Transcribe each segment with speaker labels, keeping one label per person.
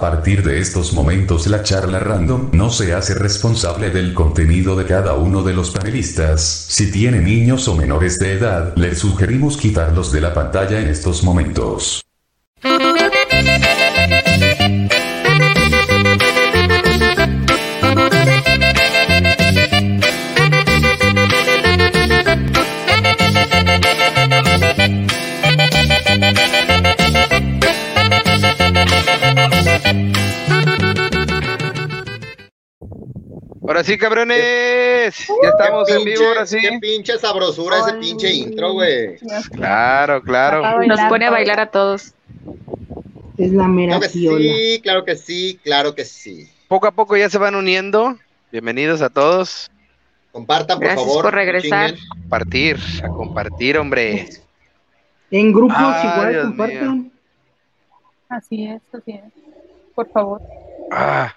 Speaker 1: partir de estos momentos la charla random no se hace responsable del contenido de cada uno de los panelistas. Si tiene niños o menores de edad, les sugerimos quitarlos de la pantalla en estos momentos.
Speaker 2: Ahora sí, cabrones. Ya estamos
Speaker 3: Qué
Speaker 2: en vivo, ahora sí.
Speaker 3: Qué pinche sabrosura ese pinche intro, güey.
Speaker 2: Claro, claro.
Speaker 4: Nos pone a
Speaker 5: todo.
Speaker 4: bailar a todos.
Speaker 5: Es la mera
Speaker 3: Claro que
Speaker 5: piola.
Speaker 3: sí, claro que sí, claro que sí.
Speaker 2: Poco a poco ya se van uniendo. Bienvenidos a todos.
Speaker 3: Compartan, por
Speaker 4: Gracias
Speaker 3: favor.
Speaker 4: por regresar.
Speaker 3: chinguen.
Speaker 2: Compartir, a compartir, hombre.
Speaker 5: En grupos
Speaker 2: Ah,
Speaker 5: igual
Speaker 2: Dios
Speaker 5: compartan.
Speaker 4: Así es, así es.
Speaker 5: Por favor.
Speaker 2: Ah.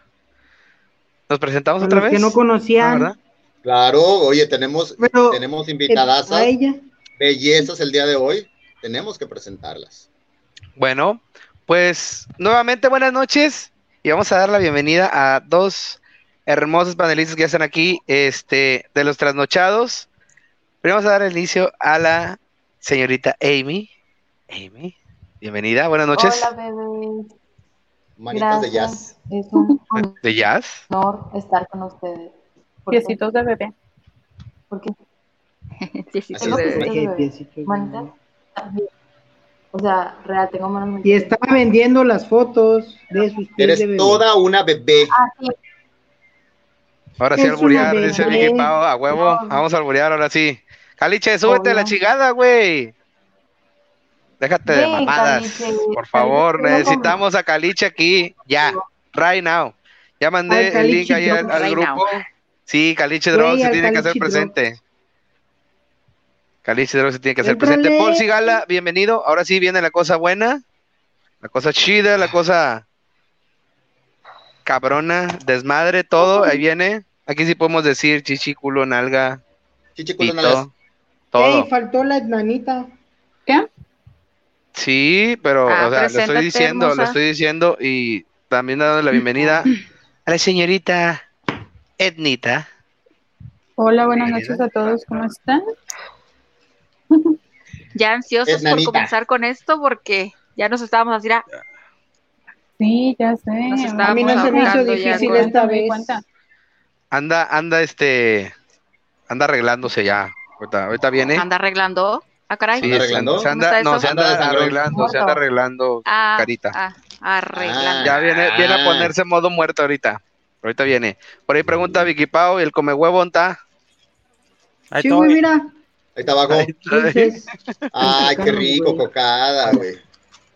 Speaker 2: ¿Nos presentamos
Speaker 5: Los
Speaker 2: otra vez?
Speaker 5: que no
Speaker 2: Ah,
Speaker 5: conocían.
Speaker 2: ¿verdad?
Speaker 3: Claro, oye, tenemos,
Speaker 5: pero
Speaker 3: tenemos
Speaker 5: eh,
Speaker 3: invitadas
Speaker 5: a ella.
Speaker 3: bellezas el día de hoy. Tenemos que presentarlas.
Speaker 2: Bueno, pues nuevamente buenas noches y vamos a dar la bienvenida a dos hermosos panelistas que ya están aquí, este, de los trasnochados. Primero vamos a dar el inicio a la señorita Amy. Amy, bienvenida, buenas noches.
Speaker 6: Hola, bebé.
Speaker 3: Manitas de jazz.
Speaker 6: Gracias. Es un
Speaker 2: De jazz.
Speaker 6: honor estar con ustedes. Porque,
Speaker 4: Piecitos de bebé.
Speaker 6: porque
Speaker 3: Así es,
Speaker 4: Piecitos de
Speaker 3: bebé.
Speaker 4: bebé.
Speaker 5: Ay, piecito.
Speaker 6: manitas también. O sea, real, tengo manos
Speaker 5: Y
Speaker 6: manitas.
Speaker 5: estaba vendiendo las fotos de sus pies
Speaker 3: Eres
Speaker 5: de bebé.
Speaker 3: toda una bebé.
Speaker 6: Ah, sí,
Speaker 2: Ahora sí
Speaker 5: Es una
Speaker 2: alburear, dice
Speaker 5: bebé.
Speaker 2: Vicky Pao, a huevo, vamos a alburear ahora sí. Caliche, súbete a la
Speaker 6: Hola.
Speaker 2: chingada, güey. Déjate de
Speaker 6: Ven,
Speaker 2: mamadas,
Speaker 6: Caliche,
Speaker 2: por favor,
Speaker 6: Caliche,
Speaker 2: necesitamos a Caliche aquí, ya, right now. Ya mandé
Speaker 5: Ay,
Speaker 2: el link
Speaker 5: Caliche
Speaker 2: ahí al,
Speaker 5: Drops.
Speaker 2: al
Speaker 4: Right
Speaker 2: grupo. Sí, Caliche
Speaker 5: Güey,
Speaker 2: Drops se
Speaker 5: al
Speaker 2: tiene que hacer
Speaker 5: Caliche
Speaker 2: presente. Caliche Drops se tiene que hacer
Speaker 5: Éntrale.
Speaker 2: presente. Paul Sigala, bienvenido. Ahora sí viene la cosa buena, la cosa chida, la cosa cabrona, desmadre, todo, ahí viene. Aquí sí podemos decir chichi, culo, nalga,
Speaker 3: Chichi culo nalgas.
Speaker 2: pito, todo.
Speaker 5: Ey, faltó la nanita.
Speaker 2: Sí, pero,
Speaker 4: Ah,
Speaker 2: o sea, lo
Speaker 4: preséntate,
Speaker 2: estoy diciendo, lo
Speaker 4: hermosa.
Speaker 2: estoy diciendo y también dando la bienvenida a la señorita Etnita.
Speaker 7: Hola, buenas
Speaker 2: Bienvenida.
Speaker 7: noches a todos, ¿cómo están?
Speaker 4: Ya ansiosos
Speaker 3: Es
Speaker 4: por
Speaker 3: nanita.
Speaker 4: comenzar con esto porque ya nos estábamos así, ah,
Speaker 7: Sí, ya sé.
Speaker 4: Nos
Speaker 5: A mí no
Speaker 4: Estábamos
Speaker 5: se me hizo
Speaker 4: hablando ya
Speaker 5: difícil
Speaker 4: con-
Speaker 5: esta
Speaker 7: Me di
Speaker 5: vez.
Speaker 7: cuenta.
Speaker 2: Anda, anda, este, anda arreglándose ya. Ahorita, ahorita viene.
Speaker 4: anda arreglando. Ah, caray.
Speaker 2: ¿Eh? Sí,
Speaker 3: ¿Anda arreglando?
Speaker 2: se anda-
Speaker 4: ¿Cómo está
Speaker 2: no,
Speaker 4: eso?
Speaker 2: se anda
Speaker 3: Anda desangrón.
Speaker 2: arreglando, se anda arreglando
Speaker 4: Ah,
Speaker 2: carita.
Speaker 4: ah, arreglando.
Speaker 2: Ya viene, viene
Speaker 3: Ah.
Speaker 2: a ponerse modo muerto ahorita. Ahorita viene. Por ahí
Speaker 3: Mm.
Speaker 2: pregunta Vicky Pau, ¿y el come huevo está?
Speaker 8: Ahí
Speaker 5: Sí,
Speaker 8: está,
Speaker 5: güey, mira.
Speaker 3: Ahí está abajo.
Speaker 5: Dulces.
Speaker 3: Ay, qué
Speaker 5: Cocano,
Speaker 3: rico,
Speaker 5: güey.
Speaker 3: cocada, güey.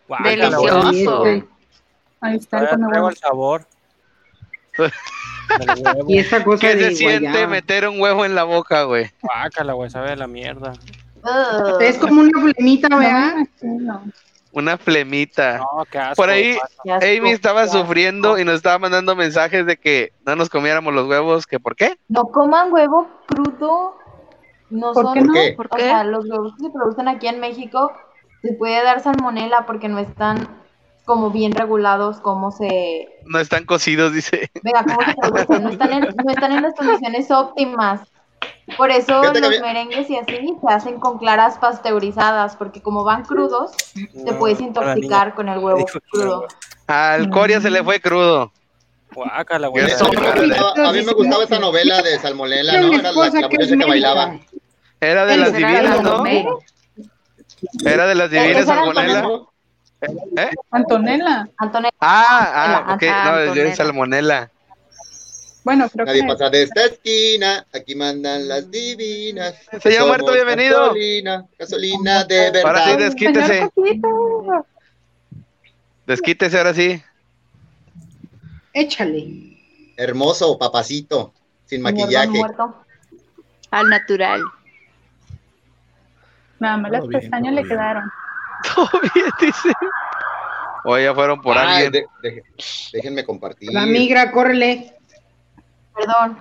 Speaker 8: Guau,
Speaker 4: Delicioso.
Speaker 5: Caliente.
Speaker 7: Ahí está el
Speaker 8: Todavía traigo
Speaker 7: conejo.
Speaker 8: el sabor. Del huevo.
Speaker 5: Y esa cosa
Speaker 2: ¿Qué
Speaker 5: de
Speaker 2: se siente
Speaker 5: guayaba.
Speaker 2: meter un huevo en la boca, güey?
Speaker 8: Guácala, güey, sabe de la mierda.
Speaker 6: ugh.
Speaker 5: Es como una flemita,
Speaker 7: No me
Speaker 5: ¿verdad?
Speaker 7: imagino.
Speaker 2: Una flemita.
Speaker 8: No, qué asco.
Speaker 2: Por ahí-
Speaker 8: guaca.
Speaker 6: Qué asco,
Speaker 2: Amy estaba
Speaker 6: qué asco.
Speaker 2: sufriendo y nos estaba mandando mensajes de que no nos comiéramos los huevos, que por qué.
Speaker 6: No coman huevo crudo. No
Speaker 7: ¿Por
Speaker 6: son-
Speaker 7: qué no?
Speaker 3: ¿Por qué?
Speaker 4: ¿Por
Speaker 6: O
Speaker 4: qué?
Speaker 6: sea, los huevos que se producen aquí en México se puede dar salmonela porque no están como bien regulados, como se
Speaker 2: No están cocidos, dice.
Speaker 6: Venga, ¿cómo se traduce? No están, en, no están en las condiciones óptimas. Por eso
Speaker 3: Fíjate que
Speaker 6: los
Speaker 3: había-
Speaker 6: merengues y así se hacen con claras pasteurizadas, porque como van crudos, te
Speaker 8: No, para
Speaker 6: puedes
Speaker 8: niña.
Speaker 6: intoxicar con el huevo
Speaker 8: Dijo que
Speaker 6: crudo.
Speaker 2: Al Coria se le fue crudo.
Speaker 8: Guácala,
Speaker 2: Yo
Speaker 8: güey. sabe
Speaker 2: soy-
Speaker 3: A mí
Speaker 8: de la
Speaker 3: me
Speaker 8: mierda.
Speaker 3: gustaba- a mí me gustaba esa novela de Salmonela,
Speaker 5: Tiene
Speaker 3: ¿no?
Speaker 5: una
Speaker 3: Era la,
Speaker 5: esposa
Speaker 3: la
Speaker 5: que
Speaker 3: muchacha
Speaker 5: es
Speaker 3: que
Speaker 5: médica.
Speaker 3: bailaba.
Speaker 2: Era de
Speaker 5: Él
Speaker 2: las
Speaker 5: será
Speaker 2: divinas,
Speaker 5: la
Speaker 2: ¿no?
Speaker 5: Romeo.
Speaker 2: Era de las divinas,
Speaker 6: Esa era
Speaker 2: salmonela.
Speaker 3: Antonella.
Speaker 2: ¿Eh?
Speaker 7: Antonella.
Speaker 6: Antonella,
Speaker 2: Ah, ah, ok,
Speaker 4: Ajá,
Speaker 2: no, es de
Speaker 4: Antonella.
Speaker 2: salmonela.
Speaker 7: Bueno, creo
Speaker 3: Nadie
Speaker 7: que
Speaker 3: pasa de esta esquina, aquí mandan las divinas.
Speaker 2: Señor
Speaker 3: Somos
Speaker 2: muerto, bienvenido.
Speaker 3: Gasolina, gasolina de
Speaker 2: Ahora sí,
Speaker 3: verdad.
Speaker 2: desquítese,
Speaker 7: Señor Coquito.
Speaker 2: desquítese ahora sí.
Speaker 5: Échale.
Speaker 3: Hermoso, papacito, sin maquillaje.
Speaker 6: muerto, muerto.
Speaker 4: Al natural.
Speaker 7: nada más las
Speaker 8: Todo bien,
Speaker 7: pestañas
Speaker 8: todo
Speaker 7: le
Speaker 8: bien.
Speaker 7: quedaron.
Speaker 2: Todo bien, dice. O ya fueron por
Speaker 3: Ay,
Speaker 2: alguien.
Speaker 3: Ah, de- de- déjenme compartir.
Speaker 5: La migra, córrele.
Speaker 6: Perdón.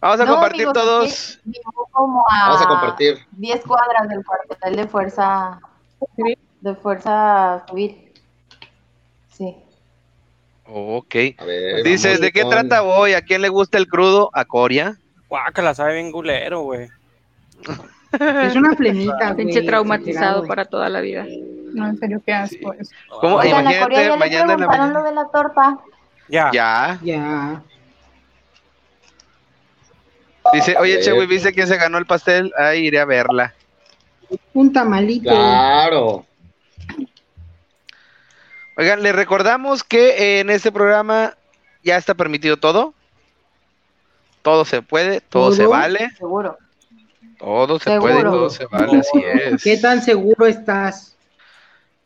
Speaker 2: Vamos a
Speaker 6: No,
Speaker 2: compartir
Speaker 6: amigos,
Speaker 2: todos.
Speaker 6: es que vivo como a,
Speaker 3: Vamos a compartir.
Speaker 6: 10 cuadras del cuartel de fuerza de fuerza civil. Sí.
Speaker 2: Ok.
Speaker 3: A ver,
Speaker 2: Dice,
Speaker 3: vamos
Speaker 2: ¿de qué
Speaker 3: con-
Speaker 2: trata hoy? ¿A quién le gusta el crudo? ¿A Coria?
Speaker 8: Guácala, sabe bien gulero, güey.
Speaker 5: Es una flemita, güey.
Speaker 4: Pinche traumatizado
Speaker 5: exagerado.
Speaker 4: para toda la vida.
Speaker 7: No, en serio, qué asco eso.
Speaker 2: ¿Cómo?
Speaker 8: Ay,
Speaker 6: Oigan, a
Speaker 2: imagínate,
Speaker 6: Corea ya le
Speaker 2: mañana en la
Speaker 6: preguntaron
Speaker 2: mañana.
Speaker 6: lo de la torta.
Speaker 8: Ya.
Speaker 2: Ya.
Speaker 5: Ya.
Speaker 2: Dice, oye,
Speaker 3: ver.
Speaker 2: Chewy, ¿viste quién se ganó el pastel? Ahí iré a verla.
Speaker 5: Un tamalito.
Speaker 3: Claro.
Speaker 2: Oigan, les recordamos que en este programa ya está permitido todo. Todo se puede, todo, se
Speaker 6: Todo.
Speaker 2: vale,
Speaker 6: Seguro.
Speaker 2: todo se
Speaker 6: Seguro.
Speaker 2: puede y todo se vale, así es.
Speaker 5: ¿Qué tan seguro estás?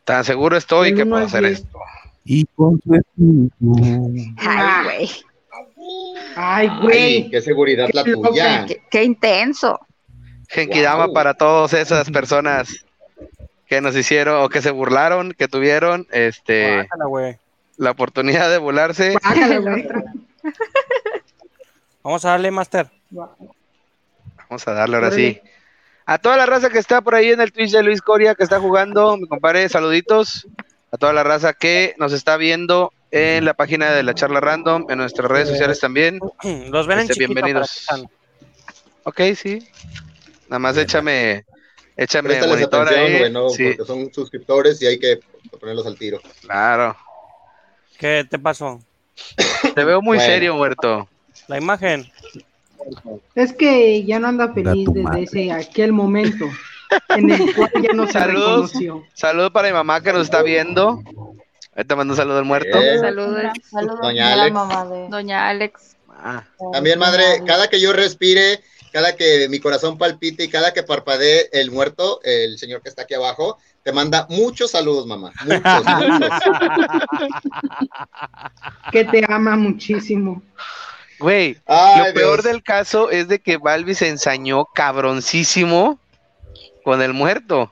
Speaker 2: Tan seguro estoy
Speaker 5: Del
Speaker 2: que
Speaker 5: uno
Speaker 2: puedo
Speaker 5: al
Speaker 2: hacer
Speaker 5: diez.
Speaker 2: esto.
Speaker 9: Y con su espíritu.
Speaker 5: Ah.
Speaker 4: Ay, güey.
Speaker 5: Ay,
Speaker 3: Ay,
Speaker 5: güey.
Speaker 3: qué seguridad la
Speaker 5: Qué loca,
Speaker 3: tuya.
Speaker 4: Qué, qué intenso.
Speaker 2: Genkidama
Speaker 3: Guau.
Speaker 2: para todas esas personas que nos hicieron o que se burlaron, que tuvieron este
Speaker 8: Guácala, güey.
Speaker 2: la oportunidad de burlarse.
Speaker 5: Guácala, güey.
Speaker 8: Vamos a darle, Master.
Speaker 2: Vamos a darle ahora sí.
Speaker 5: Órale.
Speaker 2: A toda la raza que está por ahí en el Twitch de Luis Coria que está jugando, mi compadre, saluditos. A toda la raza que nos está viendo en la página de la charla random, en nuestras redes sociales también.
Speaker 8: Los ven en
Speaker 2: Este,
Speaker 8: chiquita
Speaker 2: bienvenidos.
Speaker 8: para que sean.
Speaker 2: Ok, sí. Nada más échame, échame
Speaker 3: Préstales
Speaker 2: monitor
Speaker 3: atención,
Speaker 2: ahí.
Speaker 3: güey, ¿no?
Speaker 2: Sí,
Speaker 3: porque son suscriptores y hay que ponerlos al tiro.
Speaker 2: claro.
Speaker 8: ¿Qué te pasó?
Speaker 2: Te veo muy
Speaker 3: Bueno.
Speaker 2: serio, muerto.
Speaker 8: La imagen.
Speaker 5: Es que ya no anda feliz
Speaker 9: Da tu
Speaker 5: desde
Speaker 9: madre.
Speaker 5: ese aquel momento en el cual ya no se
Speaker 2: Saludos.
Speaker 5: reconoció.
Speaker 2: Saludos para mi mamá que nos está viendo. Ahí te mando un saludo al muerto.
Speaker 3: Eh.
Speaker 4: Saludos,
Speaker 6: Saludos
Speaker 3: Doña
Speaker 6: a la
Speaker 3: Alex.
Speaker 6: mamá de.
Speaker 4: doña Alex.
Speaker 2: Ah,
Speaker 3: También, madre, cada que yo respire, cada que mi corazón palpite y cada que parpadee el muerto, el señor que está aquí abajo, te manda muchos saludos, mamá. Muchos, muchos.
Speaker 5: Que te ama muchísimo.
Speaker 2: Güey,
Speaker 3: Ay,
Speaker 2: lo peor
Speaker 3: Dios.
Speaker 2: del caso es de que Balbi se ensañó cabroncísimo con el muerto.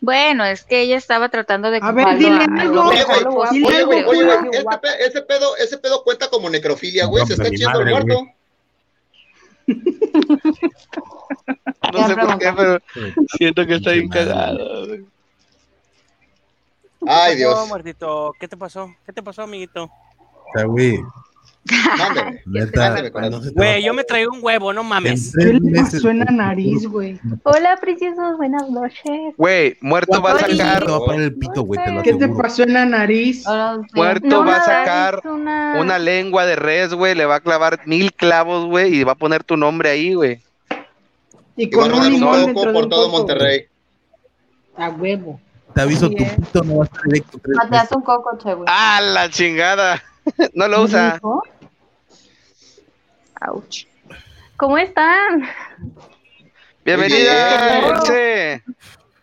Speaker 4: Bueno, es que ella estaba tratando de
Speaker 5: A ver,
Speaker 4: culparlo
Speaker 5: dile
Speaker 4: a- a
Speaker 5: algo.
Speaker 4: lo
Speaker 3: Oye,
Speaker 4: mejor
Speaker 3: güey,
Speaker 4: lo guapo,
Speaker 5: dile
Speaker 3: Oye,
Speaker 4: pero-
Speaker 3: güey, oye,
Speaker 5: Guau.
Speaker 3: güey, ese, pe- ese pedo, ese pedo cuenta como necrofilia, güey. Se está
Speaker 9: Hombre, mi
Speaker 3: echando el
Speaker 9: madre,
Speaker 3: muerto.
Speaker 2: No sé por qué, pero siento que está bien
Speaker 9: Madre.
Speaker 2: cagado. güey.
Speaker 3: Ay,
Speaker 8: ¿Qué te pasó,
Speaker 3: Dios.
Speaker 8: muertito? ¿Qué te pasó? ¿Qué te pasó, amiguito?
Speaker 9: O sea, güey,
Speaker 3: Mándame.
Speaker 2: este,
Speaker 9: neta,
Speaker 3: Mándame,
Speaker 9: no se te va-
Speaker 8: Güey, yo me traigo un huevo, no
Speaker 9: en
Speaker 8: mames.
Speaker 5: ¿Qué
Speaker 9: tres
Speaker 5: le
Speaker 9: meses-
Speaker 5: pasó en la nariz, güey?
Speaker 7: Hola, preciosos, buenas noches.
Speaker 2: Güey, muerto va a
Speaker 4: Oye.
Speaker 9: No
Speaker 2: sacar
Speaker 9: te va a parar el pito, güey, te lo
Speaker 5: ¿Qué te
Speaker 9: aseguro.
Speaker 5: pasó en la nariz?
Speaker 6: Ahora sí.
Speaker 2: Muerto
Speaker 7: No,
Speaker 2: va a
Speaker 7: nada,
Speaker 2: sacar
Speaker 7: una...
Speaker 2: una lengua de res, güey, le va a clavar mil clavos, güey, y va a poner tu nombre ahí, güey.
Speaker 5: Y
Speaker 3: Y van
Speaker 5: con
Speaker 3: a
Speaker 5: un
Speaker 3: dar un
Speaker 5: limón
Speaker 3: loco
Speaker 5: dentro
Speaker 3: por todo Monterrey.
Speaker 5: A huevo.
Speaker 9: Te aviso,
Speaker 5: Así
Speaker 9: tu
Speaker 5: es.
Speaker 9: pito no va a estar directo tres
Speaker 6: Ah, te
Speaker 9: meses.
Speaker 6: hace un coco, che, güey.
Speaker 2: ¡Ah, la chingada! No lo usa.
Speaker 7: ¿Dijo?
Speaker 4: Ouch.
Speaker 7: ¿Cómo están?
Speaker 2: Bienvenida,
Speaker 3: Bien.
Speaker 2: Dulce.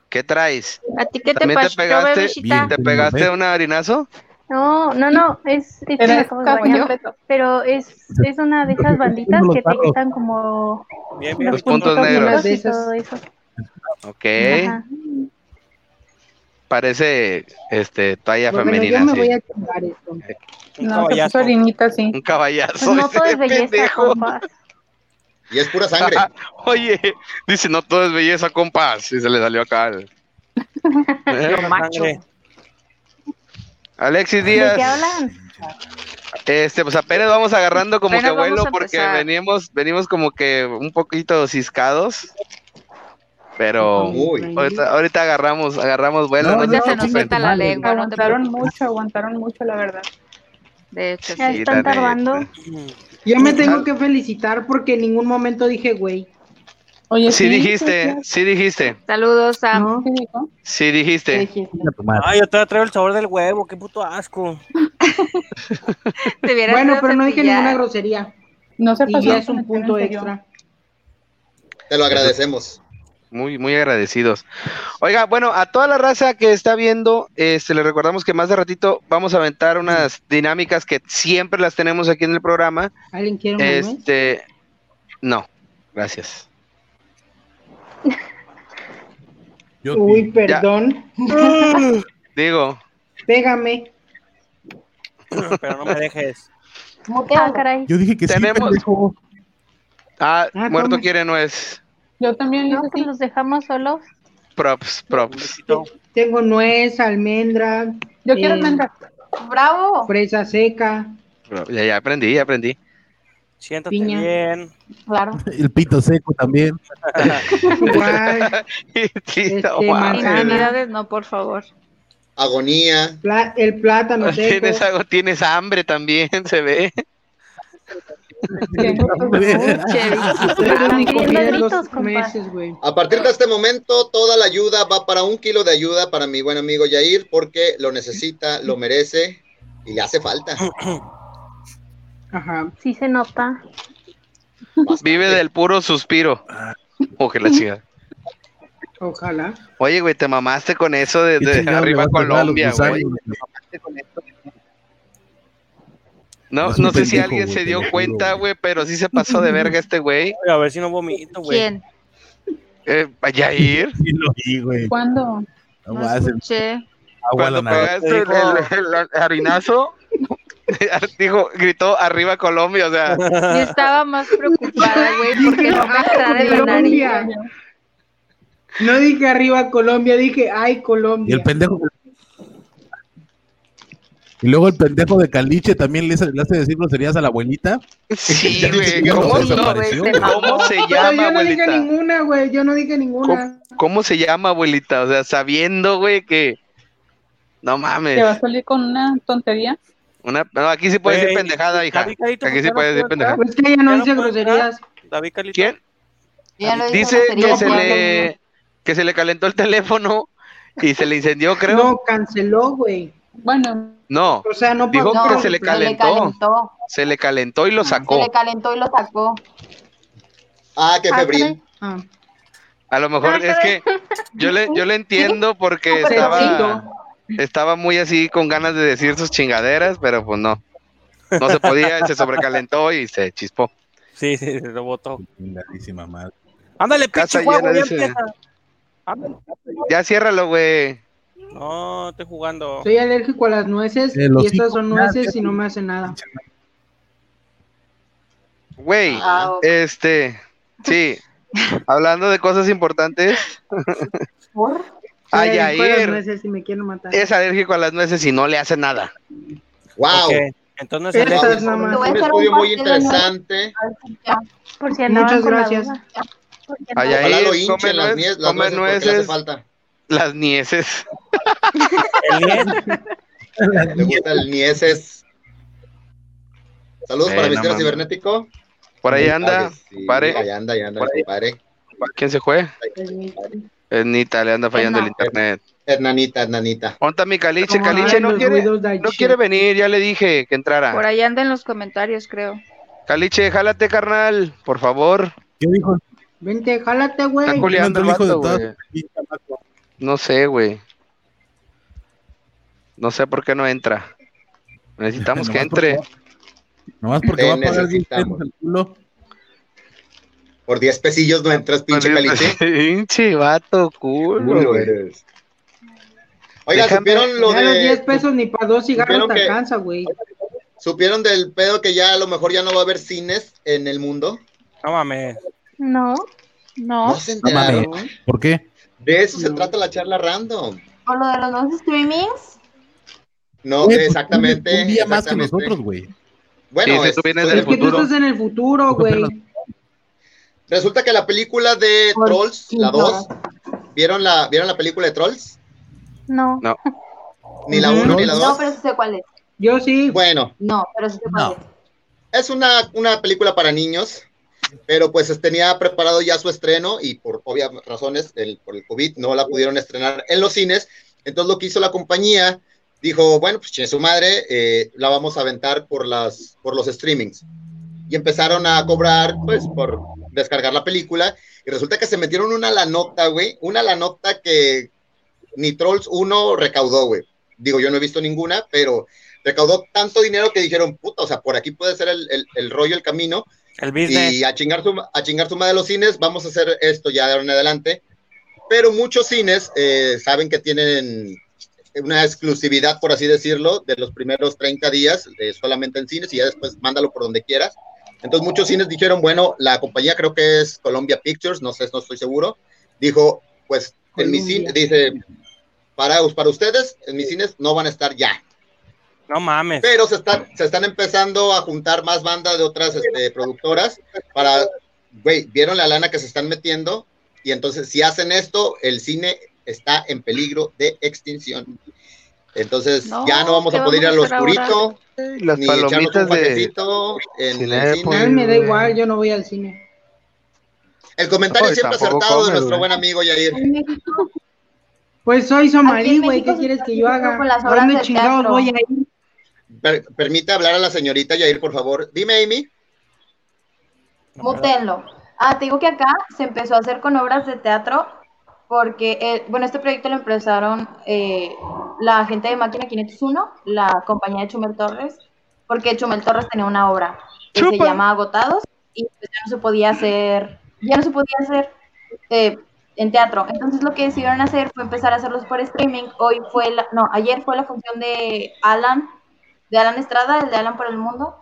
Speaker 2: ¿Qué traes?
Speaker 4: ¿A ti qué te
Speaker 2: También te
Speaker 4: pasó,
Speaker 2: pegaste.
Speaker 4: bebecita?
Speaker 9: Bien.
Speaker 2: ¿Te pegaste un orinazo?
Speaker 10: No, no, no, es, es que me
Speaker 7: Eres
Speaker 10: acabo de bañar, pero es, es una de esas banditas que te quitan como
Speaker 8: Bien, bien.
Speaker 10: los
Speaker 2: Los puntos
Speaker 10: puntitos
Speaker 2: negros.
Speaker 10: negros
Speaker 5: De
Speaker 10: y
Speaker 5: esas.
Speaker 10: todo eso.
Speaker 2: Ok.
Speaker 10: Ajá.
Speaker 2: Parece este toalla
Speaker 5: Bueno,
Speaker 2: femenina,
Speaker 5: yo me
Speaker 2: sí.
Speaker 5: voy a quitar esto.
Speaker 8: Un
Speaker 7: No, se
Speaker 8: caballazo.
Speaker 7: puso harinita, sí.
Speaker 2: Un caballazo.
Speaker 10: Pues no
Speaker 2: dice
Speaker 10: todo
Speaker 2: el
Speaker 10: es belleza,
Speaker 2: pendejo.
Speaker 10: compas.
Speaker 3: Y es pura sangre.
Speaker 2: Oye, dice, no todo es belleza, compas. Y se le salió acá. al- Eh,
Speaker 8: Sangre.
Speaker 4: macho.
Speaker 2: Alexis
Speaker 10: ¿De
Speaker 2: Díaz.
Speaker 10: qué hablan?
Speaker 2: Este, pues apenas vamos agarrando como
Speaker 4: Apenas
Speaker 2: que vuelo
Speaker 4: vamos a
Speaker 2: porque
Speaker 4: empezar.
Speaker 2: venimos, venimos como que un poquito ciscados. Pero
Speaker 3: Uy.
Speaker 2: ahorita, ahorita agarramos, agarramos vuelo.
Speaker 9: No,
Speaker 2: no te
Speaker 4: Ahorita se nos
Speaker 2: preocupes.
Speaker 4: suelta la lengua, no te
Speaker 7: aguantaron
Speaker 4: preocupes.
Speaker 7: mucho, aguantaron mucho, la verdad.
Speaker 4: De hecho, sí.
Speaker 10: Ya
Speaker 2: Sí,
Speaker 10: están
Speaker 2: la neta.
Speaker 10: tardando.
Speaker 5: Yo me tengo que felicitar porque en ningún momento dije, güey.
Speaker 7: Oye,
Speaker 2: Sí dijiste, sí dijiste,
Speaker 4: Saludos a
Speaker 5: No,
Speaker 7: ¿Qué dijo?
Speaker 2: sí dijiste.
Speaker 6: Dijiste.
Speaker 9: Chinga tu madre.
Speaker 8: Ay, yo todavía traigo el sabor del huevo, qué puto asco.
Speaker 4: Te hubieras
Speaker 5: Bueno,
Speaker 4: ido a
Speaker 5: pero no dije
Speaker 4: cepillar.
Speaker 5: ninguna grosería.
Speaker 7: No se pasó.
Speaker 5: Y ya es un
Speaker 7: en
Speaker 5: punto
Speaker 7: serio.
Speaker 5: extra.
Speaker 3: Te lo agradecemos.
Speaker 2: Muy, muy agradecidos. Oiga, bueno, a toda la raza que está viendo, este, les recordamos que más de ratito vamos a aventar unas dinámicas que siempre las tenemos aquí en el programa.
Speaker 5: ¿Alguien quiere una nuez?
Speaker 2: Este, no, gracias.
Speaker 9: Yo
Speaker 5: Uy,
Speaker 9: sí.
Speaker 5: perdón.
Speaker 2: Digo,
Speaker 5: Pégame.
Speaker 8: Pero no me dejes.
Speaker 10: Ah,
Speaker 6: Muteado.
Speaker 10: caray.
Speaker 9: Yo dije que sí,
Speaker 2: Tenemos-
Speaker 9: pendejo.
Speaker 2: ah,
Speaker 5: Ah,
Speaker 2: muerto
Speaker 5: toma.
Speaker 2: quiere nuez.
Speaker 7: Yo también
Speaker 10: No,
Speaker 7: dije
Speaker 10: pues
Speaker 7: sí.
Speaker 10: los dejamos solos.
Speaker 2: Props, props.
Speaker 5: Tengo nuez, almendra.
Speaker 7: Yo
Speaker 5: eh,
Speaker 7: quiero mandar.
Speaker 6: Bravo.
Speaker 5: Fresa seca.
Speaker 2: Pero Ya, ya aprendí, ya aprendí.
Speaker 8: Siéntate
Speaker 5: Piña.
Speaker 8: bien.
Speaker 6: Claro.
Speaker 9: El pito seco también.
Speaker 5: Guay,
Speaker 2: Sí, no
Speaker 5: Este,
Speaker 2: mames.
Speaker 5: manzana.
Speaker 4: Inanidades, no, por favor.
Speaker 3: Agonía.
Speaker 5: pla- el plátano seco.
Speaker 2: Tienes algo, tienes hambre también, se ve.
Speaker 5: Ustedes ni
Speaker 10: Bien
Speaker 5: comían
Speaker 10: malditos,
Speaker 5: los
Speaker 10: compa.
Speaker 5: meses, güey.
Speaker 3: A partir de este momento, toda la ayuda va para un kilo de ayuda para mi buen amigo Yair, porque lo necesita, lo merece y le hace falta.
Speaker 5: Ajá.
Speaker 10: Sí se nota.
Speaker 3: Bastante.
Speaker 2: Vive del puro suspiro.
Speaker 9: Ah.
Speaker 2: Oh, que la chica.
Speaker 5: Ojalá.
Speaker 2: Oye, güey, te mamaste con eso de,
Speaker 9: ¿Qué
Speaker 2: de
Speaker 9: chingado
Speaker 2: arriba
Speaker 9: le vas a dar a los
Speaker 2: Colombia, güey.
Speaker 9: gusanos?
Speaker 2: No,
Speaker 9: Es un
Speaker 2: no sé si
Speaker 9: pendejo,
Speaker 2: alguien
Speaker 9: güey,
Speaker 2: se
Speaker 9: te
Speaker 2: dio
Speaker 9: lo juro,
Speaker 2: cuenta, güey, pero sí se pasó de verga este güey.
Speaker 8: Oye, A ver si no vomito, güey.
Speaker 4: ¿Quién?
Speaker 2: Eh, Yair.
Speaker 9: Sí, lo vi, güey.
Speaker 7: ¿Cuándo?
Speaker 4: No
Speaker 9: Agua, hace-
Speaker 4: escuché.
Speaker 9: agua a la
Speaker 2: Cuando
Speaker 9: nariz.
Speaker 2: pegaste el, el- el harinazo, dijo, gritó arriba Colombia, o sea,
Speaker 4: Yo estaba más preocupada, güey, porque no
Speaker 5: Ah,
Speaker 4: me entrara en la nariz.
Speaker 5: Colombia. No dije arriba Colombia, dije ay
Speaker 9: Y
Speaker 5: Colombia.
Speaker 9: el pendejo. Y luego el pendejo de Caliche también le, hace- le hace decir groserías a la abuelita.
Speaker 2: sí,
Speaker 9: Ya me
Speaker 2: güey,
Speaker 9: siento
Speaker 2: ¿cómo,
Speaker 9: ofendido.
Speaker 2: no?
Speaker 9: desapareció.
Speaker 4: güey, se mamó.
Speaker 2: ¿Cómo se
Speaker 5: Pero
Speaker 2: llama,
Speaker 5: yo no dije
Speaker 2: abuelita?
Speaker 5: ninguna, güey. Yo no dije ninguna.
Speaker 2: ¿Cómo se llama, abuelita? O sea, sabiendo, güey, que... No mames.
Speaker 7: ¿Te va a salir con una tontería?
Speaker 2: Una... No, aquí sí puede decir
Speaker 8: Güey,
Speaker 2: pendejada, hija.
Speaker 8: David Carito,
Speaker 2: Aquí sí
Speaker 8: ¿por qué
Speaker 2: puede
Speaker 8: no
Speaker 2: decir
Speaker 8: puedo
Speaker 2: pendejada.
Speaker 5: Pues que ella no
Speaker 8: Ya no
Speaker 5: dice
Speaker 8: puedo
Speaker 5: groserías.
Speaker 8: David Carlito.
Speaker 2: ¿Quién?
Speaker 6: Ya no
Speaker 2: Dice
Speaker 6: dice groserías,
Speaker 2: que se
Speaker 6: ya
Speaker 2: le... Que se le calentó el teléfono y se le incendió, creo. No,
Speaker 5: No, canceló, güey.
Speaker 7: Bueno,
Speaker 5: O sea, no
Speaker 2: Dijo
Speaker 5: pagó.
Speaker 2: que se le
Speaker 6: pues, se le
Speaker 2: calentó.
Speaker 6: calentó.
Speaker 2: se le calentó y
Speaker 5: Ah,
Speaker 2: lo
Speaker 6: Se
Speaker 2: sacó.
Speaker 6: le calentó y lo sacó.
Speaker 3: Ah, qué
Speaker 10: Ah,
Speaker 3: febril.
Speaker 5: Ah,
Speaker 2: A lo mejor
Speaker 10: Ah,
Speaker 2: es que yo le, yo le entiendo porque
Speaker 5: pero
Speaker 2: estaba,
Speaker 5: sí.
Speaker 2: estaba muy así con ganas de decir sus chingaderas, pero pues no. No se podía, se sobrecalentó y se chispó.
Speaker 8: Sí, sí, lo votó.
Speaker 9: Chingadísima madre.
Speaker 8: Ándale,
Speaker 2: Casa
Speaker 8: pinche huevo,
Speaker 2: llena,
Speaker 8: ya
Speaker 2: dice.
Speaker 8: empieza. Ándale.
Speaker 2: Ya ciérralo, güey.
Speaker 8: No, estoy jugando.
Speaker 5: Soy alérgico a las nueces
Speaker 9: El hocico,
Speaker 5: y estas son
Speaker 9: ya,
Speaker 5: nueces
Speaker 9: ya.
Speaker 5: y no me hace nada.
Speaker 2: Güey,
Speaker 6: Ah, ok.
Speaker 2: este, sí. Hablando de cosas importantes,
Speaker 6: ¿Por?
Speaker 5: Soy
Speaker 2: Ay,
Speaker 5: alérgico a las
Speaker 2: Yair.
Speaker 5: nueces y me quiero matar.
Speaker 3: Eh,
Speaker 2: es alérgico a las nueces y no le hace nada.
Speaker 3: Wow.
Speaker 8: Ok, Entonces,
Speaker 5: Estas
Speaker 8: el-
Speaker 5: nada más.
Speaker 3: Un estudio muy interesante.
Speaker 10: Por si andaban
Speaker 5: Muchas
Speaker 10: con la
Speaker 5: gracias.
Speaker 10: duda. Por si
Speaker 2: Ay, ay.
Speaker 10: andaban-
Speaker 3: Ojalá lo
Speaker 2: Yair, come
Speaker 3: hinchen las,
Speaker 2: nuez-
Speaker 3: mies- las
Speaker 2: come
Speaker 3: nueces, porque le hace
Speaker 2: nueces.
Speaker 3: falta.
Speaker 2: Las nieces.
Speaker 8: el niete.
Speaker 3: Le gusta el nieces. Saludos
Speaker 2: Eh,
Speaker 3: para
Speaker 2: no
Speaker 3: Misterio
Speaker 2: mames.
Speaker 3: Cibernético.
Speaker 2: Por ahí
Speaker 3: Ah,
Speaker 2: anda.
Speaker 3: que sí,
Speaker 2: pare.
Speaker 3: Ahí anda, ahí anda,
Speaker 2: Por ahí.
Speaker 3: pare.
Speaker 2: ¿Quién se fue? Es Nita, le anda fallando el internet.
Speaker 3: Hernanita, Hernanita.
Speaker 2: ¿Dónde está mi caliche?
Speaker 5: Como,
Speaker 2: Caliche
Speaker 5: ay,
Speaker 2: no
Speaker 5: los
Speaker 2: quiere,
Speaker 5: ruidos de
Speaker 2: no
Speaker 5: allí.
Speaker 2: quiere venir, ya le dije que entrara.
Speaker 4: Por ahí anda en los comentarios, creo.
Speaker 2: Caliche, jálate, carnal, por favor.
Speaker 9: ¿Qué dijo?
Speaker 5: Vente, jálate,
Speaker 2: Está
Speaker 5: Este güey.
Speaker 2: culeando el
Speaker 9: el hijo de
Speaker 2: vato,
Speaker 9: todas
Speaker 2: güey.
Speaker 9: sus chamacos.
Speaker 2: No sé, güey. No sé por qué no entra. Necesitamos que
Speaker 9: Nomás
Speaker 2: entre.
Speaker 9: porque- Nomás porque
Speaker 3: Te
Speaker 9: va a pagar 10
Speaker 3: necesitamos.
Speaker 9: pesos al culo.
Speaker 3: Por 10 pesillos Pues no entras, pinche caliche.
Speaker 2: Pinche vato, culo, güey.
Speaker 3: Oiga,
Speaker 2: Déjame-
Speaker 3: ¿supieron lo
Speaker 5: Ya los 10
Speaker 3: de
Speaker 5: pesos ni para dos cigarros
Speaker 3: supieron
Speaker 5: te
Speaker 3: que-
Speaker 5: alcanza, güey.
Speaker 3: supieron del pedo que ya a lo mejor ya no va a haber cines en el mundo?
Speaker 8: No mames.
Speaker 10: No.
Speaker 3: No
Speaker 4: No.
Speaker 3: se
Speaker 9: No mames.
Speaker 3: enteraron.
Speaker 9: ¿Por qué?
Speaker 3: De eso se
Speaker 5: No.
Speaker 3: trata la charla random.
Speaker 6: ¿O lo de los nuevos streamings?
Speaker 3: No,
Speaker 9: Güey, pues,
Speaker 3: exactamente.
Speaker 9: Un día más que
Speaker 3: exactamente.
Speaker 9: nosotros, güey.
Speaker 3: Bueno,
Speaker 2: Sí, sí,
Speaker 3: es-
Speaker 2: tú vienes
Speaker 3: pues,
Speaker 2: del
Speaker 5: Es que tú
Speaker 2: futuro.
Speaker 5: estás en el futuro, güey.
Speaker 3: resulta que la película de
Speaker 6: Por
Speaker 3: Trolls, la
Speaker 6: cinco
Speaker 3: 2, ¿vieron la, ¿vieron la película de Trolls?
Speaker 10: No.
Speaker 2: No.
Speaker 3: Ni la
Speaker 5: Ujú.
Speaker 3: 1 ni la
Speaker 6: No,
Speaker 3: 2.
Speaker 6: pero sí sé cuál es.
Speaker 5: Yo sí.
Speaker 3: Bueno,
Speaker 6: No, pero sí sé cuál
Speaker 9: No.
Speaker 6: es.
Speaker 3: es una, una película para niños, pero pues es- tenía preparado ya su estreno y por obvias razones, el- por el COVID, no la pudieron estrenar en los cines. Entonces lo que hizo la compañía, dijo, bueno, pues chingue su madre, eh, la vamos a aventar por, las, por los streamings. Y empezaron a cobrar, pues, por descargar la película. Y resulta que se metieron una lanota, güey, una lanota que ni Trolls 1 recaudó, güey. Digo, yo no he visto ninguna, pero recaudó tanto dinero que dijeron, puta, o sea, por aquí puede ser el, el- el rollo, el camino,
Speaker 8: El business.
Speaker 3: y a chingar, su, a chingar su madre los cines, vamos a hacer esto ya de ahora en adelante. Pero muchos cines eh, saben que tienen una exclusividad, por así decirlo, de los primeros 30 días eh, solamente en cines y ya después mándalo por donde quieras. Entonces muchos cines dijeron, bueno, la compañía creo que es Columbia Pictures, no sé, no estoy seguro, dijo, pues en mis
Speaker 5: Columbia.
Speaker 3: cines, dice, para, para ustedes, en mis cines no van a estar ya,
Speaker 8: No mames.
Speaker 3: pero se están, se están empezando a juntar más bandas de otras este, productoras para, güey, vieron la lana que se están metiendo y entonces si hacen esto, el cine está en peligro de extinción. Entonces
Speaker 10: No,
Speaker 3: ya no vamos
Speaker 10: ¿qué
Speaker 3: a poder ir al
Speaker 10: vamos a hacer
Speaker 3: oscurito,
Speaker 2: Las
Speaker 3: ni echarnos un
Speaker 2: palomitas de.
Speaker 3: paquetito en el
Speaker 2: Cinépolis.
Speaker 5: A
Speaker 3: cine.
Speaker 5: mí me da igual, yo no voy al cine.
Speaker 3: El comentario
Speaker 2: Ay,
Speaker 3: siempre
Speaker 2: tampoco
Speaker 3: acertado de
Speaker 2: comes,
Speaker 3: nuestro
Speaker 2: güey.
Speaker 3: buen amigo Yair.
Speaker 6: En México,
Speaker 5: Pues soy
Speaker 6: Aquí
Speaker 5: somalí,
Speaker 6: en
Speaker 5: güey, ¿qué
Speaker 6: México se
Speaker 5: quieres
Speaker 6: está
Speaker 5: que yo
Speaker 6: haciendo
Speaker 5: haga?
Speaker 6: con las
Speaker 5: ¿A
Speaker 6: obras
Speaker 5: dónde
Speaker 6: de
Speaker 5: chingados
Speaker 6: teatro?
Speaker 5: voy a ir?
Speaker 3: Per- permite hablar a la señorita Yair, por favor. Dime, Amy.
Speaker 6: Mutenlo. Ah, te digo que acá se empezó a hacer con obras de teatro porque, eh, bueno, este proyecto lo empezaron eh, la gente de Máquina 501, la compañía de Chumel Torres, porque Chumel Torres tenía una obra que se
Speaker 2: Chupa.
Speaker 6: llama Agotados y pues ya no se podía hacer, ya no se podía hacer eh, en teatro. Entonces lo que decidieron hacer fue empezar a hacerlos por streaming. Hoy fue, la, no, ayer fue la función de Alan, de Alan Estrada, el de Alan por el Mundo.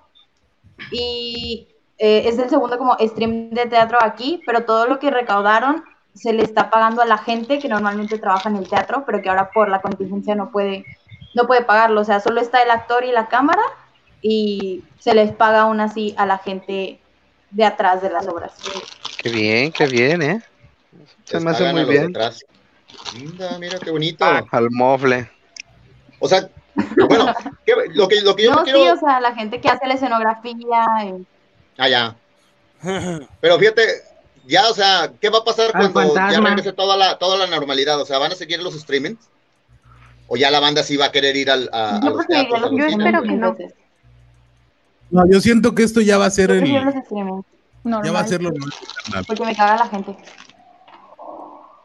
Speaker 6: Y eh, es el segundo como stream de teatro aquí, pero todo lo que recaudaron se le está pagando a la gente que normalmente trabaja en el teatro, pero que ahora por la contingencia no puede, no puede pagarlo. O sea, solo está el actor y la cámara y se les paga aún así a la gente de atrás de las obras.
Speaker 2: Qué bien, qué bien, ¿eh? Se me hace
Speaker 3: Hagan a
Speaker 2: muy
Speaker 3: Pues los
Speaker 2: bien.
Speaker 3: detrás. Anda, mira qué bonito.
Speaker 2: Ah, Al mofle.
Speaker 3: O sea, bueno, que- lo, que, lo que yo
Speaker 6: No,
Speaker 3: te
Speaker 6: sí,
Speaker 3: quiero...
Speaker 6: o sea, la gente que hace la escenografía. eh,
Speaker 3: Ah, ya. Pero fíjate, ya, o sea, ¿qué va a pasar
Speaker 5: Al
Speaker 3: cuando ya
Speaker 5: fantasma.
Speaker 3: regrese toda la, toda la normalidad? O sea, ¿van a seguir los streamings? ¿O ya la banda sí va a querer ir al, a,
Speaker 11: Ah,
Speaker 3: a
Speaker 6: yo
Speaker 3: los
Speaker 6: preferiría
Speaker 3: teatros? a
Speaker 6: los
Speaker 3: los
Speaker 10: yo
Speaker 3: cines,
Speaker 10: espero
Speaker 3: güey?
Speaker 10: que no.
Speaker 6: entonces,
Speaker 9: No, yo siento que esto ya va a ser
Speaker 6: yo
Speaker 9: el,
Speaker 6: prefiero los
Speaker 9: ya
Speaker 6: streaming,
Speaker 7: normal.
Speaker 9: va a ser lo normal.
Speaker 6: porque me caga la gente.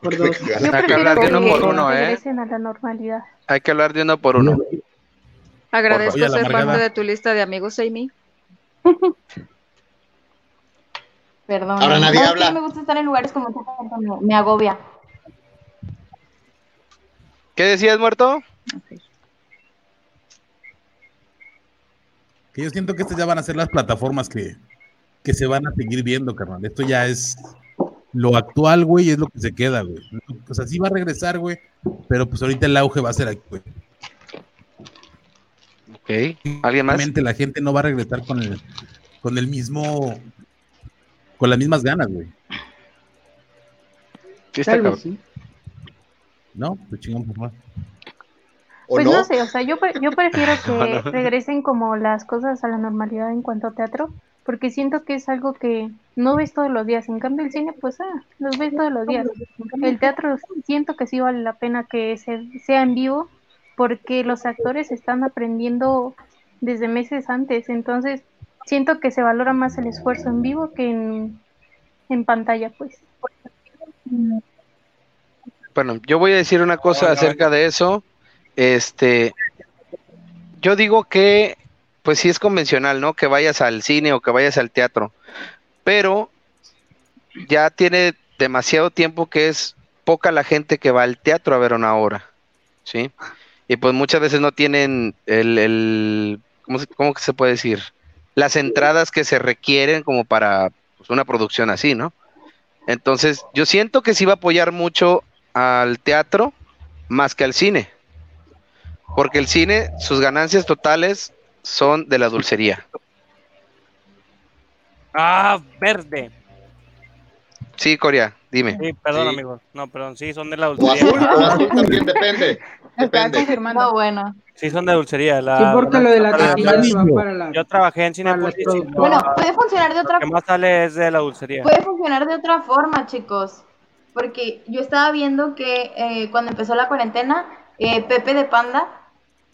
Speaker 5: Por dos.
Speaker 10: Yo
Speaker 2: Hay que
Speaker 10: prefiero
Speaker 2: hablar de uno
Speaker 10: que
Speaker 2: por uno, ¿eh?
Speaker 10: regresen a la normalidad.
Speaker 2: Hay que hablar de uno por uno.
Speaker 4: Agradezco
Speaker 9: Oye, la
Speaker 4: ser parte
Speaker 9: amargada.
Speaker 4: de tu lista de amigos, Amy.
Speaker 6: Perdón.
Speaker 3: Ahora nadie
Speaker 6: No, es que
Speaker 3: habla.
Speaker 6: No me gusta estar en lugares como mucha gente, me, me agobia.
Speaker 2: ¿Qué decías, muerto?
Speaker 9: Que yo siento que estas ya van a ser las plataformas que, que se van a seguir viendo, carnal. Esto ya es lo actual, güey, y es lo que se queda, güey. O sea, sí va a regresar, güey, pero pues ahorita el auge va a ser aquí, güey.
Speaker 2: Ok. ¿Alguien más?
Speaker 9: Obviamente la gente no va a regresar con el, con el mismo, con las mismas ganas, güey.
Speaker 2: Sí, está
Speaker 5: Tal vez
Speaker 2: cabrón.
Speaker 5: sí.
Speaker 9: ¿No? Pues chingón, por favor.
Speaker 3: ¿O
Speaker 10: Pues
Speaker 3: no?
Speaker 10: no? sé, o sea, yo, pre- yo prefiero que
Speaker 2: no.
Speaker 10: regresen como las cosas a la normalidad en cuanto a teatro, porque siento que es algo que no ves todos los días. En cambio, el cine, pues, ah, los ves todos los días. El teatro siento que sí vale la pena que se- sea en vivo, porque los actores están aprendiendo desde meses antes, entonces siento que se valora más el esfuerzo en vivo que en, en pantalla, pues.
Speaker 2: Bueno, yo voy a decir una cosa
Speaker 8: Hola.
Speaker 2: acerca de eso. Este, yo digo que, pues sí es convencional, ¿no? Que vayas al cine o que vayas al teatro, pero ya tiene demasiado tiempo que es poca la gente que va al teatro a ver una obra, ¿sí? Y pues muchas veces no tienen el, el ¿cómo, se, cómo que se puede decir? Las entradas que se requieren como para pues, una producción así, ¿no? Entonces, yo siento que sí va a apoyar mucho al teatro más que al cine. Porque el cine, sus ganancias totales son de la dulcería.
Speaker 8: Ah, verde.
Speaker 2: Sí, Corea, dime.
Speaker 8: Sí, perdón,
Speaker 3: Sí.
Speaker 8: amigo. No, perdón, sí, son de la
Speaker 3: O azul,
Speaker 8: dulcería.
Speaker 3: o azul también depende.
Speaker 7: Estaba
Speaker 3: Depende.
Speaker 6: No,
Speaker 7: confirmando.
Speaker 11: Ah,
Speaker 6: bueno.
Speaker 8: Sí, son de dulcería. La,
Speaker 5: Sí, porque lo de la
Speaker 8: la-
Speaker 5: taquilla se va
Speaker 9: mismo.
Speaker 5: para la...
Speaker 8: Yo trabajé en Cinepolis
Speaker 5: Para los
Speaker 8: y no,
Speaker 6: Bueno, puede funcionar de otra
Speaker 8: lo que más sale es de la dulcería.
Speaker 6: Puede funcionar de otra forma, chicos. Porque yo estaba viendo que eh, cuando empezó la cuarentena, eh, Pepe de Panda,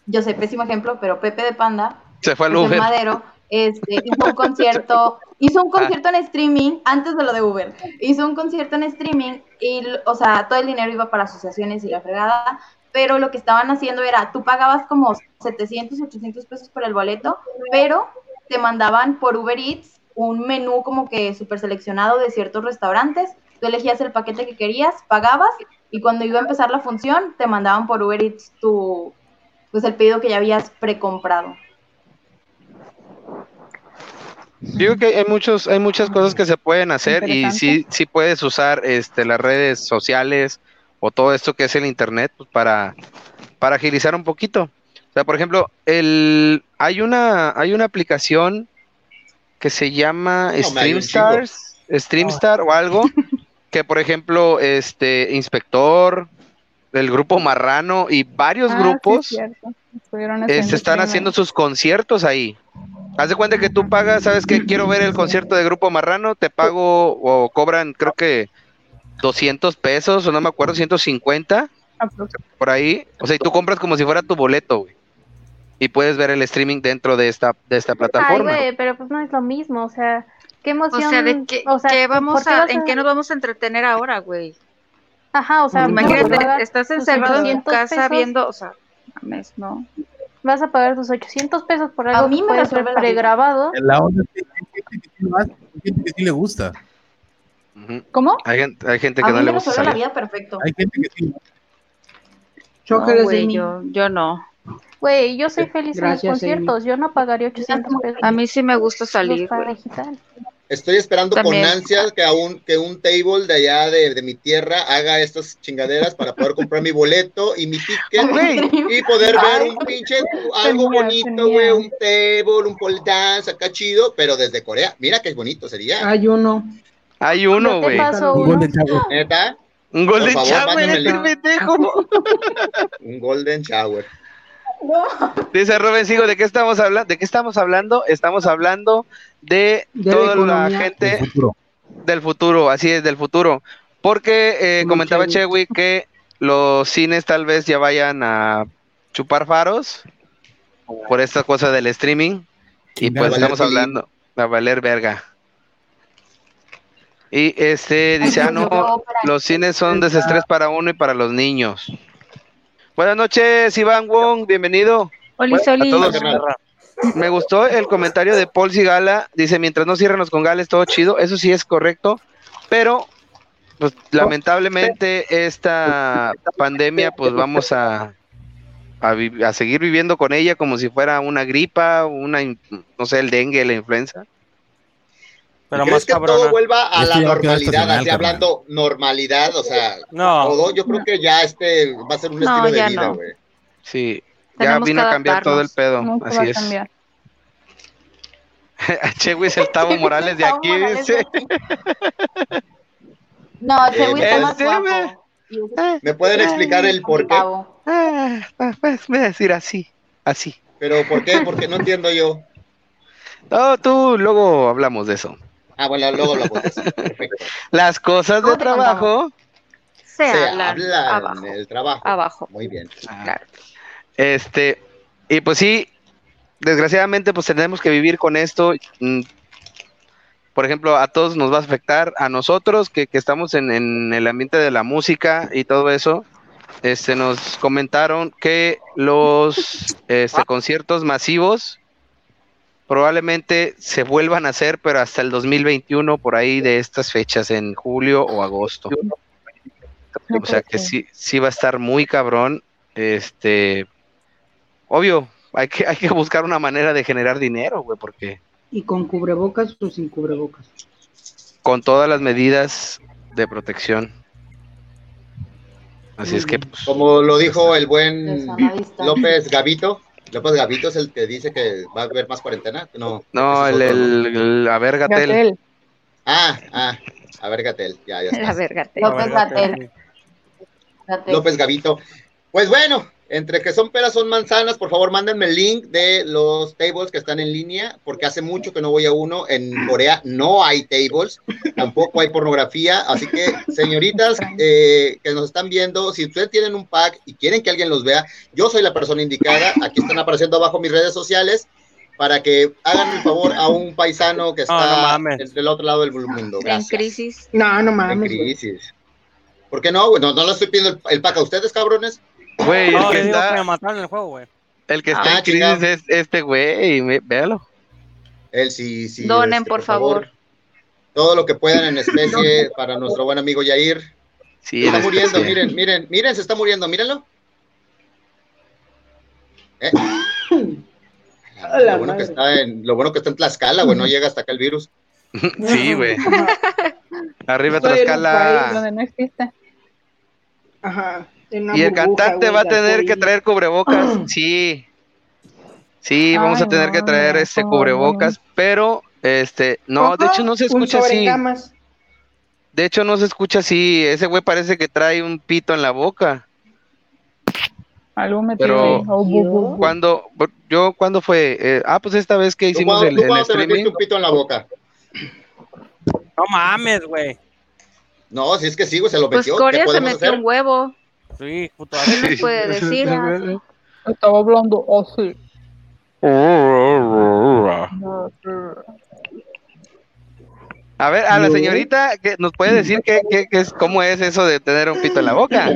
Speaker 6: yo sé, pésimo ejemplo, pero Pepe Pues de Panda,
Speaker 2: Se fue al
Speaker 6: José
Speaker 2: Uber. Ah.
Speaker 6: Madero, este, hizo un concierto, hizo un concierto en streaming, antes de lo de Uber, hizo un concierto en streaming y, o sea, todo el dinero iba para asociaciones y la fregada, pero lo que estaban haciendo era, tú pagabas como 700, 800 pesos por el boleto, pero te mandaban por Uber Eats un menú como que súper seleccionado de ciertos restaurantes, tú elegías el paquete que querías, pagabas y cuando iba a empezar la función te mandaban por Uber Eats tu, pues el pedido que ya habías precomprado.
Speaker 2: Digo que hay muchos, hay
Speaker 7: Ah,
Speaker 2: muchas cosas que se pueden hacer y sí, sí puedes usar este las redes sociales o todo esto que es el internet pues, para, para agilizar un poquito. O sea, por ejemplo, el hay una hay una aplicación que se llama
Speaker 3: No, me hay un
Speaker 2: StreamStars, StreamStar o algo, que por ejemplo, este Inspector, el grupo Marrano y varios
Speaker 7: Ah, sí,
Speaker 2: grupos
Speaker 7: cierto. Estuvieron
Speaker 2: eh, se están
Speaker 7: streaming.
Speaker 2: haciendo sus conciertos ahí. Haz de cuenta que tú pagas, sabes que quiero ver el concierto de Grupo Marrano, te pago o cobran creo que 200 pesos o no me acuerdo, 150 por ahí. O sea, y tú compras como si fuera tu boleto, güey. Y puedes ver el streaming dentro de esta, de esta
Speaker 10: Ay,
Speaker 2: plataforma.
Speaker 10: güey, pero pues no es lo mismo, o sea, qué
Speaker 4: O
Speaker 10: emoción.
Speaker 4: sea, ¿de qué,
Speaker 10: o sea,
Speaker 4: qué
Speaker 10: ¿por
Speaker 4: vamos
Speaker 10: qué
Speaker 4: a,
Speaker 10: vas
Speaker 4: ¿en qué nos vamos a entretener ahora, güey?
Speaker 10: Ajá, o sea,
Speaker 4: Imagínate,
Speaker 10: vas a pagar
Speaker 4: estás
Speaker 10: tus
Speaker 4: encerrado en tu
Speaker 10: 800
Speaker 4: casa
Speaker 10: pesos,
Speaker 4: viendo, o sea, mames, no.
Speaker 10: Vas a pagar tus 800 pesos por algo
Speaker 6: mí
Speaker 10: que
Speaker 6: me
Speaker 10: puede ser
Speaker 6: resuelve la vida.
Speaker 10: pregrabado.
Speaker 9: La onda es que hay gente que sí lo hace, hay gente que sí le gusta.
Speaker 2: Ujú.
Speaker 7: ¿Cómo?
Speaker 2: hay, gen- hay gente
Speaker 6: A
Speaker 2: que
Speaker 6: mí
Speaker 2: no
Speaker 6: me
Speaker 2: le gusta
Speaker 6: resuelve la
Speaker 2: salir.
Speaker 6: vida perfecto.
Speaker 9: Hay gente que sí.
Speaker 5: Chócalas
Speaker 4: No,
Speaker 5: de
Speaker 4: güey,
Speaker 5: mí.
Speaker 4: yo, yo no.
Speaker 10: Güey, yo soy feliz en los
Speaker 5: Gracias, Amy.
Speaker 10: conciertos, yo no pagaría 800 pesos.
Speaker 4: A mí sí me
Speaker 7: Pues,
Speaker 4: gusta salir,
Speaker 10: para
Speaker 4: güey.
Speaker 10: digital.
Speaker 3: Estoy esperando
Speaker 4: También.
Speaker 3: con ansia que, a un, que un table de allá de, de mi tierra haga estas chingaderas para poder comprar mi boleto y mi ticket
Speaker 6: Güey.
Speaker 3: y poder ver
Speaker 6: Ay,
Speaker 3: un pinche algo
Speaker 7: muero,
Speaker 3: bonito,
Speaker 7: tenía.
Speaker 3: güey, un table, un pole dance, acá chido, pero desde Corea. Mira qué bonito sería.
Speaker 5: Hay uno.
Speaker 2: Hay uno,
Speaker 10: Yo te
Speaker 2: güey.
Speaker 10: paso
Speaker 9: Un
Speaker 10: uno.
Speaker 9: gol de chavo.
Speaker 3: ¿Neta?
Speaker 2: Un gol
Speaker 3: Por
Speaker 2: de
Speaker 3: favor,
Speaker 2: Chávez,
Speaker 3: mándamelo.
Speaker 2: este pendejo.
Speaker 3: Un golden shower.
Speaker 2: Dice Rubén Sigo, ¿de qué estamos hablando? ¿De qué estamos hablando? Estamos hablando de,
Speaker 5: De la
Speaker 2: toda la
Speaker 5: economía.
Speaker 2: gente
Speaker 9: El futuro.
Speaker 2: del futuro, así es, del futuro. Porque eh,
Speaker 5: Con
Speaker 2: comentaba Chewi
Speaker 5: Chewy.
Speaker 2: que los cines tal vez ya vayan a chupar faros por esta cosa del streaming. Y
Speaker 9: Chingada,
Speaker 2: pues
Speaker 3: valer
Speaker 2: estamos
Speaker 3: pin.
Speaker 2: hablando, a valer verga. Y este dice,
Speaker 6: Ay,
Speaker 2: ah, no,
Speaker 6: no, espera.
Speaker 2: los cines son desestrés para uno y para los niños. Buenas noches, Iván Wong, bienvenido.
Speaker 4: Oli,
Speaker 2: A
Speaker 4: Soli.
Speaker 2: todos.
Speaker 3: carnal.
Speaker 2: Me gustó el comentario de Paul Sigala. Dice, mientras no cierren los congales, todo chido. Eso sí es correcto. Pero, pues, lamentablemente, esta pandemia, pues vamos a, a, vi- a seguir viviendo con ella como si fuera una gripa, una, in- no sé, el dengue, la influenza.
Speaker 8: Pero
Speaker 3: ¿Crees
Speaker 8: más
Speaker 3: que todo
Speaker 8: cabrona.
Speaker 3: vuelva a
Speaker 9: Esto ya va
Speaker 3: la
Speaker 9: a quedar
Speaker 3: normalidad?
Speaker 9: estacional,
Speaker 3: Así
Speaker 9: carnal.
Speaker 3: hablando normalidad, o sea,
Speaker 8: No,
Speaker 3: todo. Yo creo que ya este va a ser un
Speaker 4: No,
Speaker 3: estilo de
Speaker 4: ya
Speaker 3: vida,
Speaker 4: no.
Speaker 3: güey.
Speaker 2: Sí, ya
Speaker 4: Tenemos
Speaker 2: vino
Speaker 4: que
Speaker 2: a cambiar todo el pedo.
Speaker 7: Nunca va
Speaker 2: Así
Speaker 7: a
Speaker 2: es.
Speaker 7: cambiar.
Speaker 2: Chewis el Tavo Morales de
Speaker 6: Tavo
Speaker 2: aquí,
Speaker 6: Morales
Speaker 2: dice.
Speaker 6: de aquí. No, Chewy está más
Speaker 2: Este, güey.
Speaker 6: guapo.
Speaker 3: ¿Me pueden explicar el por qué?
Speaker 6: Tavo.
Speaker 2: Ah, pues, voy a decir así, así.
Speaker 3: ¿Pero por qué? Porque no entiendo yo.
Speaker 2: No, Oh, tú, luego hablamos de eso.
Speaker 3: Ah, bueno, luego lo hablamos. Perfecto.
Speaker 2: Las cosas de
Speaker 6: ¿Cómo te
Speaker 2: trabajo.
Speaker 4: Se
Speaker 3: Se
Speaker 4: hablan
Speaker 3: habla
Speaker 4: abajo.
Speaker 3: en el trabajo.
Speaker 4: Abajo.
Speaker 3: Muy bien.
Speaker 4: Claro.
Speaker 2: Este, y pues sí, desgraciadamente pues tenemos que vivir con esto. Mm, Por ejemplo, a todos nos va a afectar, a nosotros que, que estamos en, en el ambiente de la música y todo eso. Este, nos comentaron que los este, conciertos masivos probablemente se vuelvan a hacer, pero hasta el 2021, por ahí de estas fechas, en julio o agosto. O sea que sí, sí va a estar muy cabrón. Este, obvio, hay que, hay que buscar una manera de generar dinero, güey, porque
Speaker 5: ¿Y con cubrebocas o sin cubrebocas?
Speaker 2: con todas las medidas de protección. Así es que, pues,
Speaker 3: Como lo dijo el buen
Speaker 6: Personalista.
Speaker 3: López Gavito. López Gavito es el que dice que va a haber más cuarentena. No.
Speaker 2: no,
Speaker 3: ese es
Speaker 2: el,
Speaker 3: otro, ¿no?
Speaker 2: el, el- a ver, Gatel.
Speaker 7: Gatel.
Speaker 3: Ah, ah. A ver, Gatel. Ya, ya
Speaker 4: La
Speaker 3: está.
Speaker 4: verga. te-
Speaker 6: López
Speaker 8: la verga,
Speaker 6: Gatell. Espérate.
Speaker 3: López Gavito. Pues bueno, entre que son peras son manzanas, por favor mándenme el link de los tables que están en línea, porque hace mucho que no voy a uno. En Corea no hay tables, tampoco hay pornografía. Así que, señoritas eh, que nos están viendo, si ustedes tienen un pack y quieren que alguien los vea, yo soy la persona indicada. Aquí están apareciendo abajo mis redes sociales para que hagan el favor a un paisano que
Speaker 8: no
Speaker 3: está
Speaker 8: mames.
Speaker 3: del del otro lado del mundo.
Speaker 4: En
Speaker 3: Gracias.
Speaker 4: crisis.
Speaker 5: No, no
Speaker 3: En
Speaker 5: mames. güey.
Speaker 3: crisis. ¿Por qué no, güey? No, no le estoy pidiendo el, el pack a ustedes, cabrones.
Speaker 2: Güey, el
Speaker 8: No,
Speaker 2: que
Speaker 8: yo digo que me
Speaker 2: está,
Speaker 8: mataron el juego, güey.
Speaker 2: el que está
Speaker 3: Ah,
Speaker 2: en crisis
Speaker 3: chingado.
Speaker 2: es este güey, me- véalo.
Speaker 3: Él sí, sí.
Speaker 4: Donen,
Speaker 3: este,
Speaker 4: por favor.
Speaker 3: Todo lo que puedan en especie para nuestro buen amigo Yair.
Speaker 2: Sí,
Speaker 3: Está
Speaker 2: en
Speaker 3: muriendo,
Speaker 2: especial.
Speaker 3: miren, miren, miren, se está muriendo, mírenlo. Eh.
Speaker 5: A la
Speaker 3: Lo bueno, que
Speaker 5: madre.
Speaker 3: está en, lo bueno que está en Tlaxcala, güey, no llega hasta acá el virus.
Speaker 2: Sí, güey. Arriba
Speaker 5: Güey,
Speaker 2: Tlaxcala.
Speaker 7: Donde no existe.
Speaker 5: Ajá. en una
Speaker 2: Y el
Speaker 5: burbuja,
Speaker 2: cantante
Speaker 5: güey,
Speaker 2: va a
Speaker 5: de
Speaker 2: tener que
Speaker 5: alcohol.
Speaker 2: traer cubrebocas. Sí, Sí, vamos
Speaker 10: Ay,
Speaker 2: a tener que
Speaker 10: no,
Speaker 2: traer
Speaker 10: no,
Speaker 2: este
Speaker 10: no.
Speaker 2: cubrebocas, pero este, no, de hecho no se escucha así.
Speaker 5: Camas.
Speaker 2: De hecho no se escucha así. Ese güey parece que trae un pito en la boca.
Speaker 7: Algo me
Speaker 2: Pero-
Speaker 7: tiene- oh, bu, bu, bu.
Speaker 2: Cuando yo cuando fue, Eh, ah, pues esta vez que
Speaker 3: ¿Tú
Speaker 2: hicimos
Speaker 3: cuándo-
Speaker 2: el,
Speaker 3: tú
Speaker 2: el
Speaker 3: cuándo te
Speaker 2: streaming.
Speaker 3: metiste un pito en la boca?
Speaker 8: No mames, güey.
Speaker 3: No, si es que sí, güey, se lo
Speaker 4: Pues
Speaker 3: metió.
Speaker 4: Corea
Speaker 3: ¿Qué
Speaker 4: se
Speaker 3: podemos
Speaker 4: metió
Speaker 3: hacer?
Speaker 4: un huevo.
Speaker 8: Sí, puto.
Speaker 4: ¿Qué nos puede decir?
Speaker 7: Estaba hablando oh, así.
Speaker 2: A ver, a la señorita que nos puede decir qué, qué- qué es, cómo es eso de tener un pito en la boca.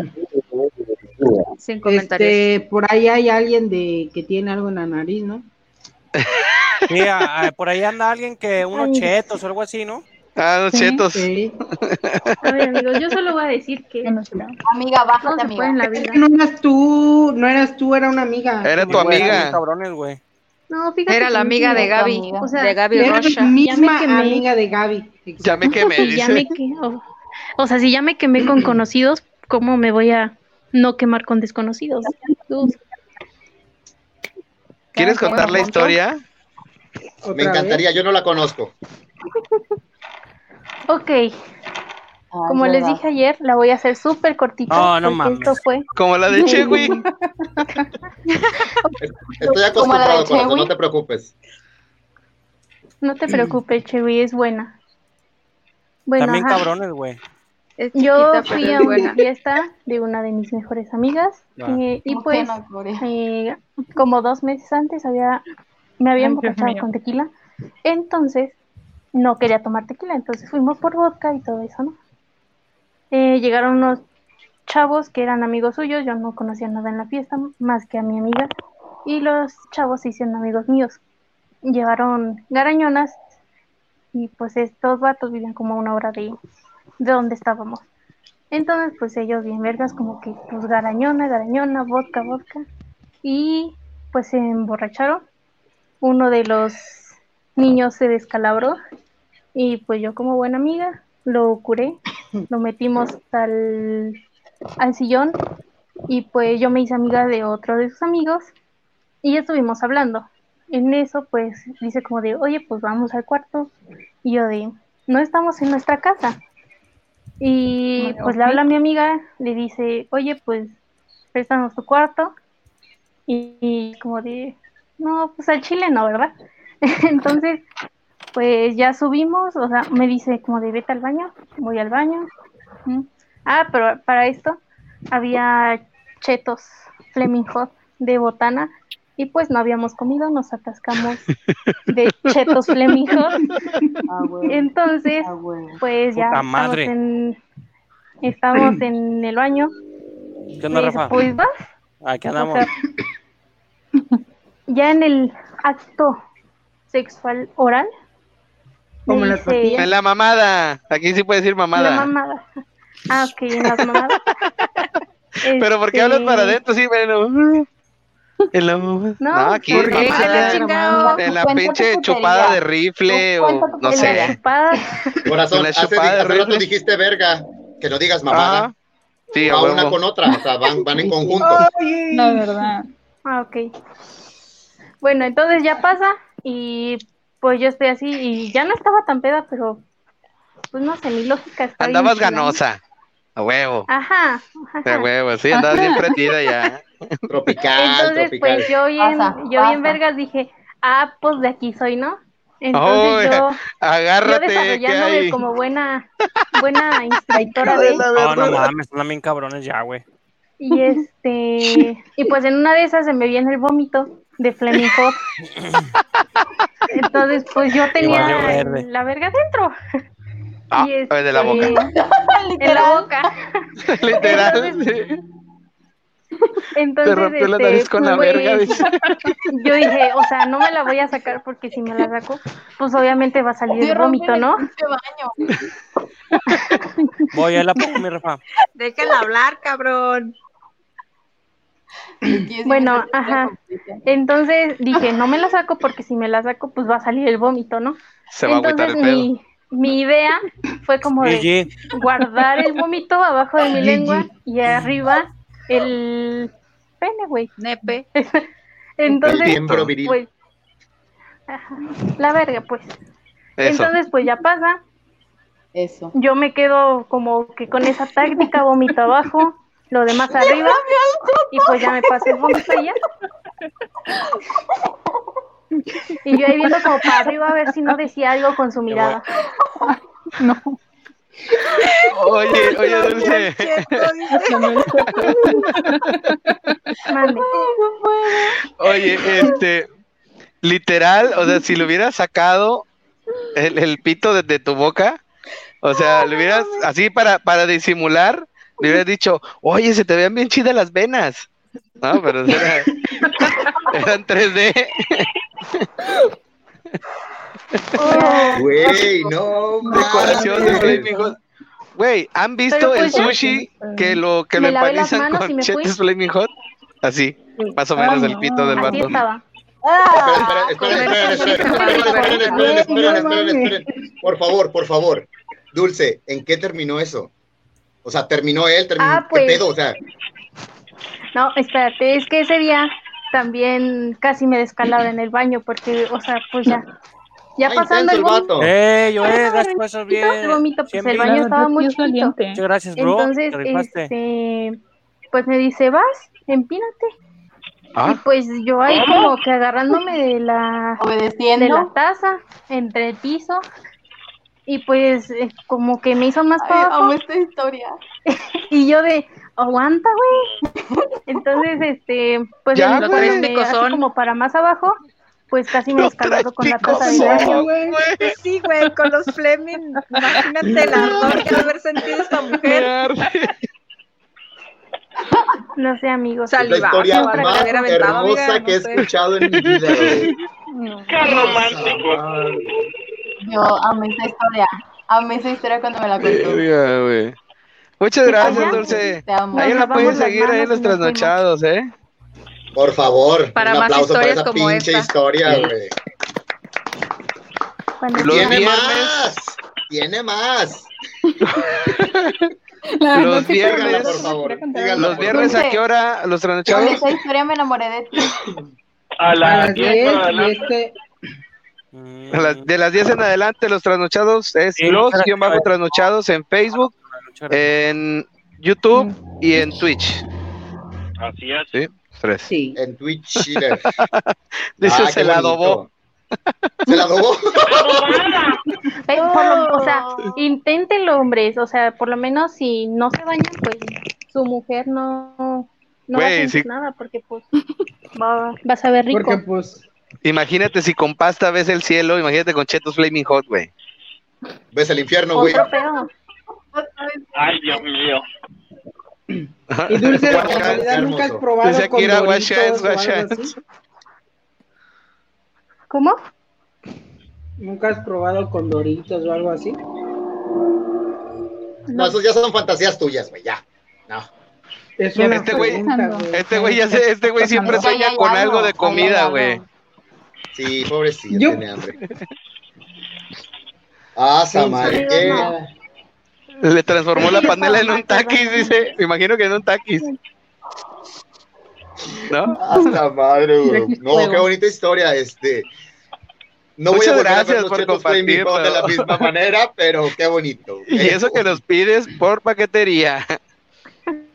Speaker 4: Sin comentarios.
Speaker 5: Este, por ahí hay alguien de que tiene algo en la nariz, ¿no?
Speaker 8: Sí, a- a- por ahí anda alguien
Speaker 10: pues,
Speaker 8: que unos chetos o algo así, ¿no?
Speaker 2: Ah, los chetos.
Speaker 5: Sí.
Speaker 10: A ver, amigos, yo solo voy a decir que
Speaker 7: Ya no se da.
Speaker 6: Amiga,
Speaker 10: todo
Speaker 6: bájate,
Speaker 10: se puede en la
Speaker 6: amiga.
Speaker 5: Es
Speaker 10: vida.
Speaker 5: que no eras tú, no eras tú, era una amiga.
Speaker 2: Era tu
Speaker 8: Güey,
Speaker 2: amiga.
Speaker 8: Cabrones, güey.
Speaker 10: No, fíjate.
Speaker 4: Era la
Speaker 10: que
Speaker 4: amiga de
Speaker 10: no,
Speaker 4: Gaby,
Speaker 10: O sea,
Speaker 4: de Gaby
Speaker 5: Era
Speaker 4: Rocha.
Speaker 5: la misma
Speaker 10: Ya me quemé.
Speaker 5: amiga de Gaby.
Speaker 2: Ya me quemé,
Speaker 10: Si ya
Speaker 2: dice.
Speaker 10: me que- o- o sea, si ya me quemé con conocidos, ¿cómo me voy a no quemar con desconocidos? Uf,
Speaker 2: ¿Quieres
Speaker 7: Ya me
Speaker 2: contar la
Speaker 7: quemé.
Speaker 2: historia?
Speaker 5: Otra
Speaker 3: Me
Speaker 5: vez.
Speaker 3: encantaría, yo no la conozco.
Speaker 10: Ok,
Speaker 6: Ay,
Speaker 10: como les
Speaker 6: ¿verdad?
Speaker 10: dije ayer, la voy a hacer súper cortita.
Speaker 8: No, Ah, no
Speaker 10: porque
Speaker 8: mames.
Speaker 10: Esto fue
Speaker 2: Como la de Chewy.
Speaker 3: Estoy
Speaker 6: Como la de
Speaker 3: acostumbrado con eso,
Speaker 6: Chewy.
Speaker 3: no te preocupes.
Speaker 10: No
Speaker 8: Mm.
Speaker 10: te preocupes, Chewy, es buena. Bueno,
Speaker 8: También
Speaker 10: ajá.
Speaker 8: cabrones, güey.
Speaker 4: Es
Speaker 10: yo
Speaker 4: chiquita,
Speaker 10: fui
Speaker 4: pero
Speaker 10: a
Speaker 4: es
Speaker 10: una
Speaker 4: buena.
Speaker 10: fiesta de una de mis mejores amigas
Speaker 8: Ah.
Speaker 10: eh, y
Speaker 6: ¿Cómo que
Speaker 10: pues
Speaker 6: no, Gloria?
Speaker 10: eh, como dos meses antes había me había
Speaker 7: Ay, Dios
Speaker 10: emborrachado
Speaker 7: mío.
Speaker 10: con tequila, entonces no quería tomar tequila, entonces fuimos por vodka y todo eso, ¿no? Eh, llegaron unos chavos que eran amigos suyos, yo no conocía nada en la fiesta más que a mi amiga y los chavos se hicieron amigos míos. Llevaron garañonas y pues estos vatos vivían como a una hora de, de donde estábamos. Entonces pues ellos bien vergas como que pues garañona, garañona, vodka, vodka y pues se emborracharon. Uno de los niños se descalabró y pues yo como buena amiga lo curé, lo metimos al, al sillón y pues yo me hice amiga de otro de sus amigos y ya estuvimos hablando. En eso pues dice como de, oye pues vamos al cuarto y yo de, no estamos en nuestra casa. Y
Speaker 7: Bueno,
Speaker 10: pues le
Speaker 7: ok.
Speaker 10: habla a mi amiga, le dice, oye pues préstanos tu cuarto y, y como de, no, pues al chile no, ¿verdad? Entonces, pues ya subimos, o sea, me dice como de vete al baño, voy al baño. ¿Mm? Ah, pero para esto había chetos Fleming Hot de botana y pues no habíamos comido, nos atascamos de chetos Fleming Hot.
Speaker 6: Ah, güey,
Speaker 10: Entonces,
Speaker 6: ah, güey.
Speaker 10: pues ya
Speaker 8: Puta
Speaker 10: estamos,
Speaker 8: madre.
Speaker 10: En, estamos en el baño.
Speaker 8: ¿Qué
Speaker 10: Me
Speaker 8: onda,
Speaker 10: dice,
Speaker 8: Rafa?
Speaker 10: pues vas.
Speaker 8: Aquí
Speaker 10: O
Speaker 8: andamos.
Speaker 10: sea, ya en el acto sexual oral. me
Speaker 5: Como las
Speaker 10: dice-
Speaker 5: pastillas.
Speaker 2: En la mamada. Aquí sí puede decir
Speaker 10: La
Speaker 2: mamada.
Speaker 10: mamada. Ah, ok, en las mamadas.
Speaker 2: Pero ¿por qué
Speaker 10: Este,
Speaker 2: hablas para adentro? Sí, bueno. En la mamada.
Speaker 10: No,
Speaker 2: No, aquí
Speaker 10: ¿por
Speaker 2: en
Speaker 4: qué?
Speaker 2: mamada.
Speaker 4: Chingao.
Speaker 2: En la
Speaker 6: Cuenta tu
Speaker 2: pinche
Speaker 6: putería.
Speaker 2: chupada de rifle
Speaker 6: Cuenta
Speaker 2: o
Speaker 6: tu
Speaker 2: no
Speaker 10: en
Speaker 6: putería.
Speaker 2: sé.
Speaker 10: las chupadas.
Speaker 3: Corazón,
Speaker 2: Una
Speaker 3: hace,
Speaker 2: chupada de
Speaker 3: hace rato
Speaker 2: rifle.
Speaker 3: dijiste verga, que no digas
Speaker 2: Ajá.
Speaker 3: mamada,
Speaker 2: Sí, a
Speaker 3: va una
Speaker 2: huevo.
Speaker 3: con otra, o sea, van, van en conjunto.
Speaker 6: Oh,
Speaker 7: La verdad.
Speaker 10: Ah, ok. Bueno, entonces ya pasa y pues yo estoy así y ya no estaba tan peda, pero pues no sé, mi lógica está bien
Speaker 2: Andabas
Speaker 10: chida, ¿no?
Speaker 2: ganosa. A huevo.
Speaker 10: Ajá,
Speaker 2: A
Speaker 10: ajá.
Speaker 2: huevo. Sí, andabas bien prendida ya.
Speaker 3: Tropical,
Speaker 10: Entonces,
Speaker 3: tropical.
Speaker 10: pues yo bien,
Speaker 6: Pasa,
Speaker 10: yo
Speaker 6: pasa.
Speaker 10: bien vergas dije, ah, pues de aquí soy, ¿no? Entonces
Speaker 2: Ay,
Speaker 10: yo, yo
Speaker 2: Agárrate. ¿Qué
Speaker 10: desarrollándome
Speaker 2: hay?
Speaker 10: como buena, buena instructora
Speaker 2: De
Speaker 10: de,
Speaker 2: la
Speaker 8: No, no
Speaker 2: verdad.
Speaker 8: mames, están bien cabrones ya, güey.
Speaker 10: y este, y pues en una de esas se me viene el vómito de Fleming Hot. Entonces, pues yo
Speaker 8: valió
Speaker 10: tenía
Speaker 8: verde.
Speaker 10: la verga dentro.
Speaker 2: Ah,
Speaker 10: Y, este,
Speaker 2: de la boca.
Speaker 10: En la boca.
Speaker 2: Literal. sí.
Speaker 10: Entonces,
Speaker 2: Te rompió la
Speaker 10: este,
Speaker 2: nariz con la
Speaker 10: pues,
Speaker 2: verga. dice.
Speaker 10: Yo dije, o sea, no me la voy a sacar porque si me la saco, pues obviamente va a salir
Speaker 6: Sí,
Speaker 10: el
Speaker 6: rompe
Speaker 10: vómito,
Speaker 6: el
Speaker 10: ¿no?
Speaker 6: pinche baño.
Speaker 8: Voy a la pongo, mi Rafa.
Speaker 4: Déjenla hablar, cabrón.
Speaker 6: Aquí es
Speaker 10: Bueno,
Speaker 6: una
Speaker 10: ajá.
Speaker 6: completa.
Speaker 10: Entonces dije, no me la saco porque si me la saco, pues va a salir el vómito, ¿no?
Speaker 2: Se va a agüitar
Speaker 10: Entonces
Speaker 2: el pedo.
Speaker 10: mi, mi idea fue como de
Speaker 8: GG.
Speaker 10: guardar el vómito abajo de mi lengua y arriba el pene, güey.
Speaker 4: Nepe.
Speaker 10: Entonces,
Speaker 3: miembro viril.
Speaker 10: pues, ajá, la verga, pues.
Speaker 2: Eso.
Speaker 10: Entonces, pues ya pasa.
Speaker 12: Eso.
Speaker 10: Yo me quedo como que con esa táctica, vomito abajo, lo demás arriba, y pues ya me pasé el vómito y ya. Y yo ahí viendo como para arriba a ver si no decía algo con su mirada.
Speaker 2: Oye, oye, Dulce.
Speaker 10: Mande.
Speaker 2: Oye, este, literal, o sea, si le hubieras sacado el, el pito de, de tu boca, o sea, le hubieras, así para, para disimular, le hubieras dicho, oye, se te vean bien chidas las venas. No, pero era- eran 3D.
Speaker 3: Güey, no,
Speaker 2: Decoración de Flaming Hot. Güey, ¿han visto
Speaker 10: Pero
Speaker 2: el
Speaker 10: pues ya-
Speaker 2: sushi que lo, que lo
Speaker 10: Me lavé las
Speaker 2: empanizan
Speaker 10: manos y
Speaker 2: con
Speaker 10: me fui.
Speaker 2: chetes Flaming Hot? Así, más o menos el pito del
Speaker 10: Así
Speaker 2: vato.
Speaker 10: estaba.
Speaker 3: Esperen, esperen, esperen, esperen, esperen, esperen, esperen, esperen, esperen. Por favor, por favor. Dulce, ¿en qué terminó eso? O sea, terminó él, terminó.
Speaker 10: Ah, pues.
Speaker 3: ¿Qué pedo? O sea,
Speaker 10: No, espérate, es que ese día también casi me descalabra en el baño porque, o sea, pues ya. Ya
Speaker 8: Ay,
Speaker 10: pasando
Speaker 8: intenso
Speaker 10: el
Speaker 8: el
Speaker 10: vómito.
Speaker 8: vato. Eh, yo, eh, gracias por eso,
Speaker 10: No,
Speaker 8: bien.
Speaker 10: de vómito, pues
Speaker 8: Cien
Speaker 10: el
Speaker 8: mil.
Speaker 10: baño
Speaker 8: Claro,
Speaker 10: estaba
Speaker 8: tú
Speaker 10: muy
Speaker 8: sí es
Speaker 10: chiquito.
Speaker 8: valiente. Muchas gracias, bro,
Speaker 10: Entonces,
Speaker 8: te rifaste.
Speaker 10: este, pues me dice, vas, empínate.
Speaker 2: Ah.
Speaker 10: Y pues yo ahí como que agarrándome de la,
Speaker 12: Obedeciendo.
Speaker 10: de la taza, entre el piso. Y pues eh, como que me hizo más
Speaker 12: Ay, este
Speaker 10: para abajo.
Speaker 12: amo esta historia.
Speaker 10: Y yo de, aguanta, güey. Entonces, este, pues
Speaker 12: Ya,
Speaker 10: en lo que
Speaker 12: güey.
Speaker 10: me hace
Speaker 12: Picosón.
Speaker 10: como para más abajo, pues casi me descalabro con la taza de
Speaker 11: Sí,
Speaker 10: baño.
Speaker 11: güey. Pues Sí, güey, con los Fleming. Imagínate la ardor que ha de haber sentido esta mujer.
Speaker 10: No sé, amigos.
Speaker 3: es la historia más hermosa que he escuchado en mi vida. güey.
Speaker 11: Qué
Speaker 12: Yo amé esa historia. Amé esa historia cuando me la contó.
Speaker 2: Verga, güey. Muchas gracias,
Speaker 12: Allá,
Speaker 2: Dulce.
Speaker 12: Te amo.
Speaker 2: Ahí
Speaker 12: Nos
Speaker 2: la
Speaker 12: lavamos
Speaker 2: pueden
Speaker 12: las
Speaker 2: seguir, ahí
Speaker 12: manos
Speaker 2: los
Speaker 12: y nos
Speaker 2: trasnochados, ¿eh?
Speaker 3: Por favor,
Speaker 12: Para
Speaker 3: un
Speaker 12: más
Speaker 3: aplauso para
Speaker 12: historias
Speaker 3: esa
Speaker 12: como
Speaker 3: pinche
Speaker 12: esta.
Speaker 3: historia,
Speaker 12: Sí.
Speaker 3: güey.
Speaker 10: Cuando
Speaker 3: Los
Speaker 2: quieran.
Speaker 3: Tiene más, tiene más.
Speaker 2: verdad Los es que viernes-
Speaker 3: Díganla, por favor. díganla,
Speaker 2: Los
Speaker 3: por
Speaker 2: viernes,
Speaker 3: favor.
Speaker 2: ¿a qué hora los
Speaker 12: Con
Speaker 2: trasnochados?
Speaker 12: esa historia me enamoré de ti.
Speaker 8: A
Speaker 2: las
Speaker 5: Así es, y este,
Speaker 2: A las- de las 10 en adelante, los trasnochados es los guión bajo trasnochados en Facebook, en YouTube
Speaker 12: Mm.
Speaker 2: y en Twitch.
Speaker 13: Así es.
Speaker 2: Sí, tres.
Speaker 3: En Twitch, Schiller.
Speaker 2: Dice,
Speaker 3: Ah,
Speaker 2: se
Speaker 3: qué
Speaker 2: la
Speaker 3: bonito.
Speaker 2: adobó.
Speaker 3: ¿Se la adobó?
Speaker 10: Ve, Eh, por lo- o sea, inténtenlo, hombres. O sea, por lo menos si no se bañan, pues su mujer no, no va a
Speaker 2: Güey,
Speaker 10: sentir
Speaker 2: sí.
Speaker 10: nada porque pues va, va a saber rico.
Speaker 5: Porque, pues,
Speaker 2: Imagínate si con pasta ves el cielo, imagínate con chetos flaming hot, güey.
Speaker 3: Ves el infierno,
Speaker 10: Otro pedo.
Speaker 3: Pues,
Speaker 13: Ay, Dios mío.
Speaker 5: y Dulce, en realidad nunca has probado
Speaker 2: Dice
Speaker 5: con
Speaker 2: Akira,
Speaker 5: Doritos
Speaker 2: "Wash hands,
Speaker 5: o algo
Speaker 2: wash hands".
Speaker 5: así.
Speaker 10: ¿Cómo?
Speaker 5: ¿Nunca has probado con Doritos o algo así?
Speaker 3: No, esas ya son fantasías tuyas, güey, ya. No.
Speaker 5: Es
Speaker 3: una
Speaker 2: Este güey,
Speaker 3: pregunta, güey.
Speaker 2: este güey ya se- este güey siempre
Speaker 3: Ay, ay,
Speaker 2: sueña
Speaker 3: ay,
Speaker 2: con
Speaker 3: no,
Speaker 2: algo de
Speaker 3: ay,
Speaker 2: comida,
Speaker 3: ay,
Speaker 2: güey.
Speaker 3: Sí, pobrecillo,
Speaker 2: Yo-
Speaker 3: tiene hambre. Ah, Samari, qué-
Speaker 2: Le transformó la panela en un taquis, dice. Me imagino que en un taquis. ¿No?
Speaker 3: Hasta madre, güey.
Speaker 2: Gracias,
Speaker 3: No,
Speaker 2: juego.
Speaker 3: qué bonita historia, este. No
Speaker 2: Muchas
Speaker 3: voy a volver a ver
Speaker 2: gracias
Speaker 3: los
Speaker 2: por
Speaker 3: chetos Flaming Hot de la
Speaker 2: compartirlo.
Speaker 3: misma manera, pero qué bonito.
Speaker 2: Y eso que nos pides por paquetería.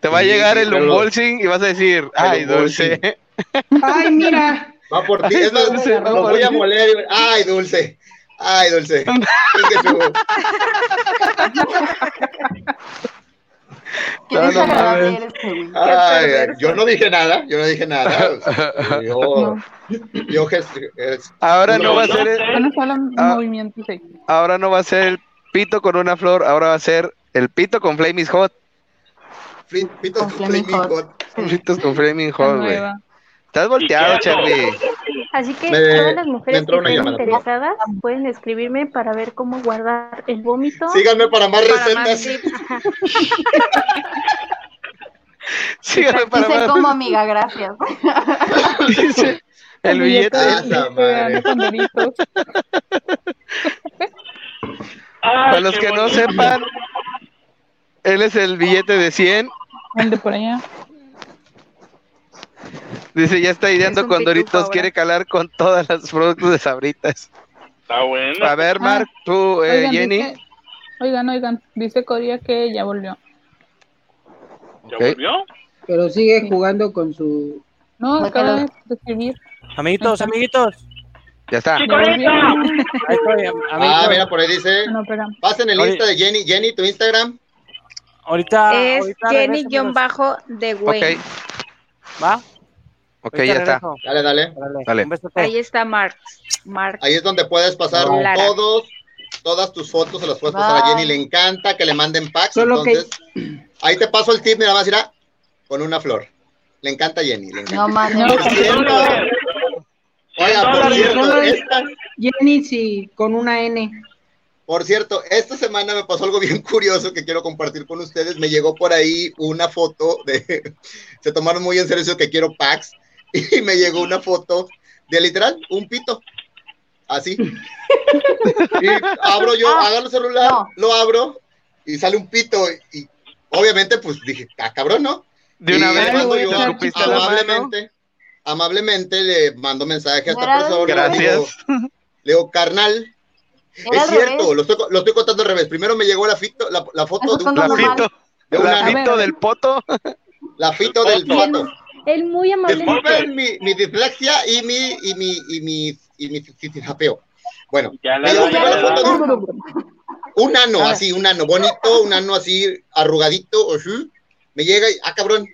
Speaker 2: Te va a
Speaker 3: Sí,
Speaker 2: llegar el
Speaker 3: pero-
Speaker 2: unboxing y vas a decir, ay, dulce.
Speaker 5: Ay, mira.
Speaker 3: Va por ti.
Speaker 2: Ay,
Speaker 3: Es más,
Speaker 2: dulce,
Speaker 3: lo
Speaker 2: va por
Speaker 3: voy a
Speaker 2: ti.
Speaker 3: moler. y- Ay, dulce. Ay, dulce. Chingue su-
Speaker 12: Qué desagradable eres, güey. Qué
Speaker 3: Ay,
Speaker 12: perverso.
Speaker 3: yo no dije nada, yo no dije nada. Yo, yo gest- es-
Speaker 2: Ahora no,
Speaker 3: No,
Speaker 2: va a
Speaker 3: no
Speaker 2: ser.
Speaker 3: sé.
Speaker 7: Ya no salen
Speaker 2: Ah.
Speaker 7: movimientos ahí.
Speaker 2: Ahora no va a ser el pito con una flor, ahora va a ser el pito con Flaming Hot.
Speaker 3: Fli- Pitos con Flaming Hot.
Speaker 2: Pitos con Flaming Hot, güey.
Speaker 10: nueva.
Speaker 2: Estás volteado,
Speaker 3: ¿Y qué hago?
Speaker 2: Charlie.
Speaker 10: Así que
Speaker 2: Me-
Speaker 10: todas las
Speaker 2: me
Speaker 10: mujeres que
Speaker 2: entró una
Speaker 10: estén
Speaker 2: llamada.
Speaker 10: interesadas pueden escribirme para ver cómo guardar el vómito.
Speaker 3: Síganme para más recetas.
Speaker 2: Síganme para
Speaker 12: Dice
Speaker 2: más.
Speaker 12: como amiga, gracias.
Speaker 2: El billete.
Speaker 13: este,
Speaker 3: Ah, la madre.
Speaker 2: Para los que no sepan, él es el billete de 100.
Speaker 7: Ande por allá.
Speaker 2: Dice, ya está ideando
Speaker 13: un
Speaker 2: con
Speaker 13: pitufo
Speaker 2: Doritos,
Speaker 13: ahora.
Speaker 2: quiere calar con todas las productos de sabritas.
Speaker 13: Está bueno.
Speaker 2: A ver, Mark, tú, eh,
Speaker 7: Oigan,
Speaker 2: Jenny.
Speaker 7: dice- oigan, oigan, dice Coria que ya volvió.
Speaker 13: ¿Ya
Speaker 2: Ok.
Speaker 13: volvió?
Speaker 5: Pero sigue jugando con su.
Speaker 7: No, acaba de escribir.
Speaker 8: Amiguitos, amiguitos.
Speaker 2: Ya está.
Speaker 8: Ahí estoy, am-
Speaker 3: Ah,
Speaker 8: amiguitos.
Speaker 3: mira, por ahí dice. Pasen el Insta de Jenny. Jenny, tu Instagram. Ah,
Speaker 8: Ahorita.
Speaker 11: Es
Speaker 8: ahorita regreso, amigos.
Speaker 11: Jenny-de Wayne.
Speaker 8: ¿Va?
Speaker 2: Ok,
Speaker 8: Ahorita
Speaker 2: ya está.
Speaker 8: regreso.
Speaker 3: Dale, dale.
Speaker 2: Dale.
Speaker 11: Ahí está Mark. Mark.
Speaker 3: Ahí es donde puedes pasar
Speaker 11: Lara.
Speaker 3: todos, todas tus fotos, se las puedes pasar a Jenny. Le encanta que le manden packs.
Speaker 5: Solo que-
Speaker 3: entonces, ahí te paso el tip, mira, vas a ir a- con una flor. Le encanta a Jenny. Le encanta.
Speaker 12: No mames.
Speaker 3: Oiga, por cierto,
Speaker 13: ¿eh?
Speaker 5: Solo-
Speaker 3: esta,
Speaker 5: Jenny, sí, con una N.
Speaker 3: por cierto, esta semana me pasó algo bien curioso que quiero compartir con ustedes. Me llegó por ahí una foto de. Se tomaron muy en serio eso que quiero packs. Y me llegó una foto de literal un pito. Así. Y abro yo, agarro el celular, lo abro y sale un pito. Y obviamente, pues dije, ah, cabrón, ¿no?
Speaker 2: De una
Speaker 3: Y
Speaker 2: vez,
Speaker 3: le mando
Speaker 2: güey,
Speaker 3: yo,
Speaker 2: te rompiste la mano.
Speaker 3: amablemente, amablemente le mando mensaje a esta
Speaker 2: Era
Speaker 3: persona. le
Speaker 2: Gracias.
Speaker 3: digo- Le digo, carnal.
Speaker 2: Era
Speaker 3: Es
Speaker 2: al
Speaker 3: cierto,
Speaker 2: revés.
Speaker 3: lo estoy, co- lo estoy contando al revés. Primero me llegó la, fito- la, la foto de un
Speaker 2: La fito,
Speaker 3: de un
Speaker 2: la
Speaker 3: ano.
Speaker 2: fito del poto.
Speaker 3: La fito del pato.
Speaker 14: Él muy amable.
Speaker 3: Disculpen mi, mi dislexia y mi y mi y mi y mi sisinapeo. Bueno,
Speaker 13: la-
Speaker 3: me llegó
Speaker 13: ya
Speaker 3: primero
Speaker 13: la-
Speaker 3: la foto de un- un ano así, un ano bonito, un ano así arrugadito, ujú. me llega y ah cabrón.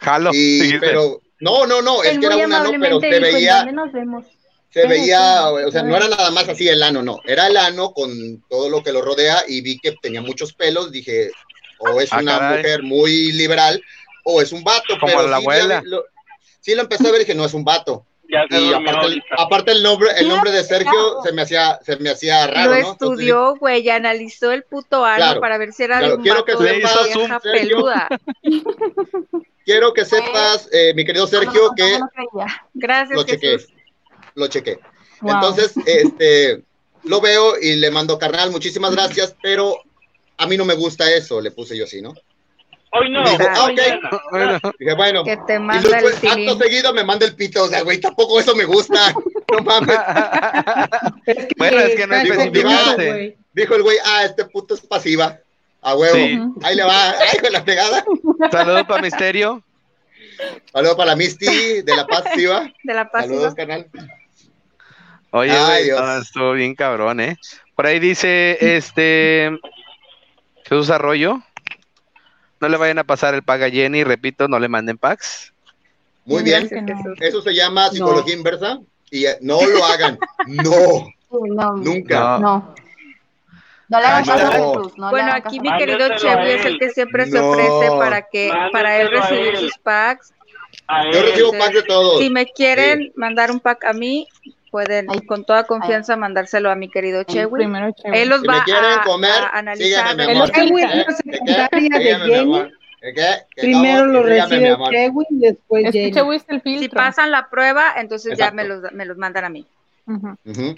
Speaker 2: Jalo.
Speaker 3: Y,
Speaker 13: Dijiste.
Speaker 3: pero no, no, no, es
Speaker 14: Él
Speaker 3: que era
Speaker 14: muy
Speaker 3: un ano, pero
Speaker 14: amablemente
Speaker 3: se
Speaker 14: dijo, "¿En
Speaker 3: veía
Speaker 14: dónde nos vemos?
Speaker 3: se
Speaker 14: Pero
Speaker 3: veía,
Speaker 14: sí,
Speaker 3: o sea, no era nada más así el ano, no, era el ano con todo lo que lo rodea y vi que tenía muchos pelos, dije, o es
Speaker 2: Ah,
Speaker 3: una
Speaker 2: caray.
Speaker 3: mujer muy liberal o es un vato,
Speaker 2: Como
Speaker 3: pero
Speaker 2: la
Speaker 3: sí, ya
Speaker 2: abuela.
Speaker 3: vi- lo, sí lo empecé a ver y dije, no es un vato.
Speaker 13: Ya se
Speaker 3: y
Speaker 13: durmió
Speaker 3: aparte, el-
Speaker 13: ahorita.
Speaker 3: aparte el nombre, el
Speaker 11: Qué
Speaker 3: nombre de Sergio
Speaker 11: pecado.
Speaker 3: se me hacía, se me hacía raro,
Speaker 11: lo
Speaker 3: ¿no?
Speaker 11: estudió, güey, y analizó el puto ano
Speaker 3: Claro,
Speaker 11: para ver si era
Speaker 3: claro.
Speaker 11: algún
Speaker 3: Quiero que
Speaker 11: vato de
Speaker 3: sepas,
Speaker 11: vieja
Speaker 3: Sergio.
Speaker 11: peluda.
Speaker 3: Quiero que sepas, eh, mi querido Sergio, que
Speaker 11: Gracias,
Speaker 3: lo chequé.
Speaker 11: Jesús.
Speaker 3: Lo chequé.
Speaker 11: Wow.
Speaker 3: Entonces, este, lo veo y le mando carnal, muchísimas gracias, pero a mí no me gusta eso, le puse yo así, ¿no?
Speaker 13: Hoy no.
Speaker 3: Dije, ah,
Speaker 13: hoy
Speaker 3: ok.
Speaker 13: no.
Speaker 3: Dije, bueno.
Speaker 11: Que te
Speaker 3: Y
Speaker 11: manda el
Speaker 3: después,
Speaker 11: cilindro.
Speaker 3: acto seguido me manda el pito, o sea, güey, tampoco eso me gusta. No mames.
Speaker 2: Bueno, es que no
Speaker 3: dijo,
Speaker 2: especificaste.
Speaker 3: dijo, ah, dijo el güey, ah, este puto es pasiva. A huevo.
Speaker 2: Sí.
Speaker 3: Ahí le va, ahí con la pegada.
Speaker 2: Saludos para Misterio.
Speaker 3: Saludos para la Misty de la pasiva.
Speaker 11: De la
Speaker 3: Saludos,
Speaker 11: pasiva.
Speaker 3: canal.
Speaker 2: Oye,
Speaker 3: Ay,
Speaker 2: güey,
Speaker 3: Dios.
Speaker 2: no, estuvo bien cabrón, ¿eh? Por ahí dice, este, Jesús Arroyo, no le vayan a pasar el paga a Jenny, repito, no le manden packs.
Speaker 3: Muy bien. Eso se llama psicología inversa y eh, no lo hagan. No,
Speaker 6: No,
Speaker 3: nunca.
Speaker 6: No. No le hagan
Speaker 3: Ah,
Speaker 6: caso a
Speaker 3: no.
Speaker 6: Jesús. No
Speaker 11: Bueno,
Speaker 6: le hagan
Speaker 11: aquí
Speaker 6: caso
Speaker 11: mi
Speaker 6: a Jesús.
Speaker 11: querido Chevy es el que siempre se
Speaker 3: No.
Speaker 11: ofrece para que para él
Speaker 13: Mándaselo a
Speaker 11: recibir
Speaker 13: él.
Speaker 11: sus packs.
Speaker 3: Yo recibo packs de todos.
Speaker 11: Si me quieren mandar un pack a mí, pueden con toda confianza mandárselo a mi querido Chewy.
Speaker 7: primero Chewy.
Speaker 11: Él los
Speaker 3: Si
Speaker 11: va
Speaker 3: me quieren
Speaker 11: a,
Speaker 3: comer,
Speaker 11: a analizar.
Speaker 3: síganme, mi amor.
Speaker 5: Ay, güey,
Speaker 3: ¿Eh?
Speaker 5: la
Speaker 3: ¿Qué?
Speaker 5: secretaria de
Speaker 3: Dígame, mi
Speaker 5: Jenny.
Speaker 3: amor. ¿Qué? ¿Qué?
Speaker 5: Primero
Speaker 3: Vamos,
Speaker 5: lo
Speaker 3: dígame, mi
Speaker 5: recibe
Speaker 3: amor.
Speaker 5: Chewy y después Jenny.
Speaker 11: Si pasan la prueba, entonces ya
Speaker 3: Exacto.
Speaker 11: me los, me los mandan a mí.
Speaker 3: Ujú.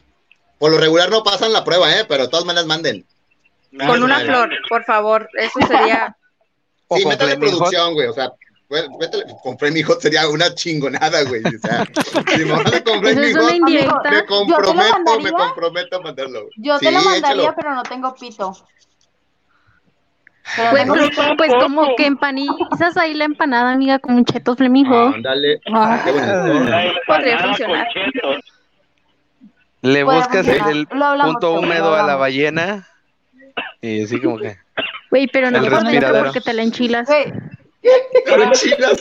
Speaker 3: Por lo regular no pasan la prueba, ¿eh? Pero de todas maneras manden.
Speaker 11: Con una flor, por favor. Eso sería.
Speaker 2: O
Speaker 3: Sí,
Speaker 2: con
Speaker 3: métale
Speaker 2: Fleming Hot.
Speaker 3: producción, güey. O sea, pues, métele- con Fleming Hot sería una chingonada, güey. O sea, si me mandas con
Speaker 6: Eso Pues es
Speaker 3: Fleming
Speaker 6: una
Speaker 3: Hot,
Speaker 6: indirecta. Yo te
Speaker 3: me
Speaker 6: lo
Speaker 3: comprometo, me
Speaker 6: mandaría.
Speaker 3: comprometo a mandarlo.
Speaker 6: Yo te
Speaker 3: Sí,
Speaker 6: lo mandaría,
Speaker 3: échalo.
Speaker 6: pero no tengo pito.
Speaker 14: Pues,
Speaker 3: Ah, No,
Speaker 14: pues, pues como que empanizas ahí la empanada, amiga, con un chetos flemijo.
Speaker 3: Ándale.
Speaker 14: Ah.
Speaker 3: Qué bonito.
Speaker 11: Podría funcionar.
Speaker 2: Le
Speaker 14: Puede
Speaker 2: buscas
Speaker 14: funcionar.
Speaker 2: el
Speaker 14: Pues, Lo hablamos,
Speaker 2: punto
Speaker 14: lo
Speaker 2: húmedo a la
Speaker 14: hablamos.
Speaker 2: ballena y así como que...
Speaker 14: Güey, pero no
Speaker 2: El
Speaker 14: por dentro
Speaker 2: respiradero.
Speaker 14: porque te la enchilas.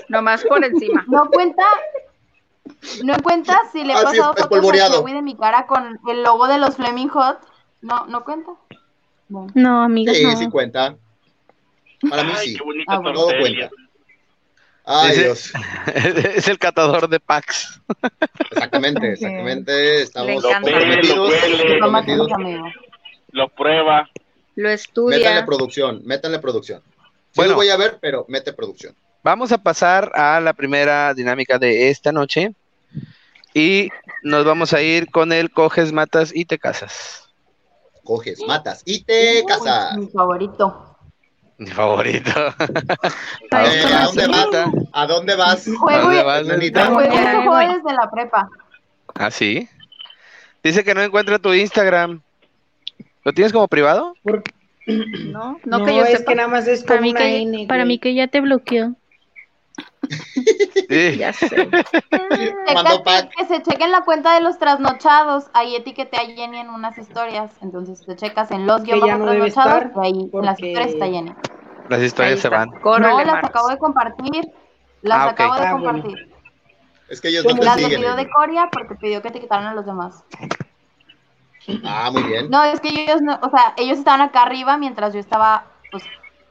Speaker 11: Nomás por encima.
Speaker 6: No cuenta. No cuenta si le he
Speaker 3: Ah, sí,
Speaker 6: pasado
Speaker 3: es
Speaker 6: fotos a
Speaker 3: polvoreado.
Speaker 6: Chewy de mi cara con el logo de los Flaming Hot. No, no cuenta.
Speaker 14: No, amiga,
Speaker 3: Sí,
Speaker 14: no.
Speaker 3: sí cuenta. Para mí sí.
Speaker 13: bonita
Speaker 3: Todo
Speaker 13: tontería.
Speaker 3: cuenta. Ay,
Speaker 2: Dice-
Speaker 3: Dios.
Speaker 2: es el catador de packs.
Speaker 3: Exactamente, exactamente. Estamos
Speaker 11: encanta.
Speaker 13: Lo
Speaker 3: comprometidos.
Speaker 13: huele, lo huele.
Speaker 3: comprometidos.
Speaker 13: Lo prueba.
Speaker 11: Lo
Speaker 3: Métanle
Speaker 11: estudia.
Speaker 3: producción, métanle producción. Sí
Speaker 2: Bueno.
Speaker 3: lo voy a ver, pero mete producción.
Speaker 2: Vamos a pasar a la primera dinámica de esta noche y nos vamos a ir con el coges, matas y te casas.
Speaker 3: Coges, matas y te casas.
Speaker 6: Mi favorito.
Speaker 2: Mi favorito.
Speaker 3: Eh, ¿A dónde vas? ¿A dónde vas?
Speaker 14: Pues,
Speaker 2: ¿A dónde
Speaker 6: Juego-
Speaker 2: vas, nenita?
Speaker 6: Jugué ese juego desde la prepa.
Speaker 2: ¿Ah, sí? Dice que no encuentra tu Instagram. ¿Lo tienes como privado?
Speaker 11: No,
Speaker 14: no,
Speaker 5: No,
Speaker 14: que yo
Speaker 5: es
Speaker 14: sepa.
Speaker 5: que nada más es
Speaker 14: para
Speaker 5: con
Speaker 14: mí
Speaker 5: una
Speaker 14: que,
Speaker 5: N,
Speaker 14: para
Speaker 5: güey.
Speaker 14: mí que ya te bloqueó.
Speaker 2: Sí.
Speaker 3: Mandó
Speaker 6: Checa que se chequen la cuenta de los trasnochados. Ahí etiquete a Jenny en unas historias. Entonces te checas en los
Speaker 5: Que ya
Speaker 6: guiones
Speaker 5: no debe
Speaker 6: trasnochados
Speaker 5: estar,
Speaker 6: y ahí en las
Speaker 5: porque-
Speaker 6: historias está Jenny.
Speaker 2: Las historias se van.
Speaker 6: no, las
Speaker 11: Marcos.
Speaker 6: acabo de compartir. Las
Speaker 2: Ah, ok.
Speaker 6: acabo de
Speaker 2: Ah, bueno.
Speaker 6: compartir.
Speaker 3: Es que ellos no
Speaker 6: las
Speaker 3: te siguen. eh.
Speaker 6: pidió de Coria porque pidió que etiquetaran a los demás.
Speaker 3: Ah, muy bien.
Speaker 6: No, es que ellos no, o sea, ellos estaban acá arriba mientras yo estaba, pues,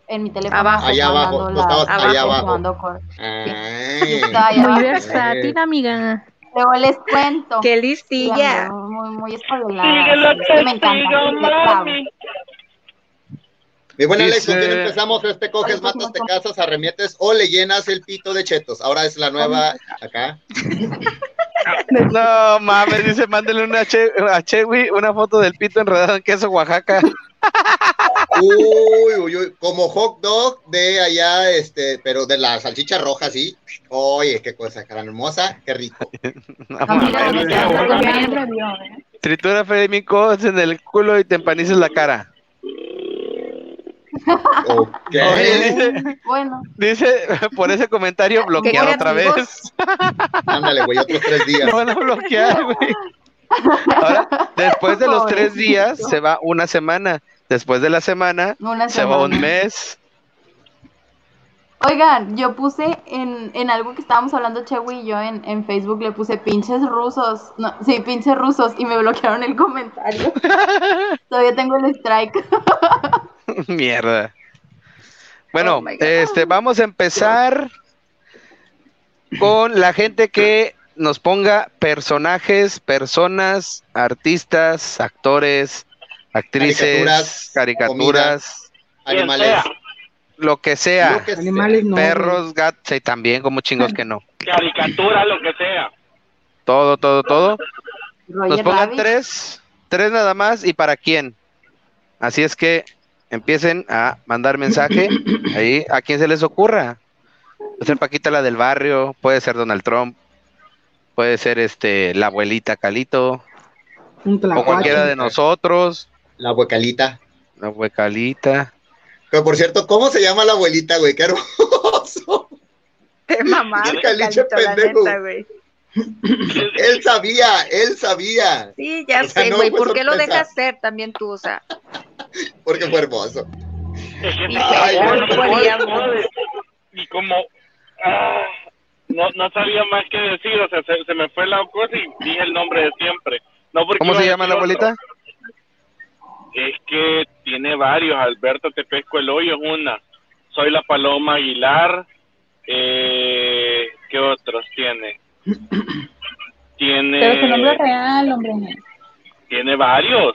Speaker 6: en mi teléfono.
Speaker 3: Abajo. Allá abajo,
Speaker 6: mandando
Speaker 3: tú estabas allá
Speaker 6: que me
Speaker 3: abajo.
Speaker 6: mandó Coria.
Speaker 3: Ay.
Speaker 6: Yo estaba allá
Speaker 14: Muy
Speaker 6: abajo.
Speaker 14: versátil, amiga.
Speaker 6: Luego les cuento.
Speaker 11: Qué listilla.
Speaker 6: Ando Muy, muy espolonada.
Speaker 11: Sigue lo
Speaker 6: Es que me encanta. me clavo.
Speaker 3: Mi buena
Speaker 2: Dice-
Speaker 3: Alex, ¿con quién empezamos? Este coges, matas, te casas, arremietes o le llenas el pito de chetos. Ahora es la nueva acá.
Speaker 2: No mames, dice, mándale una che, a Chewy una foto del pito enredado en queso Oaxaca.
Speaker 3: Uy, uy, uy, como hot dog de allá, este, pero de la salchicha roja, sí. Oye, qué cosa tan hermosa, qué rico.
Speaker 2: No mames.
Speaker 7: Siempre vio, ¿eh?
Speaker 2: Tritura Flemingos en el culo y te empanices la cara. Oye, dice,
Speaker 6: Bueno.
Speaker 2: dice, por ese comentario bloquear otra vez.
Speaker 3: Ándale, güey, otros tres días.
Speaker 2: Lo van a bloquear, güey. Ahora, después de los tres
Speaker 6: Pobrecito.
Speaker 2: días, se va una semana. Después de la semana,
Speaker 6: Una
Speaker 2: se va un
Speaker 6: semana.
Speaker 2: mes.
Speaker 6: Oigan, yo puse en, en algo que estábamos hablando Chewy y yo en, en Facebook, le puse pinches rusos. No, sí, pinches rusos. Y me bloquearon el comentario. Todavía tengo el strike.
Speaker 2: Mierda. Bueno,
Speaker 3: Oh
Speaker 2: este, vamos a empezar con la gente que nos ponga personajes, personas, artistas, actores, actrices, caricaturas,
Speaker 3: Caricaturas, comida, animales. Quien sea.
Speaker 2: lo que sea,
Speaker 3: Lo que sea. Animales no,
Speaker 2: perros, gatos, y también como chingos que no,
Speaker 13: Caricatura, lo que sea.
Speaker 2: todo, todo, todo. Nos
Speaker 6: Roger
Speaker 2: pongan
Speaker 6: Rabbit.
Speaker 2: tres, tres nada más y para quién. Así es que empiecen a mandar mensaje ahí a quien se les ocurra. Puede ser Paquita la del barrio, puede ser Donald Trump, puede ser este la abuelita Calito,
Speaker 5: Un
Speaker 2: o cualquiera de nosotros,
Speaker 3: La huecalita.
Speaker 2: la huecalita.
Speaker 3: Pero por cierto, ¿cómo se llama la abuelita, güey? Qué hermoso.
Speaker 11: Te mamaste,
Speaker 3: Qué caliche
Speaker 11: Calito, la
Speaker 3: pendejo.
Speaker 11: neta, güey.
Speaker 3: Él sabía, él sabía.
Speaker 11: Sí, ya
Speaker 3: O sea,
Speaker 11: sé,
Speaker 3: no
Speaker 11: güey.
Speaker 3: fue
Speaker 11: ¿Por qué lo
Speaker 3: sorpresa.
Speaker 11: dejas ser también tú? O sea,
Speaker 3: Porque fue hermoso.
Speaker 11: sí,
Speaker 3: Ay,
Speaker 11: güey,
Speaker 3: bueno,
Speaker 11: no
Speaker 3: bueno,
Speaker 11: podíamos.
Speaker 13: Y como ah, no, no sabía más que decir, o sea, se, se me fue la cosa y dije el nombre de siempre. No porque
Speaker 2: ¿Cómo
Speaker 13: iba
Speaker 2: se
Speaker 13: a
Speaker 2: llama la
Speaker 13: decir otro.
Speaker 2: abuelita?
Speaker 13: Es que tiene varios. Alberto Te Pesco el Hoyo es una. Soy la Paloma Aguilar. Eh, ¿Qué otros tiene?
Speaker 7: Pero su nombre es
Speaker 13: Tiene,
Speaker 7: real, hombre.
Speaker 13: tiene varios.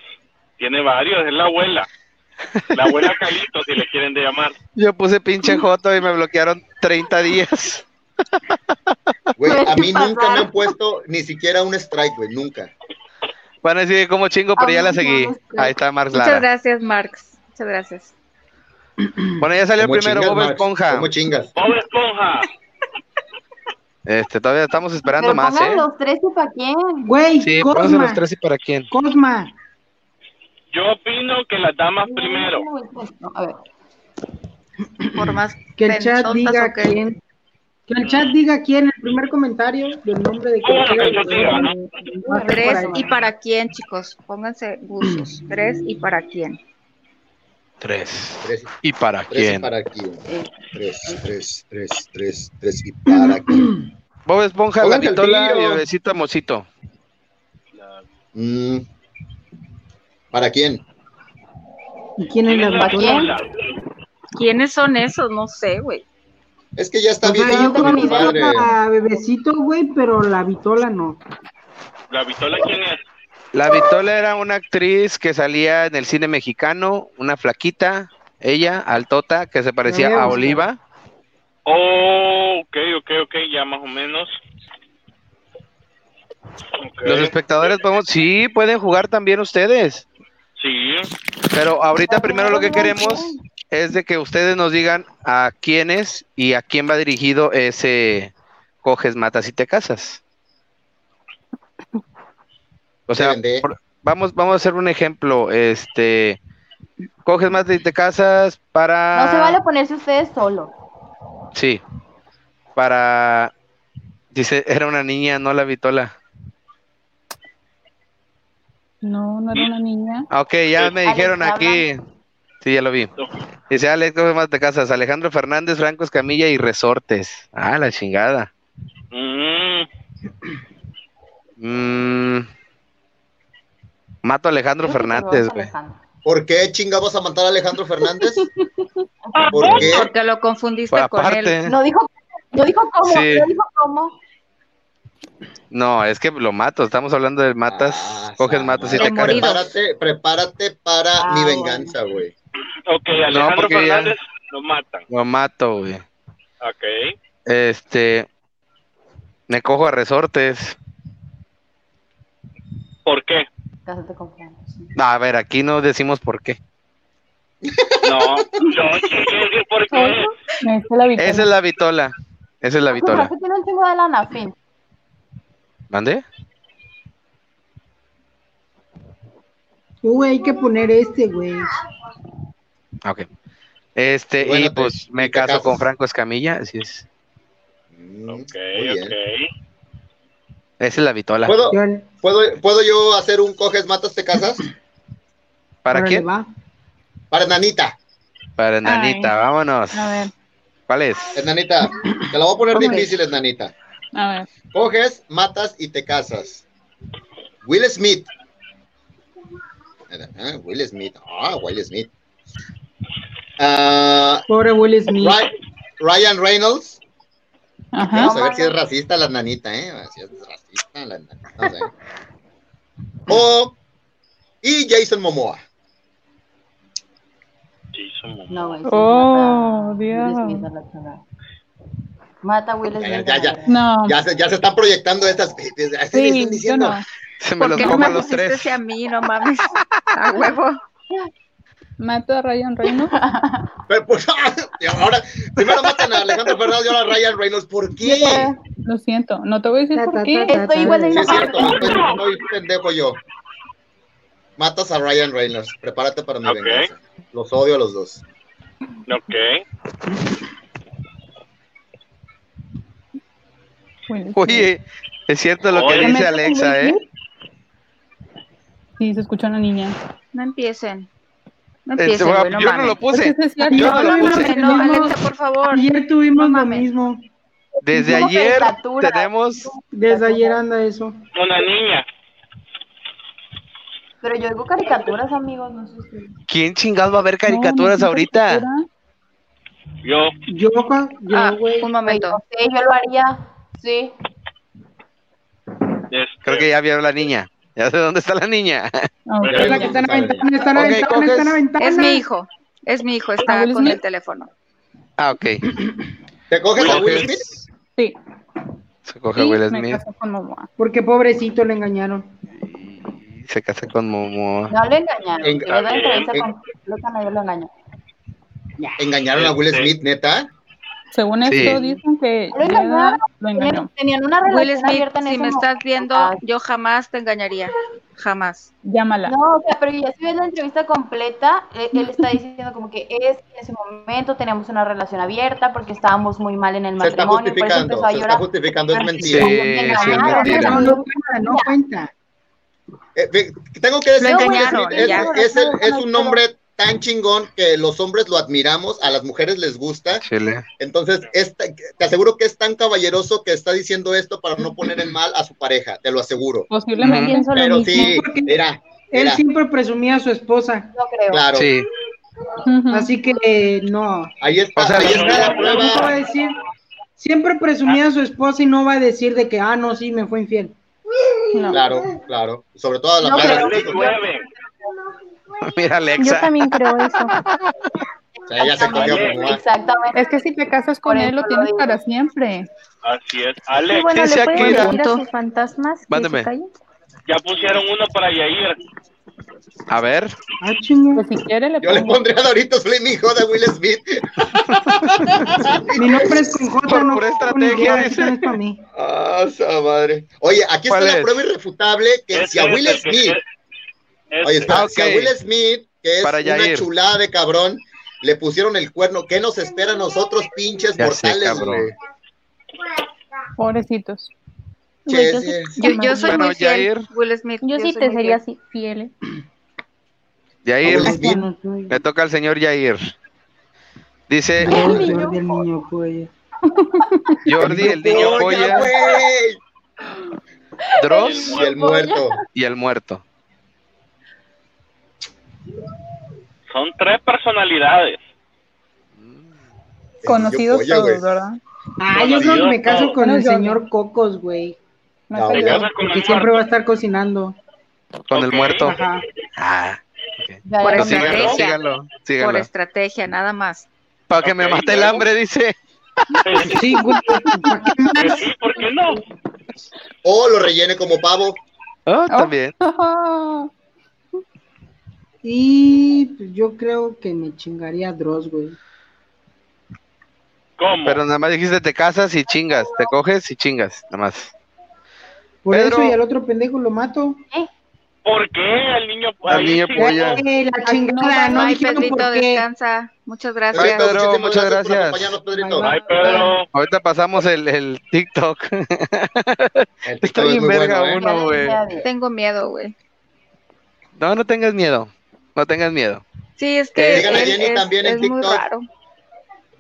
Speaker 13: Tiene varios. Es la abuela. La abuela Calito, si le quieren de llamar.
Speaker 2: Yo puse pinche Joto y me bloquearon 30 días.
Speaker 3: Güey, a mí
Speaker 2: Pasar.
Speaker 3: nunca me han puesto ni siquiera un strike, güey, nunca.
Speaker 2: Van a decir como chingo, pero ya la seguí. Ahí está Marx
Speaker 11: Muchas
Speaker 2: Lara.
Speaker 11: gracias, Marx. Muchas gracias.
Speaker 2: Bueno, ya salió el
Speaker 3: Como
Speaker 2: primero,
Speaker 3: chingas,
Speaker 2: Bob
Speaker 3: Max,
Speaker 2: Esponja.
Speaker 3: como chingas?
Speaker 13: Bob Esponja.
Speaker 2: Este, todavía estamos esperando
Speaker 6: Pero
Speaker 2: más,
Speaker 6: pongan
Speaker 2: ¿eh?
Speaker 6: los tres y para quién.
Speaker 5: Güey,
Speaker 2: Sí, pónganse
Speaker 5: Cosma.
Speaker 2: los tres y para quién.
Speaker 5: Cosma.
Speaker 13: Yo opino que las damas primero.
Speaker 6: A ver.
Speaker 11: Por más
Speaker 5: Que el chat
Speaker 11: pensotas
Speaker 5: diga
Speaker 11: o que-
Speaker 5: quién. Que el chat diga quién. El primer comentario del nombre de quien
Speaker 13: Bueno, que yo diga, ¿no?
Speaker 5: Por
Speaker 11: Tres
Speaker 5: ahí.
Speaker 11: y para quién, chicos. Pónganse gustos. Tres y para quién.
Speaker 2: Tres.
Speaker 3: Tres.
Speaker 2: ¿Y para
Speaker 3: Tres y
Speaker 2: quién?
Speaker 3: para quién. Tres, tres, tres, tres, tres y para quién.
Speaker 2: Bob Esponja, la
Speaker 3: Pónganse al
Speaker 2: pitola
Speaker 3: tiro.
Speaker 2: y Bebecita Mosito.
Speaker 3: Mm. ¿Para quién?
Speaker 5: ¿Y quién es la
Speaker 11: ¿Para quién?
Speaker 5: batola?
Speaker 11: ¿Quiénes son esos? No sé, güey.
Speaker 3: Es que ya está
Speaker 5: O sea,
Speaker 3: bien.
Speaker 5: yo
Speaker 3: hijo de tu
Speaker 5: conozco
Speaker 3: madre.
Speaker 5: a Ah, Bebecito, güey, pero la Vitola no.
Speaker 13: ¿La Vitola quién es?
Speaker 2: La Vitola era una actriz que salía en el cine mexicano, una flaquita, ella, altota, que se parecía
Speaker 5: La voy a
Speaker 2: a
Speaker 5: buscar.
Speaker 2: Oliva.
Speaker 13: Oh, ok, ok, ok, ya más o menos. Ok,
Speaker 2: Los espectadores podemos, sí, pueden jugar también ustedes.
Speaker 13: Sí,
Speaker 2: Pero ahorita primero lo que queremos es de que ustedes nos digan a quiénes y a quién va dirigido ese coges, matas y te casas. O sea, por- vamos, vamos a hacer un ejemplo. Este, coges, matas y te casas para.
Speaker 6: No
Speaker 11: Ah.
Speaker 6: se vale ponerse ustedes solo.
Speaker 2: Sí. Para. Dice, era una niña, no la vitola.
Speaker 7: No, no era una niña.
Speaker 2: Ah, Ok, ya me
Speaker 7: Alex
Speaker 2: dijeron
Speaker 7: habla.
Speaker 2: aquí. Sí, ya lo vi. Dice Alex, ¿cómo más te casas? Alejandro Fernández, Franco Escamilla y Resortes. Ah, la chingada. Mm. Mato a Alejandro Fernández, güey.
Speaker 3: ¿Por qué chingados a matar a Alejandro Fernández?
Speaker 7: Ah,
Speaker 2: ¿Por qué?
Speaker 11: Porque lo confundiste
Speaker 2: Por
Speaker 11: con
Speaker 2: aparte.
Speaker 11: él.
Speaker 2: No
Speaker 11: dijo,
Speaker 6: no dijo
Speaker 2: cómo, Sí. no dijo
Speaker 6: cómo.
Speaker 2: No, es que lo mato. Estamos hablando de matas. coges matas y Pues te casas.
Speaker 3: Prepárate, prepárate para mi venganza, güey.
Speaker 13: Ok,
Speaker 2: No,
Speaker 13: Alejandro
Speaker 2: porque ya-
Speaker 13: Fernández lo matan.
Speaker 2: Lo mato, güey.
Speaker 13: Ok.
Speaker 2: Este. Me cojo a Resortes.
Speaker 13: ¿Por qué?
Speaker 6: Cásate con Fran.
Speaker 2: A ver, aquí no decimos por qué.
Speaker 13: No, no, llegué, ¿por qué?
Speaker 2: Esa es la vitola. Esa es la vitola.
Speaker 6: Rafa tiene un chingo de lana, fin.
Speaker 2: ¿Mande?
Speaker 5: Uh, hay que poner este, güey.
Speaker 2: Ah, Ok. Este, y pues me caso con Franco Escamilla, así es.
Speaker 3: Ok,
Speaker 13: ok.
Speaker 2: Esa es la vitola.
Speaker 3: ¿Puedo, puedo, ¿Puedo yo hacer un coges, matas, te casas?
Speaker 2: ¿Para quién?
Speaker 3: Para Nanita.
Speaker 2: Para Nanita,
Speaker 3: Ay.
Speaker 2: vámonos.
Speaker 3: A ver.
Speaker 2: ¿Cuál es?
Speaker 3: Nanita, te la voy a poner
Speaker 2: Hombre.
Speaker 3: difícil, Nanita.
Speaker 7: A ver.
Speaker 3: Coges, matas y te casas. Will Smith. Ah, Will Smith. Ah, Will Smith. Ah,
Speaker 5: Pobre Will Smith.
Speaker 3: Ry- Ryan Reynolds.
Speaker 5: Ajá.
Speaker 3: Vamos a ver si es racista la nanita, ¿eh? Si es racista la nanita. no sé. O. Y Jason Momoa.
Speaker 6: No, güey. sí,
Speaker 7: Oh, Dios.
Speaker 6: Will Smith a la chingada. Mata a Will Smith.
Speaker 3: Ya,
Speaker 6: a
Speaker 3: ya,
Speaker 6: la
Speaker 3: ya.
Speaker 6: verga.
Speaker 3: Ya, se, ya se están proyectando estas. ya se están diciendo.
Speaker 2: Se
Speaker 3: me los
Speaker 11: ¿Por qué
Speaker 3: como
Speaker 11: me
Speaker 3: a los
Speaker 11: pusiste
Speaker 3: tres.
Speaker 11: así a mí, no mames? A huevo.
Speaker 7: Mato a Ryan Reynolds.
Speaker 3: Pero, pues, y ahora, primero matan a Alejandro Fernández y ahora a Ryan Reynolds. ¿Por qué?
Speaker 7: Lo siento, no te voy a decir por qué.
Speaker 6: Estoy igual de
Speaker 3: Sí, es
Speaker 6: enojada.
Speaker 3: cierto, no soy pendejo yo. Matas a Ryan Reynolds. Prepárate para mi venganza. Los odio a los dos.
Speaker 13: Ok.
Speaker 2: Oye, es cierto lo que
Speaker 13: Oye.
Speaker 2: dice
Speaker 13: ¿Me
Speaker 2: Alexa, ¿eh?
Speaker 7: Sí, se escuchó una niña.
Speaker 11: No empiecen. No
Speaker 2: Este,
Speaker 11: empiecen,
Speaker 2: bueno,
Speaker 11: güey, no
Speaker 2: yo no
Speaker 11: mames.
Speaker 2: lo puse.
Speaker 7: Pues es cierto.
Speaker 2: Yo no lo puse.
Speaker 11: No, Alexa, por favor.
Speaker 5: Ayer tuvimos lo mismo.
Speaker 2: Desde
Speaker 5: Como
Speaker 2: ayer
Speaker 5: caricatura.
Speaker 2: tenemos.
Speaker 5: Desde ayer anda eso.
Speaker 13: Una niña.
Speaker 6: Pero yo digo caricaturas, amigos, no sé ustedes.
Speaker 2: ¿Quién chingados va a ver caricaturas ahorita? Yo.
Speaker 5: Yo, pa- yo, güey.
Speaker 11: Ah, un momento.
Speaker 6: Sí, yo lo haría. Sí.
Speaker 2: Creo que ya vio la niña. Ya sé dónde está la niña.
Speaker 5: Es la que está en la ventana, está en la
Speaker 2: Ok,
Speaker 5: ventana, está en la ventana.
Speaker 11: Es mi hijo. Es mi hijo, está con el teléfono.
Speaker 2: Ah, ok.
Speaker 3: ¿Te coges
Speaker 2: a Will
Speaker 3: Smith?
Speaker 7: Sí.
Speaker 2: Se coge a Will Smith
Speaker 5: Porque pobrecito le engañaron.
Speaker 2: y se casa con Momoa.
Speaker 6: No lo engañaron.
Speaker 2: En-
Speaker 6: Yo le doy
Speaker 2: ah,
Speaker 6: entrevista
Speaker 2: en-
Speaker 6: con Luca, nadie lo engañó.
Speaker 3: ¿Engañaron a Will Smith, neta?
Speaker 7: Según
Speaker 3: Sí.
Speaker 7: esto, dicen que
Speaker 6: Lo engañaron.
Speaker 7: Yeda lo engañó.
Speaker 6: Tenían una
Speaker 11: Will
Speaker 6: relación
Speaker 11: Smith,
Speaker 6: abierta en
Speaker 11: si
Speaker 6: ese
Speaker 11: me
Speaker 6: momento.
Speaker 11: estás viendo,
Speaker 6: Ah.
Speaker 11: yo jamás te engañaría. Jamás.
Speaker 7: Llámala.
Speaker 6: No, o sea, pero ya si ves la entrevista completa, eh, él está diciendo como que es que en ese momento teníamos una relación abierta porque estábamos muy mal en el
Speaker 3: Se está
Speaker 6: matrimonio, por eso
Speaker 3: justificando.
Speaker 6: empezó a
Speaker 3: Se está
Speaker 6: llorar.
Speaker 3: justificando. Es mentira.
Speaker 2: Sí, sí, es mentira.
Speaker 5: No cuenta, no cuenta.
Speaker 3: Eh, ve- tengo que decir
Speaker 5: Lo
Speaker 3: que Will
Speaker 5: engañaron,
Speaker 3: Smith es,
Speaker 5: ya.
Speaker 3: es el- es un hombre tan chingón que los hombres lo admiramos, a las mujeres les gusta.
Speaker 2: Chile.
Speaker 3: Entonces, es ta- te aseguro que es tan caballeroso que está diciendo esto para no poner en mal a su pareja, te lo aseguro.
Speaker 5: Posiblemente pienso lo
Speaker 3: Pero
Speaker 5: mismo.
Speaker 3: sí, era,
Speaker 5: Él
Speaker 3: era,
Speaker 5: siempre presumía a su esposa.
Speaker 6: No creo.
Speaker 3: claro.
Speaker 5: Así que eh, no.
Speaker 3: Ahí está, ahí está la
Speaker 5: No va a
Speaker 3: prueba.
Speaker 5: decir, siempre presumía a su esposa y no va a decir de que, ah, no, sí, me fue infiel.
Speaker 3: Claro, claro. Sobre todo a la
Speaker 5: No,
Speaker 3: madre.
Speaker 5: pero-
Speaker 2: Mira,
Speaker 10: Yo
Speaker 2: Alexa.
Speaker 10: también creo eso.
Speaker 3: O sea, ella se cogió como va.
Speaker 6: Exactamente.
Speaker 7: Es que si te casas con él, lo tienes para siempre.
Speaker 13: Así es.
Speaker 10: Y
Speaker 13: Alex,
Speaker 10: bueno, le puedes decir a
Speaker 13: ya
Speaker 10: sus fantasmas que
Speaker 13: Mándame.
Speaker 10: se callen.
Speaker 13: pusieron uno para Yair.
Speaker 2: A ver.
Speaker 5: Ah,
Speaker 7: Pues si quiere le
Speaker 3: Yo le
Speaker 7: pongo.
Speaker 3: pondría Doritos Flaming hijo de Will Smith.
Speaker 5: Mi nombre es con J, no con Y,
Speaker 3: estrategia,
Speaker 5: esta no es para mí.
Speaker 3: Ah, esa madre. Oye, aquí está
Speaker 5: ¿Cuál
Speaker 3: la
Speaker 5: es?
Speaker 3: prueba irrefutable que si a
Speaker 2: Este,
Speaker 3: Will
Speaker 2: este,
Speaker 3: Smith,
Speaker 2: este.
Speaker 3: oye, espera,
Speaker 2: Ah,
Speaker 3: si a
Speaker 2: ok.
Speaker 3: Will Smith, que es
Speaker 2: Para
Speaker 3: una
Speaker 2: Yair.
Speaker 3: chulada de cabrón, le pusieron el cuerno, ¿qué nos espera a nosotros pinches
Speaker 2: Ya sé,
Speaker 3: mortales,
Speaker 2: cabrón.
Speaker 3: güey?
Speaker 7: Pobrecitos.
Speaker 6: Pues
Speaker 3: Che, sí es.
Speaker 11: Yo, yo soy
Speaker 2: Bueno,
Speaker 11: muy fiel,
Speaker 2: Jair.
Speaker 11: Will Smith.
Speaker 14: Yo sí
Speaker 11: soy
Speaker 14: te
Speaker 11: muy
Speaker 14: sería
Speaker 11: fiel.
Speaker 14: fiel. ¿eh?
Speaker 2: Yair.
Speaker 5: Will
Speaker 2: Le toca al señor Yair. Dice
Speaker 5: Jordi, el niño joya.
Speaker 2: Jordi, el niño
Speaker 3: Oye,
Speaker 2: joya,
Speaker 3: güey.
Speaker 2: Dross
Speaker 3: Y el muerto.
Speaker 2: y el muerto.
Speaker 13: Son tres personalidades.
Speaker 7: Conocidos
Speaker 13: Oye,
Speaker 7: todos,
Speaker 13: güey.
Speaker 7: ¿verdad?
Speaker 5: Ah, yo creo que me caso con
Speaker 7: Bueno,
Speaker 5: el
Speaker 7: yo-
Speaker 5: señor Cocos, güey.
Speaker 7: No,
Speaker 5: Porque
Speaker 7: te casas
Speaker 13: con el
Speaker 5: siempre va a estar cocinando.
Speaker 2: Con el muerto.
Speaker 5: Ajá.
Speaker 2: Ah,
Speaker 11: Por
Speaker 2: Pues sígalo,
Speaker 11: estrategia.
Speaker 2: sígalo, sígalo.
Speaker 11: Por estrategia, nada más.
Speaker 2: Para que me
Speaker 11: Ok,
Speaker 2: mate el
Speaker 11: luego.
Speaker 2: hambre, dice.
Speaker 5: Sí, güey.
Speaker 2: Pues
Speaker 13: ¿Por qué no?
Speaker 3: O lo rellene como pavo.
Speaker 11: Oh.
Speaker 2: Ah, también.
Speaker 5: Y pues, yo creo que me chingaría a Dross, güey.
Speaker 2: Pero nada más dijiste te casas y chingas, te coges y chingas, nada más.
Speaker 5: Por
Speaker 2: Pedro.
Speaker 5: eso y al otro pendejo lo mato.
Speaker 13: ¿Por qué al niño
Speaker 2: Al niño polla.
Speaker 5: Eh, la
Speaker 11: Ay,
Speaker 5: chingada, no,
Speaker 11: bye,
Speaker 5: dijeron
Speaker 11: Pedrito,
Speaker 5: por qué.
Speaker 11: descansa. Muchas gracias.
Speaker 2: Bye, Pedro, muchas gracias.
Speaker 3: Bye,
Speaker 13: Pedro.
Speaker 2: Ahorita pasamos el, el TikTok.
Speaker 3: El
Speaker 2: TikTok
Speaker 3: es
Speaker 2: bien
Speaker 3: muy
Speaker 2: verga
Speaker 3: bueno, ¿eh?
Speaker 2: uno, güey.
Speaker 11: Tengo miedo, güey.
Speaker 2: No, no tengas miedo. No tengas miedo.
Speaker 11: Sí, es que
Speaker 3: Sigan a
Speaker 11: él
Speaker 3: Jenny
Speaker 11: es,
Speaker 3: también en
Speaker 11: es muy
Speaker 3: TikTok.
Speaker 11: raro.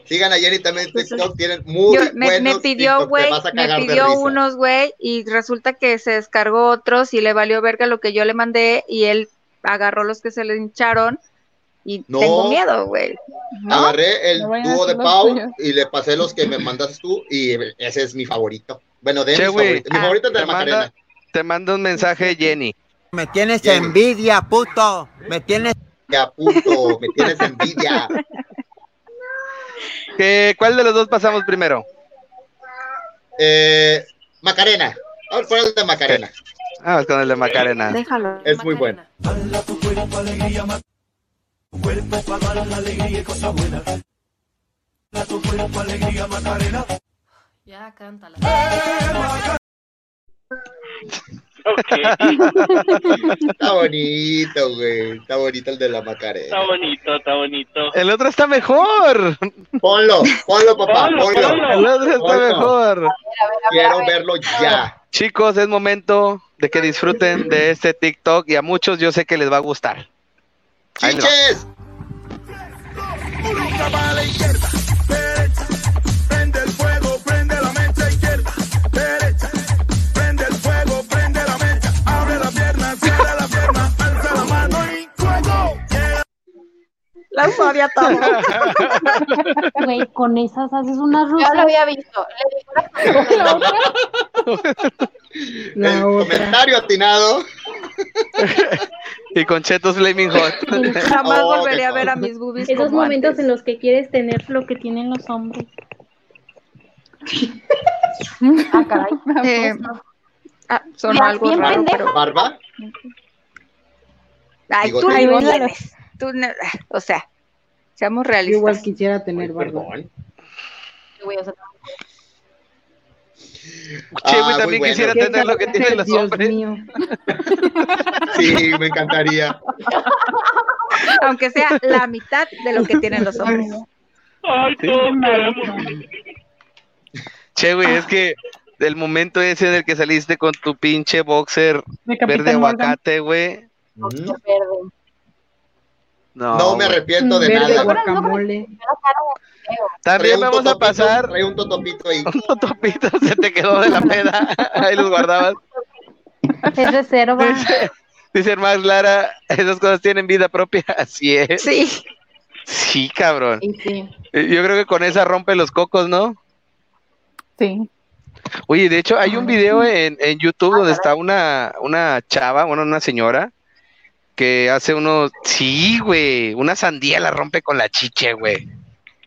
Speaker 3: Sigan a Jenny también en TikTok, tienen muy
Speaker 11: Yo-
Speaker 3: buenos
Speaker 11: me, me pidió,
Speaker 3: TikTok, te
Speaker 11: güey,
Speaker 3: vas a
Speaker 11: me
Speaker 3: cagar de
Speaker 11: pidió
Speaker 3: risa.
Speaker 11: unos, güey, y resulta que se descargó otros y le valió verga lo que yo le mandé y él agarró los que se le hincharon y
Speaker 3: No.
Speaker 11: tengo miedo, güey. ¿No?
Speaker 3: Agarré el
Speaker 11: No vayan a
Speaker 3: dúo de
Speaker 11: hacer los
Speaker 3: Pau
Speaker 11: tuyos.
Speaker 3: y le pasé los que me mandas tú y ese es mi favorito. Bueno, de
Speaker 2: Che,
Speaker 3: mis
Speaker 2: güey.
Speaker 3: favoritos. Mi favorito es de
Speaker 2: Te manda,
Speaker 3: Macarena.
Speaker 2: te manda un mensaje, Jenny.
Speaker 15: Me tienes envidia, puto. Me tienes.
Speaker 3: Ya, puto, me tienes envidia.
Speaker 2: ¿Qué- ¿Cuál de los dos pasamos primero?
Speaker 3: Eh, Macarena. Ahora fue el de Macarena.
Speaker 2: Ah, es con el de Macarena.
Speaker 11: Déjalo.
Speaker 3: Es muy bueno.
Speaker 16: Ya, cántala.
Speaker 3: Está bonito, güey. Está bonito el de la Macarena.
Speaker 13: Está bonito, está bonito.
Speaker 2: El otro está mejor.
Speaker 3: Ponlo, ponlo, papá, ponlo.
Speaker 2: El otro está
Speaker 3: Ponlo.
Speaker 2: mejor.
Speaker 3: Quiero verlo ya.
Speaker 2: Chicos, es momento de que disfruten de este TikTok y a muchos yo sé que les va a gustar. Ahí les va.
Speaker 3: ¡Chiches!
Speaker 17: Nunca va a la izquierda, derecha, prende el fuego, prende la mecha izquierda, derecha, prende el fuego, prende la mecha, abre la pierna, cierra la pierna, alza la mano y fuego.
Speaker 11: La odia todo.
Speaker 14: Güey, con esas haces unas
Speaker 6: Yo
Speaker 14: rusas.
Speaker 6: lo había visto. Le digo una
Speaker 3: el comentario atinado.
Speaker 2: Y con Chetos Flaming Hot.
Speaker 11: Jamás
Speaker 3: Oh,
Speaker 11: volveré a ver a mis boobies
Speaker 14: Esos
Speaker 11: como
Speaker 14: momentos
Speaker 11: antes.
Speaker 14: en los que quieres tener lo que tienen los hombres.
Speaker 11: Eh, ah, son
Speaker 14: Ya,
Speaker 11: algo
Speaker 14: bien
Speaker 11: raro,
Speaker 14: pendejo.
Speaker 11: pero...
Speaker 3: ¿Barba?
Speaker 11: Ay,
Speaker 3: Digo,
Speaker 11: tú
Speaker 3: Ay,
Speaker 11: no
Speaker 3: bueno.
Speaker 11: tienes, tú no- o sea, seamos
Speaker 5: Yo igual
Speaker 11: realistas.
Speaker 5: quisiera tener barba.
Speaker 2: Che,
Speaker 3: Ah,
Speaker 2: güey,
Speaker 3: muy
Speaker 2: también
Speaker 3: bueno.
Speaker 2: quisiera tener lo que tienen los hombres.
Speaker 3: Sí, me encantaría.
Speaker 11: Aunque sea la mitad de lo que tienen los hombres.
Speaker 13: Ay,
Speaker 2: Che, güey, es que el momento ese en el que saliste con tu pinche boxer
Speaker 7: De Capitán
Speaker 2: verde
Speaker 7: Morgan.
Speaker 2: aguacate, güey.
Speaker 3: Mm.
Speaker 6: verde.
Speaker 2: No,
Speaker 3: No me
Speaker 2: güey.
Speaker 3: arrepiento de
Speaker 5: Verde
Speaker 3: nada.
Speaker 5: guacamole.
Speaker 2: También
Speaker 3: Traía un
Speaker 2: vamos a
Speaker 3: totopito,
Speaker 2: pasar.
Speaker 3: Traía un totopito ahí.
Speaker 2: Se te quedó de la peda. Ahí los guardabas.
Speaker 14: Es reserva.
Speaker 2: Dice más Lara, esas cosas tienen vida propia. Así es.
Speaker 11: Sí.
Speaker 2: Sí, cabrón.
Speaker 6: Y sí.
Speaker 2: Eh, Yo creo que con esa rompe los cocos, ¿no?
Speaker 7: Sí.
Speaker 2: Oye, de hecho,
Speaker 11: Ah,
Speaker 2: hay un video en, en YouTube donde está una, una chava, bueno, una señora, que hace unos. Sí, güey. Una sandía la rompe con la chiche, güey.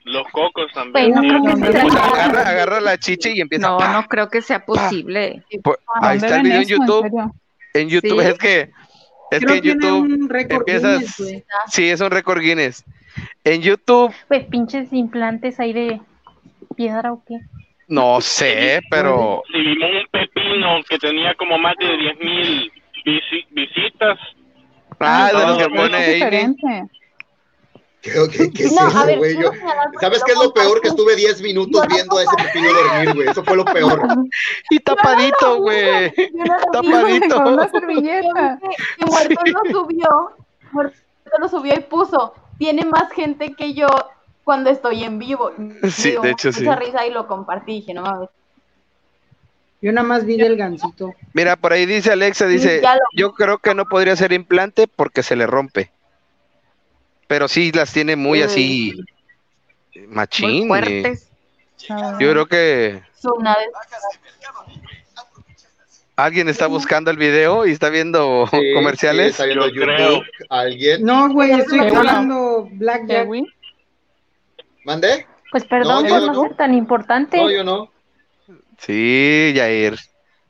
Speaker 13: Los cocos también.
Speaker 2: Agarra, agarra la chiche y empieza.
Speaker 11: No,
Speaker 2: Ah,
Speaker 11: Ah,
Speaker 2: pa,
Speaker 11: no creo que sea posible.
Speaker 2: Por- ahí está el video en YouTube. En YouTube
Speaker 11: Sí.
Speaker 2: es que Es
Speaker 5: Creo
Speaker 2: que en
Speaker 5: tiene un
Speaker 2: YouTube
Speaker 5: récord
Speaker 2: empiezas.
Speaker 5: Guinness, güey.
Speaker 2: Sí, es un récord Guinness. En YouTube,
Speaker 10: Pues pinches implantes ahí de piedra o qué.
Speaker 2: no sé, pero.
Speaker 13: Si vimos un pepino que tenía como más de 10 mil visitas.
Speaker 2: Ah, de los que
Speaker 13: bueno,
Speaker 2: pone Amy.
Speaker 3: ¿Qué, qué es
Speaker 13: No,
Speaker 3: eso,
Speaker 13: a ver,
Speaker 3: güey? Yo-
Speaker 13: ¿cómo me das-
Speaker 3: ¿Sabes qué es lo peor? Que estuve 10 minutos viendo a ese pepino dormir, güey. Eso fue lo peor.
Speaker 2: Y tapadito, güey.
Speaker 12: Con una
Speaker 2: Tapadito.
Speaker 12: servilleta.
Speaker 6: que Muerto lo subió, Muerto lo subió y puso, tiene más gente que yo cuando estoy en vivo.
Speaker 2: Sí,
Speaker 6: Digo,
Speaker 2: de hecho,
Speaker 6: mucha
Speaker 2: sí.
Speaker 6: risa y lo compartí, dije, no mames.
Speaker 5: Yo nada más vi del gancito.
Speaker 2: Mira, por ahí dice Alexa, dice,
Speaker 6: Ya lo-
Speaker 2: yo creo que no podría ser implante porque se le rompe. Pero sí las tiene muy
Speaker 6: Sí.
Speaker 2: así machín.
Speaker 6: Muy fuertes.
Speaker 2: Yo creo que
Speaker 6: Su- una vez-
Speaker 2: alguien está buscando el video y está viendo comerciales.
Speaker 3: sí, está viendo Yo YouTube, creo. alguien.
Speaker 5: No, güey, estoy
Speaker 3: Bueno.
Speaker 5: jugando Blackjack.
Speaker 3: ¿Mandé?
Speaker 10: Pues perdón
Speaker 2: No,
Speaker 10: por
Speaker 2: yo
Speaker 10: no
Speaker 2: no.
Speaker 10: ser tan importante.
Speaker 3: No, yo no.
Speaker 2: Sí, Jair.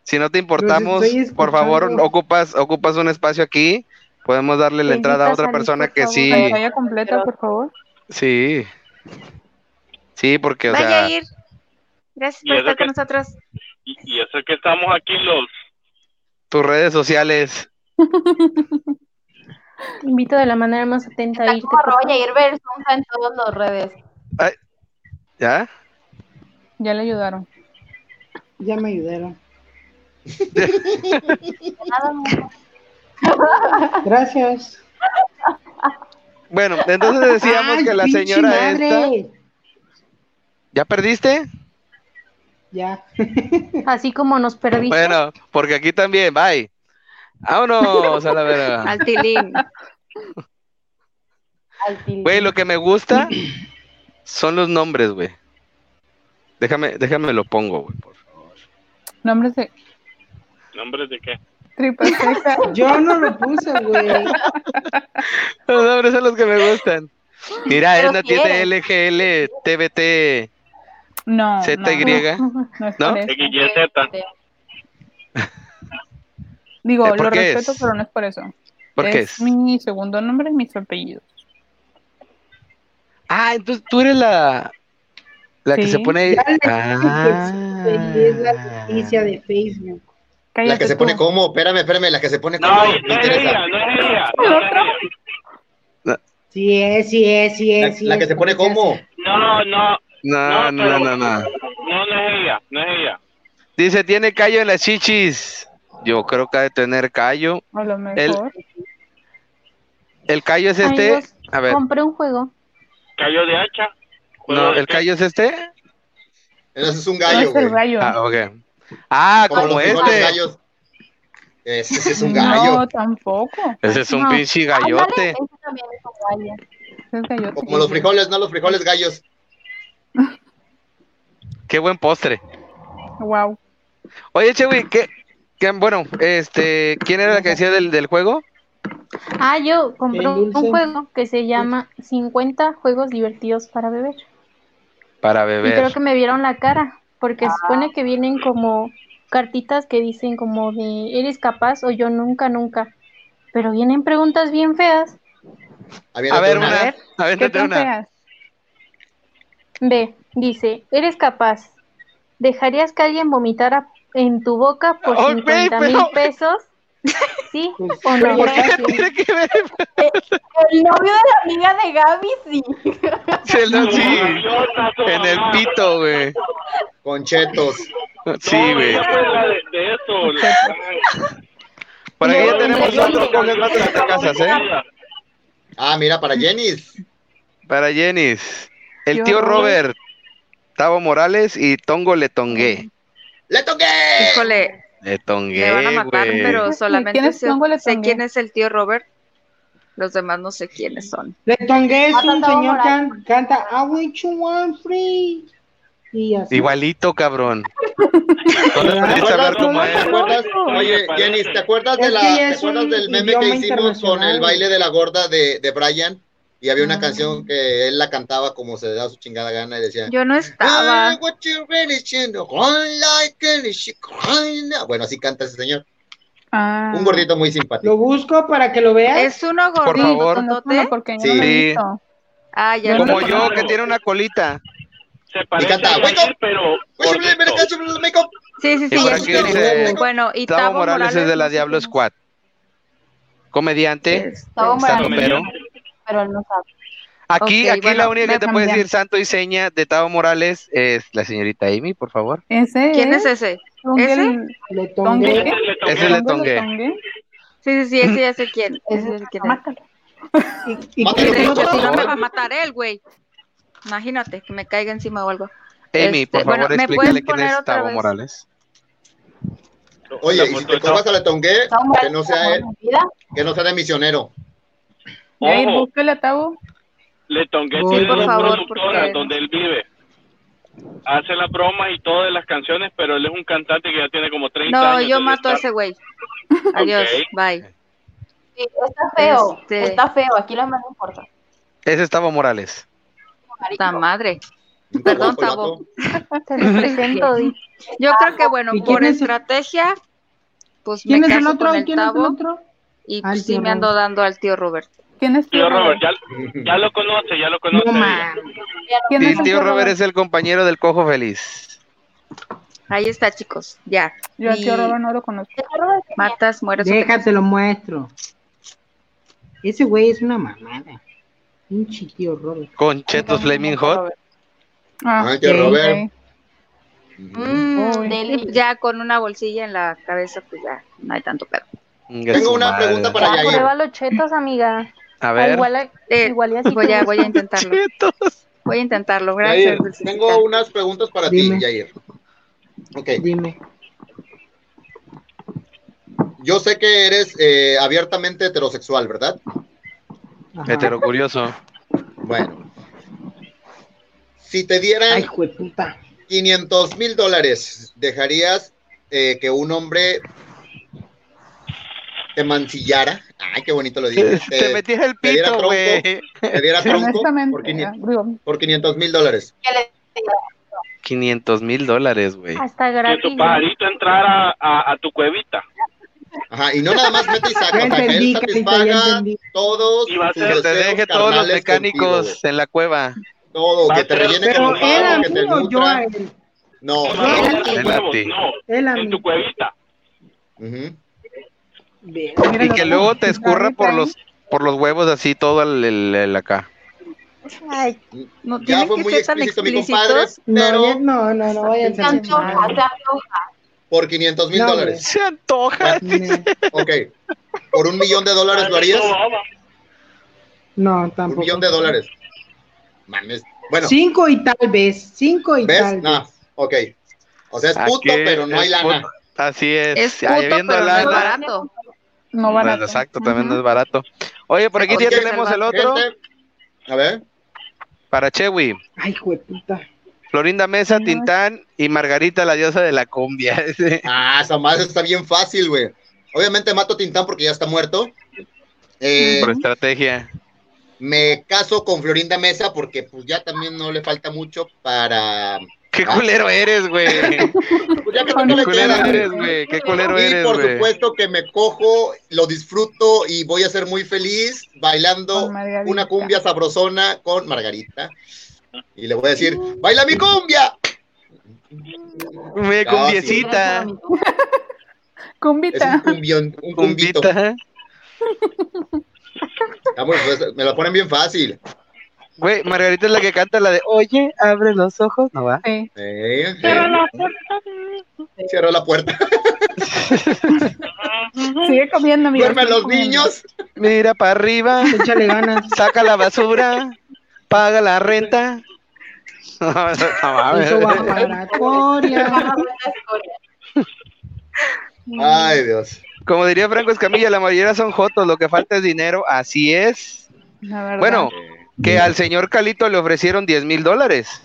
Speaker 2: Si no te importamos,
Speaker 10: Los estoy
Speaker 2: por favor,
Speaker 10: escuchando.
Speaker 2: ocupas, ocupas un espacio aquí. Podemos darle la entrada a otra persona que sí.
Speaker 7: Pantalla completa, por favor.
Speaker 2: Sí. Sí, porque, o
Speaker 11: Vaya
Speaker 2: sea,
Speaker 11: ir. Gracias
Speaker 2: Y
Speaker 11: por
Speaker 2: eso
Speaker 11: estar
Speaker 2: que-
Speaker 11: con nosotros.
Speaker 13: Y, y eso que estamos aquí los...
Speaker 2: tus redes sociales.
Speaker 10: Te invito de la manera más atenta a irte.
Speaker 6: como
Speaker 10: por
Speaker 6: Roya
Speaker 10: favor.
Speaker 6: ir versus en todas las redes.
Speaker 2: ¿Ya?
Speaker 7: Ya le ayudaron.
Speaker 5: Ya me ayudaron.
Speaker 6: Nada más.
Speaker 3: Ah.
Speaker 5: Gracias.
Speaker 2: Bueno, entonces decíamos
Speaker 5: Ay,
Speaker 2: que la
Speaker 5: pinche
Speaker 2: señora esta.
Speaker 5: madre.
Speaker 2: ¿Ya perdiste?
Speaker 5: Ya.
Speaker 10: Así como nos perdiste.
Speaker 2: Bueno, porque aquí también, bye. Vámonos a la verga.
Speaker 11: Al tilín.
Speaker 2: Güey, lo que me gusta son los nombres, güey. Déjame, déjame lo pongo, güey.
Speaker 7: Nombres de
Speaker 13: ¿Nombres de qué?
Speaker 7: tripa seca.
Speaker 5: Yo no lo puse, güey.
Speaker 2: Los nombres son los que me gustan. Mira,
Speaker 7: Pero
Speaker 2: Edna
Speaker 7: si
Speaker 2: tiene LGL, TBT,
Speaker 7: No.
Speaker 2: ZY.
Speaker 7: No, no es
Speaker 2: ¿No?
Speaker 7: por eso.
Speaker 2: ¿Eh,
Speaker 7: Digo,
Speaker 2: por
Speaker 7: lo
Speaker 2: qué
Speaker 7: respeto,
Speaker 2: es?
Speaker 7: pero no es por eso.
Speaker 2: ¿Por qué es?
Speaker 7: mi segundo nombre y mis apellidos.
Speaker 2: Ah, entonces tú eres la, la que
Speaker 7: Sí.
Speaker 2: se pone.
Speaker 7: Ya le-
Speaker 2: Ah,
Speaker 5: Es la noticia de Facebook.
Speaker 3: la que se pone como, espérame, espérame, la que se pone como. me interesa.
Speaker 5: Sí es, sí es, sí
Speaker 3: La,
Speaker 5: es. sí
Speaker 3: la
Speaker 5: es.
Speaker 3: que se pone como.
Speaker 13: No, no,
Speaker 2: no, no, no,
Speaker 13: no,
Speaker 2: no.
Speaker 13: no es ella, no es ella.
Speaker 2: Dice, tiene callo en las chichis. Yo creo que ha de tener callo.
Speaker 7: A lo
Speaker 2: El,
Speaker 7: mejor.
Speaker 2: el callo es
Speaker 10: Ay,
Speaker 2: este.
Speaker 10: Dios,
Speaker 2: A ver,
Speaker 10: Compré un juego.
Speaker 13: Callo de hacha.
Speaker 2: no, el callo es este.
Speaker 3: Ese es un gallo, güey.
Speaker 2: Ah, ok. Ah,
Speaker 3: Como
Speaker 2: como
Speaker 3: los frijoles
Speaker 2: este.
Speaker 3: gallos. Ese, ese es un gallo.
Speaker 7: No, tampoco.
Speaker 2: Ese es un
Speaker 7: No.
Speaker 2: pinche gallote.
Speaker 7: Es gallote.
Speaker 3: Como los frijoles, no los frijoles gallos.
Speaker 2: Qué buen postre.
Speaker 7: Wow.
Speaker 2: Oye, Chewi, ¿qué, qué- Bueno, este, ¿quién era la que decía del, del juego?
Speaker 10: Ah, yo compré
Speaker 2: El
Speaker 10: un
Speaker 2: dulce.
Speaker 10: juego que se llama 50 juegos divertidos para beber.
Speaker 2: Para
Speaker 10: Y creo
Speaker 2: beber.
Speaker 10: que me vieron la cara, porque se supone que vienen como cartitas que dicen como de eres capaz o yo nunca, nunca. Pero vienen preguntas bien feas.
Speaker 2: A ver, una. Aviéntate una.
Speaker 10: Ve, dice, eres capaz. ¿Dejarías que alguien vomitara en tu boca por
Speaker 17: Oh,
Speaker 10: 50
Speaker 17: güey,
Speaker 10: mil
Speaker 17: pero-
Speaker 10: pesos? ¿Sí o no?
Speaker 17: ¿pero por qué
Speaker 10: Gracias.
Speaker 6: El novio de la amiga de Gaby, sí.
Speaker 2: Se lo- sí. En el pito, güey.
Speaker 3: Conchetos.
Speaker 2: Sí, güey.
Speaker 13: de, de eso. la-
Speaker 2: Por
Speaker 3: ahí
Speaker 2: ya tenemos otro con el otro de casas, ¿eh?
Speaker 3: Ah, mira, para Jenny.
Speaker 2: Para Jenis. El
Speaker 3: Tío
Speaker 2: tío
Speaker 3: Robert.
Speaker 2: Robert, Tavo Morales y Tongo Letongué.
Speaker 3: ¡Le toqué!
Speaker 11: Híjole, me van a
Speaker 2: Letongué,
Speaker 11: matar, pero
Speaker 2: güey.
Speaker 11: solamente
Speaker 5: ¿Quién es
Speaker 11: sé,
Speaker 5: Tongo
Speaker 11: sé quién es el tío Robert. Los demás no sé quiénes son.
Speaker 5: Letongue es
Speaker 11: Mata
Speaker 5: un
Speaker 11: todo
Speaker 5: señor que
Speaker 11: moral.
Speaker 5: can- canta I want you one free. Y así.
Speaker 2: Igualito, cabrón. No le aprendiste a hablar como
Speaker 3: ¿Te
Speaker 2: él.
Speaker 3: acuerdas? Oye, Jenny, ¿te acuerdas, de
Speaker 5: Es
Speaker 3: la,
Speaker 5: que ya
Speaker 3: ¿te
Speaker 5: es
Speaker 3: acuerdas
Speaker 5: un
Speaker 3: del meme
Speaker 5: idioma
Speaker 3: que hicimos con
Speaker 5: internacional.
Speaker 3: el baile de la gorda de, de Brian? Y había una
Speaker 5: Ah.
Speaker 3: canción que él la cantaba como se le daba su chingada gana y decía...
Speaker 11: Yo no estaba.
Speaker 3: "Ay, what "Ah, you really should do, I like it, she kind of-" Bueno, así canta ese señor.
Speaker 7: Ah.
Speaker 3: Un gordito muy simpático.
Speaker 5: Lo busco para que lo veas.
Speaker 11: Es uno
Speaker 2: Por
Speaker 11: gordito,
Speaker 2: favor.
Speaker 11: totote.
Speaker 7: porque yo
Speaker 2: Sí.
Speaker 7: no lo
Speaker 2: Sí.
Speaker 7: he visto.
Speaker 11: Ah, ya lo
Speaker 2: Como
Speaker 11: recuerdo.
Speaker 2: yo, que tiene una colita.
Speaker 13: Se parece
Speaker 3: canta,
Speaker 13: a
Speaker 3: "Wake
Speaker 13: Yair,
Speaker 3: up,
Speaker 13: pero
Speaker 3: wake up, wake up, wake up, wake up".
Speaker 11: Sí, sí,
Speaker 2: Y
Speaker 11: sí,
Speaker 2: por
Speaker 11: ya
Speaker 2: aquí
Speaker 11: sé quién es.
Speaker 2: dice,
Speaker 11: Bueno, y
Speaker 2: Tavo Morales es de
Speaker 11: la
Speaker 2: la Diablo Squad. Comediante.
Speaker 6: Tavo
Speaker 2: santo
Speaker 6: Morales.
Speaker 2: pero.
Speaker 6: pero él no sabe.
Speaker 2: Aquí,
Speaker 11: Ok,
Speaker 2: aquí
Speaker 11: bueno,
Speaker 2: la única
Speaker 11: voy
Speaker 2: que
Speaker 11: a
Speaker 2: te puede
Speaker 11: cambiar.
Speaker 2: decir santo y seña de Tavo Morales es la señorita Amy, por favor.
Speaker 7: ¿Ese
Speaker 11: ¿Quién es ese?
Speaker 7: ¿Tongue
Speaker 11: ¿Ese?
Speaker 7: el-
Speaker 5: Le
Speaker 7: ¿Tongue qué?
Speaker 5: tongué.
Speaker 2: Es el de
Speaker 7: ¿Tongue
Speaker 2: Tongue.
Speaker 7: el tongue?
Speaker 11: Sí, sí, sí, ese ya sé quién. Ese ya sé quién es.
Speaker 7: Mátalo.
Speaker 5: Y
Speaker 3: Mátalo,
Speaker 5: que
Speaker 11: De
Speaker 5: no te
Speaker 11: hecho, si no me va
Speaker 5: toque.
Speaker 11: a matar él, güey. Imagínate que me caiga encima o algo.
Speaker 2: Amy, por favor,
Speaker 11: Este, bueno, ¿me
Speaker 2: explícale
Speaker 11: puedes
Speaker 2: quién
Speaker 11: poner
Speaker 2: es
Speaker 11: otra
Speaker 2: Tavo
Speaker 11: vez?
Speaker 2: Morales.
Speaker 13: la
Speaker 3: Oye, y si
Speaker 13: foto
Speaker 3: te
Speaker 13: de Tavo.
Speaker 3: cobras a la tongué,
Speaker 6: Tavo Morales
Speaker 3: que no sea él,
Speaker 6: en vida.
Speaker 3: que no sea de misionero.
Speaker 7: Yair,
Speaker 13: Ojo.
Speaker 7: ¿Eh, búscale a Tavo.
Speaker 13: Letongue
Speaker 5: Uy,
Speaker 13: tiene
Speaker 5: por
Speaker 13: dos
Speaker 11: favor,
Speaker 13: productoras
Speaker 11: porque-
Speaker 13: donde él vive. Hace las bromas y todas las canciones, pero él es un cantante que ya tiene como 30
Speaker 11: No,
Speaker 13: años.
Speaker 11: yo
Speaker 13: de
Speaker 11: mato a
Speaker 13: estar.
Speaker 11: ese güey. Adiós,
Speaker 13: Ok.
Speaker 11: bye.
Speaker 6: Sí, está feo,
Speaker 11: Este-
Speaker 6: está feo, aquí las más no importa.
Speaker 2: Ese es Tavo Morales.
Speaker 11: Ta madre.
Speaker 3: Un
Speaker 11: Perdón,
Speaker 3: cowboy
Speaker 11: Tavo.
Speaker 3: polaco.
Speaker 10: Te lo presento, di.
Speaker 11: Yo creo que, bueno,
Speaker 5: ¿Y quién
Speaker 11: por
Speaker 5: es el-
Speaker 11: estrategia, pues me
Speaker 5: ¿Quién es el
Speaker 11: caso
Speaker 5: otro?
Speaker 11: con el
Speaker 5: ¿Quién es el
Speaker 11: Tavo
Speaker 5: otro?
Speaker 11: y
Speaker 5: Al
Speaker 11: pues, sí
Speaker 5: tío
Speaker 11: me ando
Speaker 5: Robert.
Speaker 11: dando al tío Robert.
Speaker 7: ¿Quién es
Speaker 13: Tío Robert, ya,
Speaker 3: Ujú.
Speaker 13: ya lo conoce, ya lo conoce.
Speaker 5: No mames.
Speaker 7: ¿Quién
Speaker 2: Y
Speaker 7: es el
Speaker 2: tío
Speaker 7: tío
Speaker 2: Robert
Speaker 7: Robert?
Speaker 2: es el compañero del cojo feliz.
Speaker 11: Ahí está, chicos, ya.
Speaker 7: Yo a tío
Speaker 11: Y
Speaker 7: Robert no lo conozco.
Speaker 11: Matas, mueres. o te
Speaker 5: Déjate lo muestro. Ese güey es una mamada. Pinche tío Robert.
Speaker 2: Con Chetos Flaming Hot.
Speaker 7: Ah,
Speaker 3: Ay, tío
Speaker 7: ok, ok.
Speaker 3: Robert.
Speaker 11: Mm,
Speaker 7: Uy.
Speaker 11: deli- ya con una bolsilla en la cabeza, pues ya no hay tanto pedo.
Speaker 2: Venga,
Speaker 3: Tengo
Speaker 2: su
Speaker 3: una
Speaker 2: madre.
Speaker 3: pregunta
Speaker 11: Ah,
Speaker 3: para-
Speaker 10: Ya,
Speaker 3: Yair.
Speaker 10: prueba los chetos, amiga.
Speaker 2: A
Speaker 10: Ah,
Speaker 2: ver.
Speaker 10: Igual, a-
Speaker 11: Eh,
Speaker 10: igual y así.
Speaker 11: voy, a,
Speaker 10: te
Speaker 11: voy a intentarlo.
Speaker 2: Chetos.
Speaker 11: Voy a intentarlo,
Speaker 3: Yair,
Speaker 11: gracias. Dulcecita.
Speaker 3: tengo unas preguntas para
Speaker 5: Dime.
Speaker 3: ti, Yair. Ok,
Speaker 5: Dime.
Speaker 3: yo sé que eres eh, abiertamente heterosexual, ¿verdad?
Speaker 5: Ajá.
Speaker 2: Hetero curioso.
Speaker 3: Bueno. Si te dieran
Speaker 5: Ay, hijo de puta.
Speaker 3: 500 mil dólares, ¿dejarías eh, que un hombre te mancillara? Ay, qué bonito lo dije.
Speaker 2: Te
Speaker 3: Te,
Speaker 2: metías el
Speaker 3: te diera
Speaker 2: pito,
Speaker 3: tronco.
Speaker 2: güey.
Speaker 3: te diera tronco por,
Speaker 7: Honestamente, ah,
Speaker 3: 500
Speaker 7: digo,
Speaker 3: por 500 mil dólares.
Speaker 6: Que le-
Speaker 2: 500 mil dólares, güey.
Speaker 10: Hasta
Speaker 13: Que
Speaker 10: gratis.
Speaker 13: tu pajarito entrara a, a- a tu cuevita.
Speaker 3: Ajá, y no nada más mete y saca,
Speaker 5: Ya
Speaker 3: o sea, que
Speaker 5: entendí,
Speaker 3: él
Speaker 5: carita,
Speaker 3: satisfaga
Speaker 5: ya entendí.
Speaker 3: todos
Speaker 13: Y va a
Speaker 3: tus
Speaker 13: ser-
Speaker 2: Que
Speaker 3: deseos
Speaker 2: te deje todos los
Speaker 3: carnales
Speaker 2: mecánicos
Speaker 3: contigo,
Speaker 2: en la cueva.
Speaker 3: güey. todo,
Speaker 13: Va
Speaker 3: que
Speaker 13: a
Speaker 3: te
Speaker 13: ser-
Speaker 3: rellene
Speaker 5: Pero
Speaker 3: como
Speaker 13: Pero
Speaker 5: él
Speaker 13: era
Speaker 5: a
Speaker 3: pavo, que
Speaker 5: mí
Speaker 3: te
Speaker 5: o yo a
Speaker 3: nutra.
Speaker 5: él.
Speaker 3: No,
Speaker 13: No,
Speaker 5: no,
Speaker 13: no,
Speaker 5: no,
Speaker 13: tus
Speaker 2: no,
Speaker 13: huevos,
Speaker 2: no,
Speaker 13: no,
Speaker 5: Él a
Speaker 13: en
Speaker 5: mí.
Speaker 13: tu cuevita.
Speaker 3: Ujú.
Speaker 5: Verga.
Speaker 7: mira
Speaker 2: Y
Speaker 7: lo
Speaker 2: que luego
Speaker 7: está
Speaker 2: te escurra
Speaker 7: ahorita
Speaker 2: por
Speaker 7: ahí.
Speaker 2: los por los huevos así todo el, el- el acá.
Speaker 11: Ay, no
Speaker 3: Ya
Speaker 11: tienen
Speaker 3: fue
Speaker 11: que
Speaker 3: muy
Speaker 11: ser tan
Speaker 3: explícito mi compadre,
Speaker 11: explícitos.
Speaker 5: No, ya-
Speaker 3: pero
Speaker 5: no, no, no vayan a
Speaker 6: Se
Speaker 5: ser así.
Speaker 6: antoja, se antoja.
Speaker 3: por 500 mil
Speaker 5: No,
Speaker 3: dólares.
Speaker 2: Se antoja.
Speaker 3: Ok. ¿Por un millón de dólares lo harías?
Speaker 13: No, baba.
Speaker 5: No,
Speaker 3: Un
Speaker 5: tampoco.
Speaker 3: millón de dólares. Mames. Bueno,
Speaker 5: Cinco y tal vez. Cinco y
Speaker 3: ¿ves?
Speaker 5: tal
Speaker 3: No,
Speaker 5: vez.
Speaker 3: ok. O sea, es puto,
Speaker 2: Aquí
Speaker 3: pero no
Speaker 2: es
Speaker 3: hay lana.
Speaker 2: puto. Así
Speaker 11: Es
Speaker 2: es.
Speaker 11: puto,
Speaker 2: Ahí
Speaker 11: pero
Speaker 2: viendo
Speaker 11: no es
Speaker 2: lana.
Speaker 11: barato.
Speaker 7: No
Speaker 2: Bueno,
Speaker 7: barato.
Speaker 2: exacto, también no
Speaker 7: Ujú.
Speaker 2: es barato. Oye, por aquí
Speaker 3: Así
Speaker 2: ya
Speaker 3: que,
Speaker 2: tenemos el otro.
Speaker 3: gente, A ver.
Speaker 2: Para Chewi,
Speaker 5: Ay, hijo de puta.
Speaker 2: Florinda Mesa,
Speaker 7: No.
Speaker 2: Tintán y Margarita, la diosa de la cumbia.
Speaker 3: Ah, esa madre está bien fácil, güey. Obviamente mato a Tintán porque ya está muerto. Eh,
Speaker 2: por estrategia.
Speaker 3: me caso con Florinda Mesa porque pues ya también no le falta mucho para...
Speaker 2: Qué
Speaker 3: Ah.
Speaker 2: culero eres, güey.
Speaker 3: Pues ya que
Speaker 7: Con
Speaker 3: no
Speaker 2: Qué
Speaker 3: le
Speaker 2: culero
Speaker 3: queda,
Speaker 2: eres, güey. Qué culero
Speaker 3: Y
Speaker 2: eres,
Speaker 3: por
Speaker 2: güey.
Speaker 3: supuesto que me cojo, lo disfruto y voy a ser muy feliz bailando
Speaker 7: Con Margarita.
Speaker 3: una cumbia sabrosona con Margarita. Y le voy a decir, baila mi cumbia.
Speaker 2: Me
Speaker 3: No, sí.
Speaker 2: cumbiecita.
Speaker 3: Es un
Speaker 7: Cumbita.
Speaker 3: cumbión, un cumbito.
Speaker 2: Cumbita.
Speaker 3: Vamos, pues, me lo ponen bien fácil.
Speaker 2: Güey, Margarita es la que canta la de Oye, abre los ojos. ¿No va?
Speaker 7: Sí.
Speaker 3: Eh, eh. Cierra la puerta.
Speaker 7: Sigue comiendo, amiga.
Speaker 3: Duermen
Speaker 7: sigue
Speaker 3: los
Speaker 7: comiendo.
Speaker 3: niños.
Speaker 2: Mira para arriba,
Speaker 5: Échale ganas.
Speaker 2: saca la basura, paga la renta. No, no, no mames.
Speaker 5: Eso va para Corea.
Speaker 3: Ay, Dios.
Speaker 2: Como diría Franco Escamilla, la mayoría son jotos, lo que falta es dinero, así es.
Speaker 7: La verdad.
Speaker 2: Bueno, que al señor Calito le ofrecieron 10 mil dólares.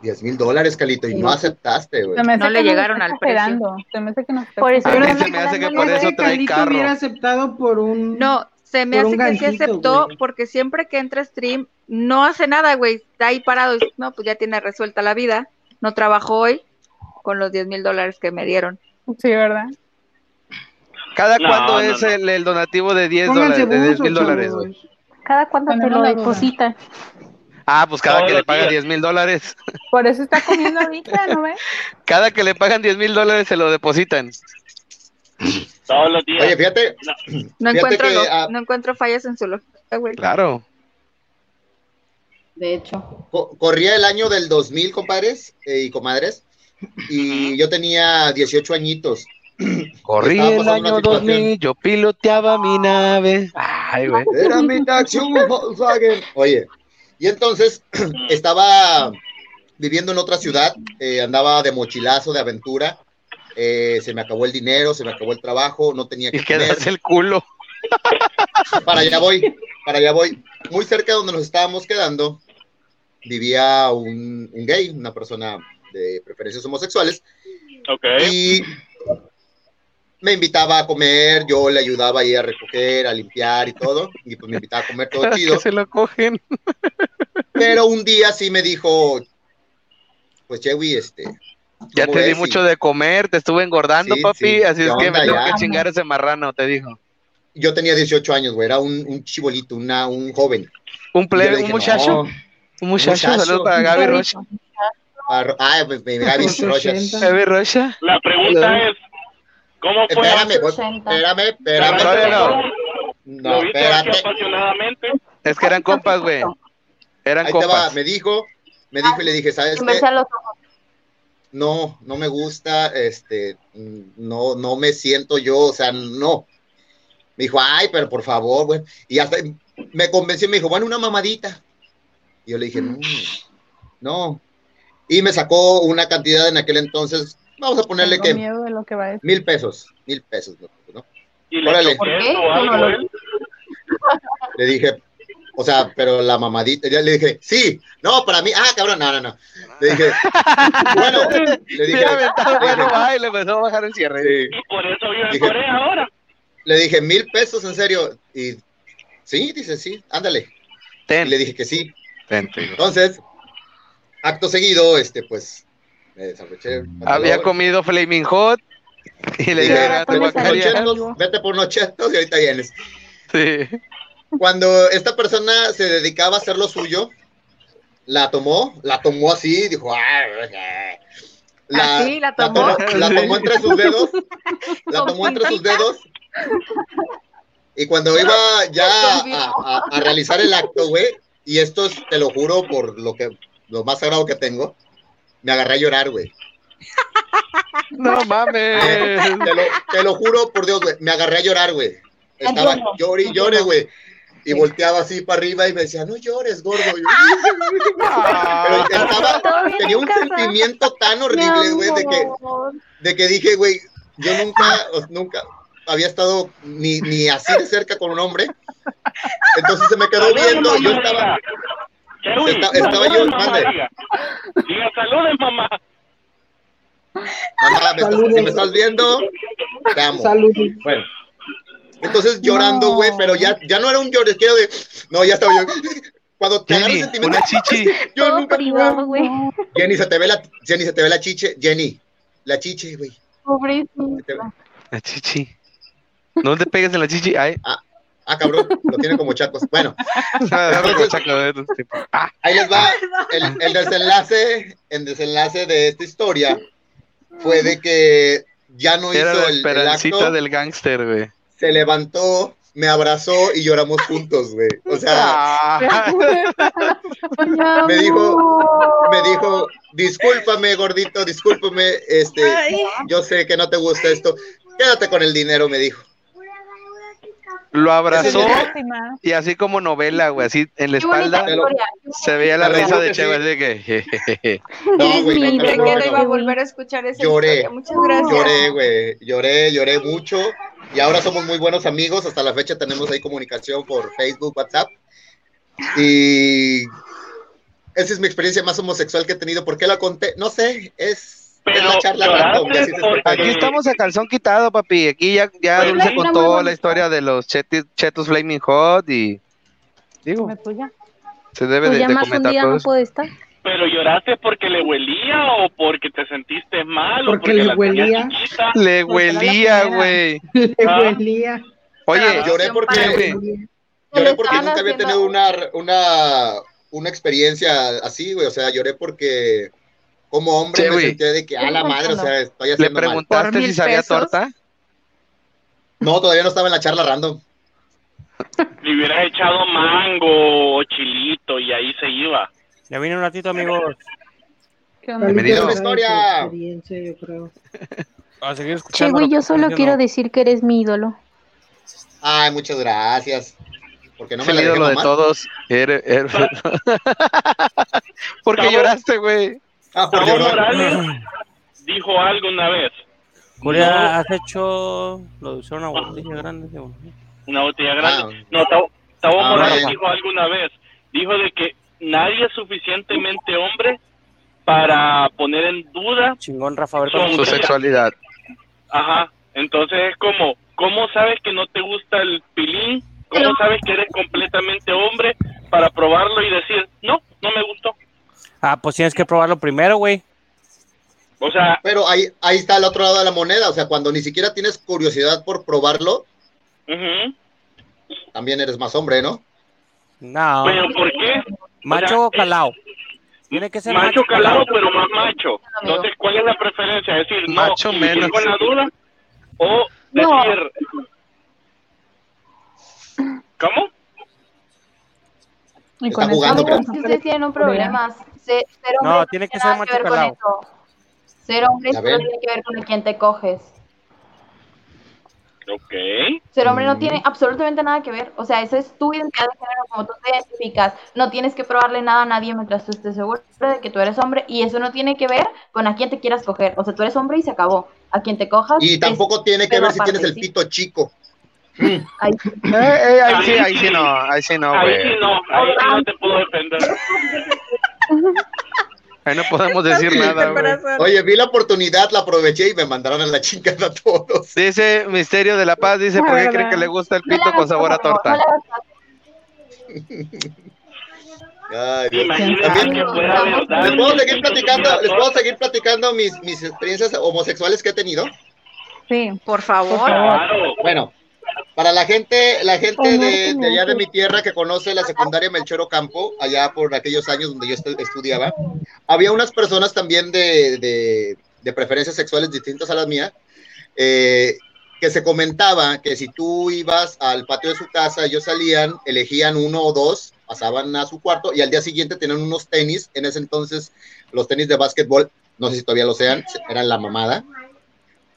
Speaker 3: 10 mil dólares, Calito, y no aceptaste, güey.
Speaker 7: Se me hace
Speaker 11: no le
Speaker 7: que nos
Speaker 11: llegaron
Speaker 7: está
Speaker 11: al precio.
Speaker 7: esperando, Se me hace que nos está
Speaker 10: Por eso
Speaker 2: A
Speaker 10: Pero
Speaker 2: mí
Speaker 10: no
Speaker 2: se
Speaker 10: me
Speaker 2: me hace que
Speaker 10: ganan
Speaker 2: por
Speaker 10: las
Speaker 2: eso
Speaker 5: que
Speaker 2: trae
Speaker 5: Calito
Speaker 2: carro.
Speaker 5: hubiera aceptado por un.
Speaker 11: No, se me
Speaker 5: Por
Speaker 11: hace
Speaker 5: un
Speaker 11: que sí
Speaker 5: ganjito,
Speaker 11: aceptó
Speaker 5: güey.
Speaker 11: porque siempre que entra stream no hace nada, güey. Está ahí parado y no, pues ya tiene resuelta la vida. No trabajó hoy con los 10 mil dólares que me dieron.
Speaker 7: Sí, ¿verdad?
Speaker 2: ¿Cada
Speaker 13: No,
Speaker 2: cuándo
Speaker 13: no,
Speaker 2: es
Speaker 13: no.
Speaker 2: El, el donativo de 10
Speaker 13: Pónganse
Speaker 2: dólares, de 10
Speaker 13: buzos,
Speaker 2: mil dólares?
Speaker 13: chavos.
Speaker 2: güey?
Speaker 10: Cada cuando
Speaker 7: Bueno,
Speaker 10: te lo
Speaker 7: no, no, no.
Speaker 10: depositan.
Speaker 2: Ah, pues cada
Speaker 13: Todos
Speaker 2: que le
Speaker 13: los
Speaker 2: pagan
Speaker 13: días.
Speaker 2: 10 mil dólares.
Speaker 7: Por eso está comiendo ahorita, ¿no ves?
Speaker 2: Cada que le pagan 10 mil dólares se lo depositan.
Speaker 13: Todos los días.
Speaker 3: Oye, fíjate.
Speaker 11: No
Speaker 3: Fíjate
Speaker 11: encuentro,
Speaker 3: que,
Speaker 11: lo-
Speaker 3: ah,
Speaker 11: no encuentro fallas en su lógica, güey.
Speaker 2: Claro.
Speaker 6: De hecho.
Speaker 3: co- corría el año del 2000, compadres eh, y comadres, y yo tenía 18 añitos.
Speaker 2: Corrí
Speaker 3: Estaba
Speaker 2: el
Speaker 3: pasando una
Speaker 2: año
Speaker 3: situación.
Speaker 2: 2000, yo piloteaba mi nave. Ay, güey.
Speaker 3: Era mi taxi, un Volkswagen. Oye, y entonces estaba viviendo en otra ciudad, eh, andaba de mochilazo, de aventura, eh, se me acabó el dinero, se me acabó el trabajo, no tenía que
Speaker 2: Y quedas
Speaker 3: comer.
Speaker 2: el culo.
Speaker 3: Para allá voy, para allá voy. Muy cerca de donde nos estábamos quedando, vivía un, un gay, una persona de preferencias homosexuales,
Speaker 13: Ok.
Speaker 3: y me invitaba a comer, yo le ayudaba ahí a recoger, a limpiar y todo, y pues me invitaba a comer todo chido.
Speaker 2: Que se lo cogen.
Speaker 3: Pero un día sí me dijo, pues Chewy, este,
Speaker 2: Ya
Speaker 3: ¿Cómo
Speaker 2: te di
Speaker 3: ves?
Speaker 2: mucho de comer, te estuve engordando,
Speaker 3: Sí,
Speaker 2: papi,
Speaker 3: sí.
Speaker 2: así
Speaker 3: ¿Qué
Speaker 2: es que me
Speaker 3: onda
Speaker 2: tengo
Speaker 3: ya?
Speaker 2: que chingar ese marrano, te dijo.
Speaker 3: yo tenía 18 años, güey, era un, un chibolito, una, un joven.
Speaker 2: Un plebe,
Speaker 3: Y yo le
Speaker 2: un muchacho,
Speaker 3: "No,
Speaker 2: Un muchacho, saludos para Gaby Rocha.
Speaker 3: para- Ah, pues, mi Gaby Rocha.
Speaker 2: Gaby Rocha.
Speaker 13: La pregunta es, ¿cómo fue?
Speaker 3: Espérame, voy- espérame, espérame.
Speaker 2: Todavía no.
Speaker 3: No,
Speaker 13: ¿Lo viste aquí
Speaker 3: espérate.
Speaker 13: apasionadamente?
Speaker 2: Es que eran compas, güey. Eran
Speaker 3: Ahí te va,
Speaker 2: compas.
Speaker 3: me dijo, me dijo y le dije, ¿sabes qué?
Speaker 6: Conversar los ojos.
Speaker 3: No, no me gusta, este, mm, no, no me siento yo, o sea, no. Me dijo, ay, pero por favor, güey. Y hasta me convenció, me dijo, bueno, una mamadita. Y yo le dije, no, no. Y me sacó una cantidad en aquel entonces, vamos a ponerle
Speaker 7: Tengo
Speaker 3: que
Speaker 7: miedo de lo que va a decir.
Speaker 3: mil pesos, mil pesos, ¿no? ¿no?
Speaker 13: ¿Y le
Speaker 3: Órale.
Speaker 13: chocó
Speaker 3: ¿Por
Speaker 13: el
Speaker 3: qué?
Speaker 13: o
Speaker 3: Yo
Speaker 13: algo
Speaker 3: no lo
Speaker 13: él?
Speaker 3: Le dije, o sea, pero la mamadita, ya le dije, sí, no, para mí, ah, cabrón, no, no, no. Le dije, bueno, le dije,
Speaker 2: Bien aventado,
Speaker 3: le dije,
Speaker 2: bueno, va, y le empezó a bajar el cierre.
Speaker 3: Sí.
Speaker 13: Por eso vive en
Speaker 3: Dije-
Speaker 13: Corea ahora.
Speaker 3: le dije, mil pesos, en serio. Y sí, dice, sí, ándale.
Speaker 2: Ten.
Speaker 3: Y le dije que sí.
Speaker 2: Ten, te digo.
Speaker 3: Entonces, acto seguido, este, pues, me desabroché. el pantalón.
Speaker 2: Había comido Flaming Hot y le
Speaker 3: Dije,
Speaker 2: dije,
Speaker 3: "Te voy a comer
Speaker 2: "Bacaria".
Speaker 3: chetos, vete por unos chetos y ahorita vienes.
Speaker 2: Sí.
Speaker 3: Cuando esta persona se dedicaba a hacer lo suyo, la tomó, la tomó así, dijo, "Ah, ah".
Speaker 11: Así, la tomó.
Speaker 3: la tomó entre sus dedos, la tomó
Speaker 18: pues,
Speaker 3: entre sus dedos. Y cuando iba ya a, a- a realizar el acto, güey, y esto es, te lo juro por lo que lo más sagrado que tengo, me agarré a llorar, güey.
Speaker 2: No mames.
Speaker 3: Te lo, te lo juro por Dios, güey, me agarré a llorar, güey. Estaba
Speaker 6: Entiendo,
Speaker 3: llore y llore, güey. Y volteaba así para arriba y me decía, no llores, gordo. Y yo, Pero
Speaker 2: Ah.
Speaker 3: estaba, tenía un sentimiento tan horrible, güey, de que, de que dije, güey, yo nunca, o- nunca había estado ni, ni así de cerca con un hombre. Entonces se me quedó
Speaker 13: Saludos,
Speaker 3: viendo, yo
Speaker 13: mamá
Speaker 3: estaba,
Speaker 13: María. Chewy,
Speaker 3: Esta- estaba yo,
Speaker 13: saludos, mamá
Speaker 3: mande.
Speaker 13: María. Diga, saludos, mamá.
Speaker 3: mamá, me estás- si me estás viendo, te amo.
Speaker 5: Saludos.
Speaker 3: Bueno. Entonces llorando, güey, pero ya, ya no era un llor, quiero de, no, ya estaba yo. Cuando te agarra el
Speaker 2: Jenny,
Speaker 3: sentimiento,
Speaker 2: una chichi.
Speaker 3: yo
Speaker 10: Todo
Speaker 3: nunca.
Speaker 10: privado, güey.
Speaker 3: Jenny, se te ve la, Jenny, se te ve la chiche, Jenny, la chiche, güey.
Speaker 10: Pobrecito.
Speaker 3: se te ve-
Speaker 2: La chichi. No te pegues en la chichi. Ay.
Speaker 3: Ah, cabrón, lo tiene como chacos. Bueno,
Speaker 2: Dame con chaco, eh, tipo. Ah,
Speaker 3: Ahí les va el, el desenlace, el desenlace de esta historia fue de que ya no
Speaker 2: Era la
Speaker 3: hizo el, el
Speaker 2: esperancita
Speaker 3: acto,
Speaker 2: del gángster, güey.
Speaker 3: se levantó, me abrazó y lloramos juntos, güey. O sea,
Speaker 2: Ah,
Speaker 3: me dijo, me dijo, discúlpame, gordito, discúlpame, este, yo sé que no te gusta esto, quédate con el dinero, me dijo.
Speaker 2: lo
Speaker 7: Pero
Speaker 2: abrazó
Speaker 7: yo lástima.
Speaker 2: y así como novela, güey, así en la
Speaker 6: Qué bonita
Speaker 2: espalda
Speaker 3: Pero-
Speaker 6: historia.
Speaker 2: se veía la
Speaker 3: Pero
Speaker 2: risa
Speaker 3: juro
Speaker 2: de
Speaker 3: que
Speaker 2: Cheva,
Speaker 3: sí.
Speaker 2: así que jejeje.
Speaker 3: No, güey, no,
Speaker 11: Ni
Speaker 3: no,
Speaker 11: creí
Speaker 3: no,
Speaker 11: que no
Speaker 3: no.
Speaker 11: iba a volver a escuchar esa
Speaker 3: Lloré.
Speaker 11: historia. Muchas gracias.
Speaker 3: Lloré, güey, lloré, lloré mucho. Y ahora somos muy buenos amigos. Hasta la fecha tenemos ahí comunicación por Facebook, WhatsApp. Y esa es mi experiencia más homosexual que he tenido. ¿Por qué la conté? No sé, es, es
Speaker 13: Pero
Speaker 3: la charla
Speaker 13: lloraste
Speaker 3: random, que así se
Speaker 13: porque-
Speaker 3: escucha.
Speaker 2: Aquí estamos a calzón quitado, papi. Aquí ya, ya
Speaker 13: Pues,
Speaker 2: Dulce
Speaker 13: mira,
Speaker 6: muy
Speaker 2: contó
Speaker 6: bonito.
Speaker 2: la historia de los chetis- chetos Flaming Hot y digo,
Speaker 7: Me tuya.
Speaker 2: se debe
Speaker 14: Pues
Speaker 2: de,
Speaker 14: ya
Speaker 2: de
Speaker 14: más un
Speaker 10: Pues
Speaker 2: comentar
Speaker 14: día
Speaker 2: todo
Speaker 14: no
Speaker 2: eso.
Speaker 14: puedo estar.
Speaker 13: pero lloraste porque le huelía o porque te sentiste mal o
Speaker 2: Porque le
Speaker 13: la tenías
Speaker 2: huelía.
Speaker 13: chiquita?
Speaker 2: Le huelía, güey.
Speaker 13: Ah.
Speaker 2: Oye,
Speaker 3: lloré porque, lloré porque nunca había tenido una, una, una experiencia así, güey. O sea, lloré porque como hombre
Speaker 2: Sí,
Speaker 3: me
Speaker 2: güey.
Speaker 3: sentía de que, a la madre, o sea, estoy
Speaker 2: ¿Le
Speaker 3: haciendo mal.
Speaker 2: preguntaste ¿Por si mil sabía pesos? torta?
Speaker 3: No, todavía no estaba en la charla random.
Speaker 13: Le hubieras echado mango o chilito y ahí se iba.
Speaker 8: Ya vine un ratito, amigos.
Speaker 13: Bienvenido.
Speaker 5: Esa
Speaker 13: Historia.
Speaker 5: experiencia, yo creo.
Speaker 8: A seguir
Speaker 10: Che,
Speaker 8: escuchando.
Speaker 10: güey,
Speaker 8: lo que
Speaker 10: yo
Speaker 8: está
Speaker 10: solo
Speaker 8: diciendo.
Speaker 10: quiero decir que eres mi ídolo.
Speaker 3: Ay, muchas gracias. Porque no
Speaker 2: Es
Speaker 3: me
Speaker 2: el
Speaker 3: la dejé
Speaker 2: ídolo de
Speaker 3: mamar.
Speaker 2: todos. Ere- ere- ¿Por qué lloraste, güey?
Speaker 3: Ah,
Speaker 13: por Ramón Morales dijo algo una vez.
Speaker 8: Julia,
Speaker 13: No.
Speaker 8: has hecho lo de usar una botella grande. de botella.
Speaker 13: Una botella grande. no, Tavo, Tavo
Speaker 8: Ah,
Speaker 13: Morales
Speaker 8: bueno.
Speaker 13: dijo alguna vez, dijo de que nadie es suficientemente hombre para poner en duda
Speaker 8: Chingón, Rafa, a ver
Speaker 13: Su
Speaker 8: cómo
Speaker 13: sexualidad. Ajá, entonces es como, ¿cómo sabes que no te gusta el pilín? ¿Cómo sabes que eres completamente hombre para probarlo y decir, no, no me gustó?
Speaker 8: Ah, pues tienes que probarlo primero, güey.
Speaker 13: O sea,
Speaker 3: pero ahí, ahí está el otro lado de la moneda. O sea, cuando ni siquiera tienes curiosidad por probarlo, también eres más hombre, ¿no?
Speaker 8: No.
Speaker 13: ¿Pero por qué?
Speaker 8: Macho o calao. Tiene que ser
Speaker 13: Macho
Speaker 8: macho
Speaker 13: calado,
Speaker 8: calao.
Speaker 13: pero más macho. Entonces, ¿cuál es la preferencia? Es decir, no,
Speaker 8: Macho
Speaker 13: y me
Speaker 8: menos.
Speaker 13: quedo en la duda o
Speaker 10: No.
Speaker 13: decir... ¿Cómo?
Speaker 10: Y
Speaker 3: Está
Speaker 10: con eso-
Speaker 3: jugando,
Speaker 10: Ay,
Speaker 3: creo.
Speaker 10: es que
Speaker 6: Ustedes
Speaker 10: ustedes-
Speaker 6: tienen un problema. Ser, ser
Speaker 8: No,
Speaker 6: hombre
Speaker 8: tiene que
Speaker 6: nada
Speaker 8: ser
Speaker 6: ver con
Speaker 8: machucalao.
Speaker 6: eso. Ser hombre
Speaker 8: Ya
Speaker 6: solo
Speaker 8: ven.
Speaker 6: tiene que ver con a quién te coges.
Speaker 13: Ok.
Speaker 6: Ser hombre
Speaker 3: Mm.
Speaker 6: no tiene absolutamente nada que ver. O sea, esa es tu identidad de género, como tú te identificas. No tienes que probarle nada a nadie mientras tú estés seguro de que tú eres hombre. Y eso no tiene que ver con a quién te quieras coger. O sea, tú eres hombre y se acabó. A quien te cojas.
Speaker 3: Y
Speaker 6: es-
Speaker 3: tampoco tiene que
Speaker 6: pero
Speaker 3: ver si tienes
Speaker 6: aparte,
Speaker 3: el
Speaker 6: sí.
Speaker 3: pito chico.
Speaker 6: Ay,
Speaker 2: Eh, eh, ahí sí, ahí sí no, ahí sí no,
Speaker 13: Ahí sí
Speaker 2: güey.
Speaker 13: no, ahí sí no te puedo defender.
Speaker 2: Ahí no podemos decir nada, güey.
Speaker 3: Oye, vi la oportunidad, la aproveché y me mandaron a la chingada a todos.
Speaker 2: Dice Misterio de la Paz, dice,
Speaker 3: La
Speaker 2: ¿por qué
Speaker 3: verdad.
Speaker 2: creen que le gusta el
Speaker 3: No le
Speaker 2: pito con
Speaker 3: hagas
Speaker 2: sabor a
Speaker 3: caso, no,
Speaker 2: torta?
Speaker 3: no Ay, Dios.
Speaker 13: Imagínate
Speaker 3: También-
Speaker 13: que fuera verdad.
Speaker 3: ¿Les puedo seguir
Speaker 13: Yo
Speaker 3: platicando,
Speaker 13: supiera
Speaker 3: les puedo
Speaker 13: todo.
Speaker 3: seguir platicando mis, mis experiencias homosexuales que he tenido?
Speaker 10: Sí,
Speaker 11: por favor.
Speaker 3: Bueno, para la gente, la gente
Speaker 11: Ay, no,
Speaker 3: de,
Speaker 11: no,
Speaker 3: de allá de
Speaker 11: no.
Speaker 3: mi tierra que conoce la secundaria Melchor Ocampo, allá por aquellos años donde yo estu- estudiaba, había unas personas también de, de- de preferencias sexuales distintas a las mías, eh, que se comentaba que si tú ibas al patio de su casa, ellos salían, elegían uno o dos, pasaban a su cuarto y al día siguiente tenían unos tenis, en ese entonces los tenis de básquetbol, no sé si todavía lo sean, eran la mamada.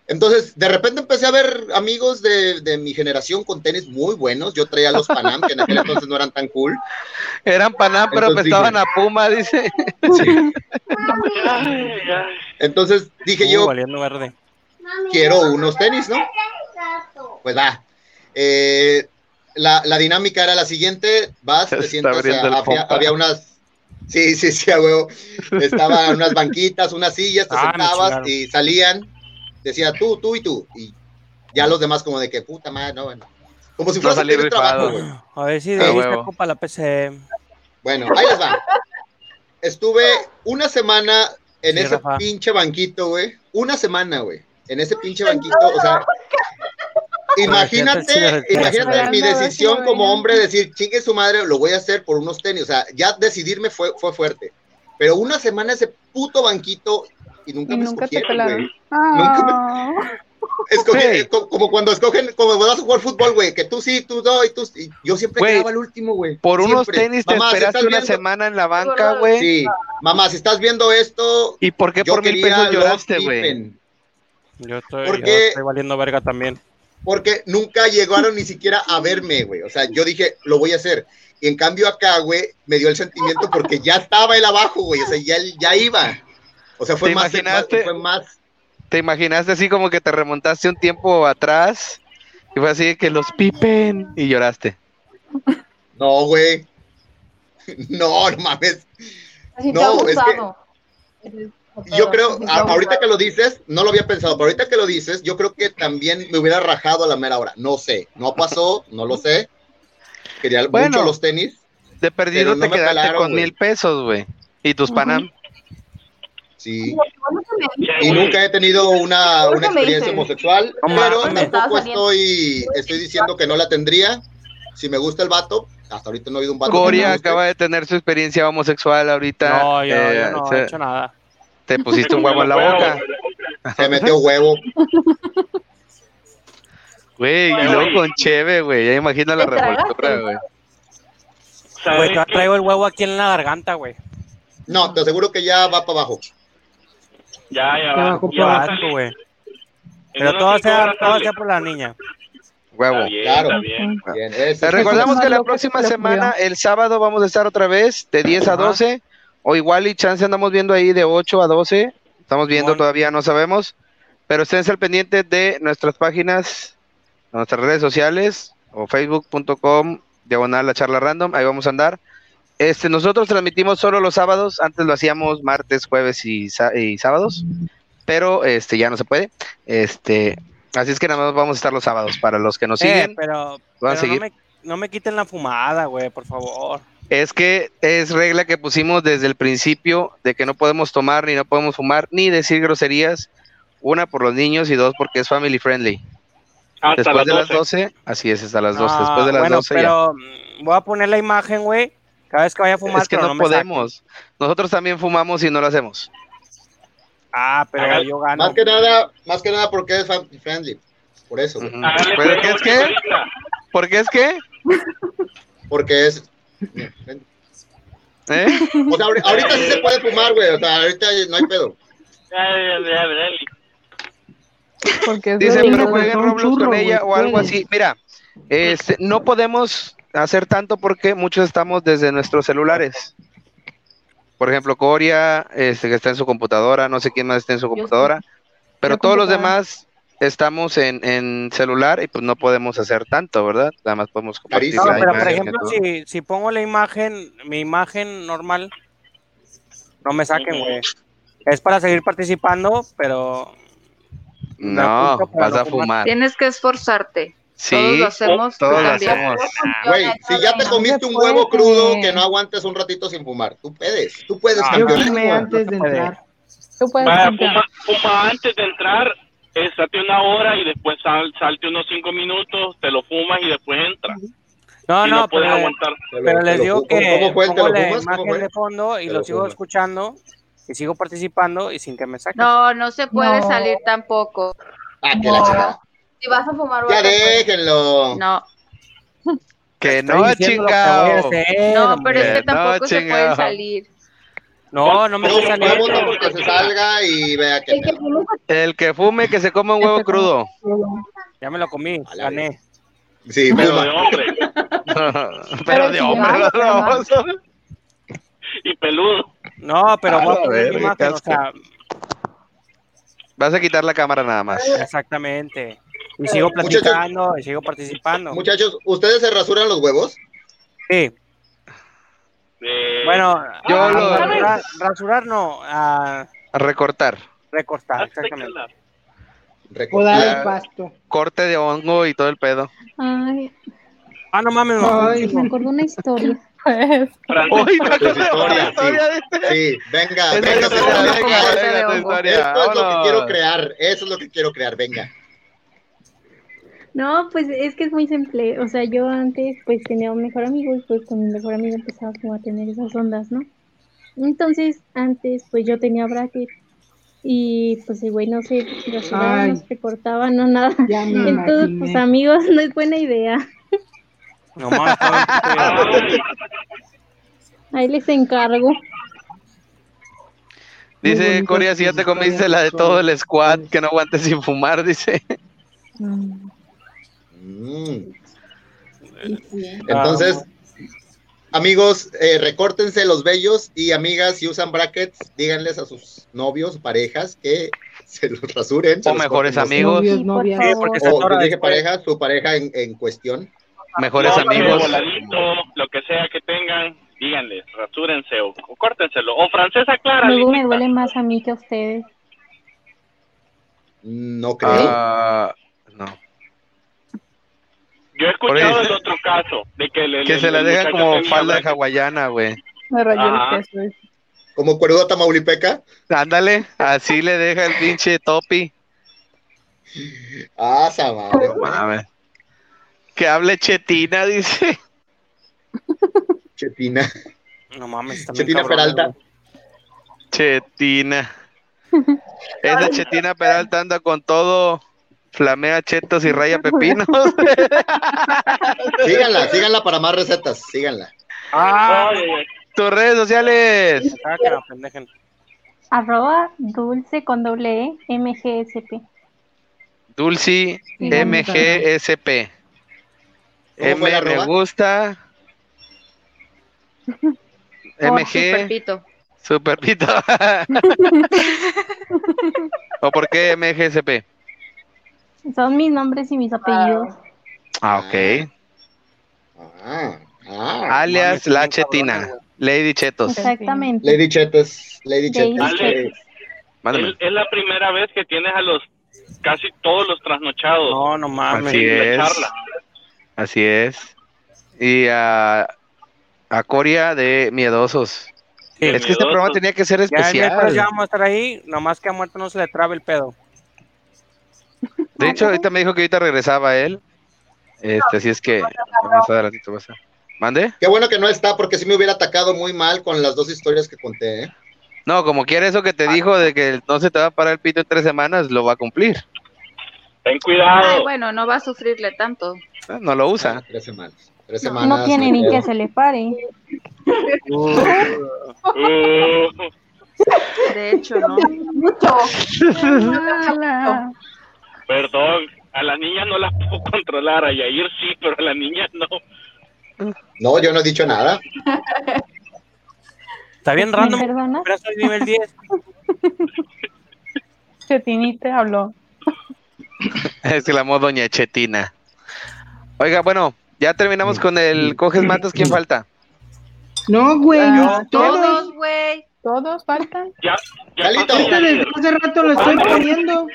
Speaker 3: Entonces, de repente empecé a ver amigos de, de mi generación con tenis muy buenos. Yo traía los Panam, que en aquel entonces no eran tan cool.
Speaker 2: Eran Panam, pero apestaban a Puma, dice.
Speaker 3: Entonces dije
Speaker 8: Uh,
Speaker 3: yo,
Speaker 8: valiendo verde.
Speaker 3: quiero unos tenis, ¿no? Pues va. Eh, la, la dinámica era la siguiente: vas, te sientas.
Speaker 2: abriendo el
Speaker 3: a- Había,
Speaker 2: compa.
Speaker 3: había unas. Sí, sí, sí, a huevo. Estaban unas banquitas, unas sillas, te
Speaker 2: Ah, me
Speaker 3: sentabas
Speaker 2: chingaron.
Speaker 3: y salían. Decía tú, tú y tú. Y ya los demás, como de que puta madre, no, bueno. Como si
Speaker 8: No
Speaker 3: fuera
Speaker 8: salí
Speaker 3: a trabajo,
Speaker 8: rifado.
Speaker 3: güey.
Speaker 8: A ver si
Speaker 3: A
Speaker 8: de esta
Speaker 3: huevo.
Speaker 8: copa la
Speaker 2: Pues, eh,
Speaker 8: PC.
Speaker 3: Bueno, ahí les va. Estuve
Speaker 7: Ah.
Speaker 3: una semana en
Speaker 8: Sí,
Speaker 3: ese
Speaker 8: Rafa.
Speaker 3: pinche banquito, güey. Una semana, güey. En ese pinche banquito, o sea.
Speaker 17: Sí, sí,
Speaker 3: Imagínate,
Speaker 17: sí,
Speaker 3: imagínate
Speaker 17: sí.
Speaker 3: mi decisión
Speaker 17: Sí,
Speaker 3: como
Speaker 17: sí.
Speaker 3: hombre decir, chingue su madre, lo voy a hacer por unos tenis. O sea, ya decidirme fue, fue fuerte. Pero una semana ese puto banquito y nunca
Speaker 7: Y
Speaker 3: me
Speaker 7: nunca te
Speaker 3: escogieron,
Speaker 7: pelaron.
Speaker 3: güey. Nunca me-
Speaker 7: Ah.
Speaker 3: Escogí- co- como cuando escogen, como cuando vas a jugar fútbol, güey, que tú sí, tú no, y tú y yo siempre
Speaker 2: Güey,
Speaker 3: quedaba el último, güey.
Speaker 2: Por unos
Speaker 3: Siempre.
Speaker 2: tenis te
Speaker 3: Mamá, ¿sí
Speaker 2: esperaste
Speaker 3: estás
Speaker 2: una
Speaker 3: viendo?
Speaker 2: semana en la banca, güey.
Speaker 3: Sí, mamá, si estás viendo esto.
Speaker 2: ¿Y por qué
Speaker 3: yo
Speaker 2: por mil
Speaker 3: quería
Speaker 2: pesos
Speaker 3: los
Speaker 2: lloraste, güey?
Speaker 3: Pippen,
Speaker 8: Yo estoy,
Speaker 3: ¿Por
Speaker 8: yo
Speaker 3: qué?
Speaker 8: estoy valiendo verga también.
Speaker 3: Porque nunca llegaron ni siquiera a verme, güey. O sea, yo dije, lo voy a hacer. Y en cambio acá, güey, me dio el sentimiento porque ya estaba él abajo, güey. O sea, ya, él- ya iba. O sea, fue
Speaker 2: ¿Te
Speaker 3: más,
Speaker 2: imaginaste?
Speaker 3: fue más.
Speaker 2: ¿Te imaginaste así como que te remontaste un tiempo atrás? Y fue así de que los pipen y lloraste.
Speaker 3: No, güey. No, no mames.
Speaker 6: así te ha
Speaker 3: No, es que
Speaker 6: gustado.
Speaker 3: yo creo, a- ahorita que lo dices, no lo había pensado, pero ahorita que lo dices, yo creo que también me hubiera rajado a la mera hora. No sé, no pasó, no lo sé. Quería
Speaker 2: Bueno,
Speaker 3: mucho los tenis.
Speaker 2: De perdido
Speaker 3: Pero no
Speaker 2: te
Speaker 3: me
Speaker 2: quedaste
Speaker 3: pelaron,
Speaker 2: con
Speaker 3: güey.
Speaker 2: mil pesos, güey. ¿Y tus Panam?
Speaker 3: Sí. Y nunca he tenido una, una experiencia homosexual,
Speaker 2: No
Speaker 3: pero
Speaker 2: mames.
Speaker 3: tampoco estoy, estoy diciendo que no la tendría. Si me gusta el vato, hasta ahorita no he oído un vato. que me
Speaker 2: Coria
Speaker 3: guste.
Speaker 2: acaba de tener su experiencia homosexual ahorita. eh,
Speaker 3: No, yo- yo no he
Speaker 2: se-
Speaker 3: hecho
Speaker 8: nada.
Speaker 2: Te pusiste un huevo en la
Speaker 3: Huevo.
Speaker 2: boca.
Speaker 3: Se metió huevo.
Speaker 2: Güey, y luego con Cheve, güey. Ya imagino la revoltura, güey. eh,
Speaker 8: Güey, yo traigo el huevo aquí en la garganta, güey.
Speaker 3: No, te aseguro que ya va para abajo.
Speaker 13: Ya, ya
Speaker 8: Qué
Speaker 13: va.
Speaker 8: asco,
Speaker 13: Ya va a
Speaker 8: asco,
Speaker 13: salir.
Speaker 8: güey.
Speaker 13: En
Speaker 8: Pero
Speaker 13: unos
Speaker 8: todo
Speaker 13: cinco
Speaker 8: sea,
Speaker 13: horas
Speaker 8: todo
Speaker 13: sale.
Speaker 8: sea por la niña.
Speaker 2: Huevo.
Speaker 13: Claro. está bien.
Speaker 2: Les recordamos que la próxima
Speaker 13: se le
Speaker 2: semana,
Speaker 13: ocurrió.
Speaker 2: el sábado, vamos a estar otra vez de 10 a
Speaker 13: Ajá.
Speaker 2: 12. O igual y chance andamos viendo ahí de 8 a 12. Estamos viendo, todavía no sabemos. Pero esténse al pendiente de nuestras páginas, nuestras redes sociales o facebook.com diagonal la charla random. Ahí vamos a andar. Este, nosotros transmitimos solo los sábados. Antes lo hacíamos martes, jueves y, sa- y sábados. Pero este ya no se puede. Este, así es que nada más vamos a estar los sábados para los que nos
Speaker 8: Eh,
Speaker 2: siguen.
Speaker 8: pero
Speaker 2: Van a
Speaker 8: pero no,
Speaker 2: seguir.
Speaker 8: me, no me quiten la fumada, güey, por favor.
Speaker 2: Es que es regla que pusimos desde el principio de que no podemos tomar, ni no podemos fumar, ni decir groserías. Una por los niños y dos porque es family friendly.
Speaker 8: Hasta
Speaker 2: después
Speaker 8: las
Speaker 2: de las
Speaker 8: 12.
Speaker 2: 12, así es, hasta las 12.
Speaker 8: Ah,
Speaker 2: después de las
Speaker 8: bueno,
Speaker 2: 12 ya.
Speaker 8: pero mm, voy a poner la imagen, güey, cada vez que vaya a fumar,
Speaker 2: es que
Speaker 8: pero
Speaker 2: no
Speaker 8: me saquen.
Speaker 2: podemos. Nosotros también fumamos y no lo hacemos.
Speaker 8: Ah, pero
Speaker 3: Hagan-
Speaker 8: yo gano.
Speaker 3: Más que nada, más que nada porque es family friendly. Por eso. güey.
Speaker 2: Háganle ¿Pero qué es que? ¿Por qué es que?
Speaker 3: Porque es.
Speaker 2: ¿Eh?
Speaker 3: O sea, ahori- ahorita sí se puede fumar, güey. O sea, ahorita no hay pedo.
Speaker 7: Porque es
Speaker 2: Dicen,
Speaker 7: de-
Speaker 2: pero
Speaker 7: de-
Speaker 2: jueguen
Speaker 7: son
Speaker 2: Roblox
Speaker 7: churros,
Speaker 2: con ella
Speaker 7: güey,
Speaker 2: o algo
Speaker 7: ustedes.
Speaker 2: así. Mira, este, no podemos hacer tanto porque muchos estamos desde nuestros celulares. Por ejemplo, Coria, este, que está en su computadora, no sé quién más está en su computadora, pero todos los demás estamos en, en celular y pues no podemos hacer tanto, ¿verdad? Nada más podemos compartir
Speaker 8: No,
Speaker 2: la
Speaker 8: pero por
Speaker 2: imagen,
Speaker 8: ejemplo,
Speaker 2: todo.
Speaker 8: si, si pongo la imagen, mi imagen normal, no me saquen, güey. Es para seguir participando, pero
Speaker 2: No, vas a fumar.
Speaker 11: Tienes que esforzarte.
Speaker 2: Sí,
Speaker 11: todos lo hacemos.
Speaker 2: todos
Speaker 11: tú
Speaker 2: lo
Speaker 11: también.
Speaker 2: hacemos.
Speaker 3: Güey, si ya te comiste un huevo crudo, que no aguantes un ratito sin fumar. Tú puedes, tú puedes,
Speaker 13: Ah,
Speaker 3: campeón.
Speaker 13: yo fumé
Speaker 5: antes de entrar.
Speaker 7: Tú puedes
Speaker 13: Para
Speaker 7: entrar.
Speaker 13: fuma, fuma antes de entrar, estate una hora y después sal- salte unos cinco minutos, te lo fumas y después entra.
Speaker 8: No,
Speaker 13: Y
Speaker 8: no,
Speaker 13: puedes
Speaker 8: pero-
Speaker 13: aguantar.
Speaker 8: pero les digo que pongo la imagen
Speaker 13: fue?
Speaker 8: de fondo y
Speaker 13: Te
Speaker 8: lo
Speaker 13: lo
Speaker 8: sigo
Speaker 13: fumas.
Speaker 8: escuchando y sigo participando y sin que me saquen.
Speaker 11: No, no se puede
Speaker 8: No.
Speaker 11: salir tampoco.
Speaker 3: Ah,
Speaker 8: que la chingada.
Speaker 11: Si vas a fumar,
Speaker 3: Ya
Speaker 11: vas a-
Speaker 6: pues,
Speaker 3: déjenlo.
Speaker 11: No,
Speaker 2: Que
Speaker 8: Estoy diciendo
Speaker 2: no,
Speaker 8: lo que
Speaker 2: chingado.
Speaker 8: voy a hacer,
Speaker 11: no,
Speaker 8: hombre.
Speaker 11: pero es que tampoco se pueden
Speaker 2: chingado.
Speaker 11: salir.
Speaker 8: No, no me
Speaker 3: No,
Speaker 8: estoy saliendo.
Speaker 3: vamos a porque se salga y vea que.
Speaker 2: El que fume, que se coma un
Speaker 7: Este
Speaker 2: huevo crudo.
Speaker 8: Ya me lo comí, gané.
Speaker 3: Sí,
Speaker 2: pero-
Speaker 13: de hombre.
Speaker 2: pero de hombre,
Speaker 8: Pero si
Speaker 2: no.
Speaker 8: vamos,
Speaker 13: Y peludo.
Speaker 8: No, pero
Speaker 2: A
Speaker 8: voy a
Speaker 2: Ah, la
Speaker 8: poner mi
Speaker 2: verga, qué
Speaker 8: imagen, o sea,
Speaker 2: Vas a quitar la cámara nada más.
Speaker 8: exactamente. Y sigo
Speaker 3: Muchachos.
Speaker 8: platicando y sigo participando.
Speaker 3: Muchachos, ¿ustedes se rasuran los huevos?
Speaker 8: Sí. Bueno,
Speaker 2: Yo
Speaker 8: ah,
Speaker 2: lo-
Speaker 8: rasurar, rasurar no, ah,
Speaker 2: A recortar.
Speaker 8: recortar, exactamente.
Speaker 5: O dar
Speaker 2: Ya,
Speaker 5: el pasto.
Speaker 2: corte de hongo y todo el pedo.
Speaker 10: Ay,
Speaker 8: Ah, no mames,
Speaker 10: ay, me acuerdo una historia.
Speaker 5: Pues.
Speaker 2: Uy, me acordé de
Speaker 3: historia,
Speaker 2: otra historia,
Speaker 3: Sí, venga,
Speaker 2: Es
Speaker 3: venga,
Speaker 2: verdad,
Speaker 3: venga,
Speaker 2: venga,
Speaker 3: venga,
Speaker 2: venga,
Speaker 3: venga,
Speaker 2: tu historia,
Speaker 3: Esto es lo que
Speaker 2: vámonos.
Speaker 3: quiero crear, eso es lo que quiero crear, venga.
Speaker 10: No, pues es que es muy simple. O sea, yo antes pues tenía un mejor amigo y pues con mi mejor amigo empezaba como a tener esas ondas, ¿no? Entonces, antes pues yo tenía bracket y pues el güey no se rasuraba,
Speaker 5: Ay.
Speaker 10: no se cortaba, no nada.
Speaker 5: Ya me
Speaker 10: Entonces,
Speaker 5: imaginé.
Speaker 10: pues amigos, no es buena idea.
Speaker 8: No mames,
Speaker 10: Ahí les encargo.
Speaker 2: Dice Coria, si ya te comiste la de todo el squad, que no aguantes sin fumar, dice.
Speaker 3: Mm. Entonces, amigos, eh, recórtense los vellos y amigas, si usan brackets, díganles a sus novios, parejas, que se los rasuren. se
Speaker 2: O
Speaker 3: los
Speaker 2: mejores
Speaker 3: corten los-
Speaker 2: amigos. Novios, Sí, por favor.
Speaker 5: novias.
Speaker 2: porque se
Speaker 3: O,
Speaker 2: atora
Speaker 3: yo dije
Speaker 2: después.
Speaker 3: pareja, su pareja en, en cuestión.
Speaker 2: Mejores
Speaker 13: No,
Speaker 2: amigos.
Speaker 13: voladito, lo que sea que tengan, díganles, rasúrense o, o córtenselo. O francesa clara.
Speaker 10: Luego me
Speaker 13: Lili.
Speaker 10: duele más a mí que a ustedes.
Speaker 3: No creo.
Speaker 2: Ah, no.
Speaker 13: Yo he escuchado el otro caso de que, el- el-
Speaker 2: Que se
Speaker 13: el
Speaker 2: la dejan
Speaker 13: muchacho
Speaker 2: como
Speaker 13: tenía
Speaker 2: falda
Speaker 13: brackets.
Speaker 2: hawaiana, güey.
Speaker 7: Me rayó el
Speaker 13: Ajá.
Speaker 7: queso.
Speaker 3: como cuerdo tamaulipeca.
Speaker 2: Ándale, así le deja el pinche topi.
Speaker 3: Ah, esa madre.
Speaker 2: No mames. Que hable Chetina, dice.
Speaker 3: Chetina.
Speaker 8: No mames, está bien
Speaker 3: Chetina
Speaker 8: cabrón,
Speaker 3: Peralta.
Speaker 2: Chetina. Esa Chetina Peralta anda con todo. Flamea chetos y raya pepinos.
Speaker 13: Ah.
Speaker 3: Síganla, síganla para más recetas, síganla.
Speaker 2: Ah,
Speaker 13: Ay, ay, ay.
Speaker 2: tus redes sociales.
Speaker 8: Ah, que la pendejen.
Speaker 10: Arroba dulce con doble E MGSP.
Speaker 2: Dulci MGSP.
Speaker 3: ¿Cómo fue la
Speaker 2: M me
Speaker 3: arroba?
Speaker 2: gusta. MG.
Speaker 11: Superpito.
Speaker 2: Superpito. ¿O por qué MGSP?
Speaker 10: Son mis nombres y mis apellidos.
Speaker 2: Ah, ok.
Speaker 3: Ah,
Speaker 2: Alias La Chetina. Lady Chetos.
Speaker 10: Exactamente.
Speaker 3: Lady Chetes, Lady
Speaker 10: Lady
Speaker 3: Chetes.
Speaker 13: Chetes.
Speaker 2: Mándame.
Speaker 13: Es, es la primera vez que tienes a los casi todos los trasnochados.
Speaker 8: No, no mames.
Speaker 2: Así es. Así es. Y a, a Coria de Miedosos. es que este
Speaker 13: Miedosos.
Speaker 2: programa tenía que ser
Speaker 8: Ya el miércoles
Speaker 2: especial.
Speaker 8: ya vamos a estar ahí, nomás que a muerto no se le trabe el pedo.
Speaker 2: De hecho, ahorita me dijo que ahorita regresaba él. Este, así es que más adelantito vas a. ¿Mande?
Speaker 3: Qué bueno que no está, porque si me hubiera atacado muy mal con las dos historias que conté. ¿eh?
Speaker 2: No, como quiera eso que te dijo de que no se te va a parar el pito en tres semanas, lo va a cumplir.
Speaker 13: Ten
Speaker 11: Ay,
Speaker 13: cuidado.
Speaker 11: bueno, no va a sufrirle tanto.
Speaker 2: Ah, No lo usa.
Speaker 3: Ah, Tres semanas. Tres
Speaker 10: No,
Speaker 3: semanas. eh,
Speaker 10: tiene
Speaker 3: no
Speaker 10: ni que
Speaker 3: creo.
Speaker 10: se le pare.
Speaker 3: eh,
Speaker 13: Uh,
Speaker 11: De hecho, ¿no?
Speaker 10: Mucho.
Speaker 13: perdón. A las niñas no las puedo controlar. A Yair sí, pero a las niñas no.
Speaker 3: No, yo no he dicho nada.
Speaker 8: Está bien
Speaker 10: ¿Me
Speaker 8: random,
Speaker 10: perdonas?
Speaker 8: pero soy nivel 10.
Speaker 10: Chetinita habló.
Speaker 2: Es que la llamó Doña Chetina. Oiga, bueno, ya terminamos con el coges matas. ¿Quién falta?
Speaker 5: No, güey,
Speaker 11: Ah,
Speaker 5: todos.
Speaker 11: todos, güey.
Speaker 7: Todos faltan.
Speaker 13: Ya, ya
Speaker 3: Calito,
Speaker 13: pasó
Speaker 5: Este
Speaker 13: Yair.
Speaker 5: de hace rato lo estoy poniendo.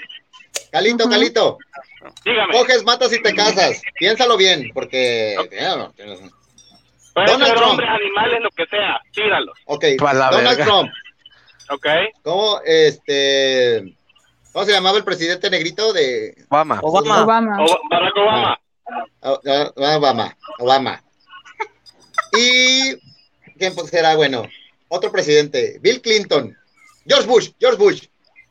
Speaker 3: Calito, Calito.
Speaker 13: Dígame.
Speaker 3: Coges, matas y te casas. Piénsalo bien, porque. eh, ya no tienes-
Speaker 13: Pueden
Speaker 3: Donald
Speaker 13: ser
Speaker 3: Trump.
Speaker 13: hombres, animales, lo que sea. Tíralos.
Speaker 3: Ok.
Speaker 2: Pa' la
Speaker 3: Donald
Speaker 2: verga.
Speaker 3: Trump.
Speaker 13: ¿Ok?
Speaker 3: ¿Cómo este. ¿Cómo se llamaba el presidente negrito de Ah.
Speaker 2: Obama.
Speaker 8: Obama,
Speaker 7: Obama.
Speaker 13: O- Barack Obama.
Speaker 3: O- o- Obama? Obama. Y. ¿Quién será bueno? Otro presidente. Bill Clinton. George Bush. George Bush.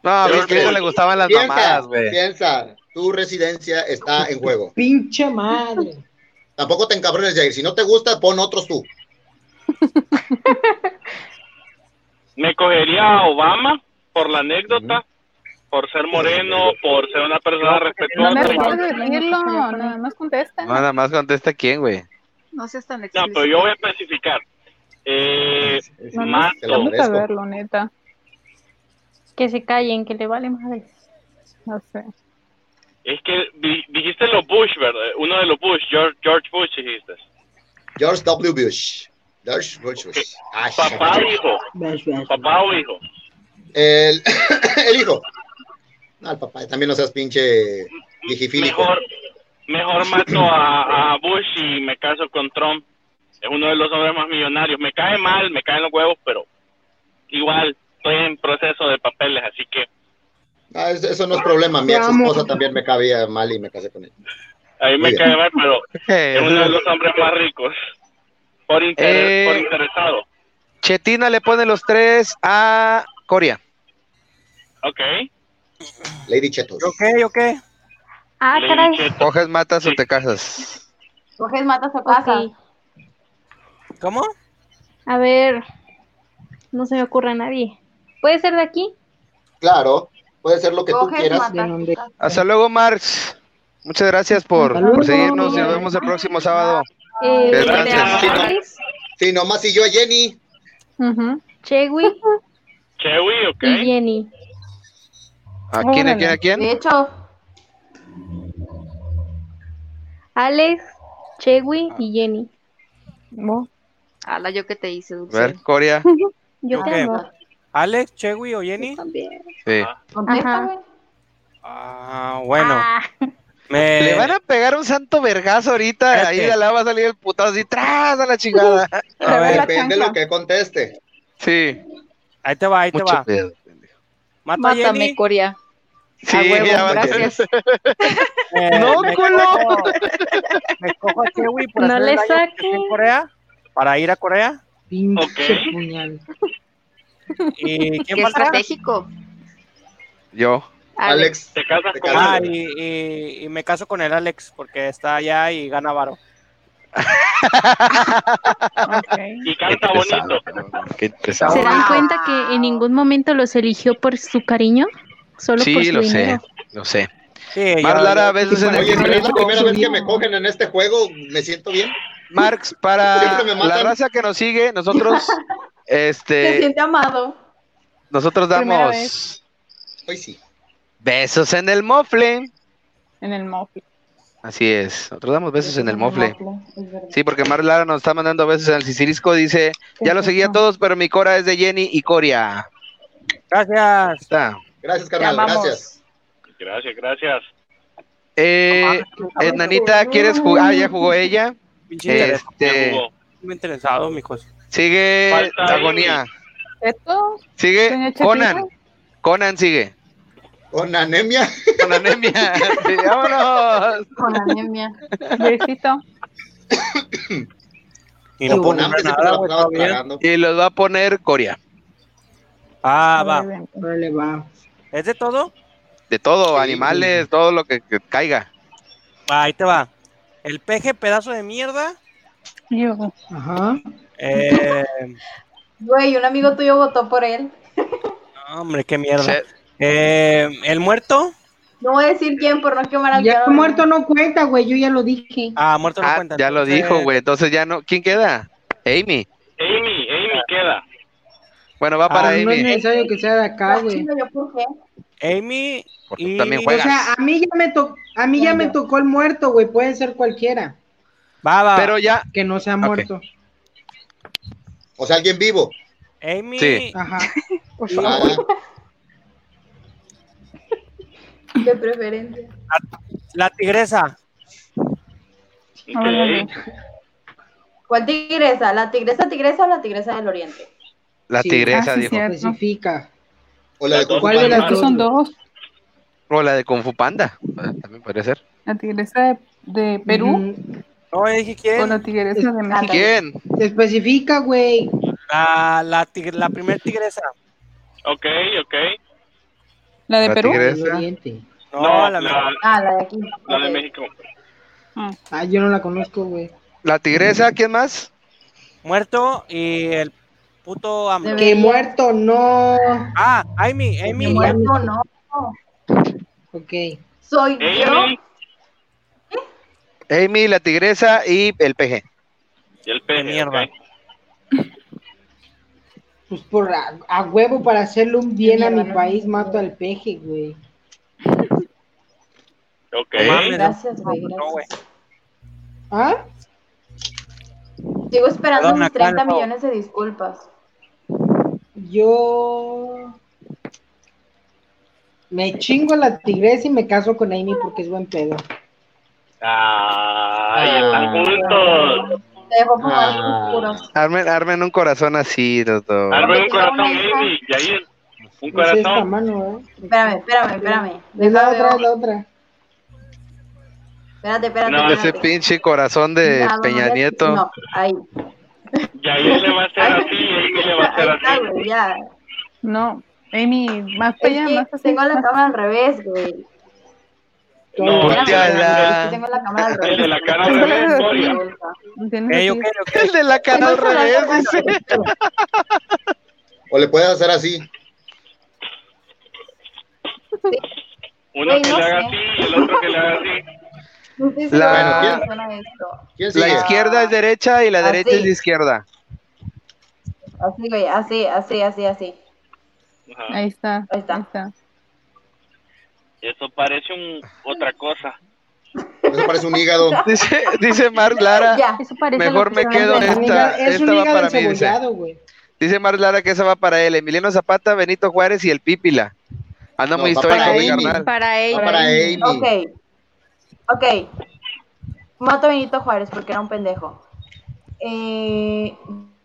Speaker 2: No, a mí
Speaker 3: George
Speaker 2: que no
Speaker 3: Bush.
Speaker 2: le gustaban las
Speaker 3: Piensa,
Speaker 2: mamadas, güey.
Speaker 3: piensa, tu residencia está en juego.
Speaker 5: Pinche madre.
Speaker 3: Tampoco te encabrones, Jair. Si no te gusta, pon otros tú.
Speaker 13: Me cogería a Obama por la anécdota, por ser moreno, por ser una persona
Speaker 7: No me
Speaker 13: respetuosa.
Speaker 7: puedes decirlo, nada más contesta.
Speaker 2: No, nada más contesta quién, güey.
Speaker 11: No seas tan
Speaker 13: No,
Speaker 11: explícito.
Speaker 13: pero yo voy a especificar. Eh,
Speaker 7: No, no,
Speaker 13: Mato.
Speaker 3: Te lo
Speaker 7: vamos a
Speaker 3: merezco.
Speaker 7: verlo, neta.
Speaker 10: Que se callen, que le vale madre.
Speaker 7: No sé.
Speaker 13: es que di- dijiste los Bush, ¿verdad? Uno de los Bush, George, George Bush dijiste.
Speaker 3: George W. Bush. George Bush. Ah, Bush. Ay,
Speaker 13: Papá o hijo,
Speaker 5: Ves, ves.
Speaker 13: papá o hijo.
Speaker 3: El, el hijo. No, el papá. También no seas pinche vigifílico.
Speaker 13: Mejor, mejor mato a, a Bush y me caso con Trump. Es uno de los hombres más millonarios. Me cae mal, me caen los huevos, pero igual estoy en proceso de papeles, así que
Speaker 3: Ah, es- eso no es problema. Mi
Speaker 5: Te
Speaker 3: ex
Speaker 5: amo.
Speaker 3: esposa también me cabía mal y me casé con él.
Speaker 13: a mí
Speaker 3: Muy
Speaker 13: me
Speaker 3: bien.
Speaker 13: cae mal, pero
Speaker 2: Eh,
Speaker 13: es uno de los hombres más ricos. Por, interés,
Speaker 2: Eh.
Speaker 13: por interesado.
Speaker 2: Chetina le pone los tres a Coria.
Speaker 13: Ok.
Speaker 3: Lady Chetos.
Speaker 8: ¿Yo qué? ¿Yo qué?
Speaker 10: Ah,
Speaker 13: Lady
Speaker 10: caray.
Speaker 13: Cheto.
Speaker 2: Coges matas o te casas.
Speaker 6: Coges, matas o
Speaker 10: Ok.
Speaker 6: casas.
Speaker 8: ¿Cómo?
Speaker 10: A ver. No se me ocurre a nadie. ¿Puede ser de aquí?
Speaker 3: Claro, puede ser lo que tú
Speaker 6: Coges,
Speaker 3: quieras.
Speaker 6: matas.
Speaker 5: De donde-
Speaker 6: casas.
Speaker 2: Hasta luego, Marx. Muchas gracias por,
Speaker 5: Hasta luego.
Speaker 2: por seguirnos y nos vemos el próximo sábado.
Speaker 10: Eh,
Speaker 3: Descansa,
Speaker 10: Alex,
Speaker 3: Chino. Sí, nomás y yo a Jenny.
Speaker 7: Ujú.
Speaker 10: Chewy
Speaker 13: Chewy, ok.
Speaker 10: y Jenny.
Speaker 2: ¿A quién, a quién, a
Speaker 7: Órale.
Speaker 2: quién?
Speaker 6: De hecho,
Speaker 10: Alex, Chewy y Jenny.
Speaker 7: Bo.
Speaker 11: Ala, yo que te hice,
Speaker 2: A
Speaker 11: Dulce.
Speaker 2: ver, Coria.
Speaker 10: Yo
Speaker 8: Ok.
Speaker 10: te amo.
Speaker 8: ¿Alex, Chewy o Jenny?
Speaker 11: También.
Speaker 2: Sí.
Speaker 6: contesta,
Speaker 10: Ajá.
Speaker 6: güey.
Speaker 8: Ah, bueno.
Speaker 10: Ah,
Speaker 8: Me...
Speaker 2: Le van a pegar un santo vergazo ahorita. Ahí
Speaker 8: Este.
Speaker 2: de la va a salir el putazo así, tras a la chingada.
Speaker 7: Le va la
Speaker 3: Depende de este.
Speaker 7: chancla.
Speaker 3: lo que conteste.
Speaker 2: Sí.
Speaker 8: Ahí te va, ahí te
Speaker 2: Mucho
Speaker 8: va.
Speaker 2: pedo.
Speaker 8: Mata a
Speaker 11: Mátame,
Speaker 8: Jenny.
Speaker 11: Coria.
Speaker 2: Sí,
Speaker 11: A huevo,
Speaker 2: ya va.
Speaker 11: gracias.
Speaker 8: eh,
Speaker 2: No,
Speaker 8: me
Speaker 2: culo.
Speaker 8: cojo- Me cojo a Chewy por
Speaker 2: No
Speaker 8: hacer
Speaker 2: le
Speaker 8: el año que
Speaker 2: saques.
Speaker 8: estoy en Corea. Para ir a Corea. ¿Y quién
Speaker 11: Qué
Speaker 8: falta?
Speaker 11: estratégico.
Speaker 2: Yo.
Speaker 11: Alex.
Speaker 13: Te casas con
Speaker 8: Ah,
Speaker 13: Alex.
Speaker 8: y, y- y me caso con el Alex porque está allá y gana varo.
Speaker 13: Y canta bonito.
Speaker 2: Qué pesado.
Speaker 14: ¿Se dan cuenta que en ningún momento los eligió por su cariño? Solo por
Speaker 2: Sí,
Speaker 14: su
Speaker 2: lo sé,
Speaker 14: dinero.
Speaker 2: lo sé.
Speaker 8: Sí,
Speaker 2: Mar Lara, a veces en el
Speaker 3: Oye, pero es la
Speaker 2: Congreso-
Speaker 3: primera vez que me cogen en este juego, me siento bien.
Speaker 2: Marx,
Speaker 3: Siempre me
Speaker 2: para
Speaker 3: matan.
Speaker 2: la raza que nos sigue, nosotros,
Speaker 6: Se
Speaker 2: este,
Speaker 6: siente amado.
Speaker 2: nosotros
Speaker 7: Primera
Speaker 2: damos
Speaker 7: vez.
Speaker 3: Hoy sí.
Speaker 2: besos en el mofle.
Speaker 7: En el mofle.
Speaker 2: Así es, nosotros damos besos en el mofle.
Speaker 7: Es verdad.
Speaker 2: Sí, porque Mar Lara nos está mandando besos en el Sicirisco, dice, ya lo seguía a todos, pero mi cora es de Jenny y Coria.
Speaker 8: Gracias.
Speaker 2: Está.
Speaker 3: Gracias, carnal,
Speaker 2: amamos.
Speaker 3: gracias.
Speaker 13: Gracias, gracias.
Speaker 2: Eh, Hernanita, ¿quieres jugar? Ah, ya jugó ella.
Speaker 8: Pinche interés-
Speaker 2: Este,
Speaker 8: Muy interesado, mijos.
Speaker 2: sigue
Speaker 8: Falta
Speaker 2: Agonía.
Speaker 7: ¿Esto?
Speaker 2: Sigue
Speaker 7: Doña Chepita.
Speaker 2: Conan. Conan sigue.
Speaker 3: Con anemia.
Speaker 2: Con anemia. Sí, vámonos.
Speaker 7: Con anemia. Besito.
Speaker 8: Y no
Speaker 3: Con
Speaker 8: pongo
Speaker 3: hambre siempre me
Speaker 8: nada,
Speaker 3: la
Speaker 8: güey,
Speaker 3: estaba
Speaker 8: todavía.
Speaker 3: tragando.
Speaker 2: Y los va a poner Coria.
Speaker 8: Ah, va.
Speaker 5: Órale, va.
Speaker 8: ¿Es de todo?
Speaker 2: De todo, animales, todo lo que, que caiga.
Speaker 8: Va, ahí te va. El peje pedazo de mierda.
Speaker 5: Ajá.
Speaker 8: Eh,
Speaker 6: Güey, un amigo tuyo votó por él.
Speaker 8: hombre, qué mierda. Eh, el muerto.
Speaker 6: No voy a decir quién por no quemar al
Speaker 5: Ya
Speaker 6: diablo.
Speaker 5: muerto no cuenta, güey. Yo ya lo dije.
Speaker 8: Ah, muerto no
Speaker 2: Ah,
Speaker 8: cuenta.
Speaker 2: ya lo
Speaker 8: entonces,
Speaker 2: dijo, güey. Entonces ya no. ¿Quién queda? Amy.
Speaker 13: Amy, Amy queda.
Speaker 2: Bueno, va para
Speaker 5: Ah, no es
Speaker 2: Amy.
Speaker 5: necesario que sea de acá, güey.
Speaker 6: Yo por qué.
Speaker 8: Amy y
Speaker 2: también
Speaker 5: O
Speaker 2: juegas.
Speaker 5: sea, a mí ya me, to- a mí ya me tocó el muerto, güey. Puede ser cualquiera
Speaker 8: Va, va.
Speaker 2: Pero ya.
Speaker 5: que no sea
Speaker 2: Ok.
Speaker 5: muerto.
Speaker 3: O sea, alguien vivo.
Speaker 8: Amy
Speaker 2: Sí.
Speaker 5: Ajá.
Speaker 8: y
Speaker 3: Ah,
Speaker 6: De preferencia.
Speaker 8: la tigresa.
Speaker 13: Ok.
Speaker 6: ¿Cuál tigresa? ¿La tigresa tigresa o la tigresa del oriente?
Speaker 2: La
Speaker 5: Ah, Sí.
Speaker 2: tigresa dijo.
Speaker 5: Especifica.
Speaker 3: o la de Kung
Speaker 5: ¿Cuál
Speaker 3: Fu
Speaker 5: de las
Speaker 3: Panda.
Speaker 5: dos?
Speaker 7: Son dos.
Speaker 2: O la de Kung Fu Panda. También podría ser.
Speaker 7: La tigresa de, de Perú
Speaker 5: Ujú.
Speaker 8: No, yo dije
Speaker 7: o
Speaker 8: quién.
Speaker 7: la tigresa de México.
Speaker 2: ¿Quién?
Speaker 5: Se especifica, güey.
Speaker 8: La, la, tig- la primer tigresa.
Speaker 13: Ok, ok.
Speaker 7: ¿La de
Speaker 2: La
Speaker 7: Perú?
Speaker 2: tigre-
Speaker 5: Del
Speaker 2: Esa.
Speaker 5: Oriente.
Speaker 8: No,
Speaker 13: No,
Speaker 8: la,
Speaker 13: la, la,
Speaker 6: Ah, la de aquí.
Speaker 13: de
Speaker 6: Ok.
Speaker 13: México.
Speaker 5: Ah, yo no la conozco, güey.
Speaker 2: La tigresa, ¿quién más?
Speaker 8: muerto y el puto hambre.
Speaker 5: Que muerto, no.
Speaker 8: Ah, Amy,
Speaker 6: Mi
Speaker 8: Amy.
Speaker 6: muerto no.
Speaker 5: Ok.
Speaker 6: Soy
Speaker 13: Amy
Speaker 6: yo.
Speaker 2: Amy, la tigresa y el PG.
Speaker 13: y el peje.
Speaker 8: De mierda.
Speaker 13: ok.
Speaker 5: Pues por a, a huevo para hacerle un bien a mi
Speaker 6: Mierda, no.
Speaker 5: país, mato al peje, güey.
Speaker 13: Ok.
Speaker 2: Eh,
Speaker 8: No mames,
Speaker 6: Gracias, güey.
Speaker 8: No, güey.
Speaker 6: gracias.
Speaker 5: ¿Ah?
Speaker 6: Sigo esperando
Speaker 8: Perdón,
Speaker 6: mis
Speaker 8: acá
Speaker 6: 30
Speaker 8: no.
Speaker 6: millones de disculpas.
Speaker 5: Yo. Me chingo a la tigresa y me caso con Amy porque es buen pedo.
Speaker 13: Ay, están juntos.
Speaker 6: Te dejo por
Speaker 3: Ah.
Speaker 6: oscuros.
Speaker 2: Armen, armen un corazón así, los dos.
Speaker 13: Armen un
Speaker 6: Porque era
Speaker 13: corazón,
Speaker 6: una hija.
Speaker 13: Amy. Y ahí, un
Speaker 5: Es esta
Speaker 13: corazón.
Speaker 5: mano, ¿eh?
Speaker 6: Espérame, espérame, espérame.
Speaker 5: Es la
Speaker 6: Déjame
Speaker 5: otra, es
Speaker 6: ver.
Speaker 5: la otra.
Speaker 6: Espérate, espérate.
Speaker 13: No,
Speaker 6: espérate.
Speaker 2: Ese pinche corazón de
Speaker 6: Cuidado,
Speaker 2: Peña
Speaker 6: no,
Speaker 2: Nieto.
Speaker 6: No, ahí.
Speaker 13: Y ahí le va a hacer
Speaker 6: Ay,
Speaker 13: así. Y Amy le va a hacer
Speaker 6: Ahí está,
Speaker 13: así.
Speaker 6: güey, ya.
Speaker 7: No, Amy, más para allá,
Speaker 6: Es
Speaker 7: más
Speaker 6: que
Speaker 7: así.
Speaker 6: tengo la
Speaker 7: más-
Speaker 6: cámara al revés, güey.
Speaker 13: No,
Speaker 6: Espérame,
Speaker 2: Volteala.
Speaker 6: es que Tengo la cámara al
Speaker 13: el
Speaker 6: revés.
Speaker 13: de la cara al revés, Coria.
Speaker 7: ¿Tienes
Speaker 8: Ok,
Speaker 7: así?
Speaker 8: ok, ok.
Speaker 2: El de la cara al revés, dice.
Speaker 3: O le puedes hacer así.
Speaker 13: Uno
Speaker 6: Güey,
Speaker 13: que
Speaker 6: no
Speaker 13: le haga
Speaker 6: sé.
Speaker 13: así y el otro que le haga así.
Speaker 6: No estoy
Speaker 2: La-
Speaker 6: segura de
Speaker 3: Bueno,
Speaker 6: cómo suena esto.
Speaker 3: ¿Quién sigue?
Speaker 2: La izquierda es derecha y la
Speaker 6: Así.
Speaker 2: derecha es izquierda.
Speaker 6: Así, güey, así, así, así, así.
Speaker 13: Ajá.
Speaker 7: Ahí está,
Speaker 6: Ahí está.
Speaker 7: ahí está.
Speaker 13: Eso parece un, otra cosa.
Speaker 3: Eso parece un hígado.
Speaker 2: Dice, dice Marc Lara.
Speaker 6: Ya.
Speaker 10: Eso parece
Speaker 2: Mejor
Speaker 10: lo
Speaker 2: me
Speaker 10: que se
Speaker 2: quedo
Speaker 10: van
Speaker 2: en
Speaker 10: a
Speaker 5: Es un
Speaker 10: hacer.
Speaker 2: esta.
Speaker 5: hígado- es
Speaker 2: Esta
Speaker 5: un
Speaker 2: va
Speaker 5: hígado
Speaker 2: para mí, dice.
Speaker 5: encebollado, güey.
Speaker 2: Dice Marc Lara que esa va para él. Emiliano Zapata, Benito Juárez y el Pípila. Ah, Anda
Speaker 3: No,
Speaker 2: muy
Speaker 3: va
Speaker 2: histórico,
Speaker 3: para
Speaker 2: mi
Speaker 3: Amy.
Speaker 2: carnal.
Speaker 11: Para
Speaker 3: Va
Speaker 11: ella.
Speaker 3: para Amy.
Speaker 6: Ok. Ok. Mato a Benito Juárez porque era un pendejo. Eh,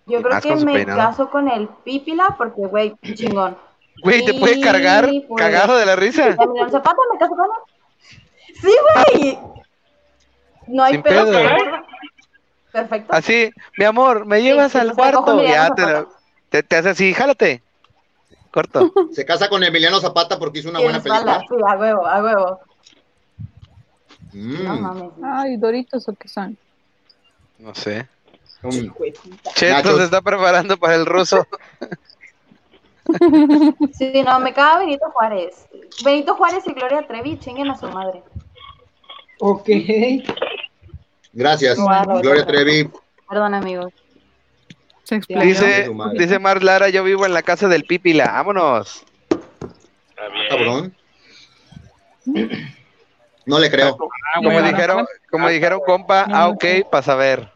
Speaker 6: Yo creo
Speaker 2: más
Speaker 6: que
Speaker 2: con su
Speaker 6: me
Speaker 2: peinado.
Speaker 6: caso con el pípila porque, güey, chingón.
Speaker 2: Güey, ¿te puede
Speaker 6: Y,
Speaker 2: cargar
Speaker 6: pues,
Speaker 2: cagado de la risa?
Speaker 6: y Emiliano Zapata, me caso con él. Sí, güey. No hay
Speaker 2: Sin
Speaker 6: pedo.
Speaker 2: pedo.
Speaker 6: cabrón. Perfecto.
Speaker 2: Así, mi amor, me llevas
Speaker 6: sí,
Speaker 2: al
Speaker 6: los recojo,
Speaker 2: cuarto.
Speaker 6: mira,
Speaker 2: Ya
Speaker 6: los
Speaker 2: te, la- te, te hace así, jálate. Corto.
Speaker 3: Se casa con Emiliano Zapata porque hizo una buena
Speaker 6: Tienes
Speaker 3: película.
Speaker 6: bala, sí, a huevo, a huevo.
Speaker 3: Mm,
Speaker 6: No mames.
Speaker 7: Ay, Doritos o qué son.
Speaker 2: No sé.
Speaker 3: Mm.
Speaker 2: Cheto
Speaker 3: Nachos.
Speaker 2: se está preparando para el ruso.
Speaker 6: Sí, no, me caga Benito Juárez. Benito Juárez y Gloria Trevi, chinguen a su madre.
Speaker 5: Ok.
Speaker 3: Gracias.
Speaker 6: Guau.
Speaker 3: Gloria Trevi.
Speaker 6: Perdón, amigos.
Speaker 7: Se
Speaker 2: Dice, dice Mar Lara, yo vivo en la casa del Pipila. Vámonos.
Speaker 3: Cabrón. No le creo.
Speaker 2: Como dijeron, como dijeron, compa, ah, ok, para saber.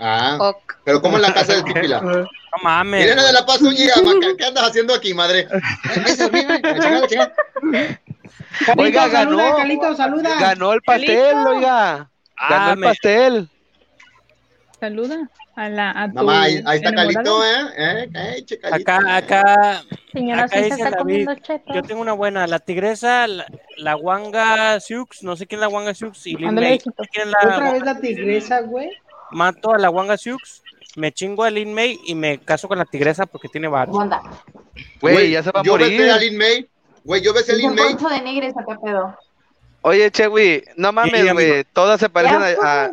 Speaker 3: Ah, pero ¿cómo en la casa del Pipila? No
Speaker 8: mames.
Speaker 3: Irene de la Paz Uñiga, ¿qué- ¿qué andas haciendo aquí, madre? Eso, mira, chingada, chingada.
Speaker 2: Oiga,
Speaker 5: saluda,
Speaker 2: ganó.
Speaker 5: Calito, saluda.
Speaker 2: Ganó el pastel,
Speaker 7: Calito.
Speaker 2: oiga. Ganó
Speaker 8: Ah,
Speaker 2: el
Speaker 8: me-
Speaker 2: pastel.
Speaker 7: Saluda a la. A tu
Speaker 3: Mamá, ahí, ahí está
Speaker 7: enamorada.
Speaker 3: Calito, ¿eh? ¿Eh? ¿Eh? che, Calito.
Speaker 8: Acá, acá.
Speaker 10: Señora
Speaker 8: acá
Speaker 10: Suiza
Speaker 8: dice
Speaker 10: está
Speaker 8: David,
Speaker 10: comiendo chetos.
Speaker 8: Yo tengo una buena. La tigresa, la, la Wanga Sioux, no sé quién es la Wanga Sioux. Y Lin
Speaker 5: Ándale,
Speaker 8: May.
Speaker 5: hijito.
Speaker 8: ¿Quién es
Speaker 5: Otra
Speaker 8: la,
Speaker 5: vez la tigresa, güey.
Speaker 8: mato a la Wanga Sioux, me chingo a Lin May y me caso con la tigresa porque tiene varo.
Speaker 6: Onda.
Speaker 2: Güey, ya se va a
Speaker 3: yo besé a
Speaker 2: morir.
Speaker 3: Lin May. Güey, yo besé a
Speaker 6: Es
Speaker 3: Lin
Speaker 6: un
Speaker 3: May.
Speaker 6: poncho de negres acá, pedo.
Speaker 2: Oye, Chewi, no mames, güey. Todas se parecen
Speaker 6: Ya,
Speaker 2: a, a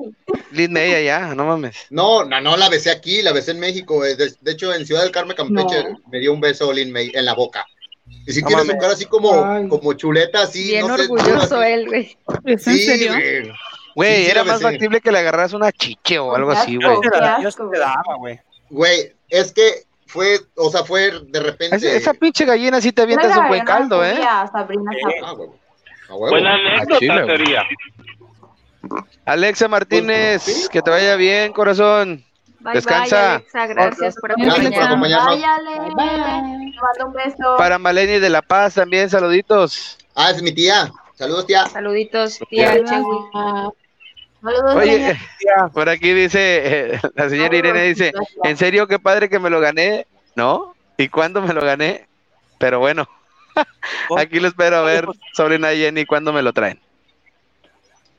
Speaker 2: Lin May allá, no mames.
Speaker 3: No, no, no la besé aquí, la besé en México. eh, De, de hecho, en Ciudad del Carmen, Campeche,
Speaker 2: No.
Speaker 3: me dio un beso Lin May en la boca. Y si
Speaker 2: No
Speaker 3: tiene
Speaker 2: mames.
Speaker 3: su cara así como, como chuleta, así,
Speaker 11: Bien
Speaker 3: no sé.
Speaker 11: orgulloso él, güey.
Speaker 7: ¿Es
Speaker 3: Sí, güey.
Speaker 2: Güey,
Speaker 3: Sí, sí,
Speaker 2: era
Speaker 3: la
Speaker 2: más
Speaker 3: besé.
Speaker 2: factible que le agarras una chiche o algo
Speaker 6: Qué
Speaker 2: así,
Speaker 6: asco,
Speaker 2: güey.
Speaker 6: qué asco, güey.
Speaker 8: güey.
Speaker 3: Güey, es que fue, o sea, fue de repente.
Speaker 2: Esa, esa pinche gallina sí te
Speaker 6: Era
Speaker 2: avientas un
Speaker 6: la
Speaker 2: buen
Speaker 6: gran
Speaker 2: caldo, ¿eh?
Speaker 6: judía, Sabrina Sato.
Speaker 3: Ah, huevo. Ah, huevo.
Speaker 13: Buena
Speaker 2: Ah,
Speaker 13: anécdota
Speaker 2: chile, güey.
Speaker 13: sería.
Speaker 2: Alexa
Speaker 3: Pues,
Speaker 2: Martínez, que te vaya bien, corazón.
Speaker 11: Bye, bye,
Speaker 2: Descansa.
Speaker 11: Alexa. Gracias por
Speaker 2: Gracias por
Speaker 11: acompañarnos.
Speaker 2: acompañarnos.
Speaker 6: Ay, Ale, te mando un beso.
Speaker 2: Para Maleni de La Paz también, saluditos.
Speaker 3: Ah, es mi tía. Saludos, tía.
Speaker 11: Saluditos, tía
Speaker 2: Ya.
Speaker 11: Chewi.
Speaker 6: Ah, Saludos,
Speaker 2: Oye,
Speaker 6: Daniel.
Speaker 2: eh, por aquí dice, eh, la señora Irene dice,
Speaker 6: gracias.
Speaker 2: ¿en serio qué padre que me lo gané? ¿No? ¿Y cuándo me lo gané? Pero bueno, aquí lo espero a ver, sobrina Jenny, cuándo me lo traen.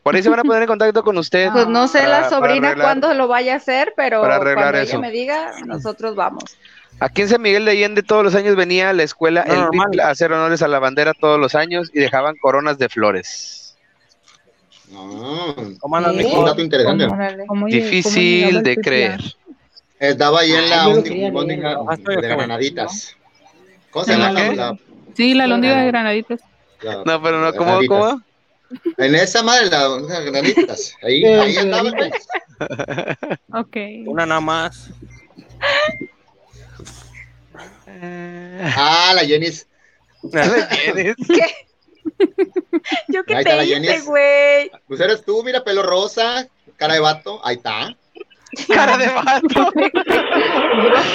Speaker 2: Por ahí se van a poner en contacto con usted.
Speaker 11: Pues no sé
Speaker 2: para-
Speaker 11: la
Speaker 2: para
Speaker 11: sobrina
Speaker 2: arreglar.
Speaker 11: cuándo lo vaya a hacer, pero
Speaker 2: para
Speaker 11: cuando
Speaker 2: arreglar
Speaker 11: ella
Speaker 2: eso.
Speaker 11: me diga, nosotros vamos.
Speaker 2: Aquí en San Miguel de Allende todos los años venía a la escuela
Speaker 8: No,
Speaker 2: el
Speaker 8: normal.
Speaker 2: Bicla a hacer honores a la bandera todos los años y dejaban coronas de flores.
Speaker 3: Ah,
Speaker 8: ¿Cómo
Speaker 5: ¿Eh?
Speaker 8: andan,
Speaker 3: es
Speaker 8: mijo?
Speaker 3: un dato interesante.
Speaker 7: ¿Cómo lle-
Speaker 2: Difícil
Speaker 7: cómo llegaba
Speaker 2: de
Speaker 7: el
Speaker 2: creer.
Speaker 7: pipila?
Speaker 3: Estaba Eh, ahí en la
Speaker 5: Ah, yo lo
Speaker 3: undi-
Speaker 5: quería leer.
Speaker 3: úndiga
Speaker 8: Ah, estoy
Speaker 3: de
Speaker 8: acá, güey.
Speaker 3: granaditas. ¿Cómo se llama?
Speaker 7: ¿Qué?
Speaker 3: La-
Speaker 7: Sí, la londrina de granaditas.
Speaker 3: la-
Speaker 2: No, pero no, ¿cómo?
Speaker 3: Granaditas.
Speaker 2: ¿cómo?
Speaker 3: En esa madre, la unas granaditas. Ahí,
Speaker 6: Este,
Speaker 5: Eh,
Speaker 3: ahí andaba. güey.
Speaker 7: Ok.
Speaker 8: Una nada más.
Speaker 3: Ah, la Jenny.
Speaker 11: ¿Qué? ¿Yo qué
Speaker 3: Ahí está la
Speaker 11: te hice,
Speaker 3: Yanis.
Speaker 11: güey?
Speaker 3: Pues eres tú, mira, pelo rosa, cara de vato. Ahí está.
Speaker 2: Cara de vato.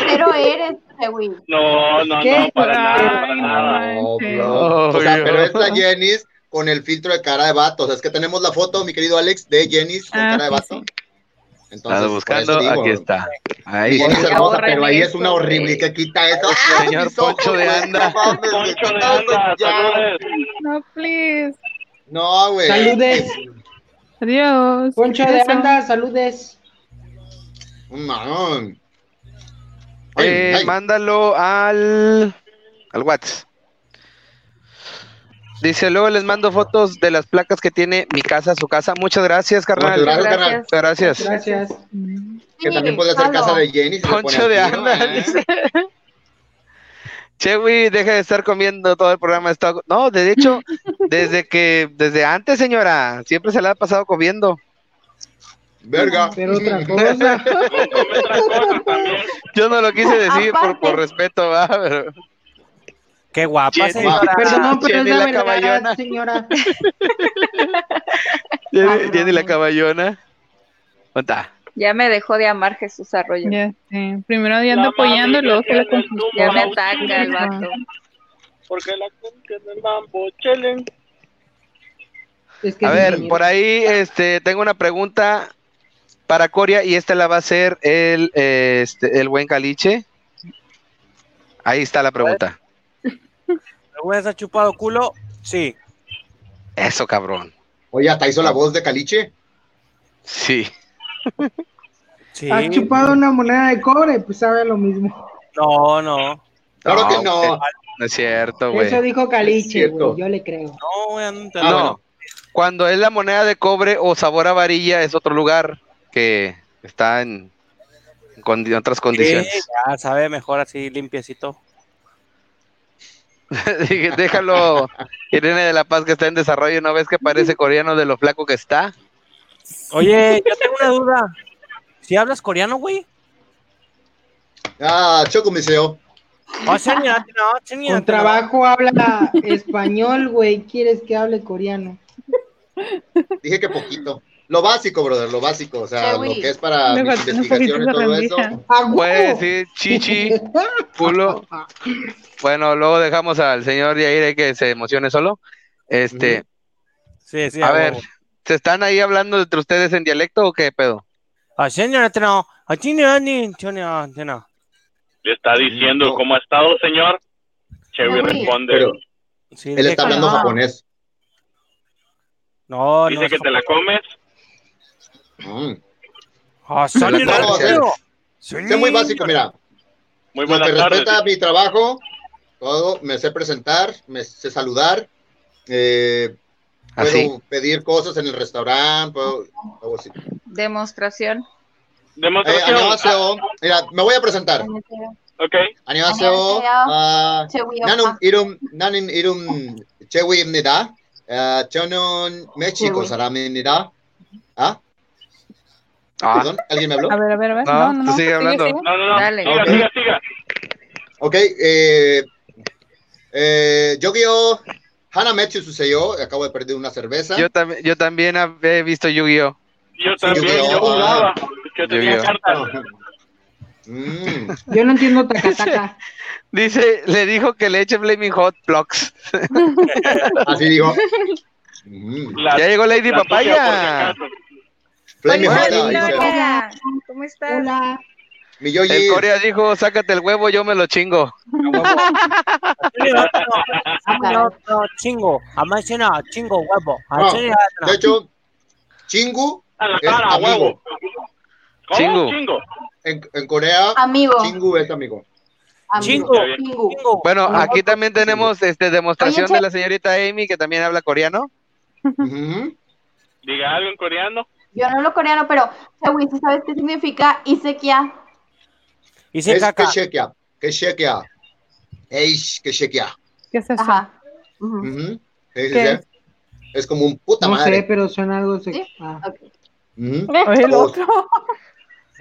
Speaker 6: Pero eres, güey.
Speaker 13: No, no,
Speaker 5: ¿Qué?
Speaker 13: no, para nada, para
Speaker 7: Ay,
Speaker 13: nada.
Speaker 3: No,
Speaker 7: manches.
Speaker 3: bro. O sea,
Speaker 2: Obvio.
Speaker 3: pero es la Jenny con el filtro de cara de vato. O sea, es que tenemos la foto, mi querido Alex, de Jenny con
Speaker 7: Ah,
Speaker 3: cara de
Speaker 7: sí,
Speaker 3: vato.
Speaker 7: sí.
Speaker 3: Entonces,
Speaker 2: Estaba
Speaker 3: por
Speaker 2: buscando,
Speaker 3: eso digo,
Speaker 2: aquí está.
Speaker 3: mi
Speaker 2: Ahí
Speaker 3: Jenny es
Speaker 2: está.
Speaker 3: hermosa,
Speaker 11: Borren
Speaker 3: pero ahí es
Speaker 11: eso,
Speaker 3: una horrible.
Speaker 11: güey.
Speaker 3: que quita eso? ¡Ah,
Speaker 2: Señor
Speaker 3: mis ojos,
Speaker 2: Poncho de
Speaker 3: güey!
Speaker 2: Anda.
Speaker 3: No mames, güey,
Speaker 13: Poncho de
Speaker 3: quita eso
Speaker 13: anda,
Speaker 3: ya.
Speaker 13: saludos.
Speaker 7: No, please.
Speaker 3: No, güey.
Speaker 5: Saludes.
Speaker 7: Adiós.
Speaker 5: Poncho de
Speaker 7: Beso.
Speaker 5: anda, saludes.
Speaker 3: Un marón. Ay,
Speaker 2: Eh,
Speaker 3: ay.
Speaker 2: mándalo al al WhatsApp. Dice, luego les mando fotos de las placas que tiene mi casa, su casa. Muchas gracias, carnal.
Speaker 3: Muchas gracias, carnal.
Speaker 2: Muchas gracias.
Speaker 5: Gracias.
Speaker 3: Que también podría ser
Speaker 6: Jalo.
Speaker 3: casa de Jenny. si se pone
Speaker 2: Poncho
Speaker 3: al
Speaker 2: de
Speaker 3: tiro,
Speaker 2: Anda.
Speaker 3: ¿eh?
Speaker 2: dice. Chewi, deja de estar comiendo todo el programa. Está... No, de hecho, desde que, desde antes, señora, siempre se la ha pasado comiendo.
Speaker 3: Verga.
Speaker 5: Pero otra cosa.
Speaker 13: Come otra cosa también.
Speaker 2: Yo no lo quise decir por,
Speaker 6: Aparte.
Speaker 2: por respeto, va, pero...
Speaker 8: Qué guapa,
Speaker 13: Jenny.
Speaker 8: señora.
Speaker 5: Perdón, pero es
Speaker 2: Jenny
Speaker 5: la,
Speaker 2: la
Speaker 5: verdad,
Speaker 2: caballona.
Speaker 5: señora.
Speaker 2: Jenny, Jenny la caballona. ¿Dónde está?
Speaker 11: Ya me dejó de amar Jesús Arroyo.
Speaker 7: Ya sé. Primero ya anda apoyando y luego se la conquistó.
Speaker 11: Ya me ataca el vato.
Speaker 13: Porque la cumbia del mambo, chelen.
Speaker 5: Es que
Speaker 2: A
Speaker 5: sí,
Speaker 2: ver,
Speaker 5: señora.
Speaker 2: por ahí este, tengo una pregunta para Coria y esta la va a hacer el, eh, este, el buen Caliche. Ahí está la pregunta.
Speaker 8: ¿Alguna vez has chupado culo? Sí.
Speaker 2: Eso, cabrón.
Speaker 3: Oye, hasta hizo la voz de Caliche.
Speaker 2: Sí.
Speaker 8: sí.
Speaker 5: ¿Has chupado una moneda de cobre? Pues sabe lo mismo.
Speaker 8: No, no.
Speaker 3: Claro que no.
Speaker 2: güey, No es cierto, güey.
Speaker 5: Eso dijo Caliche,
Speaker 2: Es cierto.
Speaker 5: güey. Yo le creo.
Speaker 8: No, güey, no te-
Speaker 3: Ah,
Speaker 2: No. Cuando es la moneda de cobre o sabor a varilla, es otro lugar que está en, en condi- otras
Speaker 8: Sí,
Speaker 2: condiciones.
Speaker 8: ya sabe mejor así limpiecito.
Speaker 2: Dije, Déjalo, Irene de la Paz, que está en desarrollo. ¿No ves que parece coreano de lo flaco que está?
Speaker 8: Oye, yo tengo una duda. ¿Si hablas coreano, güey?
Speaker 3: Ah, Choco Miseo.
Speaker 8: Oh, señora, no, señora.
Speaker 5: Con trabajo habla español, güey. ¿Quieres que hable coreano?
Speaker 3: Dije que poquito. Lo básico, brother, lo básico. O sea,
Speaker 5: Eh,
Speaker 3: lo
Speaker 5: güey.
Speaker 3: que es para
Speaker 5: Me
Speaker 3: mis
Speaker 5: faltó un poquito
Speaker 3: investigaciones y
Speaker 5: de
Speaker 3: todo eso.
Speaker 5: rendija. ¡A huevo!
Speaker 2: Puede decir Pues, chichi, culo. Bueno, luego dejamos al señor Yair que se emocione solo. Este,
Speaker 8: Sí, sí.
Speaker 2: a
Speaker 8: hago-
Speaker 2: ver, ¿se están ahí hablando entre ustedes en dialecto o qué pedo?
Speaker 8: Ah, señora, no. Ah, señora, ni- señora, no.
Speaker 13: Le está diciendo, ¿cómo ha estado, señor? Chevy responde.
Speaker 8: Sí,
Speaker 3: Él está hablando
Speaker 8: no.
Speaker 3: japonés.
Speaker 8: No,
Speaker 13: Dice que te la comes.
Speaker 8: Ah,
Speaker 3: Mm. Se la
Speaker 8: señora,
Speaker 3: conoce.
Speaker 8: señora.
Speaker 3: Sé muy básico, mira.
Speaker 13: Muy
Speaker 3: Lo que
Speaker 13: buenas tardes.
Speaker 3: respeta a mi trabajo, todo, me sé presentar, me sé saludar, eh, puedo
Speaker 13: Así.
Speaker 3: pedir cosas en el restaurante, puedo, algo así.
Speaker 11: Demostración.
Speaker 3: Eh, 안녕하세요. Mira, me voy a presentar. ah,
Speaker 13: Ok.
Speaker 3: 안녕하세요. 아,
Speaker 11: 최우희
Speaker 3: 나는 이름 나는 이름 제우입니다. 아, 저는 멕시코
Speaker 7: 제우이.
Speaker 3: 사람입니다. 아?
Speaker 2: 아.
Speaker 3: ¿Ah? Perdón, ¿alguien me habló?
Speaker 7: A ver, a ver, a ver.
Speaker 18: Ah,
Speaker 7: No, no, no.
Speaker 13: No, no, no.
Speaker 3: Dale.
Speaker 13: Siga,
Speaker 3: Ok.
Speaker 13: siga, siga.
Speaker 3: Ok, eh, eh, Yogio, Hana Mechu sucedió, acabo de perder una cerveza.
Speaker 2: Yo, también yo también he visto Yu-Gi-Oh!
Speaker 13: Yo
Speaker 3: también, yo jugaba.
Speaker 13: Yo
Speaker 2: tenía
Speaker 13: cartas.
Speaker 5: Yo no entiendo tacataca.
Speaker 2: Dice, le dijo que le eche Flaming Hot Blocks.
Speaker 3: Así dijo.
Speaker 2: ya llegó Lady
Speaker 13: Mm. la tuya,
Speaker 2: Papaya.
Speaker 3: Flaming
Speaker 2: Hola,
Speaker 3: Hot,
Speaker 2: Lady
Speaker 3: dice.
Speaker 11: Hola, ¿cómo estás?
Speaker 5: Hola.
Speaker 3: Mi Yoyi.
Speaker 2: El Corea dijo, sácate el huevo, yo me lo chingo.
Speaker 8: No, no, chingo. Amá, señora, chingo, huevo. Ah,
Speaker 3: No,
Speaker 8: señora, no.
Speaker 3: de hecho, chingu
Speaker 13: A la
Speaker 3: es
Speaker 13: cara, a
Speaker 3: amigo.
Speaker 13: huevo. ¿Cómo?
Speaker 3: Chingu.
Speaker 13: Chingo.
Speaker 3: En, en Corea,
Speaker 11: Amigo.
Speaker 3: chingu es amigo.
Speaker 11: Amigo. Chingu.
Speaker 2: Bueno,
Speaker 11: Amigo.
Speaker 2: aquí también tenemos este demostración
Speaker 11: Oye,
Speaker 2: de
Speaker 11: Che-
Speaker 2: la señorita Amy, que también habla coreano.
Speaker 13: Diga algo en coreano.
Speaker 11: Yo no hablo coreano, pero Chewi, ¿tú sabes qué significa Isekia?
Speaker 8: Dice
Speaker 3: es
Speaker 8: caca.
Speaker 3: que chequea, que chequea. Eish, que chequea.
Speaker 7: ¿Qué es eso?
Speaker 11: Ajá.
Speaker 3: Ujú. Sí, sí,
Speaker 7: ¿Qué?
Speaker 3: sí. Es como un puta
Speaker 5: No sé,
Speaker 3: madre.
Speaker 5: pero suena algo ah. sexual.
Speaker 3: Ujú.
Speaker 7: Oye, el
Speaker 3: O-
Speaker 7: otro.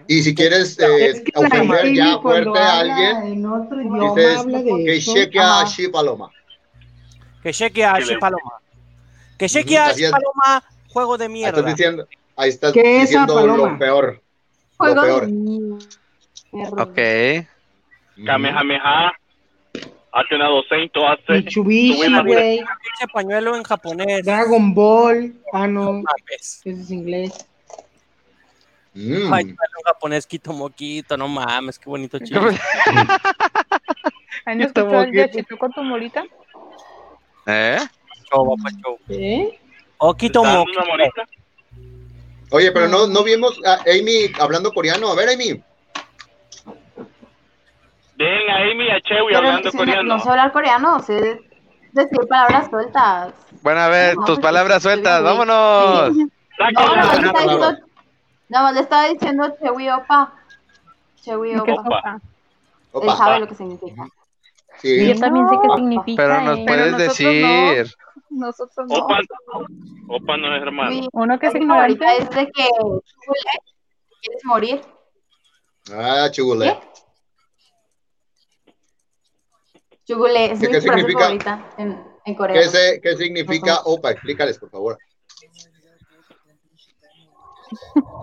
Speaker 3: Y si quieres eh,
Speaker 5: Es que la
Speaker 3: ofender
Speaker 5: Amy
Speaker 3: ya
Speaker 5: cuando
Speaker 3: fuerte a
Speaker 5: habla
Speaker 3: alguien,
Speaker 5: En otro idioma
Speaker 3: dices
Speaker 5: habla de
Speaker 3: que
Speaker 5: eso.
Speaker 3: chequea a
Speaker 5: Ajá.
Speaker 3: Shi Paloma.
Speaker 8: Que cheque a
Speaker 13: Que le-
Speaker 8: Paloma. Que cheque a
Speaker 3: Ujú, así es.
Speaker 8: Paloma, juego de
Speaker 3: Ahí estás
Speaker 8: mierda.
Speaker 3: diciendo, ahí estás
Speaker 5: ¿Qué es a
Speaker 3: diciendo
Speaker 5: Paloma?
Speaker 3: lo peor.
Speaker 11: Juego
Speaker 3: peor.
Speaker 11: de mierda.
Speaker 2: Ok.
Speaker 13: Kamehameha. Hace una docento, hace.
Speaker 5: Mitsubishi,
Speaker 13: Tuvimos-
Speaker 5: güey.
Speaker 8: Ese pañuelo en japonés.
Speaker 5: Dragon Ball. Ah, no.
Speaker 8: Mames.
Speaker 5: Eso es inglés.
Speaker 3: Mm.
Speaker 8: Pañuelo en japonés, quito moquito, no mames, qué bonito chico.
Speaker 12: ¿Han escuchado
Speaker 8: Estamos
Speaker 12: el
Speaker 8: quietos.
Speaker 12: yachito con tu molita?
Speaker 2: ¿Eh?
Speaker 5: ¿Eh?
Speaker 8: O quito
Speaker 3: ¿Está dando
Speaker 8: moquito.
Speaker 3: Oye, pero no, no vimos a Amy hablando coreano. A ver, Amy.
Speaker 13: Den a Amy y a Chewy
Speaker 11: Pero
Speaker 13: hablando
Speaker 11: si no-
Speaker 13: coreano.
Speaker 11: No, sé hablar coreano, sé decir palabras sueltas.
Speaker 2: Bueno, a ver, tus
Speaker 11: pues,
Speaker 2: palabras sueltas, vámonos.
Speaker 11: No, no, le estaba diciendo, nada más le estaba diciendo Chewi Opa. Chewi
Speaker 12: ¿Qué es
Speaker 11: Opa.
Speaker 12: opa?
Speaker 11: Él sabe lo que significa.
Speaker 3: Sí.
Speaker 12: Yo también sé qué
Speaker 3: No.
Speaker 12: significa.
Speaker 2: Pero nos
Speaker 12: eh.
Speaker 2: puedes
Speaker 12: nosotros
Speaker 2: decir.
Speaker 12: no, Nosotros no.
Speaker 13: Opa, opa no es hermano.
Speaker 11: Mi-
Speaker 12: Uno que es
Speaker 11: mi favorita
Speaker 12: ignorante.
Speaker 11: es de que chule, quieres morir.
Speaker 3: Ah, chugule.
Speaker 11: Chugule es
Speaker 3: ¿Qué-
Speaker 11: mi
Speaker 3: qué
Speaker 11: frase
Speaker 3: significa?
Speaker 11: favorita en, en Corea.
Speaker 3: ¿Qué, se- qué significa opa? Explícales, por favor.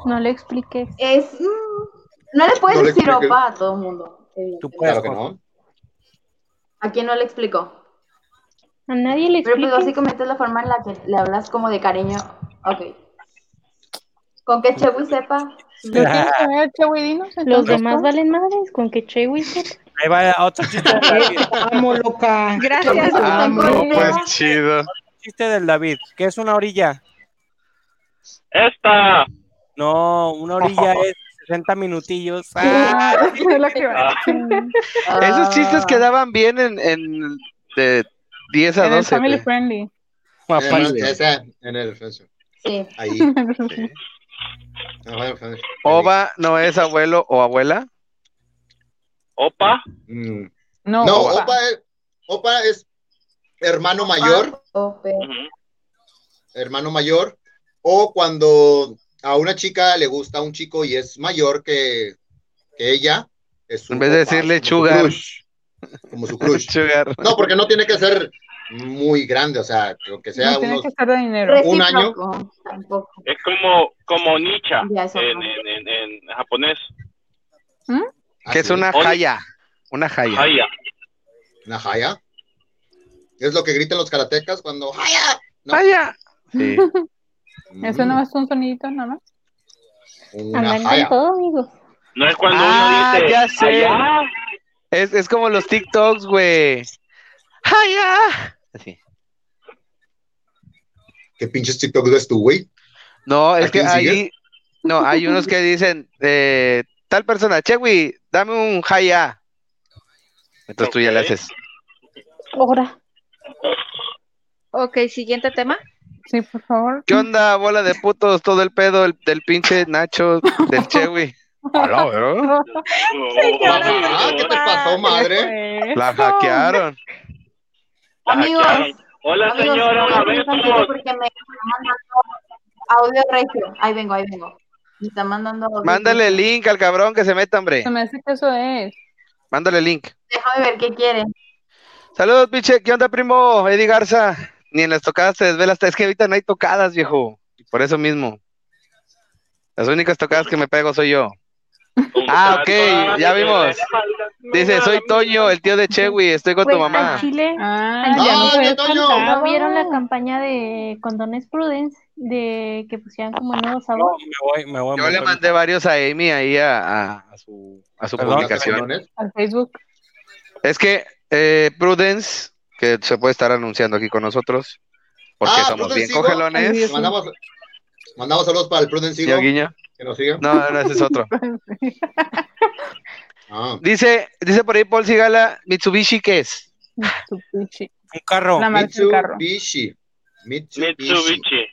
Speaker 12: No le expliques.
Speaker 11: Es, mm, no le puedes
Speaker 3: No le
Speaker 11: decir
Speaker 3: expliques.
Speaker 11: opa a todo el mundo. eh,
Speaker 3: Claro que no.
Speaker 11: ¿A quién no le explico?
Speaker 12: A nadie le
Speaker 11: Pero pues
Speaker 12: expliques.
Speaker 11: básicamente es la forma en la que le hablas como de cariño. Ok. Con que Chewi sepa,
Speaker 10: ¿Lo tienes que ver, Chewy Dinos?
Speaker 16: Los
Speaker 10: entonces,
Speaker 16: demás valen madres con que Chewy se...
Speaker 8: Ahí va otro chiste del David.
Speaker 5: Amo, loca.
Speaker 11: Gracias.
Speaker 2: No, pues chido.
Speaker 8: Chiste del David. ¿Qué es una orilla?
Speaker 13: Esta.
Speaker 8: No, una orilla es 60 minutillos.
Speaker 10: Ah, es lo que va.
Speaker 2: Ah. Esos chistes
Speaker 7: Ah.
Speaker 2: quedaban bien en, en de 10 a
Speaker 7: En el
Speaker 2: 12.
Speaker 7: Family
Speaker 2: güey.
Speaker 7: Friendly.
Speaker 3: En el-
Speaker 2: Papá.
Speaker 3: esa, en el defensa.
Speaker 6: Sí.
Speaker 3: Ahí. Ah, bueno,
Speaker 2: Oba no es abuelo o abuela.
Speaker 13: Opa.
Speaker 3: mm.
Speaker 7: No,
Speaker 3: No,
Speaker 7: opa.
Speaker 3: Opa, es, Opa es hermano mayor, hermano mayor, o cuando a una chica le gusta un chico y es mayor que, que ella, es su
Speaker 2: En vez de
Speaker 3: opa,
Speaker 2: decirle
Speaker 3: como su
Speaker 2: chugar.
Speaker 3: crush, Como su crush.
Speaker 2: Sugar.
Speaker 3: No, porque no tiene que ser muy grande, o sea, creo que sea
Speaker 7: No tiene
Speaker 3: unos...
Speaker 7: que ser de dinero.
Speaker 3: Un año.
Speaker 6: Tampoco.
Speaker 13: Es como, como nicha
Speaker 6: Ya, eso
Speaker 13: en,
Speaker 6: no.
Speaker 13: en- en- en japonés.
Speaker 2: Que es una
Speaker 13: Oye.
Speaker 2: jaya. Una jaya.
Speaker 13: Haya.
Speaker 3: ¿Una jaya? Es lo que gritan los karatecas cuando... ¡Jaya! No.
Speaker 2: ¡Jaya! Sí.
Speaker 7: Eso no es un sonidito nada más.
Speaker 3: Una
Speaker 16: Andan con
Speaker 3: jaya.
Speaker 16: todo, amigos.
Speaker 13: No es cuando
Speaker 2: Ah,
Speaker 13: uno dice.
Speaker 2: ya sé.
Speaker 13: "Allá".
Speaker 2: Es, es como los TikToks, güey. ¡Jaya! Así.
Speaker 3: ¿Qué pinches TikTok es tú, güey?
Speaker 2: No,
Speaker 3: ¿A
Speaker 2: es que
Speaker 3: quién sigue?
Speaker 2: ahí. No, hay unos que dicen, eh, tal persona, Chewi, dame un jaya. Entonces tú ya le haces.
Speaker 16: Ahora.
Speaker 11: Ok, siguiente tema.
Speaker 7: Sí, por favor.
Speaker 2: ¿Qué onda, bola de putos? Todo el pedo el- del pinche Nacho, del Chewi. Hola, bro.
Speaker 3: Ah, ¿qué te pasó, madre?
Speaker 2: La hackearon.
Speaker 6: Amigos,
Speaker 13: Hackearon. Hola,
Speaker 6: amigos,
Speaker 13: señora,
Speaker 6: no,
Speaker 13: la
Speaker 6: no,
Speaker 13: vemos.
Speaker 6: no, porque me está mandando audio regio. Ahí vengo, ahí vengo. Me está mandando audio.
Speaker 2: Mándale el link al cabrón que se meta, hombre.
Speaker 7: Se me hace que eso es.
Speaker 2: Mándale el link.
Speaker 6: Déjame ver qué quiere.
Speaker 2: Saludos, pinche. ¿Qué onda, primo? Eddie Garza. Ni en las tocadas te desvelas. Es que ahorita no hay tocadas, viejo. Por eso mismo. Las únicas tocadas que me pego soy yo. Ah, ok, ya vimos. Dice, soy Toño, el tío de Chewi. Estoy con
Speaker 18: Pues,
Speaker 2: tu
Speaker 16: Güey, Al
Speaker 2: mamá.
Speaker 16: Chile,
Speaker 7: Ah,
Speaker 16: Ay,
Speaker 7: ya
Speaker 3: no,
Speaker 7: me
Speaker 3: ya
Speaker 7: habías
Speaker 3: Toño.
Speaker 7: contado.
Speaker 16: ¿no vieron la campaña de Condones Prudence? De que pusieran como nuevo
Speaker 8: No,
Speaker 16: sabor.
Speaker 8: me voy, me voy.
Speaker 2: Yo
Speaker 8: me
Speaker 2: le
Speaker 8: voy.
Speaker 2: mandé varios a Amy ahí a, a- a su, a su
Speaker 8: Perdón,
Speaker 2: publicación.
Speaker 7: Al Facebook.
Speaker 2: Es que eh, Prudence, que se puede estar anunciando aquí con nosotros, porque
Speaker 3: Ah,
Speaker 2: somos
Speaker 3: Prudence
Speaker 2: bien
Speaker 3: Higo.
Speaker 7: Ay,
Speaker 2: cogelones.
Speaker 7: Dios.
Speaker 3: eh, Mandamos, mandamos saludos para el Prudence
Speaker 2: ¿Ya,
Speaker 3: Higo,
Speaker 2: guiño?
Speaker 3: que nos sigue.
Speaker 2: No, no, ese es otro.
Speaker 3: Ah,
Speaker 2: Dice, dice por ahí Paul Sigala, Mitsubishi, ¿qué es?
Speaker 7: Tu pinche-
Speaker 8: Un carro.
Speaker 7: La marca del carro.
Speaker 3: Mitsubishi. Mitsubishi.
Speaker 13: Mitsubishi.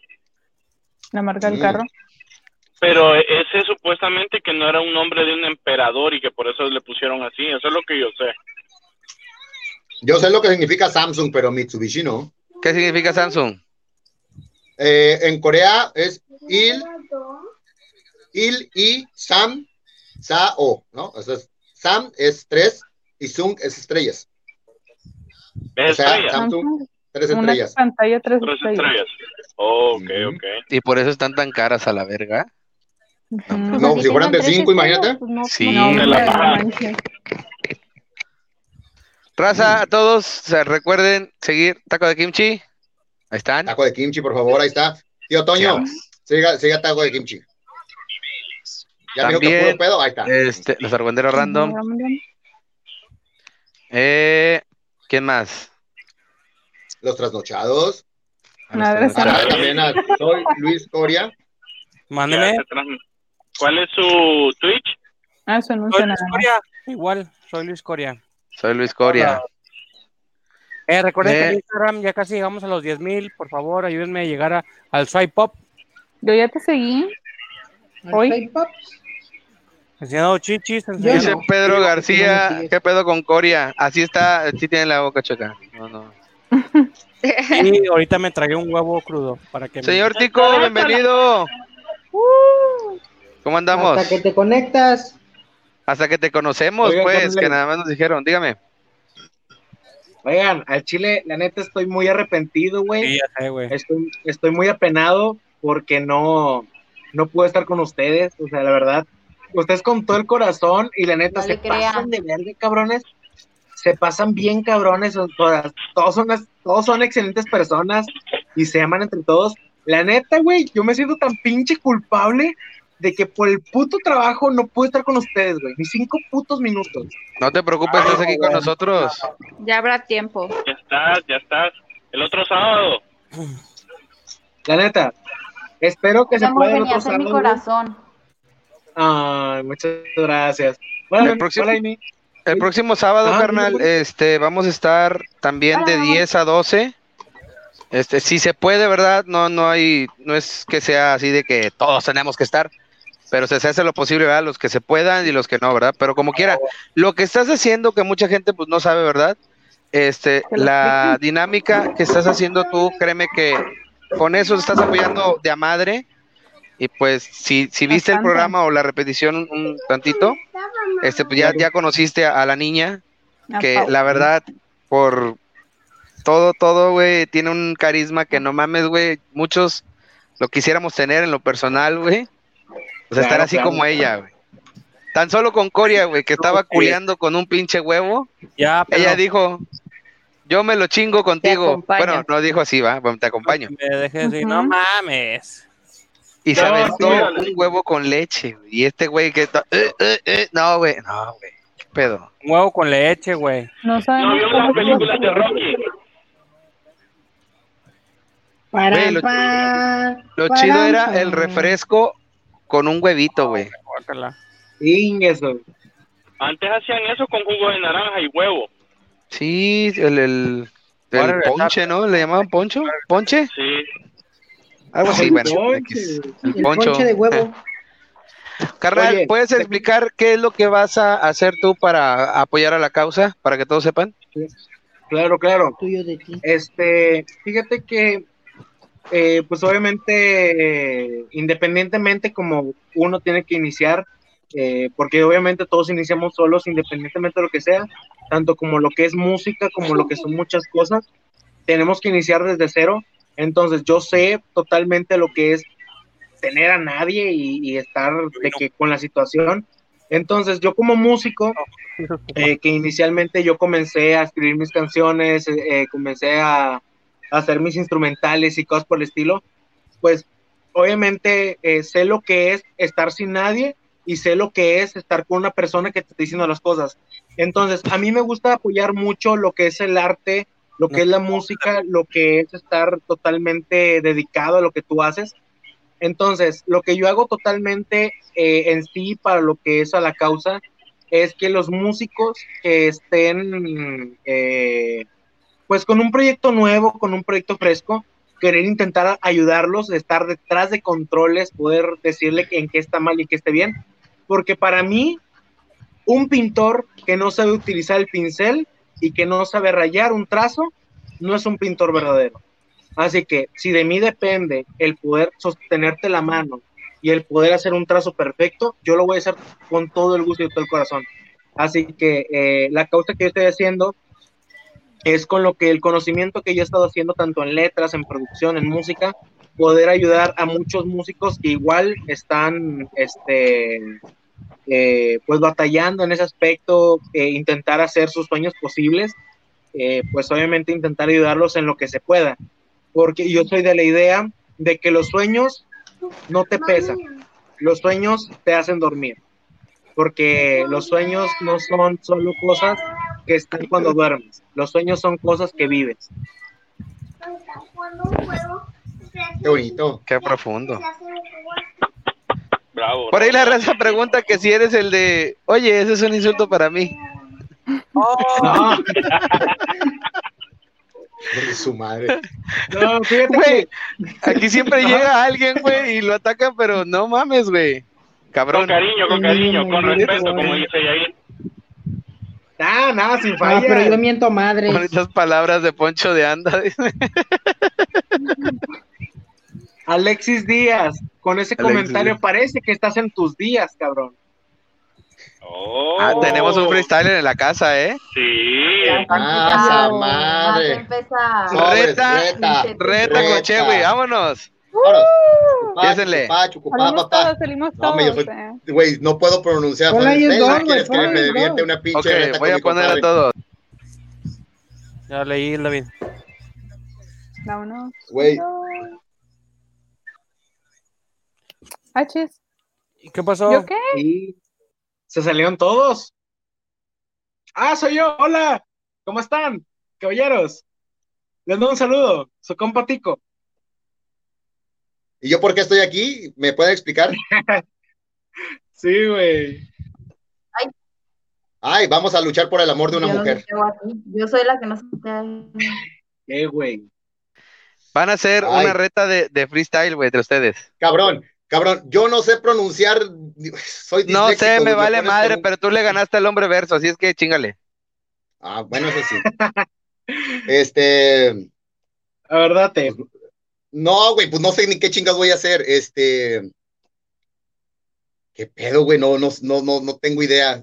Speaker 7: La marca del
Speaker 3: Mm.
Speaker 7: carro.
Speaker 13: Pero ese supuestamente que no era un nombre de un emperador y que por eso le pusieron así. Eso es lo que yo sé.
Speaker 3: Yo sé lo que significa Samsung, pero Mitsubishi no.
Speaker 2: ¿Qué significa Samsung?
Speaker 3: Eh, en Corea es Il, Il y Sam, Sa O, ¿no? O sea, es- Sam es tres y Sung es estrellas.
Speaker 13: ¿Ves
Speaker 3: O sea,
Speaker 13: estrellas?
Speaker 3: Samsung, tres
Speaker 7: Una
Speaker 3: estrellas.
Speaker 7: pantalla tres
Speaker 13: Tres
Speaker 7: estrellas.
Speaker 13: estrellas. Oh, ok,
Speaker 3: Ujú.
Speaker 13: ok.
Speaker 2: Y por eso están tan caras a la verga.
Speaker 7: Ujú.
Speaker 16: Pues
Speaker 3: No,
Speaker 16: así
Speaker 3: si fueran
Speaker 16: tengan
Speaker 3: de
Speaker 16: tres
Speaker 3: cinco,
Speaker 16: estrellas,
Speaker 3: imagínate.
Speaker 16: pues no,
Speaker 2: Sí.
Speaker 16: no,
Speaker 7: No,
Speaker 13: Te
Speaker 7: hombre,
Speaker 13: la
Speaker 7: no
Speaker 13: bajaron.
Speaker 7: manches.
Speaker 2: Raza, a todos, se recuerden seguir Taco de Kimchi. Ahí están.
Speaker 3: Taco de kimchi, por favor, ahí está. Tío Toño, siga, siga taco de kimchi. Ya dijo que
Speaker 2: También,
Speaker 3: puro pedo, ahí está.
Speaker 2: Este, los argüenderos random. Eh, ¿Quién más?
Speaker 3: Los trasnochados.
Speaker 2: A los
Speaker 7: Madre
Speaker 2: argüenderos.
Speaker 3: Ah, también a- soy Luis Coria.
Speaker 13: Ya
Speaker 8: Mándeme.
Speaker 13: se transm- ¿Cuál es su Twitch?
Speaker 7: Ah, eso
Speaker 8: Soy
Speaker 7: anuncia
Speaker 8: Luis
Speaker 7: nada más.
Speaker 8: Coria. Igual, soy Luis Coria.
Speaker 2: Soy Luis Coria.
Speaker 8: Eh, recuerden que en
Speaker 2: Eh.
Speaker 8: Instagram ya casi llegamos a los 10.000. Por favor, ayúdenme a llegar a- al swipe up.
Speaker 7: Yo ya te seguí. Hoy.
Speaker 8: Enseñando chichis,
Speaker 2: Dice
Speaker 8: enseñando.
Speaker 2: Pedro
Speaker 5: Digo,
Speaker 2: García,
Speaker 5: digo, digo.
Speaker 2: ¿qué pedo con Coria? Así está, sí tiene la boca choca. No, no.
Speaker 8: Y ahorita me tragué un huevo crudo para que me-
Speaker 2: Señor Tico, bienvenido. ¿Cómo andamos?
Speaker 5: Hasta que te conectas.
Speaker 2: Hasta que te conocemos,
Speaker 19: Oiga,
Speaker 2: pues,
Speaker 19: Carlos.
Speaker 2: que nada más nos dijeron, dígame.
Speaker 19: Oigan, al Chile, la neta estoy muy arrepentido,
Speaker 8: Sí,
Speaker 19: güey.
Speaker 8: ya sé, güey.
Speaker 19: Estoy, estoy muy apenado porque no, no pude estar con ustedes. O sea, la verdad, ustedes con todo el corazón y la neta
Speaker 6: No
Speaker 19: se
Speaker 6: le crea.
Speaker 19: pasan de verga, cabrones. Se pasan bien, cabrones. son todas- todos, son, las- todos son excelentes personas y se aman entre todos. La neta, güey, yo me siento tan pinche culpable de que por el puto trabajo no pude estar con ustedes, güey. Ni cinco putos minutos.
Speaker 2: No te preocupes,
Speaker 3: Ah,
Speaker 2: estás aquí con nosotros.
Speaker 11: Ya habrá tiempo.
Speaker 13: Ya estás, ya estás. El otro sábado.
Speaker 19: La neta, espero que
Speaker 11: Mi
Speaker 19: se
Speaker 11: amor,
Speaker 19: pueda el otro
Speaker 11: venías en
Speaker 19: sábado.
Speaker 11: mi corazón.
Speaker 19: Ay, muchas gracias. Hola,
Speaker 2: el, próximo,
Speaker 19: hola, Amy.
Speaker 2: el próximo sábado,
Speaker 19: Ah,
Speaker 2: carnal,
Speaker 19: mira, güey.
Speaker 2: este, vamos a estar también de 10 a 12. Este, si se puede, ¿verdad? No, no hay, no es que sea así de que todos tenemos que estar, pero se hace lo posible, ¿verdad? Los que se puedan y los que no, ¿verdad? Pero como quiera, lo que estás haciendo, que mucha gente pues no sabe, ¿verdad? Este, la dinámica que estás haciendo tú, créeme que con eso estás apoyando de a madre. Y pues, si, si viste el programa o la repetición un- un tantito, este, pues ya, ya conociste a, a la niña, que la verdad, por todo, todo, güey, tiene un carisma que no mames, güey, muchos lo quisiéramos tener en lo personal, güey. O sea, estar
Speaker 8: Claro,
Speaker 2: así
Speaker 8: claro.
Speaker 2: como ella, güey. Tan solo con Coria, güey, que estaba culeando con un pinche huevo.
Speaker 8: Ya, pero-
Speaker 2: Ella dijo, yo me lo chingo contigo.
Speaker 8: acompaño.
Speaker 2: Bueno, no dijo así, va, bueno, te acompaño.
Speaker 8: Me dejé decir, no mames.
Speaker 2: Y se
Speaker 8: No,
Speaker 2: aventó
Speaker 8: sí, dale.
Speaker 2: un huevo con leche. güey. Y este güey que está, "Eh, eh, eh". no, güey, no, güey, qué pedo.
Speaker 8: Un huevo con leche, güey.
Speaker 5: No sabemos
Speaker 13: vio las películas de Rocky.
Speaker 5: Para,
Speaker 2: Güey, lo- Lo chido era el refresco con un huevito, güey.
Speaker 19: Eso.
Speaker 13: Antes hacían eso con jugo de naranja y huevo.
Speaker 2: Sí, el, el, el
Speaker 13: Ahora regresar.
Speaker 2: ponche, ¿no? ¿Le llamaban poncho? ¿Ponche?
Speaker 13: Sí.
Speaker 2: Algo así,
Speaker 5: El
Speaker 2: bueno.
Speaker 5: ponche.
Speaker 2: X.
Speaker 5: El ponche de huevo.
Speaker 2: Carnal,
Speaker 5: Oye,
Speaker 2: ¿puedes explicar qué es lo que vas a hacer tú para apoyar a la causa? Para que todos sepan.
Speaker 19: Claro, claro. Este, fíjate que, eh, pues obviamente, eh, independientemente como uno tiene que iniciar, eh, porque obviamente todos iniciamos solos, independientemente de lo que sea, tanto como lo que es música, como lo que son muchas cosas, tenemos que iniciar desde cero. Entonces, yo sé totalmente lo que es tener a nadie y, y estar de que con la situación. Entonces, yo como músico, eh, que inicialmente yo comencé a escribir mis canciones, eh, eh, comencé a, a hacer mis instrumentales y cosas por el estilo, pues obviamente eh, sé lo que es estar sin nadie y sé lo que es estar con una persona que te está diciendo las cosas. Entonces, a mí me gusta apoyar mucho lo que es el arte, lo que es la música, lo que es estar totalmente dedicado a lo que tú haces. Entonces, lo que yo hago totalmente eh, en sí para lo que es a la causa es que los músicos que estén eh, pues con un proyecto nuevo, con un proyecto fresco, querer intentar ayudarlos, estar detrás de controles, poder decirle en qué está mal y qué esté bien. Porque para mí, un pintor que no sabe utilizar el pincel y que no sabe rayar un trazo, no es un pintor verdadero. Así que si de mí depende el poder sostenerte la mano y el poder hacer un trazo perfecto, yo lo voy a hacer con todo el gusto y todo el corazón. Así que eh, la causa que yo estoy haciendo es con lo que el conocimiento que yo he estado haciendo tanto en letras, en producción, en música, poder ayudar a muchos músicos que igual están este, eh, pues batallando en ese aspecto, eh, intentar hacer sus sueños posibles, eh, pues obviamente intentar ayudarlos en lo que se pueda. Porque yo soy de la idea de que los sueños no te pesan, los sueños te hacen dormir, porque los sueños no son solo cosas que están cuando duermes, los sueños son cosas que vives.
Speaker 3: Qué bonito.
Speaker 2: Qué profundo.
Speaker 13: Bravo.
Speaker 2: Por ahí la raza pregunta que si eres el de, oye, ese es un insulto para mí.
Speaker 3: De su madre.
Speaker 19: No, fíjate
Speaker 2: Güey, aquí siempre
Speaker 3: Ajá.
Speaker 2: llega alguien, güey, y lo atacan, pero no mames, güey. Cabrón.
Speaker 13: Con cariño, con cariño, con respeto, como dice ahí.
Speaker 19: Ah, nada, sin
Speaker 5: Ah,
Speaker 2: falla.
Speaker 5: pero yo miento madre.
Speaker 2: Bonitas palabras de Poncho de Anda. dice.
Speaker 19: Alexis Díaz, con ese
Speaker 2: Alexis
Speaker 19: comentario
Speaker 2: Díaz.
Speaker 19: parece que estás en tus días, cabrón.
Speaker 2: Ah, tenemos
Speaker 3: Oh.
Speaker 2: un freestyler en la casa, ¿eh?
Speaker 13: Sí.
Speaker 3: Ah,
Speaker 11: Chao.
Speaker 3: madre.
Speaker 11: Vas a empezar.
Speaker 3: Sobres,
Speaker 2: Reta,
Speaker 3: reta,
Speaker 2: reta, con Che, güey, vámonos. Piénsenle.
Speaker 3: Chupá, chucupá,
Speaker 7: Salimos
Speaker 3: papá.
Speaker 7: todos, salimos
Speaker 3: No, hombre, yo
Speaker 7: todos.
Speaker 3: soy-
Speaker 7: eh.
Speaker 3: Güey, no puedo pronunciar.
Speaker 7: Ponle ahí el
Speaker 3: Venezuela,
Speaker 7: don, güey,
Speaker 3: ¿Quieres que
Speaker 7: ponle
Speaker 3: me
Speaker 7: el don.
Speaker 3: divierte una pinche
Speaker 2: Ok,
Speaker 3: reta
Speaker 2: voy
Speaker 3: con
Speaker 2: a
Speaker 3: mi
Speaker 2: poner a
Speaker 3: compadre?
Speaker 2: todos.
Speaker 8: Ya leí, David.
Speaker 7: Vámonos.
Speaker 3: Güey,
Speaker 7: Hachis.
Speaker 8: ¿Y qué pasó?
Speaker 19: ¿Yo qué? se salieron todos. Ah, soy yo, hola. ¿Cómo están, caballeros? Les doy un saludo, su compa Tico.
Speaker 3: ¿Y yo por qué estoy aquí? ¿Me pueden explicar?
Speaker 19: sí, güey.
Speaker 3: Ay. Ay, vamos a luchar por el amor de una
Speaker 6: Yo no
Speaker 3: mujer.
Speaker 6: me quedo aquí. Yo soy la que no se queda.
Speaker 19: Eh, güey.
Speaker 2: Van a hacer
Speaker 3: Ay.
Speaker 2: una reta de, de freestyle, güey, entre ustedes.
Speaker 3: Cabrón, cabrón, yo no sé pronunciar. Soy
Speaker 2: No
Speaker 3: disléxico,
Speaker 2: sé,
Speaker 3: güey,
Speaker 2: me vale
Speaker 3: pones
Speaker 2: madre,
Speaker 3: con-
Speaker 2: pero tú le ganaste al hombre verso, así es que chingale.
Speaker 3: Ah, bueno, eso sí. este. pues,
Speaker 19: La verdad, te.
Speaker 3: No, güey, pues no sé ni qué chingas voy a hacer. Este. ¿Qué pedo, güey? No, no, no, no, no tengo idea.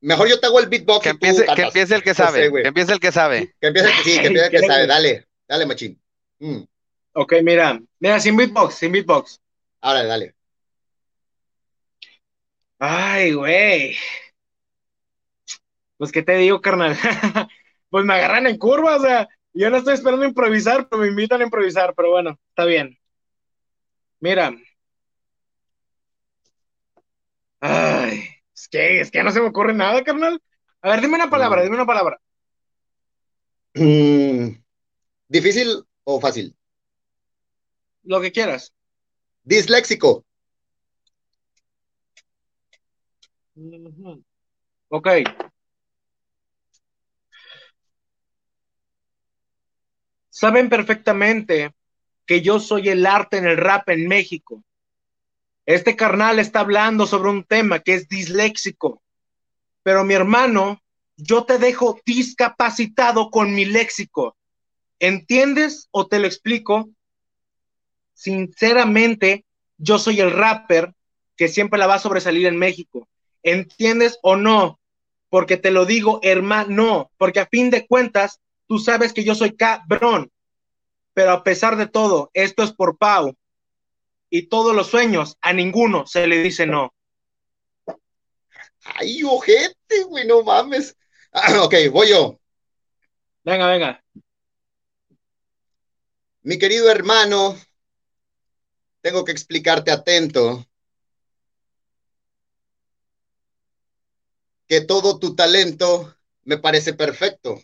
Speaker 3: Mejor yo te hago el beatbox.
Speaker 2: Que empiece, que empiece el que sabe, que empiece el que sabe.
Speaker 3: Que empiece el que sí, que empiece el que
Speaker 19: Quiero-
Speaker 3: sabe. Dale, dale, machín. Mm.
Speaker 19: Ok, mira, mira, sin beatbox, sin beatbox.
Speaker 3: Ahora, dale.
Speaker 19: Ay, güey. Pues, ¿qué te digo, carnal? pues me agarran en curva, o sea, yo no estoy esperando improvisar, pero me invitan a improvisar, pero bueno, está bien. Mira. Ay, es que, es que no se me ocurre nada, carnal. A ver, dime una palabra, dime una palabra.
Speaker 3: Mm, ¿Difícil o fácil?
Speaker 19: Lo que quieras.
Speaker 3: Disléxico.
Speaker 19: Ujú. Ok. Saben perfectamente que yo soy el arte en el rap en México. Este carnal está hablando sobre un tema que es disléxico. Pero mi hermano, yo te dejo discapacitado con mi léxico. ¿Entiendes o te lo explico? Sinceramente, yo soy el rapper que siempre la va a sobresalir en México. ¿Entiendes o no? Porque te lo digo, hermano, porque a fin de cuentas, tú sabes que yo soy cabrón. Pero a pesar de todo, esto es por Pau. Y todos los sueños, a ninguno se le dice no.
Speaker 3: Ay, ojete, güey, no mames. Ah, ok, voy yo.
Speaker 19: Venga, venga.
Speaker 3: Mi querido hermano, tengo que explicarte atento que todo tu talento me parece perfecto.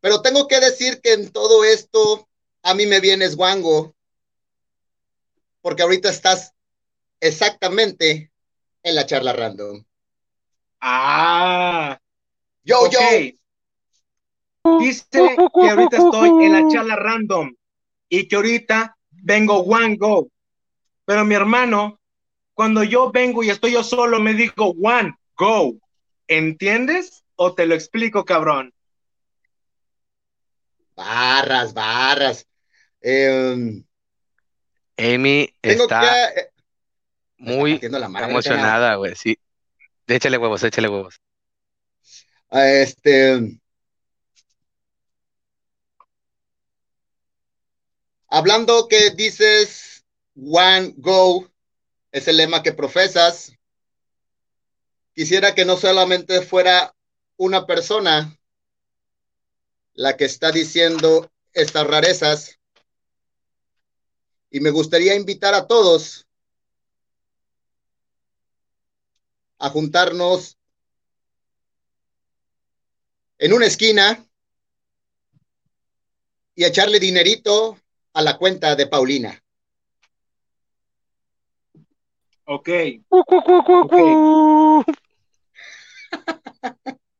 Speaker 3: Pero tengo que decir que en todo esto a mí me vienes guango, porque ahorita estás exactamente en la charla random.
Speaker 19: Ah.
Speaker 3: Yo,
Speaker 19: ok. Dice que ahorita estoy en la charla random y que ahorita vengo one go. Pero mi hermano, cuando yo vengo y estoy yo solo, me digo one go. ¿Entiendes? O te lo explico, cabrón.
Speaker 3: Barras, barras. Em,
Speaker 2: Amy
Speaker 3: tengo
Speaker 2: está
Speaker 3: que... eh,
Speaker 2: muy
Speaker 3: partiendo la madre,
Speaker 2: emocionada, güey, sí. Échale huevos, échale huevos.
Speaker 3: a Este. Hablando que dices One Go, es el lema que profesas. Quisiera que no solamente fuera una persona la que está diciendo estas rarezas. Y me gustaría invitar a todos a juntarnos en una esquina y echarle dinerito a la cuenta de Paulina.
Speaker 19: Ok. Ok.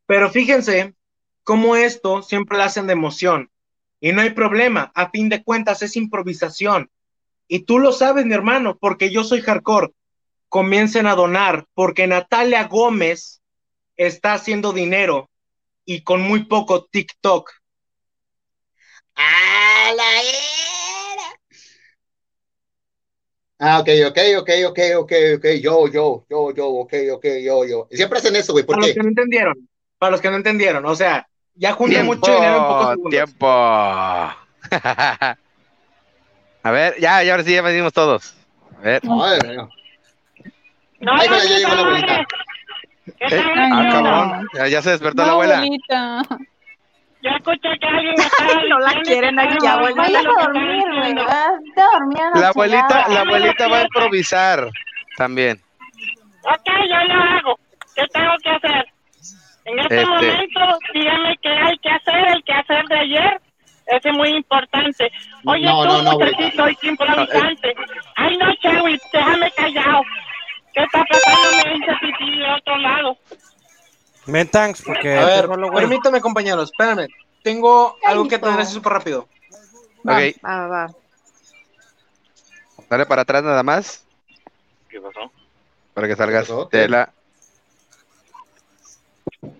Speaker 19: Pero fíjense cómo esto siempre lo hacen de emoción. Y no hay problema. A fin de cuentas es improvisación. Y tú lo sabes, mi hermano, porque yo soy hardcore. Comiencen a donar, porque Natalia Gómez está haciendo dinero y con muy poco TikTok.
Speaker 3: ¡A la era! Ah, ok, ok, ok, ok, ok, ok, yo, yo, yo, yo, ok, ok, yo, yo. Siempre hacen eso, güey, ¿por
Speaker 19: Para los
Speaker 3: qué?
Speaker 19: que no entendieron, para los que no entendieron, o sea, ya juntan
Speaker 2: Tiempo,
Speaker 19: mucho dinero en pocos segundos.
Speaker 2: tiempo. A ver, ya, ya ahora sí ya venimos todos. A ver.
Speaker 3: Ay, bueno. Ay, pero ya llegó la abuelita.
Speaker 2: Eh, Ah, cabrón. Ya, ya se despertó la abuela.
Speaker 12: Yo escuché que alguien me estaba
Speaker 11: No la
Speaker 12: diciendo
Speaker 11: quieren
Speaker 12: que
Speaker 11: aquí,
Speaker 12: estaba
Speaker 11: abuela.
Speaker 12: mal de lo que
Speaker 11: Vayan a dormir,
Speaker 12: estaba diciendo. abuelita
Speaker 11: güey.
Speaker 12: dormía.
Speaker 2: La abuelita, la abuelita va a improvisar también.
Speaker 18: Ok, yo lo hago. ¿Qué tengo que hacer? En este,
Speaker 2: Este.
Speaker 18: momento, dígame qué hay que hacer. El que hacer de ayer ese es muy importante. Oye,
Speaker 3: No,
Speaker 18: tú,
Speaker 3: no, no,
Speaker 18: muchachito,
Speaker 3: güey. Ah, eh.
Speaker 18: soy improvisante. Ay, no, Chewi, déjame callado. ¿Qué está preparándome ese pipí de otro lado?
Speaker 8: Mentanks, porque.
Speaker 19: A ver,
Speaker 8: solo, güey.
Speaker 19: permítame, compañeros, espérame. Tengo algo que atender así súper rápido.
Speaker 2: Ok,
Speaker 11: Va, va, va.
Speaker 2: dale para atrás nada más
Speaker 13: ¿Qué pasó?
Speaker 2: para que salgas de la.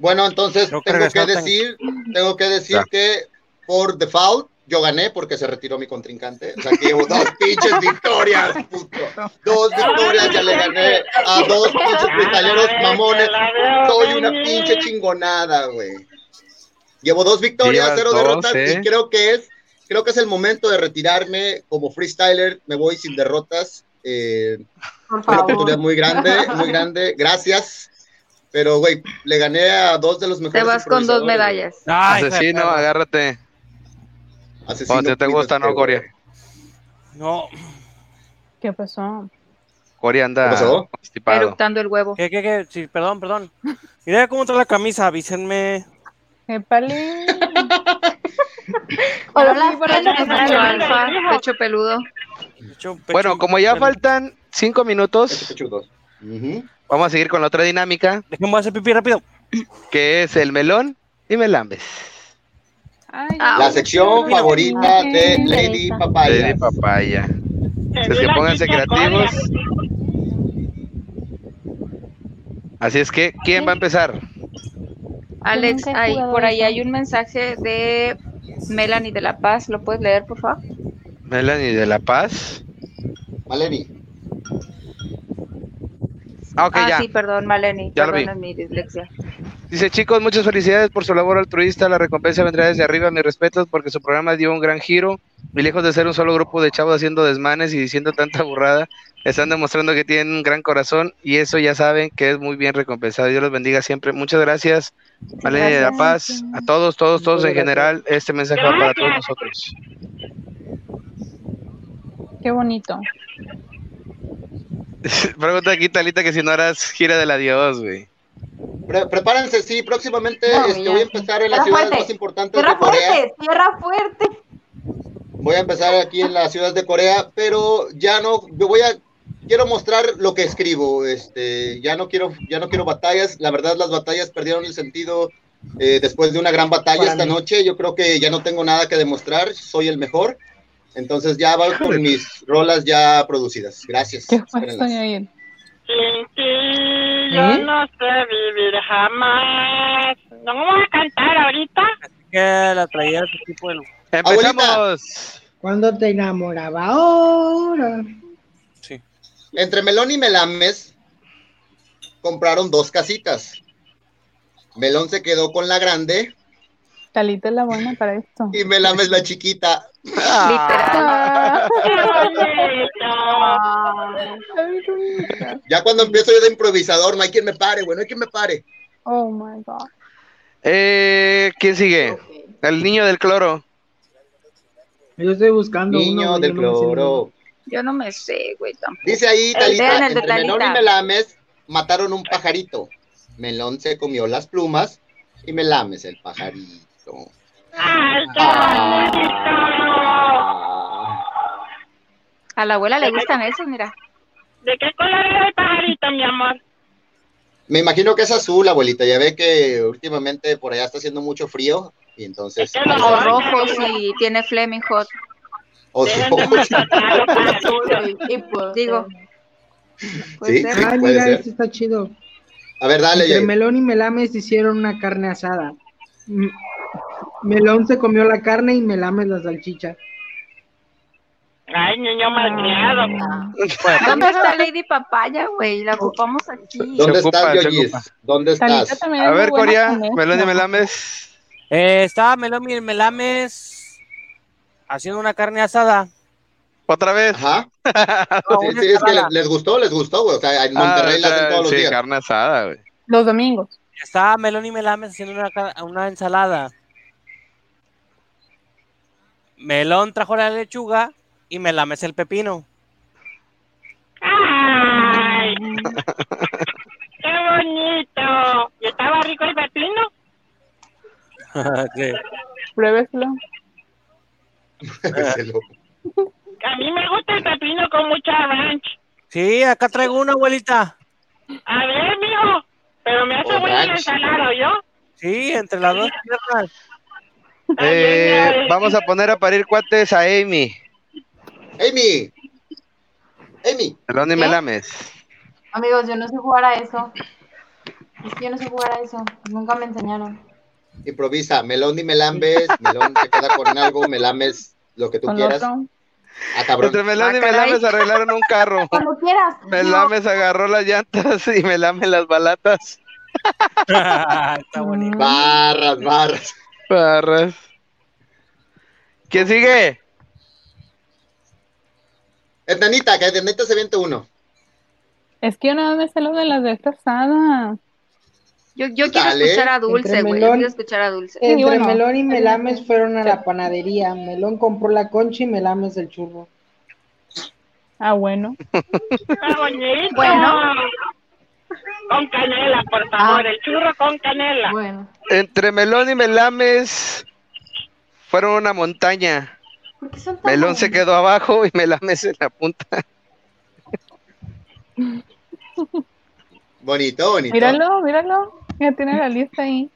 Speaker 3: Bueno, entonces
Speaker 2: Creo que
Speaker 3: tengo que
Speaker 2: regresó, tengo-
Speaker 3: decir, tengo que decir
Speaker 2: Ya.
Speaker 3: que por default yo gané porque se retiró mi contrincante. O sea, que llevo dos pinches victorias, puto. Dos victorias ya le gané a dos pinches cristaleros mamones. Soy una pinche chingonada, güey. Llevo dos victorias,
Speaker 2: Llevas
Speaker 3: cero
Speaker 2: dos,
Speaker 3: derrotas
Speaker 2: ¿eh?
Speaker 3: y creo que es creo que es el momento de retirarme como freestyler. Me voy sin derrotas. Eh,
Speaker 12: Por
Speaker 3: una
Speaker 12: favor.
Speaker 3: oportunidad muy grande, muy grande. Gracias. Pero, güey, le gané a dos de los mejores.
Speaker 11: Te vas con dos
Speaker 3: improvisadores,
Speaker 11: medallas.
Speaker 2: Asesino, agárrate.
Speaker 3: Asesino,
Speaker 2: Cuando te gusta, no, Coria.
Speaker 8: No.
Speaker 7: ¿Qué pasó?
Speaker 2: Coria anda
Speaker 8: ¿Qué pasó?
Speaker 2: constipado.
Speaker 11: Dando el huevo.
Speaker 8: ¿Qué, qué, qué? Sí, perdón, perdón. Mira cómo trae la camisa, avísenme.
Speaker 7: Eh, Épale.
Speaker 11: Hola,
Speaker 7: Hola,
Speaker 11: pecho pecho alfa, pecho peludo.
Speaker 2: Bueno, como ya faltan cinco minutos, vamos a seguir con la otra dinámica.
Speaker 8: Déjenme hacer pipí rápido.
Speaker 2: Que es el melón y melambes.
Speaker 3: La sección favorita de Lady Papaya.
Speaker 2: Lady papaya. Así es que pónganse creativos. Así es que, ¿quién va a empezar?
Speaker 11: Alex,
Speaker 12: Nunca he
Speaker 11: ahí,
Speaker 12: jugado
Speaker 11: por ahí
Speaker 12: eso.
Speaker 11: hay un mensaje de Melanie de La Paz. ¿Lo puedes leer, por favor?
Speaker 2: Melanie de La Paz.
Speaker 3: Valerie.
Speaker 2: Ah, ok,
Speaker 11: ah,
Speaker 2: ya.
Speaker 11: sí, perdón, Melanie.
Speaker 2: Ya lo vi.
Speaker 11: perdón, mi dislexia.
Speaker 2: Dice, chicos, muchas felicidades por su labor altruista. La recompensa vendrá desde arriba. Mis respetos porque su programa dio un gran giro. Y lejos de ser un solo grupo de chavos haciendo desmanes y diciendo tanta burrada, están demostrando que tienen un gran corazón. Y eso ya saben que es muy bien recompensado. Dios los bendiga siempre. Muchas gracias, Malenia de la Paz. A todos, todos, todos en general. Este mensaje va para todos nosotros.
Speaker 7: Qué bonito.
Speaker 2: Pregunta aquí, Talita, que si no harás gira del adiós, güey.
Speaker 3: Pre- prepárense, sí, próximamente este, voy a empezar en
Speaker 6: Cierra
Speaker 3: las ciudades
Speaker 6: fuerte.
Speaker 3: más importantes de
Speaker 6: Cierra
Speaker 3: Corea.
Speaker 6: fuerte, cierra fuerte.
Speaker 3: Voy a empezar aquí en las ciudades de Corea, pero ya no, yo voy a, quiero mostrar lo que escribo. Este, ya no quiero, ya no quiero batallas. La verdad, las batallas perdieron el sentido eh, después de una gran batalla
Speaker 19: Para
Speaker 3: esta
Speaker 19: mí.
Speaker 3: noche. Yo creo que ya no tengo nada que demostrar. Soy el mejor. Entonces ya va con mis rolas ya producidas. Gracias. Espérenlas.
Speaker 18: Sin ti yo
Speaker 3: Pues, ¿Eh?
Speaker 18: no sé vivir jamás. ¿No vamos a cantar ahorita?
Speaker 8: Que la traía ese tipo de.
Speaker 2: ¡Empezamos!
Speaker 5: Cuando te enamoraba ahora.
Speaker 3: Entre Melón y Melames compraron dos casitas. Melón se quedó con la grande
Speaker 7: Talita es la buena para esto.
Speaker 3: y Melames la chiquita. Ya cuando empiezo yo de improvisador, no hay quien me pare, güey, no hay quien me pare.
Speaker 7: Oh my god.
Speaker 2: Eh, ¿Quién sigue? El niño del cloro.
Speaker 5: Yo estoy buscando
Speaker 3: Niño
Speaker 5: uno.
Speaker 3: del cloro.
Speaker 11: Yo no me sé, güey, tampoco.
Speaker 3: Dice ahí,
Speaker 11: Vean
Speaker 3: Talita,
Speaker 11: el de
Speaker 3: entre Melón y
Speaker 11: Talita.
Speaker 3: Melames mataron un pajarito. Melón se comió las plumas y Melames el pajarito.
Speaker 11: A la abuela le gustan esos, mira.
Speaker 18: ¿De qué color es el pajarito, mi amor?
Speaker 3: Me imagino que es azul, abuelita. Ya ve que últimamente por allá está haciendo mucho frío y entonces.
Speaker 11: O rojos y tiene Fleming Hot.
Speaker 3: O
Speaker 11: pues, Digo,
Speaker 7: Pues
Speaker 3: Sí, sí,
Speaker 5: Ah,
Speaker 3: puede
Speaker 5: mira,
Speaker 3: ser.
Speaker 5: este está chido.
Speaker 3: A ver, dale,
Speaker 5: Entre
Speaker 3: Yair.
Speaker 5: Melón y Melames hicieron una carne asada. M- Melón se comió la carne y Melames la salchicha.
Speaker 18: Ay, niño malcriado.
Speaker 2: Ah.
Speaker 11: ¿dónde está Lady Papaya, güey? La ocupamos aquí.
Speaker 3: ¿Dónde
Speaker 2: Se ocupa,
Speaker 3: estás,
Speaker 2: se
Speaker 3: Yoyis?
Speaker 2: ocupa.
Speaker 3: ¿Dónde
Speaker 11: Talita
Speaker 3: estás?
Speaker 11: también
Speaker 2: A
Speaker 11: es
Speaker 2: ver,
Speaker 11: muy buena
Speaker 2: Coria,
Speaker 11: con esto.
Speaker 2: Melón y Melames.
Speaker 8: Eh, estaba Melón y el Melames haciendo una carne asada.
Speaker 2: ¿Otra vez?
Speaker 3: Ajá.
Speaker 8: No,
Speaker 3: Sí,
Speaker 8: una
Speaker 3: sí, es que
Speaker 8: ensalada.
Speaker 3: les, les gustó, les gustó, güey. O sea, en Monterrey la hacen todos los
Speaker 2: Ah, sí,
Speaker 3: días.
Speaker 2: carne asada, güey.
Speaker 7: Los domingos.
Speaker 8: Estaba Melón y Melames haciendo una, ca- una ensalada. Melón trajo la lechuga y me lames el pepino.
Speaker 18: ¡Ay!
Speaker 2: Ah.
Speaker 18: ¡Qué bonito! ¿Y estaba rico el pepino?
Speaker 8: Sí.
Speaker 7: Pruébeslo.
Speaker 18: A mí me gusta el pepino con mucha ranch.
Speaker 8: Sí, acá traigo una abuelita.
Speaker 18: A ver, mijo, pero me hace
Speaker 8: Oh,
Speaker 18: buena la
Speaker 8: ranch.
Speaker 18: ensalada, ¿yo?
Speaker 8: Sí, entre las dos piernas.
Speaker 2: Eh, vamos a poner a parir cuates a Amy.
Speaker 3: Amy. Amy.
Speaker 2: Perdón y me
Speaker 6: ¿Qué?
Speaker 2: lames.
Speaker 6: Amigos, yo no sé jugar a eso. Es que Yo no sé jugar a eso. Nunca me enseñaron.
Speaker 3: Improvisa, melón y melambes, melón te queda con algo, melames lo que tú
Speaker 6: Con
Speaker 3: quieras.
Speaker 6: otro.
Speaker 3: Ah, cabrón.
Speaker 2: Entre Melón y Melames arreglaron un carro.
Speaker 6: Como quieras.
Speaker 2: Melames agarró las llantas y Melame las balatas.
Speaker 8: Está bonito.
Speaker 3: Barras, barras.
Speaker 2: Barras. ¿Quién sigue?
Speaker 3: Etnanita, que Etnanita se viente uno.
Speaker 7: Es que yo nada más me sé lo de las de casada.
Speaker 11: Yo, yo quiero
Speaker 5: Dale.
Speaker 11: escuchar a Dulce,
Speaker 5: Entre
Speaker 11: güey. Yo
Speaker 5: melón-
Speaker 11: quiero escuchar a Dulce.
Speaker 5: Entre Melón y Melames fueron a la panadería. Melón compró la concha y Melames el churro.
Speaker 7: Ah, bueno.
Speaker 18: Está bonito.
Speaker 7: Bueno.
Speaker 18: Con canela, por favor, el churro con canela.
Speaker 6: Bueno.
Speaker 2: Entre Melón y Melames fueron a una montaña. Melón se quedó abajo y Melames en la punta.
Speaker 3: Bonito, bonito.
Speaker 7: Míralo, míralo. Ya tiene la lista ahí.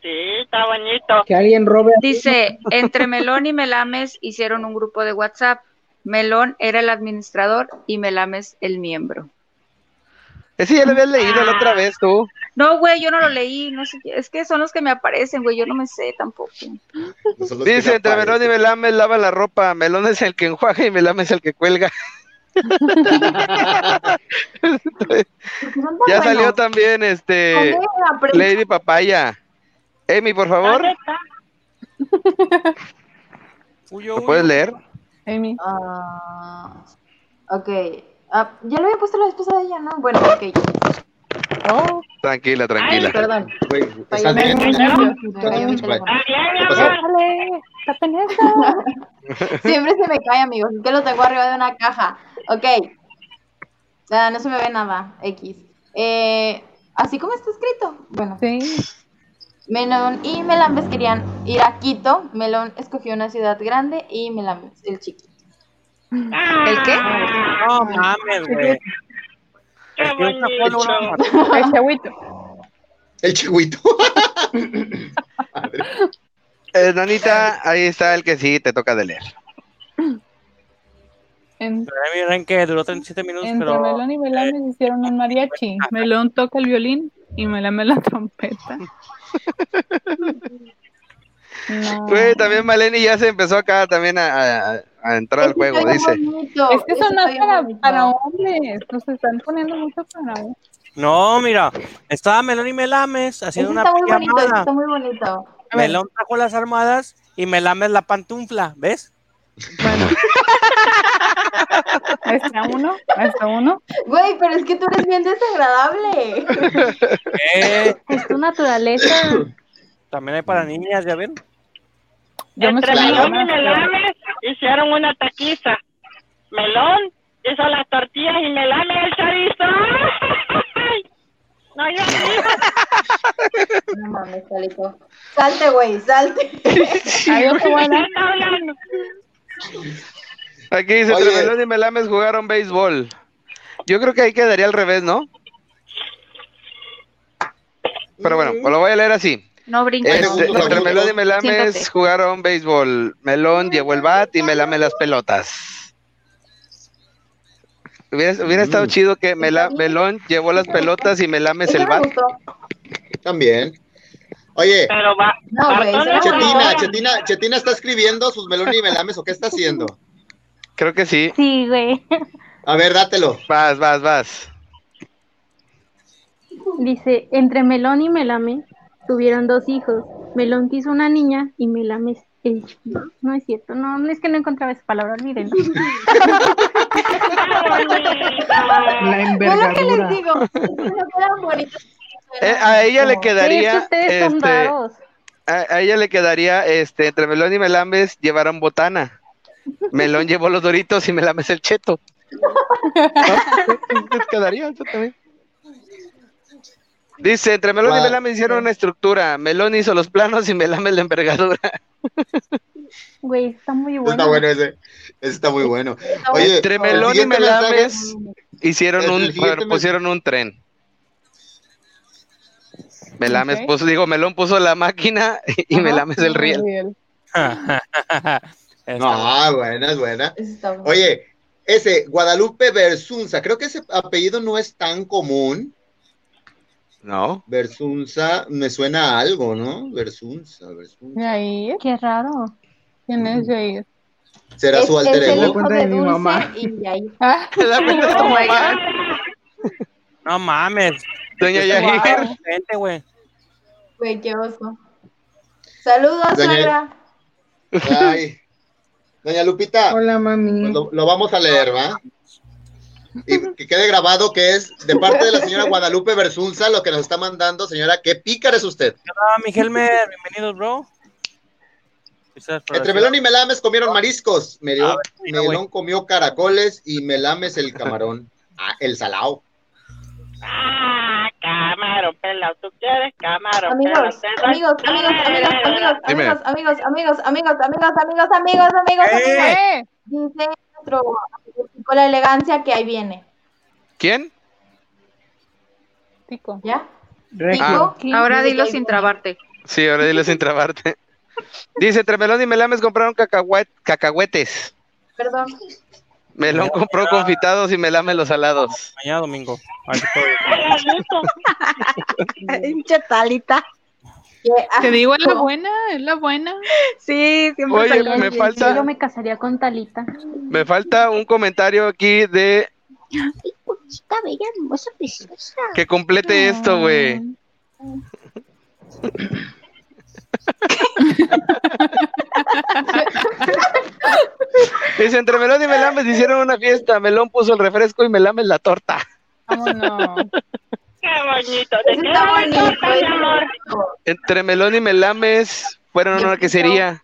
Speaker 18: Sí, está bonito.
Speaker 5: Que alguien robe.
Speaker 11: Dice, entre Melón y Melames hicieron un grupo de WhatsApp. Melón era el administrador y Melames el miembro.
Speaker 2: Ese Eh, ya lo habías leído la otra vez tú.
Speaker 11: No, güey, yo no lo leí. No sé, qué- es que son los que me aparecen, güey. Yo no me sé tampoco.
Speaker 2: Dice, entre Melón y Melames lava la ropa. Melón es el que enjuaga y Melames es el que cuelga. ya salió también este
Speaker 18: ¿Cómo la prensa?
Speaker 2: Lady Papaya. Amy, por favor,
Speaker 18: ¿Dónde está?
Speaker 2: ¿lo puedes leer?
Speaker 7: Amy.
Speaker 6: ok. Ah, ya lo había puesto la esposa de ella, ¿no? Bueno, ok.
Speaker 7: Oh,
Speaker 2: Tranquila, tranquila.
Speaker 6: perdón.
Speaker 2: ¿estás bien?
Speaker 6: Órale, está pendeja. Siempre se me cae, amigos. Es que lo tengo arriba de una caja. Ok. Ah, no se me ve nada. X. Eh, así como está escrito. Bueno. Melón y Melambes querían ir a Quito. Melón escogió una ciudad grande y Melambes, el chiquito.
Speaker 11: ¿El qué?
Speaker 8: No mames, güey.
Speaker 18: Qué
Speaker 8: bonito.
Speaker 7: El chahuito.
Speaker 3: El chihuito.
Speaker 2: Eh, Nanita, ahí está el que sí te toca de leer.
Speaker 7: En-
Speaker 8: Miren que duró 37 minutos,
Speaker 7: entre
Speaker 8: pero.
Speaker 7: Melón y Melames hicieron un mariachi. Melón toca el violín y Melames la trompeta. No.
Speaker 2: Güey, también Maleni ya se empezó acá también a, a- a entrar al juego, dice.
Speaker 7: Es que son más para, para hombres. Nos están poniendo mucho para hombres.
Speaker 8: No, mira, estaba Melón y Melames haciendo
Speaker 6: Ese
Speaker 8: una
Speaker 6: está muy bonito, ese
Speaker 8: llamada.
Speaker 6: está muy bonito.
Speaker 8: Melón trajo las armadas y Melames la pantufla, ¿ves?
Speaker 7: Ahí está uno, ahí está uno.
Speaker 6: Güey, pero es que tú eres bien desagradable.
Speaker 8: Eh,
Speaker 10: Es tu naturaleza.
Speaker 8: también hay para niñas, ya ven.
Speaker 18: Entre Melón y Melames hicieron una taquiza. Melón hizo las tortillas y Melame el chorizo. No, yo
Speaker 6: No mames, Calico. Salte, güey, salte.
Speaker 7: Adiós, abuela.
Speaker 2: Aquí dice, entre Melón y Melames jugaron béisbol. Yo creo que ahí quedaría al revés, ¿no? Pero bueno,
Speaker 3: Mm.
Speaker 2: pues lo voy a leer así.
Speaker 11: No brinques.
Speaker 2: Este, entre Melón y Melames
Speaker 11: Siéntate.
Speaker 2: jugaron béisbol. Melón llevó el bat y Melame las pelotas. Hubiera, hubiera
Speaker 3: Mm.
Speaker 2: estado chido que Mela- Melón llevó las pelotas y Melames el bat.
Speaker 3: También. Oye.
Speaker 18: Pero va.
Speaker 3: Chetina, Chetina, Chetina está escribiendo sus melón y melames o qué está haciendo.
Speaker 2: Creo que sí.
Speaker 10: Sí, güey.
Speaker 3: A ver, dátelo.
Speaker 2: Vas, vas, vas.
Speaker 10: Dice, entre Melón y Melame tuvieron dos hijos. Melón quiso una niña y Melame el chiquito. No es cierto, no, no es que no encontraba esa palabra, olvídenlo.
Speaker 5: La
Speaker 6: ¿Qué les
Speaker 5: envergadura.
Speaker 6: digo? No quedan bonitos.
Speaker 2: Eh, a ella le
Speaker 10: Sí, es
Speaker 2: quedaría.
Speaker 10: que ustedes son
Speaker 2: este,
Speaker 10: varos.
Speaker 2: a, a ella le quedaría este entre Melón y Melambes llevaron botana. Melón llevó los doritos y me lames el cheto. ¿No? Te quedaría eso también. Dice, entre Melón y
Speaker 3: Wow.
Speaker 2: Melame hicieron una estructura. Melón hizo los planos y Melame la envergadura.
Speaker 10: Güey, está muy bueno.
Speaker 3: Está bueno ese. Ese está muy bueno. Oye,
Speaker 2: entre
Speaker 3: el
Speaker 2: Melón y
Speaker 3: siguiente mensaje-
Speaker 2: Melames hicieron
Speaker 3: El
Speaker 2: un,
Speaker 3: siguiente
Speaker 2: bueno,
Speaker 3: men-
Speaker 2: pusieron un tren. Melames
Speaker 7: Ok.
Speaker 2: puso, digo, Melón puso la máquina y Melames el riel.
Speaker 3: No, buena, Ah, es buena. Oye, ese Guadalupe Versunza, creo que ese apellido no es tan común.
Speaker 2: No.
Speaker 3: Versunza, me suena a algo, ¿no? Versunza, Versunza.
Speaker 7: Yair. Qué raro. ¿Quién es Yair?
Speaker 3: Será
Speaker 7: Es-
Speaker 3: su alter
Speaker 7: es el
Speaker 3: ego.
Speaker 7: hijo de Dulce
Speaker 6: Y ya ahí.
Speaker 7: Ah.
Speaker 6: Oh my God.
Speaker 8: No mames.
Speaker 2: Doña
Speaker 8: Yair. Vente, güey.
Speaker 6: Güey, qué oso. Saludos,
Speaker 3: Daniel.
Speaker 6: suegra.
Speaker 3: Ay. Doña Lupita. pues
Speaker 5: Hola, mami.
Speaker 3: Lo, lo vamos a leer, ¿va? Y que quede grabado que es de parte de la señora Guadalupe Versunza lo que nos está mandando, señora. Qué pícara es usted.
Speaker 8: Ah, mi Helmer, bienvenidos, bro.
Speaker 3: Entre Melón y Melames comieron mariscos. Melón,
Speaker 8: Ah,
Speaker 3: Melón comió caracoles y Melames el camarón. Ah, el salao.
Speaker 18: Ah, camarón pelado, tú quieres camarón
Speaker 6: Amigos,
Speaker 18: pelado.
Speaker 6: amigos, amigos, amigos, amigos,
Speaker 18: Dime.
Speaker 6: amigos, amigos, amigos, amigos, amigos, amigos, amigos, amigos,
Speaker 7: ¡Eh!
Speaker 6: amigos. Dice nuestro amigo con la elegancia que ahí viene.
Speaker 2: ¿Quién?
Speaker 7: Tico.
Speaker 6: ¿Ya?
Speaker 2: Ah.
Speaker 6: Tico,
Speaker 11: Ahora
Speaker 6: dice
Speaker 11: dilo
Speaker 6: que ahí
Speaker 11: sin
Speaker 6: viene.
Speaker 11: trabarte.
Speaker 2: Sí, ahora dilo sin trabarte. Dice, entre Melón y Melames compraron cacahuet- cacahuetes.
Speaker 6: Perdón.
Speaker 2: Melón compró confitados y Melame los salados.
Speaker 8: Mañana domingo.
Speaker 11: Pinche talita.
Speaker 10: ah,
Speaker 7: Te digo, es la buena, es la buena.
Speaker 11: Sí, siempre
Speaker 2: Oye, salió me así. falta-
Speaker 10: Yo me casaría con Talita.
Speaker 2: Me falta un comentario aquí de
Speaker 10: Está bella, hermosa, preciosa.
Speaker 2: que complete esto, güey. Dice, entre Melón y Melames hicieron una fiesta. Melón puso el refresco y Melames la torta.
Speaker 18: Qué bonito. ¿De
Speaker 6: Eso
Speaker 18: qué
Speaker 6: está
Speaker 18: bonito,
Speaker 6: bonito,
Speaker 18: mi
Speaker 6: eso.
Speaker 18: amor?
Speaker 2: Entre Melón y Melames fueron a una quesería.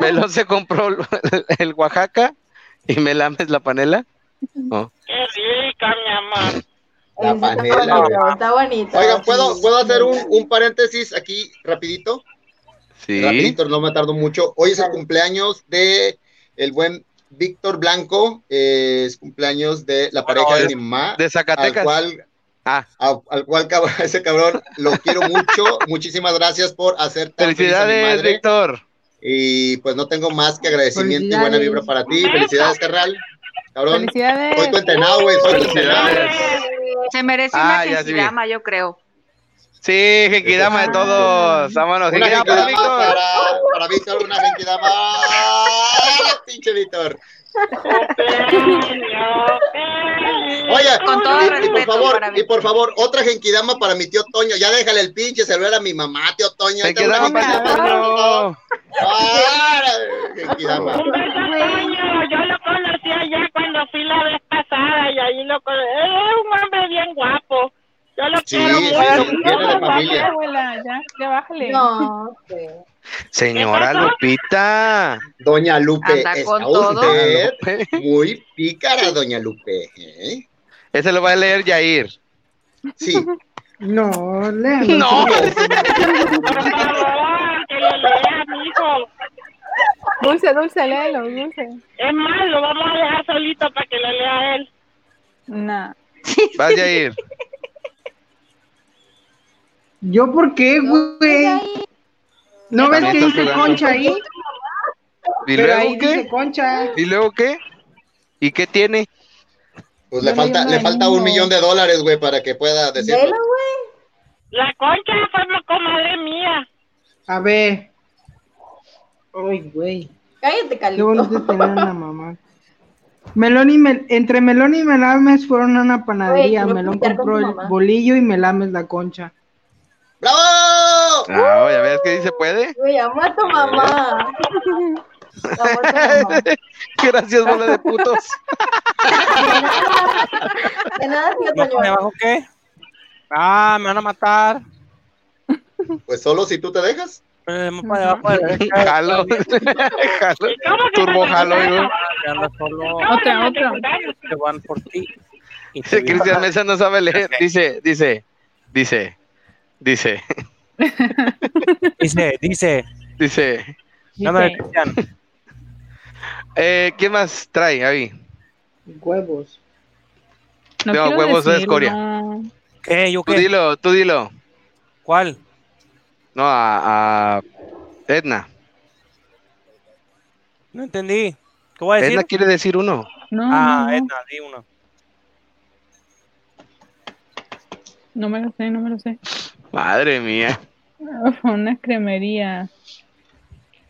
Speaker 2: Melón se compró el, el Oaxaca y Melames la panela. Oh.
Speaker 18: Qué rica, mi amor.
Speaker 3: La panela.
Speaker 6: bonito, está bonito.
Speaker 3: Oigan, ¿puedo, ¿puedo hacer un, un paréntesis aquí rapidito?
Speaker 2: Sí.
Speaker 3: Rapidito, no me tardo mucho. Hoy es el cumpleaños de el buen Víctor Blanco. eh, es cumpleaños de la pareja de, mi mamá.
Speaker 2: de
Speaker 3: Al
Speaker 2: Zacatecas. Ah.
Speaker 3: cual, a- al cual cab- ese cabrón lo quiero mucho. Muchísimas gracias por hacer tan feliz a mi
Speaker 2: Felicidades,
Speaker 3: madre.
Speaker 2: Víctor.
Speaker 3: Y pues no tengo más que agradecimiento y buena vibra para ti. Felicidades, carnal. Cabrón.
Speaker 7: Felicidades.
Speaker 3: Soy tu entrenado, güey. Soy tu entrenado.
Speaker 11: Se merece
Speaker 2: Ah,
Speaker 11: una
Speaker 2: ya sí vi.
Speaker 11: Genkidama, yo creo.
Speaker 2: Sí, Genkidama de todos. Vámonos.
Speaker 3: Ah. Una
Speaker 2: Genkidama para
Speaker 3: genkidama
Speaker 2: Víctor.
Speaker 3: para, Ah, para Víctor, una genkidama. ¡Ay, pinche Víctor! Oye,
Speaker 11: Con todo
Speaker 3: y, y por
Speaker 11: respeto
Speaker 3: favor,
Speaker 11: para
Speaker 3: y por favor, otra genkidama para mi tío Toño. Ya déjale el pinche celular a mi mamá, tío Toño. Ahí tengo una
Speaker 2: Genkidama para
Speaker 3: genkidama.
Speaker 2: Toño.
Speaker 3: ¡Para! Genkidama.
Speaker 18: Un beso, Toño. Yo lo conocí allá cuando fui la vez pasada y ahí lo conocí. Es un hombre bien guapo. Yo lo
Speaker 3: Sí,
Speaker 18: quiero
Speaker 3: sí,
Speaker 18: mucho.
Speaker 3: sí, viene de
Speaker 7: Bájale,
Speaker 3: familia.
Speaker 7: abuela, ya, ya bájale.
Speaker 6: No,
Speaker 2: Señora Lupita.
Speaker 3: Doña Lupe,
Speaker 7: Anda
Speaker 3: está
Speaker 7: con todo.
Speaker 3: usted muy pícara, doña Lupe. ¿eh?
Speaker 2: Ese lo va a leer Yair.
Speaker 3: Sí.
Speaker 5: No, lea.
Speaker 2: No.
Speaker 18: Por favor, que lo leas, mijo.
Speaker 7: Dulce, dulce, léelo, dulce.
Speaker 18: Es más, lo vamos a dejar solito para que lo lea él.
Speaker 7: Nah.
Speaker 2: Vas, Yair.
Speaker 5: ¿Yo por qué,
Speaker 7: pues
Speaker 5: güey? ¿No ves que
Speaker 2: Estás
Speaker 5: dice
Speaker 2: jugando.
Speaker 5: concha ahí?
Speaker 2: ¿Y
Speaker 5: Pero
Speaker 2: luego
Speaker 5: ahí
Speaker 2: qué?
Speaker 5: dice concha.
Speaker 2: ¿Y luego qué? ¿Y qué tiene?
Speaker 3: Pues le falta, le falta un millón de dólares, güey, para que pueda decirlo.
Speaker 18: La concha fue mi comadre mía.
Speaker 5: A ver. Ay, güey.
Speaker 6: Cállate,
Speaker 5: Qué
Speaker 6: Calito.
Speaker 5: bonito es tener una mamá. Melón y Mel- entre Melón y Melames fueron a una panadería.
Speaker 6: Güey, quiero
Speaker 5: Melón
Speaker 6: platicar con
Speaker 5: compró
Speaker 6: tu
Speaker 5: el
Speaker 6: mamá.
Speaker 5: bolillo y Melames la concha.
Speaker 3: ¡Bravo!
Speaker 2: Ah, oye, ¿ves que dice puede?
Speaker 6: Güey, amo a tu mamá.
Speaker 2: Gracias, bola de putos.
Speaker 6: De nada, tío
Speaker 8: ¿No
Speaker 6: Toño.
Speaker 8: pone abajo qué? Ah, me van a matar.
Speaker 3: Pues solo si tú te dejas.
Speaker 8: El mapa de abajo de la derecha.
Speaker 2: Jalo. Jalo. Turbo jalo, yo.
Speaker 8: Que anda solo.
Speaker 7: Otra, otra.
Speaker 8: Que van por ti. Y te "Ah".
Speaker 2: Dice Cristian Mesa no sabe leer. Dice, dice, dice, dice,
Speaker 8: Dice, dice.
Speaker 2: dice.
Speaker 8: Dándole, Cristian.
Speaker 2: Eh, ¿Qué más trae, Avi?
Speaker 5: Huevos.
Speaker 2: No No, quiero huevos es decirlo. escoria.
Speaker 8: ¿Qué? ¿Yo
Speaker 2: Tú
Speaker 8: qué?
Speaker 2: dilo, tú dilo.
Speaker 8: ¿Cuál?
Speaker 2: No, a, a Edna.
Speaker 8: No entendí. ¿Qué voy a decir?
Speaker 2: Edna quiere decir uno.
Speaker 7: No,
Speaker 8: Ah,
Speaker 7: no, no.
Speaker 8: Edna, di uno.
Speaker 7: No me lo sé, no me lo sé.
Speaker 2: Madre mía.
Speaker 7: Una cremería.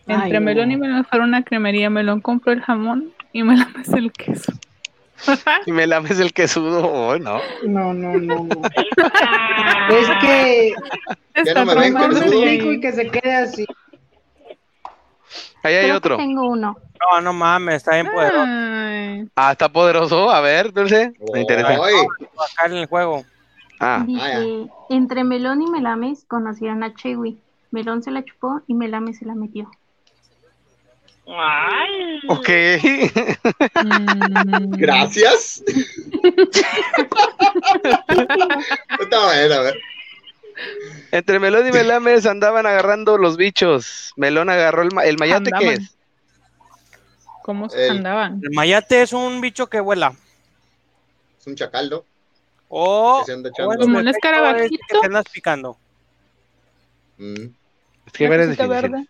Speaker 7: Entre
Speaker 5: Ay, no.
Speaker 7: melón y melón fueron una cremería. Melón compró el jamón y melón es el queso.
Speaker 2: Y me lames el quesudo. Oh, no.
Speaker 5: No, no, no, no. es que
Speaker 2: Ya no me
Speaker 5: Está
Speaker 2: ven
Speaker 5: tomando el
Speaker 2: quesudo.
Speaker 5: pico y que se quede así.
Speaker 2: Ahí Eh, hay otro.
Speaker 10: Tengo uno.
Speaker 8: No, no mames, está bien poderoso.
Speaker 2: Ah, está poderoso. A ver, Dulce. Me interesa.
Speaker 8: Acá en el juego.
Speaker 2: Ah,
Speaker 10: Dice, entre Melón y Melames conocieron a Chewy. Melón se la chupó y Melames se la metió.
Speaker 18: Ay.
Speaker 2: ok.
Speaker 7: Mm,
Speaker 3: Gracias.
Speaker 2: a ver, a ver. Entre Melón y Melames andaban agarrando los bichos. Melón agarró el, ma- el mayate, ¿qué
Speaker 7: Andaban.
Speaker 2: es?
Speaker 7: ¿Cómo se andaban?
Speaker 8: El mayate es un bicho que vuela.
Speaker 3: Es un chacal, ¿no?
Speaker 8: O,
Speaker 3: Que se anda
Speaker 8: o
Speaker 3: echando.
Speaker 8: el
Speaker 3: Como un
Speaker 8: perfecto
Speaker 7: escarabajito.
Speaker 8: es Que te andas picando.
Speaker 3: Mm.
Speaker 2: Es que ver es difícil.
Speaker 7: verde.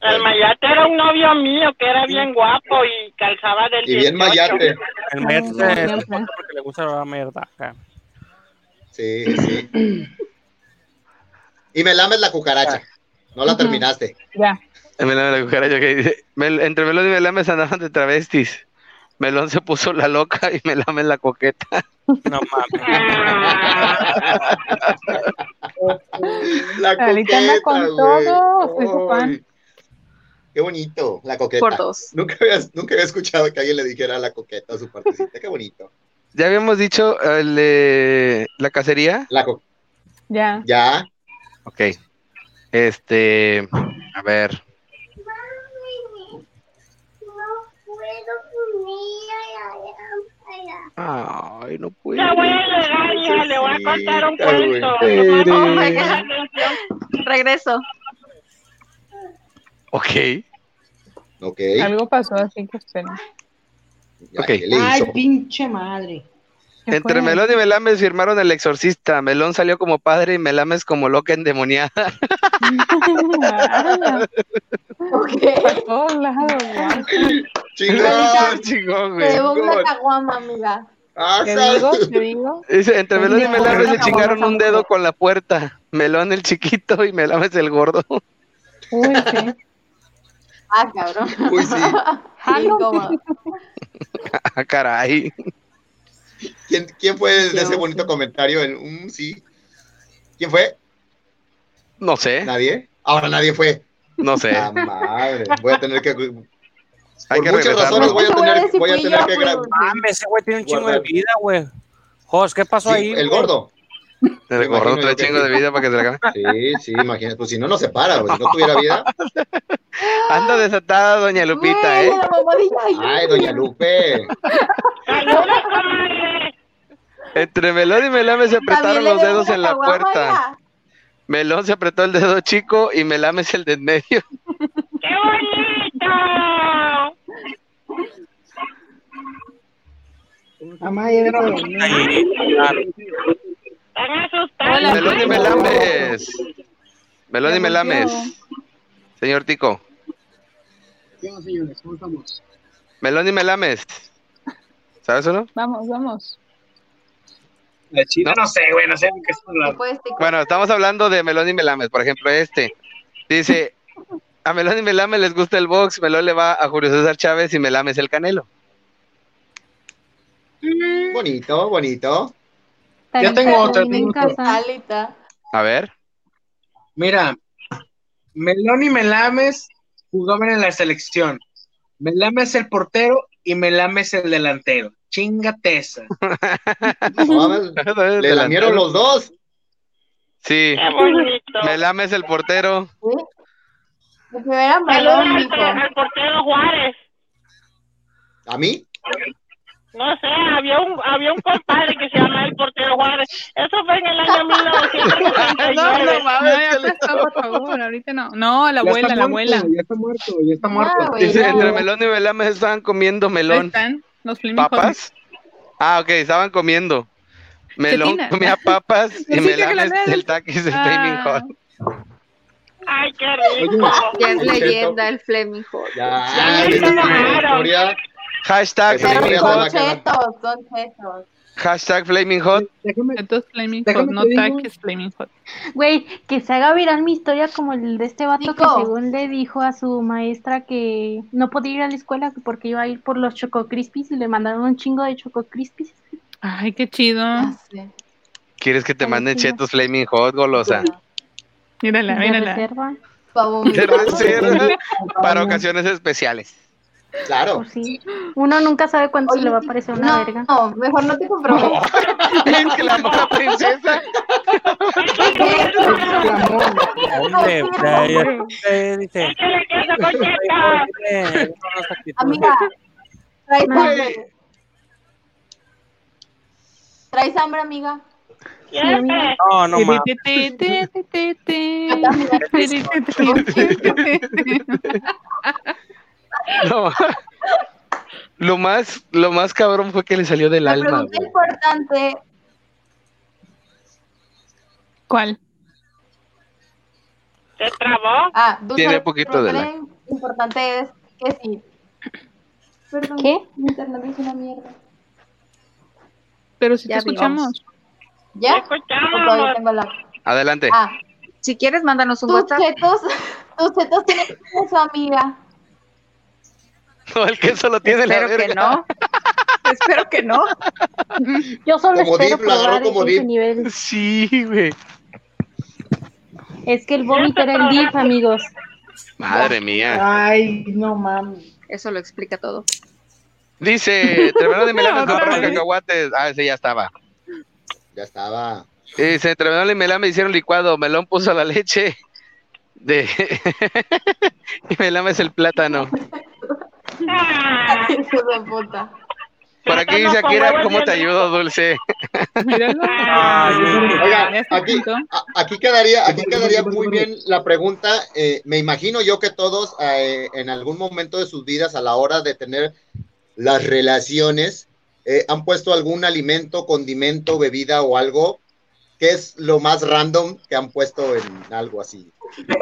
Speaker 18: El mayate era un novio mío que era bien guapo y calzaba del
Speaker 3: Y bien
Speaker 18: 18.
Speaker 3: mayate.
Speaker 8: El mayate
Speaker 18: no,
Speaker 11: Ah,
Speaker 8: se
Speaker 18: no,
Speaker 8: esconde porque le gusta la mierda. acá.
Speaker 3: Sí, sí. Y me lames la cucaracha. No la terminaste.
Speaker 7: Ya.
Speaker 2: El melón de la cucaracha que dice, "Mel- entre Melón y Melames andaban de travestis. Melón se puso la loca y Melames la coqueta.
Speaker 8: No mames.
Speaker 18: Ah.
Speaker 3: La
Speaker 7: Ahorita anda
Speaker 3: coqueta,
Speaker 7: con
Speaker 3: güey.
Speaker 7: todo, soy su fan.
Speaker 3: Ay, Qué bonito, la coqueta.
Speaker 11: Por dos.
Speaker 3: Nunca había, nunca había escuchado que alguien le dijera la coqueta a su partecita. Qué bonito.
Speaker 2: Ya habíamos dicho eh, el de la cacería.
Speaker 3: La co-
Speaker 7: Ya.
Speaker 3: Ya.
Speaker 2: Ok. Este, a ver. Ay, no puedo.
Speaker 18: Ya voy a llegar, hija, le voy a contar un
Speaker 2: Necesita,
Speaker 18: cuento.
Speaker 2: güey.
Speaker 18: Mamá,
Speaker 2: Eres-
Speaker 18: ponme atención.
Speaker 11: Regreso.
Speaker 2: Ok.
Speaker 3: Ok.
Speaker 7: Algo pasó así que espera.
Speaker 2: Ok.
Speaker 5: Ay, pinche madre.
Speaker 2: Entre Melón y Melames firmaron el exorcista. Melón salió como padre y Melames como loca endemoniada.
Speaker 7: Ah. Todos lados, guau.
Speaker 3: Chingón,
Speaker 2: chingón, güey.
Speaker 11: Te una
Speaker 2: Chingón.
Speaker 11: caguama, amiga.
Speaker 7: Te digo, te digo.
Speaker 2: Dice, entre Melón y Melames se
Speaker 11: Una
Speaker 2: chingaron
Speaker 11: caguama
Speaker 2: un dedo con la puerta. Melón el chiquito y Melames el gordo.
Speaker 7: Uy, sí.
Speaker 11: Ah, cabrón.
Speaker 3: Uy, sí.
Speaker 11: Incómodo.
Speaker 2: Ah, caray.
Speaker 3: ¿Quién, quién fue el de ese bonito comentario? El, mm, sí. ¿Quién fue?
Speaker 2: No sé.
Speaker 3: ¿Nadie? Ahora nadie fue. Ah,
Speaker 2: No sé.
Speaker 3: La madre. Voy a tener que. Por
Speaker 2: Hay que
Speaker 3: muchas
Speaker 2: regresarlo.
Speaker 3: razones voy a
Speaker 11: Te voy a
Speaker 3: tener,
Speaker 11: decir,
Speaker 3: voy a
Speaker 11: fui
Speaker 3: tener
Speaker 11: yo,
Speaker 3: que
Speaker 11: fui
Speaker 3: grabar.
Speaker 8: Mames, ese güey tiene un chingo de
Speaker 3: Guarda.
Speaker 8: vida, güey. Jos, ¿qué pasó ahí?
Speaker 3: el
Speaker 8: güey?
Speaker 3: gordo.
Speaker 2: El
Speaker 3: imagino
Speaker 2: gordo trae
Speaker 3: yo que
Speaker 2: chingo
Speaker 3: sí.
Speaker 2: de vida para que se la acabe.
Speaker 3: Sí, sí, imagínate. Pues si no, no se para. güey. Si no tuviera vida.
Speaker 2: Anda desatada, doña Lupita,
Speaker 11: Güey,
Speaker 2: ¿eh?
Speaker 11: la mamá dijo, ay,
Speaker 3: Ay, doña Lupe.
Speaker 18: Saludos, comadre.
Speaker 2: Entre Melón y Melame se apretaron
Speaker 11: también le
Speaker 2: los
Speaker 11: dio
Speaker 2: dedos
Speaker 11: una
Speaker 2: en la
Speaker 11: caguama,
Speaker 2: puerta.
Speaker 11: oiga.
Speaker 2: Melón se apretó el dedo chico y Melame es el de en medio.
Speaker 18: ¡Qué bonito!
Speaker 5: Mamá, ya era dormir.
Speaker 18: Están asustados.
Speaker 2: Melón y Melames. Melón y Melames. Señor Tico.
Speaker 5: ¿Qué onda, señores? ¿Cómo estamos?
Speaker 2: Melón y Melames. ¿Sabes o no?
Speaker 7: Vamos, vamos.
Speaker 19: La china no, sé, güey, no sé de qué están
Speaker 11: Te
Speaker 19: hablando.
Speaker 11: puedes te-
Speaker 2: Bueno, estamos hablando de Melón y Melames. Por ejemplo, este. Dice, a Melón y Melames les gusta el box, Melón le va a Julio César Chávez y Melames el canelo.
Speaker 3: Bonito, bonito.
Speaker 19: Ya tengo otra.
Speaker 10: Me encanta.
Speaker 11: Talita.
Speaker 2: A ver.
Speaker 19: Mira, Melón y Melames jugaban en la selección. Melames el portero y Melames el delantero. Chingate esa.
Speaker 3: No, mames, le lamieron los dos.
Speaker 2: Sí.
Speaker 18: ¡Qué bonito!
Speaker 2: Melames el portero.
Speaker 6: El primer amarrón,
Speaker 18: Saludos
Speaker 6: mijo.
Speaker 18: al, al portero Juárez.
Speaker 3: ¿A mí?
Speaker 18: No sé, había un, había un compadre que se llama el portero Juárez. Eso fue en el año 1979.
Speaker 7: No, no mames, ya prestó, por favor, ahorita no. No, la abuela, la abuela.
Speaker 19: Ya está muerto, ya está muerto.
Speaker 7: Ah, güey,
Speaker 2: Dice,
Speaker 7: no.
Speaker 2: entre melón y velame estaban comiendo
Speaker 7: Ahí
Speaker 2: melón.
Speaker 7: están los Flaming
Speaker 2: ¿Papas? Ah, ok, estaban comiendo. Melón
Speaker 7: Cetina.
Speaker 2: comía papas y
Speaker 7: Decía que la
Speaker 2: melón
Speaker 7: lea del-
Speaker 2: el taquis del
Speaker 7: Ah.
Speaker 2: Flaming Hot.
Speaker 18: Ay, qué rico.
Speaker 11: Ya es
Speaker 3: Cierto.
Speaker 11: leyenda el Fleming Hot.
Speaker 3: Ya, esa es una historia.
Speaker 2: Hashtag
Speaker 3: Esa
Speaker 2: Flaming
Speaker 3: historia se va a
Speaker 2: Hot.
Speaker 3: quedar.
Speaker 6: Chetos, son chetos.
Speaker 2: Hashtag Flaming Hot.
Speaker 7: Entonces, Flaming Hot,
Speaker 10: déjame
Speaker 7: no
Speaker 10: te digo-
Speaker 7: taques Flaming Hot.
Speaker 10: Güey, que se haga viral mi historia como el de este vato que
Speaker 6: Nico.
Speaker 10: según le dijo a su maestra que no podía ir a la escuela porque iba a ir por los Choco Crispies y le mandaron un chingo de Choco Crispies.
Speaker 7: Ay, qué chido.
Speaker 3: Ah,
Speaker 2: ¿Quieres que te manden chetos Flaming Hot, golosa?
Speaker 7: Mírala,
Speaker 10: De
Speaker 7: mírala.
Speaker 10: reserva.
Speaker 2: De reserva para ocasiones especiales.
Speaker 3: Claro.
Speaker 10: Sí. Uno nunca sabe cuándo se le va a aparecer una
Speaker 6: no,
Speaker 10: verga.
Speaker 6: No, mejor no te comprometas.
Speaker 2: Es que la mala princesa.
Speaker 8: Hombre, o sea, ella- ella dice,
Speaker 18: Échale queso con chetas.
Speaker 8: eh, no nos actitudes.
Speaker 6: Amiga, traes
Speaker 8: Güey.
Speaker 6: hambre. Traes hambre, amiga.
Speaker 18: Siempre.
Speaker 8: No, no mames.
Speaker 2: No. Lo más, lo más cabrón fue que le salió del
Speaker 6: La
Speaker 2: alma.
Speaker 6: pregunta importante,
Speaker 7: ¿Cuál?
Speaker 18: ¿Se trabó?
Speaker 6: ah, Dulce,
Speaker 2: Tiene
Speaker 6: la
Speaker 2: poquito
Speaker 6: pregunta
Speaker 2: de lag.
Speaker 6: importante es que sí. Perdón,
Speaker 10: ¿Qué?
Speaker 6: mi internet es una mierda.
Speaker 7: Pero si te
Speaker 11: Ya
Speaker 7: escuchamos.
Speaker 6: ¿Ya?
Speaker 18: Escuchamos.
Speaker 6: O todavía tengo lag.
Speaker 2: Adelante.
Speaker 6: Ah,
Speaker 11: Si quieres, mándanos un
Speaker 6: tus
Speaker 11: WhatsApp.
Speaker 6: chetos, tus chetos tienen queso, amiga.
Speaker 2: No, el queso lo tiene la
Speaker 11: Espero
Speaker 2: verga.
Speaker 11: que no. Espero que no.
Speaker 10: Yo solo
Speaker 2: Como
Speaker 10: espero
Speaker 2: Dip, la agarró
Speaker 10: probar
Speaker 2: como
Speaker 10: ese
Speaker 2: Dip.
Speaker 10: nivel.
Speaker 2: Sí, güey.
Speaker 10: Es que el vómito era el dip, amigos.
Speaker 2: Madre mía.
Speaker 11: Ay, no mames. Eso lo explica todo.
Speaker 2: Dice, terminó de melame
Speaker 11: Otra
Speaker 2: compraron
Speaker 11: vez.
Speaker 2: cacahuates. Ah, ese ya estaba.
Speaker 3: Ya estaba.
Speaker 2: Dice, terminó de melame, hicieron licuado. Melón puso la leche. De... y melame es el plátano.
Speaker 6: Hijo de puta.
Speaker 2: Por aquí
Speaker 6: Plátano
Speaker 2: dice,
Speaker 6: con
Speaker 2: Akira,
Speaker 6: huevo
Speaker 2: ¿cómo te
Speaker 6: bien
Speaker 2: ayudo, Dulce?
Speaker 3: Ah, Oiga, aquí, a- aquí quedaría, aquí quedaría muy bien la pregunta. eh, me imagino yo que todos eh, en algún momento de sus vidas, a la hora de tener las relaciones, eh, han puesto algún alimento, condimento, bebida o algo que es lo más random que han puesto en algo así.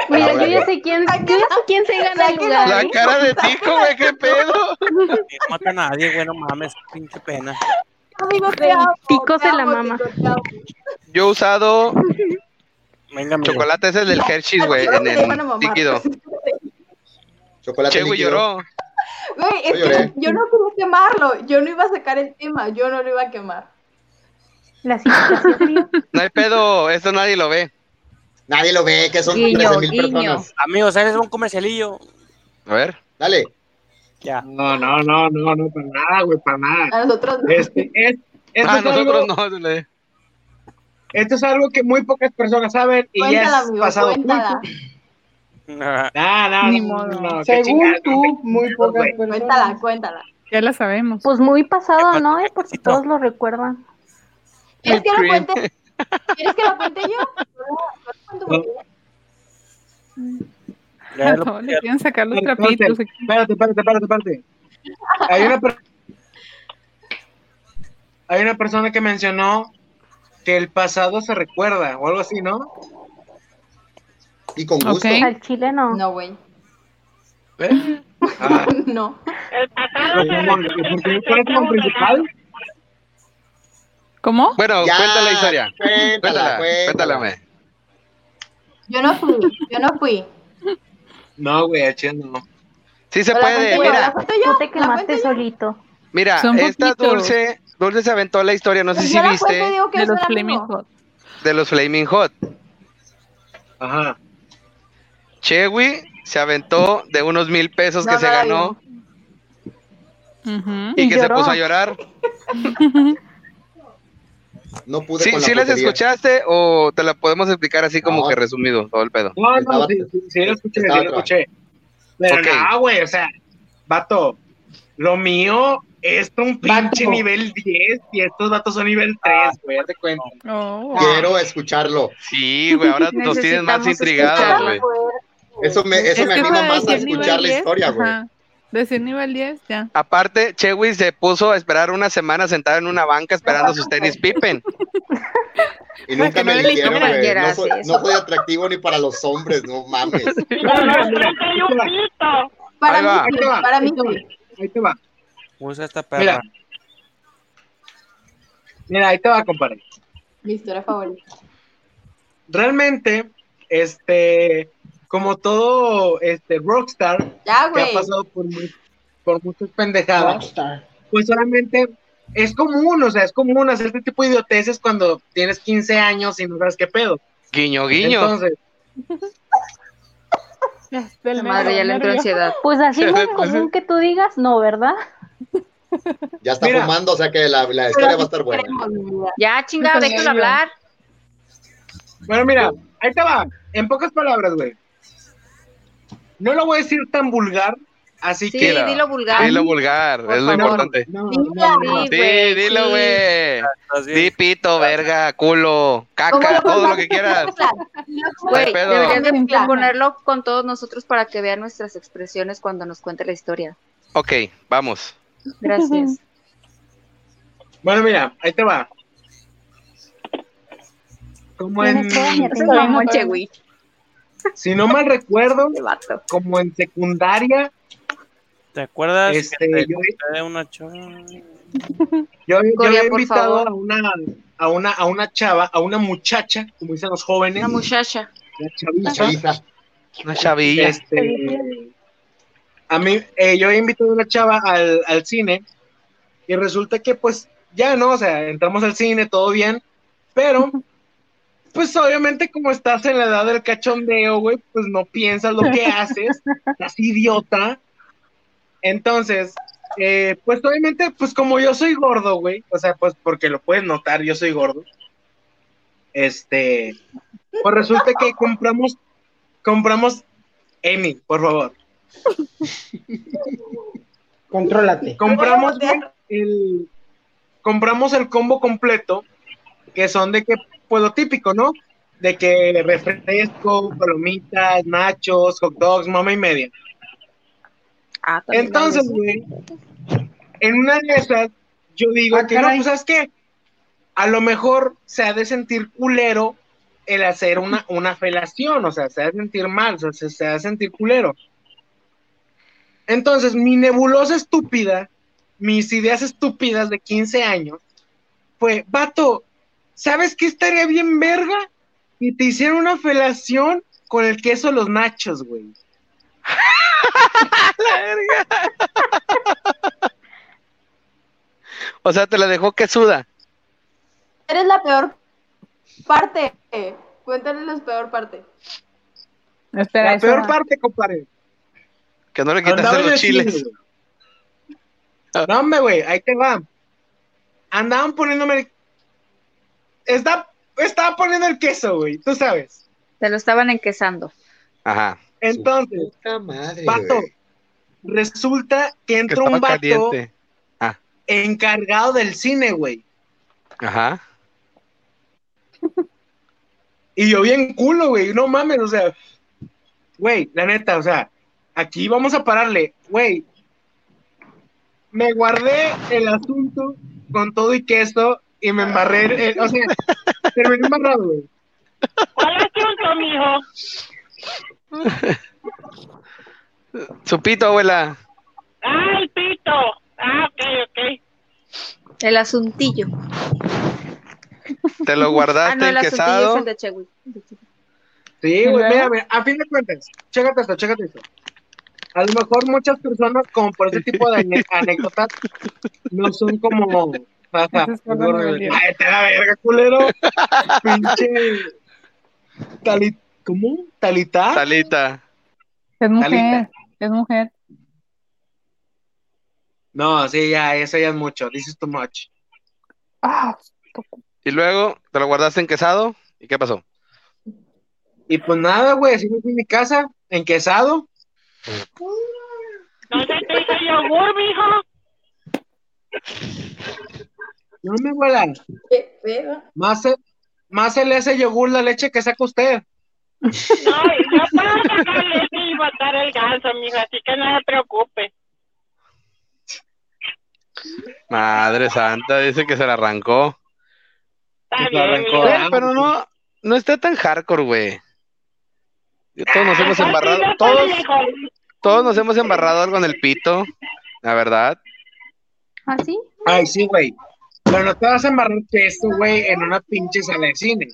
Speaker 10: Mira, yo ya sé quién, yo ya sé quién se gana el lugar.
Speaker 2: La
Speaker 10: ¿eh?
Speaker 2: cara de tico, güey, qué pedo.
Speaker 8: No mata a nadie, güey, no mames, pinche pena.
Speaker 6: Amigo,
Speaker 10: Güey,
Speaker 6: te amo.
Speaker 10: Tico
Speaker 6: te
Speaker 10: se la
Speaker 6: amo,
Speaker 10: mama.
Speaker 6: Tico, te amo.
Speaker 2: Yo he usado
Speaker 8: Venga, mira.
Speaker 2: chocolate ese del Hershey's, güey, en
Speaker 6: Te van a mamar.
Speaker 2: el líquido.
Speaker 3: Chocolate
Speaker 2: Che, güey,
Speaker 3: líquido.
Speaker 2: lloró.
Speaker 6: Güey, es
Speaker 3: Yo lloré.
Speaker 6: que yo no quería quemarlo. Yo no iba a sacar el tema. Yo no lo iba a quemar.
Speaker 10: La situación fría.
Speaker 2: No hay pedo, esto nadie lo ve.
Speaker 3: Nadie lo ve, que son
Speaker 11: Guiño,
Speaker 3: 13 mil
Speaker 11: guiño.
Speaker 3: personas.
Speaker 8: Amigos, eres un comercialillo.
Speaker 2: A ver.
Speaker 3: Dale.
Speaker 8: Ya.
Speaker 19: No, no, no, no, no, para nada, güey, para nada.
Speaker 6: A nosotros no.
Speaker 19: Este, es, esto,
Speaker 2: Ah,
Speaker 19: es
Speaker 2: nosotros
Speaker 19: algo,
Speaker 2: no. se le-
Speaker 19: esto es algo que muy pocas personas saben y
Speaker 6: Cuéntala,
Speaker 19: ya es
Speaker 6: amigo,
Speaker 19: pasado.
Speaker 6: cuéntala.
Speaker 8: Ah.
Speaker 19: No, no,
Speaker 7: Ni
Speaker 19: no,
Speaker 7: modo.
Speaker 19: no, qué
Speaker 5: Según
Speaker 19: chingada,
Speaker 5: tú, muy pocas
Speaker 19: güey.
Speaker 6: Cuéntala,
Speaker 5: personas.
Speaker 6: cuéntala.
Speaker 7: Ya la sabemos.
Speaker 10: Pues muy pasado, ¿no?
Speaker 19: pues,
Speaker 10: Eh? Porque todos lo recuerdan.
Speaker 6: ¿Quieres que lo
Speaker 2: cream.
Speaker 6: cuente? ¿Quieres que lo cuente yo? No, no lo cuento porque-
Speaker 8: Ya lo-
Speaker 7: No, le quieren sacar los
Speaker 19: Espérate,
Speaker 7: trapitos.
Speaker 19: espérate, espérate, espérate, espérate, espérate. Hay una, per- Hay una persona que mencionó que el pasado se recuerda o algo así, ¿no?
Speaker 3: Y con gusto.
Speaker 7: Ok.
Speaker 10: Al chile no.
Speaker 6: No, güey.
Speaker 2: ¿Eh?
Speaker 19: Ah,
Speaker 6: No.
Speaker 18: El pasado se
Speaker 19: ¿cómo? ¿Y ¿Por qué fue como principal?
Speaker 7: ¿Cómo?
Speaker 2: Bueno,
Speaker 3: Ya,
Speaker 2: cuéntale la historia.
Speaker 3: cuéntala,
Speaker 2: Cuéntala,
Speaker 3: cuéntala.
Speaker 2: cuéntala, me.
Speaker 6: Yo no fui. Yo no fui.
Speaker 19: No, güey, al chile no.
Speaker 2: Sí se
Speaker 6: ¿La
Speaker 2: puede,
Speaker 6: cuento yo?
Speaker 2: mira,
Speaker 6: ¿La cuento yo?
Speaker 10: Tú te
Speaker 6: ¿La cuento
Speaker 10: quemaste
Speaker 6: yo?
Speaker 10: solito.
Speaker 2: mira,
Speaker 7: Son
Speaker 2: esta
Speaker 7: poquitos.
Speaker 2: dulce, dulce se aventó la historia, no sé
Speaker 6: Pues
Speaker 2: si
Speaker 6: yo la cuento y
Speaker 2: viste,
Speaker 6: digo que
Speaker 7: De
Speaker 6: es
Speaker 7: los
Speaker 6: un
Speaker 7: Flaming
Speaker 6: amigo.
Speaker 7: Hot.
Speaker 2: de los Flaming Hot.
Speaker 19: Ajá.
Speaker 2: Chewy se aventó de unos mil pesos
Speaker 6: No,
Speaker 2: que
Speaker 6: no
Speaker 2: se
Speaker 6: la
Speaker 2: ganó
Speaker 7: Ujú.
Speaker 2: y que se
Speaker 10: Lloró.
Speaker 2: puso a llorar.
Speaker 3: No pude
Speaker 2: ¿Sí,
Speaker 3: con la
Speaker 2: sí las
Speaker 3: putería.
Speaker 2: escuchaste o te la podemos explicar así como
Speaker 3: No.
Speaker 2: que resumido todo el pedo?
Speaker 19: No, no,
Speaker 3: Estaba-
Speaker 19: sí, sí, sí, lo escuché, sí,
Speaker 3: estaba
Speaker 19: lo escuché. Pero no, güey, o sea, vato, lo mío es un pinche
Speaker 3: Vato.
Speaker 19: nivel 10 y estos vatos son nivel 3, güey, ya te cuento.
Speaker 7: Oh.
Speaker 3: Quiero escucharlo.
Speaker 2: Sí, güey, ahora nos tienes más intrigados, güey.
Speaker 3: Eso me, eso
Speaker 7: Es
Speaker 3: me
Speaker 7: que
Speaker 3: anima
Speaker 7: fue
Speaker 3: más a
Speaker 7: decir nivel
Speaker 3: escuchar la
Speaker 7: 10,
Speaker 3: historia, güey.
Speaker 7: ajá. Decir nivel 10, ya.
Speaker 2: Aparte, Chewis se puso a esperar una semana sentado en una banca esperando sus tenis Pippen.
Speaker 3: Y nunca me
Speaker 2: no
Speaker 3: lo
Speaker 2: le
Speaker 3: hicieron,
Speaker 2: hicieran
Speaker 3: güey. No
Speaker 2: llegar
Speaker 3: soy,
Speaker 2: a eso.
Speaker 3: no soy atractivo ni para los hombres, no mames.
Speaker 19: Pues
Speaker 18: hay un pito.
Speaker 19: Ahí va. Ahí te va, ahí te va, Ahí te va.
Speaker 8: Usa esta
Speaker 19: Mira.
Speaker 8: perra.
Speaker 19: Mira, ahí te va, compadre.
Speaker 6: Mi historia favorita.
Speaker 19: Realmente, este, como todo este rockstar
Speaker 6: Ya,
Speaker 19: que
Speaker 6: güey.
Speaker 19: ha pasado por, mu- por muchas pendejadas, pues solamente es común, o sea, es común hacer este tipo de idioteces cuando tienes 15 años y no sabes qué pedo.
Speaker 2: Guiño, guiño.
Speaker 19: Entonces,
Speaker 11: La madre, ya le entró ansiedad.
Speaker 10: Pues así no es común que tú digas, no, ¿verdad?
Speaker 3: Ya está
Speaker 10: Mira.
Speaker 3: fumando, o sea que la, la historia va a estar buena.
Speaker 11: Ya, chingada,
Speaker 19: Déjalo
Speaker 11: déjalo hablar.
Speaker 19: Bueno, mira, ahí te va. En pocas palabras, güey. No lo voy a decir tan vulgar, así
Speaker 11: Sí,
Speaker 19: que.
Speaker 11: dilo vulgar.
Speaker 2: Dilo vulgar, es lo
Speaker 19: favor.
Speaker 2: importante.
Speaker 11: Sí,
Speaker 2: Sí,
Speaker 11: güey,
Speaker 2: dilo,
Speaker 11: sí.
Speaker 2: güey. Di pito, verga, culo,
Speaker 11: ¿Cómo
Speaker 2: caca,
Speaker 11: lo
Speaker 2: todo lo
Speaker 11: vamos
Speaker 2: que
Speaker 11: a
Speaker 2: quieras.
Speaker 11: mezclar?
Speaker 2: hay
Speaker 11: Güey,
Speaker 2: pedo.
Speaker 11: deberías de ponerlo con todos nosotros para que vean nuestras expresiones cuando nos cuente la historia.
Speaker 2: Ok, vamos.
Speaker 11: Gracias.
Speaker 19: Bueno, mira, ahí te va. Como en. Si no mal recuerdo, como en secundaria,
Speaker 8: ¿Te acuerdas?
Speaker 19: Este,
Speaker 8: que te
Speaker 19: yo-
Speaker 8: conté de una chava?
Speaker 19: yo, yo
Speaker 8: Coria,
Speaker 19: había
Speaker 8: por
Speaker 19: invitado
Speaker 8: favor.
Speaker 19: a una, a una, a una chava, a una muchacha, como dicen los jóvenes.
Speaker 11: Una muchacha.
Speaker 19: Una
Speaker 11: Una
Speaker 19: chaviza.
Speaker 2: Una chavilla.
Speaker 19: Este, a mí, eh, yo he invitado a una chava al, al cine y resulta que pues ya no, o sea, entramos al cine, todo bien, pero pues obviamente como estás en la edad del cachondeo, güey, pues no piensas lo que haces, estás idiota. Entonces, eh, pues obviamente, pues como yo soy gordo, güey, o sea, pues porque lo puedes notar, yo soy gordo. Este, pues resulta que compramos, compramos Emi, por favor.
Speaker 5: Contrólate.
Speaker 19: Compramos güey, el, compramos el combo completo, que son de que, pues lo típico, ¿no? De que refresco, palomitas, nachos, hot dogs, mama y media.
Speaker 11: también
Speaker 19: Entonces, güey, en una de esas, yo digo que no,
Speaker 5: caray.
Speaker 19: pues, ¿sabes qué? A lo mejor se ha de sentir culero el hacer una, una felación, o sea, se ha de sentir mal, o sea, se, se ha de sentir culero. Entonces, mi nebulosa estúpida, mis ideas estúpidas de 15 años, fue, vato, ¿sabes qué estaría bien verga? Y te hicieron una felación con el queso de los nachos, güey.
Speaker 2: O sea, te la dejó que suda.
Speaker 6: Eres la peor parte. Cuéntale la peor parte.
Speaker 19: La
Speaker 6: eso
Speaker 19: peor
Speaker 6: va.
Speaker 19: parte, compadre.
Speaker 2: Que no le
Speaker 19: Andaba
Speaker 2: quitaste
Speaker 19: en el
Speaker 2: los
Speaker 19: cine,
Speaker 2: chiles.
Speaker 19: güey. No, hombre, güey, ahí te va. Andaban poniéndome. Está, estaba poniendo el queso, güey, tú sabes.
Speaker 11: Te lo estaban enquesando.
Speaker 2: Ajá.
Speaker 19: Entonces, vato, resulta que
Speaker 2: Que
Speaker 19: entra
Speaker 2: estaba
Speaker 19: un vato
Speaker 2: caliente.
Speaker 19: encargado del cine, güey.
Speaker 2: Ajá.
Speaker 19: Y yo bien culo, güey, no mames, o sea, güey, la neta, o sea, aquí vamos a pararle, güey. Me guardé el asunto con todo y queso y me embarré, eh, o sea, terminé embarrado, güey.
Speaker 18: ¿Cuál asunto, mijo?
Speaker 2: Su pito, abuela.
Speaker 18: Ah, el pito. Ah, ok, ok.
Speaker 11: El asuntillo.
Speaker 2: Te lo guardaste
Speaker 11: Ah, no, el asuntillo
Speaker 2: enquesado.
Speaker 11: es el de Chewy.
Speaker 19: Sí,
Speaker 11: ¿Y
Speaker 19: güey,
Speaker 11: luego?
Speaker 19: mira, mira, a fin de cuentas, chécate esto, chécate esto. A lo mejor muchas personas, como por ese tipo de ane- anécdotas, no son como. Ajá,
Speaker 17: Esa es
Speaker 19: como,
Speaker 17: otra rebelión.
Speaker 19: "Ay, te la verga, culero! Pinche. Tali, ¿Cómo? ¿Talita?
Speaker 2: Talita.
Speaker 7: Es mujer,
Speaker 19: Talita.
Speaker 7: es mujer.
Speaker 19: No, sí, ya, eso ya es mucho. This is too much.
Speaker 7: Ah,
Speaker 2: Y luego te lo guardaste enquesado. ¿Y qué pasó?
Speaker 19: Y pues nada, güey, así me fui a mi casa, enquesado.
Speaker 18: No se te hizo yogur, mijo.
Speaker 19: No me abuela.
Speaker 6: Qué feo.
Speaker 19: Más, se- más el ese yogur la leche que saca usted.
Speaker 18: No, yo puedo sacarle y botar el ganso, mijo, así que no se preocupe.
Speaker 2: Madre santa, dice que se la arrancó.
Speaker 18: Está Ah, bien, mijo.
Speaker 2: Güey, pero no, no está tan hardcore, güey. Todos nos hemos
Speaker 18: Ay,
Speaker 2: embarrado,
Speaker 18: Ah, no,
Speaker 2: todos,
Speaker 18: pendejo.
Speaker 2: todos nos hemos embarrado algo en el pito, la verdad.
Speaker 10: ¿Así?
Speaker 19: Ay, sí, güey. Pero no te vas a embarrar de esto, güey, en una pinche sala de cine.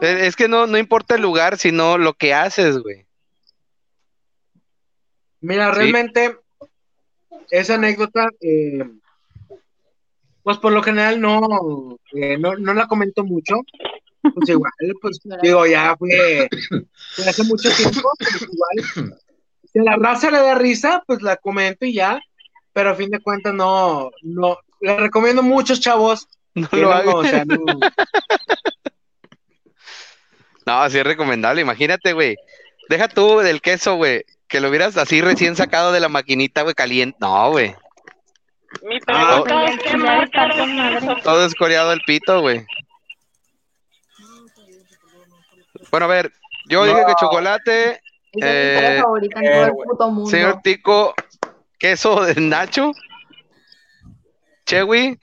Speaker 2: Eh, Es que no, no importa el lugar, sino lo que haces, güey.
Speaker 19: Mira,
Speaker 2: Sí.
Speaker 19: realmente, esa anécdota, eh, pues por lo general no, eh, no, no la comento mucho. Pues igual, pues digo, ya fue, fue hace mucho tiempo, pues igual. Si a la raza le da risa, pues la comento y ya. Pero a fin de cuentas, no, no. Les recomiendo muchos chavos.
Speaker 2: No
Speaker 19: que
Speaker 2: lo
Speaker 19: no,
Speaker 2: hagan.
Speaker 19: o sea, no.
Speaker 2: No, así es recomendable, imagínate, güey. Deja tú del queso, güey, que lo hubieras así recién sacado de la maquinita, güey, caliente. No, güey.
Speaker 18: Mi
Speaker 2: Todo,
Speaker 18: pregunta es qué marca era el ganso.
Speaker 2: Ah, todo escoreado el pito, güey. Bueno, a ver, yo dije que chocolate.
Speaker 6: Esa es mi historia
Speaker 2: eh,
Speaker 6: favorita en todo el puto mundo.
Speaker 2: Señor Tico, queso de Nacho. Chewi,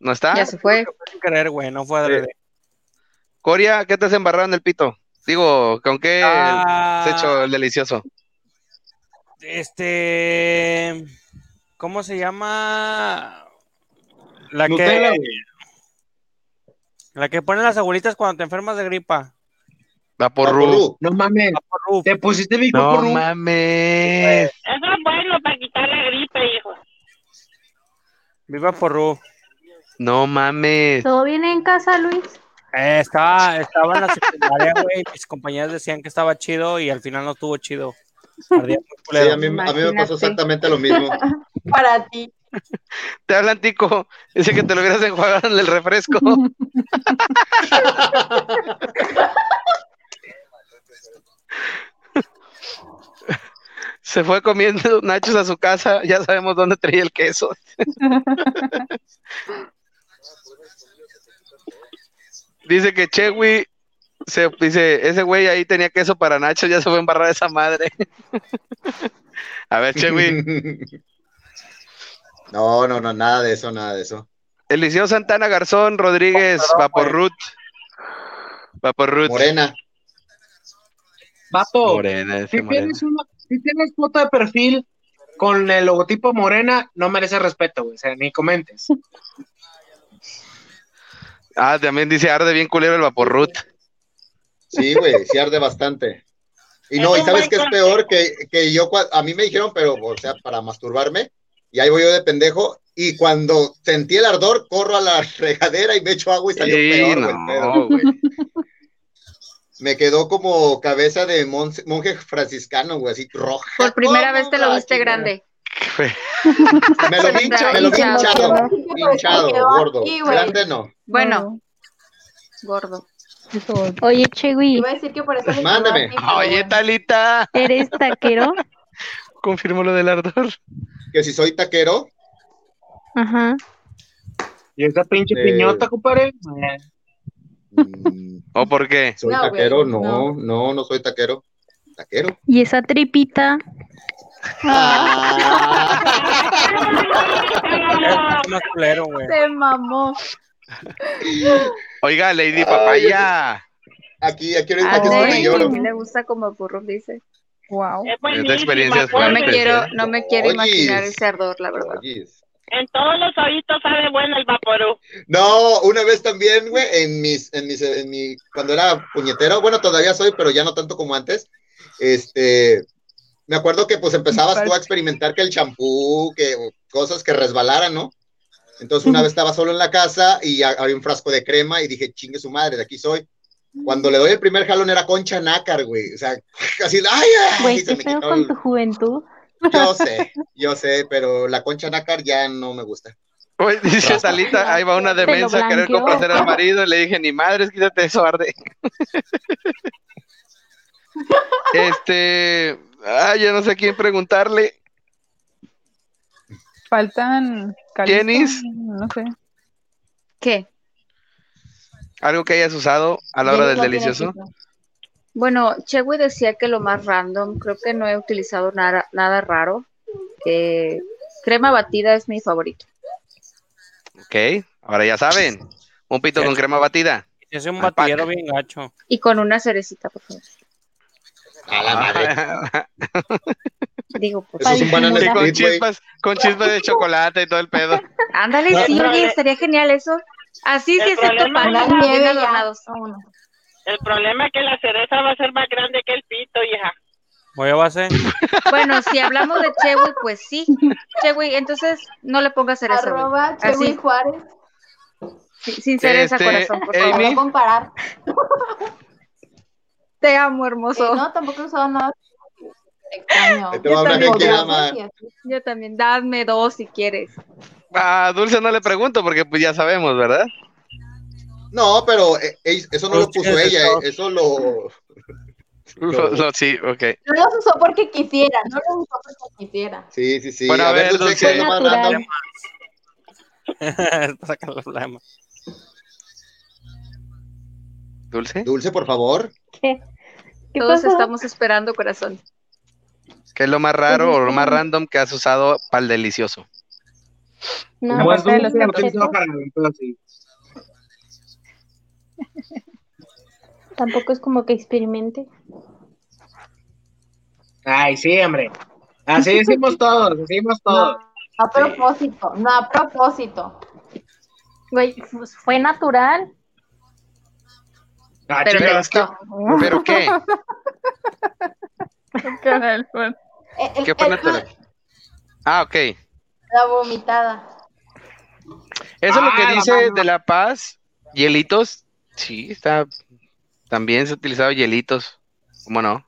Speaker 2: ¿no está?
Speaker 8: Ya
Speaker 6: se fue.
Speaker 8: Sin querer, güey, no fue adrede.
Speaker 2: Coria, ¿qué te has embarrado en el pito? Digo, ¿con qué
Speaker 8: Ah.
Speaker 2: has hecho el delicioso?
Speaker 8: Este. ¿Cómo se llama? La que.
Speaker 19: Nutella, güey.
Speaker 8: La que ponen las abuelitas cuando te enfermas de gripa.
Speaker 2: Vaporru.
Speaker 19: No mames. Te pusiste mi
Speaker 2: No
Speaker 19: Vaporru.
Speaker 2: mames.
Speaker 18: Eso es bueno para quitar la gripe, hijo.
Speaker 8: Viva Porru.
Speaker 2: No mames.
Speaker 10: ¿Todo viene en casa, Luis?
Speaker 8: Eh, estaba, estaba en la secundaria, güey. Mis compañeras decían que estaba chido y al final no estuvo chido. Ardía muy
Speaker 3: Sí,
Speaker 8: culero.
Speaker 3: a mí, a mí me pasó exactamente lo mismo.
Speaker 6: Para ti.
Speaker 2: Te hablan, Tico. Dice que te lo hubieras enjuagado en el refresco. Se fue comiendo nachos a su casa. Ya sabemos dónde traía el queso. Dice que Chewi se dice, ese güey ahí tenía queso para Nacho, ya se fue a embarrar esa madre. a ver, Chewi.
Speaker 3: No, no, no, nada de eso, nada de eso.
Speaker 2: Eliseo Santana Garzón Rodríguez Vaporrut. Vaporrut.
Speaker 3: Morena.
Speaker 2: Oh,
Speaker 19: Vapo,
Speaker 2: Morena,
Speaker 19: si
Speaker 2: ese morena.
Speaker 19: tienes, una, si tienes foto de perfil con el logotipo morena, no mereces respeto, güey. O sea, ni comentes.
Speaker 2: Ah, también dice arde bien culero el Vaporrut.
Speaker 3: Sí, güey, sí arde bastante. Y no,
Speaker 2: Es
Speaker 3: y
Speaker 2: un
Speaker 3: sabes
Speaker 2: buen
Speaker 3: qué es peor que, que yo, cua- a mí me dijeron, pero, o sea, para masturbarme, y ahí voy yo de pendejo, y cuando sentí el ardor, corro a la regadera y me echo agua y salió
Speaker 2: Sí,
Speaker 3: peor, güey,
Speaker 2: no,
Speaker 3: pero- Me quedó como cabeza de monse- monje franciscano, güey, así roja.
Speaker 11: Por primera vez te lo viste grande.
Speaker 3: Me lo vi hincha- me lo vi hinchado, hinchado, gordo.
Speaker 11: Sí, güey.
Speaker 3: Grande no.
Speaker 11: Bueno, gordo.
Speaker 14: Oye, Chewi,
Speaker 11: Iba a decir que por eso
Speaker 3: Pues Mándeme.
Speaker 2: Oye, Talita.
Speaker 14: ¿eres taquero?
Speaker 2: Confirmo lo del ardor.
Speaker 3: Que si soy taquero,
Speaker 14: Ajá.
Speaker 19: Y esa pinche
Speaker 3: Eh.
Speaker 19: piñota, compadre. eh,
Speaker 2: ¿O por qué?
Speaker 3: soy
Speaker 14: No, güey,
Speaker 3: taquero, no,
Speaker 14: no.
Speaker 3: no, no, soy taquero. Taquero.
Speaker 14: ¿Y esa tripita?
Speaker 8: Está más culero, güey.
Speaker 6: Se mamó.
Speaker 2: Oiga, Lady Papaya.
Speaker 3: Aquí, aquí ahorita
Speaker 11: Ah,
Speaker 3: que estoy
Speaker 11: sí,
Speaker 3: lloro.
Speaker 11: le gusta como burro, dice. Wow.
Speaker 2: Esta
Speaker 3: pues.
Speaker 2: experiencia es
Speaker 11: No me
Speaker 2: fuerte,
Speaker 11: quiero,
Speaker 2: ¿eh?
Speaker 11: no me quiero
Speaker 3: Oyes.
Speaker 11: imaginar ese ardor, la verdad.
Speaker 18: En todos los oídos sabe bueno el vaporú.
Speaker 3: No, una vez también, güey, en mis, en mis, en mi, cuando era puñetero, bueno, todavía soy, pero ya no tanto como antes. Este, me acuerdo que pues empezabas tú a experimentar que el champú, que cosas que resbalaran, ¿no? Entonces una vez estaba solo en la casa y ha- había un frasco de crema y dije, chingue su madre, de aquí soy. Cuando le doy el primer jalón era concha nácar, güey. O sea, así, ay, ay, y
Speaker 10: Güey,
Speaker 3: se
Speaker 10: qué
Speaker 3: me
Speaker 10: feo
Speaker 3: quitó
Speaker 10: con
Speaker 3: el-
Speaker 10: tu juventud.
Speaker 3: Yo sé, yo sé, pero la concha nácar ya no me gusta.
Speaker 2: Oye, dice Talita, ahí va una
Speaker 3: Te lo
Speaker 2: demensa a querer
Speaker 3: blanqueó.
Speaker 2: complacer al marido. y Le dije, ni madres, quítate eso, arde. Este, ay, ya no sé a quién preguntarle.
Speaker 7: Faltan. Calisto,
Speaker 2: Jenis.
Speaker 7: No sé.
Speaker 11: ¿Qué?
Speaker 2: Algo que hayas usado a la hora del delicioso.
Speaker 11: Bueno, Chewy decía que lo más random, creo que no he utilizado nada, nada raro. Eh, crema batida es mi favorito.
Speaker 2: Ok, ahora ya saben. Un pito con crema batida.
Speaker 8: Es un batidero bien gacho.
Speaker 11: Y con una cerecita, por favor.
Speaker 2: A la madre.
Speaker 11: Digo, por
Speaker 2: Eso es un banana
Speaker 11: favor.
Speaker 2: con chispas, con chispas de chocolate y todo el pedo.
Speaker 11: Ándale,
Speaker 2: No,
Speaker 11: sí,
Speaker 2: no,
Speaker 11: oye,
Speaker 2: eh.
Speaker 11: estaría genial eso. Así sí
Speaker 18: El
Speaker 11: es esto
Speaker 18: problema
Speaker 11: para
Speaker 18: es la
Speaker 11: bien
Speaker 18: nieve,
Speaker 11: adornados.
Speaker 18: El problema es que la cereza va a ser más grande que el pito, hija.
Speaker 8: Voy a base.
Speaker 11: Bueno, si hablamos de Chewy, pues sí. Chewy, entonces no le pongas cereza. güey.
Speaker 12: Arroba Chewy
Speaker 11: Así.
Speaker 12: Juárez.
Speaker 11: Sin, sin cereza,
Speaker 12: Este,
Speaker 11: corazón, por favor.
Speaker 12: Amy. No
Speaker 11: comparar. Te amo, hermoso. no, tampoco he usado nada extraño.
Speaker 2: Ahí te va a hablar el que
Speaker 11: Ah.
Speaker 2: ama.
Speaker 11: Yo también, dame dos si quieres.
Speaker 2: A Ah, Dulce no le pregunto porque pues ya sabemos, ¿verdad?
Speaker 3: No, pero eh, eh, eso no lo puso
Speaker 2: chicas,
Speaker 3: ella,
Speaker 2: eso-
Speaker 3: eh, eso lo...
Speaker 2: Lo- lo- sí, ok.
Speaker 12: No los usó porque quisiera, no los usó porque quisiera.
Speaker 3: Sí, sí, sí.
Speaker 2: Bueno, a ver,
Speaker 3: Dulce,
Speaker 2: Dulce.
Speaker 3: ¿qué es lo más
Speaker 12: Natural.
Speaker 3: random?
Speaker 8: Saca la flama.
Speaker 2: Dulce.
Speaker 3: Dulce, por favor.
Speaker 11: ¿Qué? Todos estamos esperando, corazón.
Speaker 2: ¿Qué Pues es lo más raro o lo más random que has usado para el delicioso?
Speaker 19: No,
Speaker 2: Pues,
Speaker 19: aparte de los
Speaker 2: Dulce,
Speaker 19: no utilizaba para pero sí.
Speaker 10: Tampoco es como que experimente.
Speaker 19: Ay, sí, hombre. Así decimos todos, decimos todos.
Speaker 12: A propósito, no a propósito.
Speaker 10: Güey, pues, fue natural.
Speaker 19: Ah,
Speaker 10: Pero
Speaker 19: chica,
Speaker 10: me
Speaker 19: es que-
Speaker 2: ¿Pero qué? ¿Qué fue natural? Ah, ok.
Speaker 12: La vomitada.
Speaker 2: Eso es lo
Speaker 12: Ah,
Speaker 2: que
Speaker 12: la
Speaker 2: dice de La Paz, hielitos. Sí, está. También se ha utilizado hielitos. ¿Cómo no?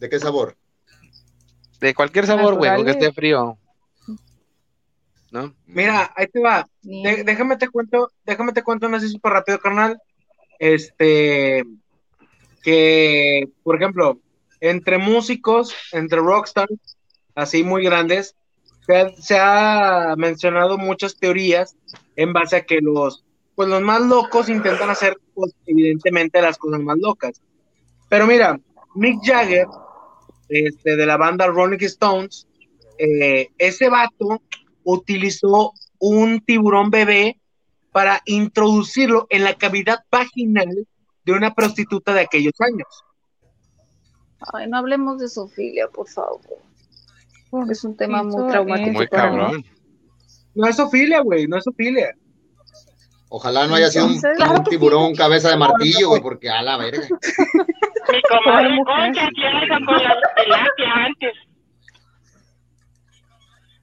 Speaker 3: ¿De qué sabor?
Speaker 2: De cualquier sabor, güey, aunque
Speaker 19: Naturales.
Speaker 2: esté frío. ¿No?
Speaker 19: Mira, ahí te va. De- déjame te cuento, déjame te cuento, no sé súper rápido, carnal. Este, que, por ejemplo, entre músicos, entre rockstars, así muy grandes, se ha, se ha mencionado muchas teorías en base a que los, pues los más locos intentan hacer, pues, evidentemente, las cosas más locas. Pero mira, Mick Jagger, este, de la banda Rolling Stones, eh, ese vato utilizó un tiburón bebé para introducirlo en la cavidad vaginal de una prostituta de aquellos años.
Speaker 11: Ay, no hablemos de Sofía, por favor. Es un tema
Speaker 19: Eso
Speaker 11: muy traumático.
Speaker 3: Muy
Speaker 11: para mí.
Speaker 3: cabrón.
Speaker 19: No es Sofía, güey, no es Sofía.
Speaker 3: Ojalá no haya sido un,
Speaker 19: Entonces-
Speaker 3: un
Speaker 19: Claro que
Speaker 3: tiburón cabeza de martillo, güey, porque a la verga.
Speaker 18: Mi
Speaker 2: pues,
Speaker 18: comadre Concha hacía eso con la tilapia antes.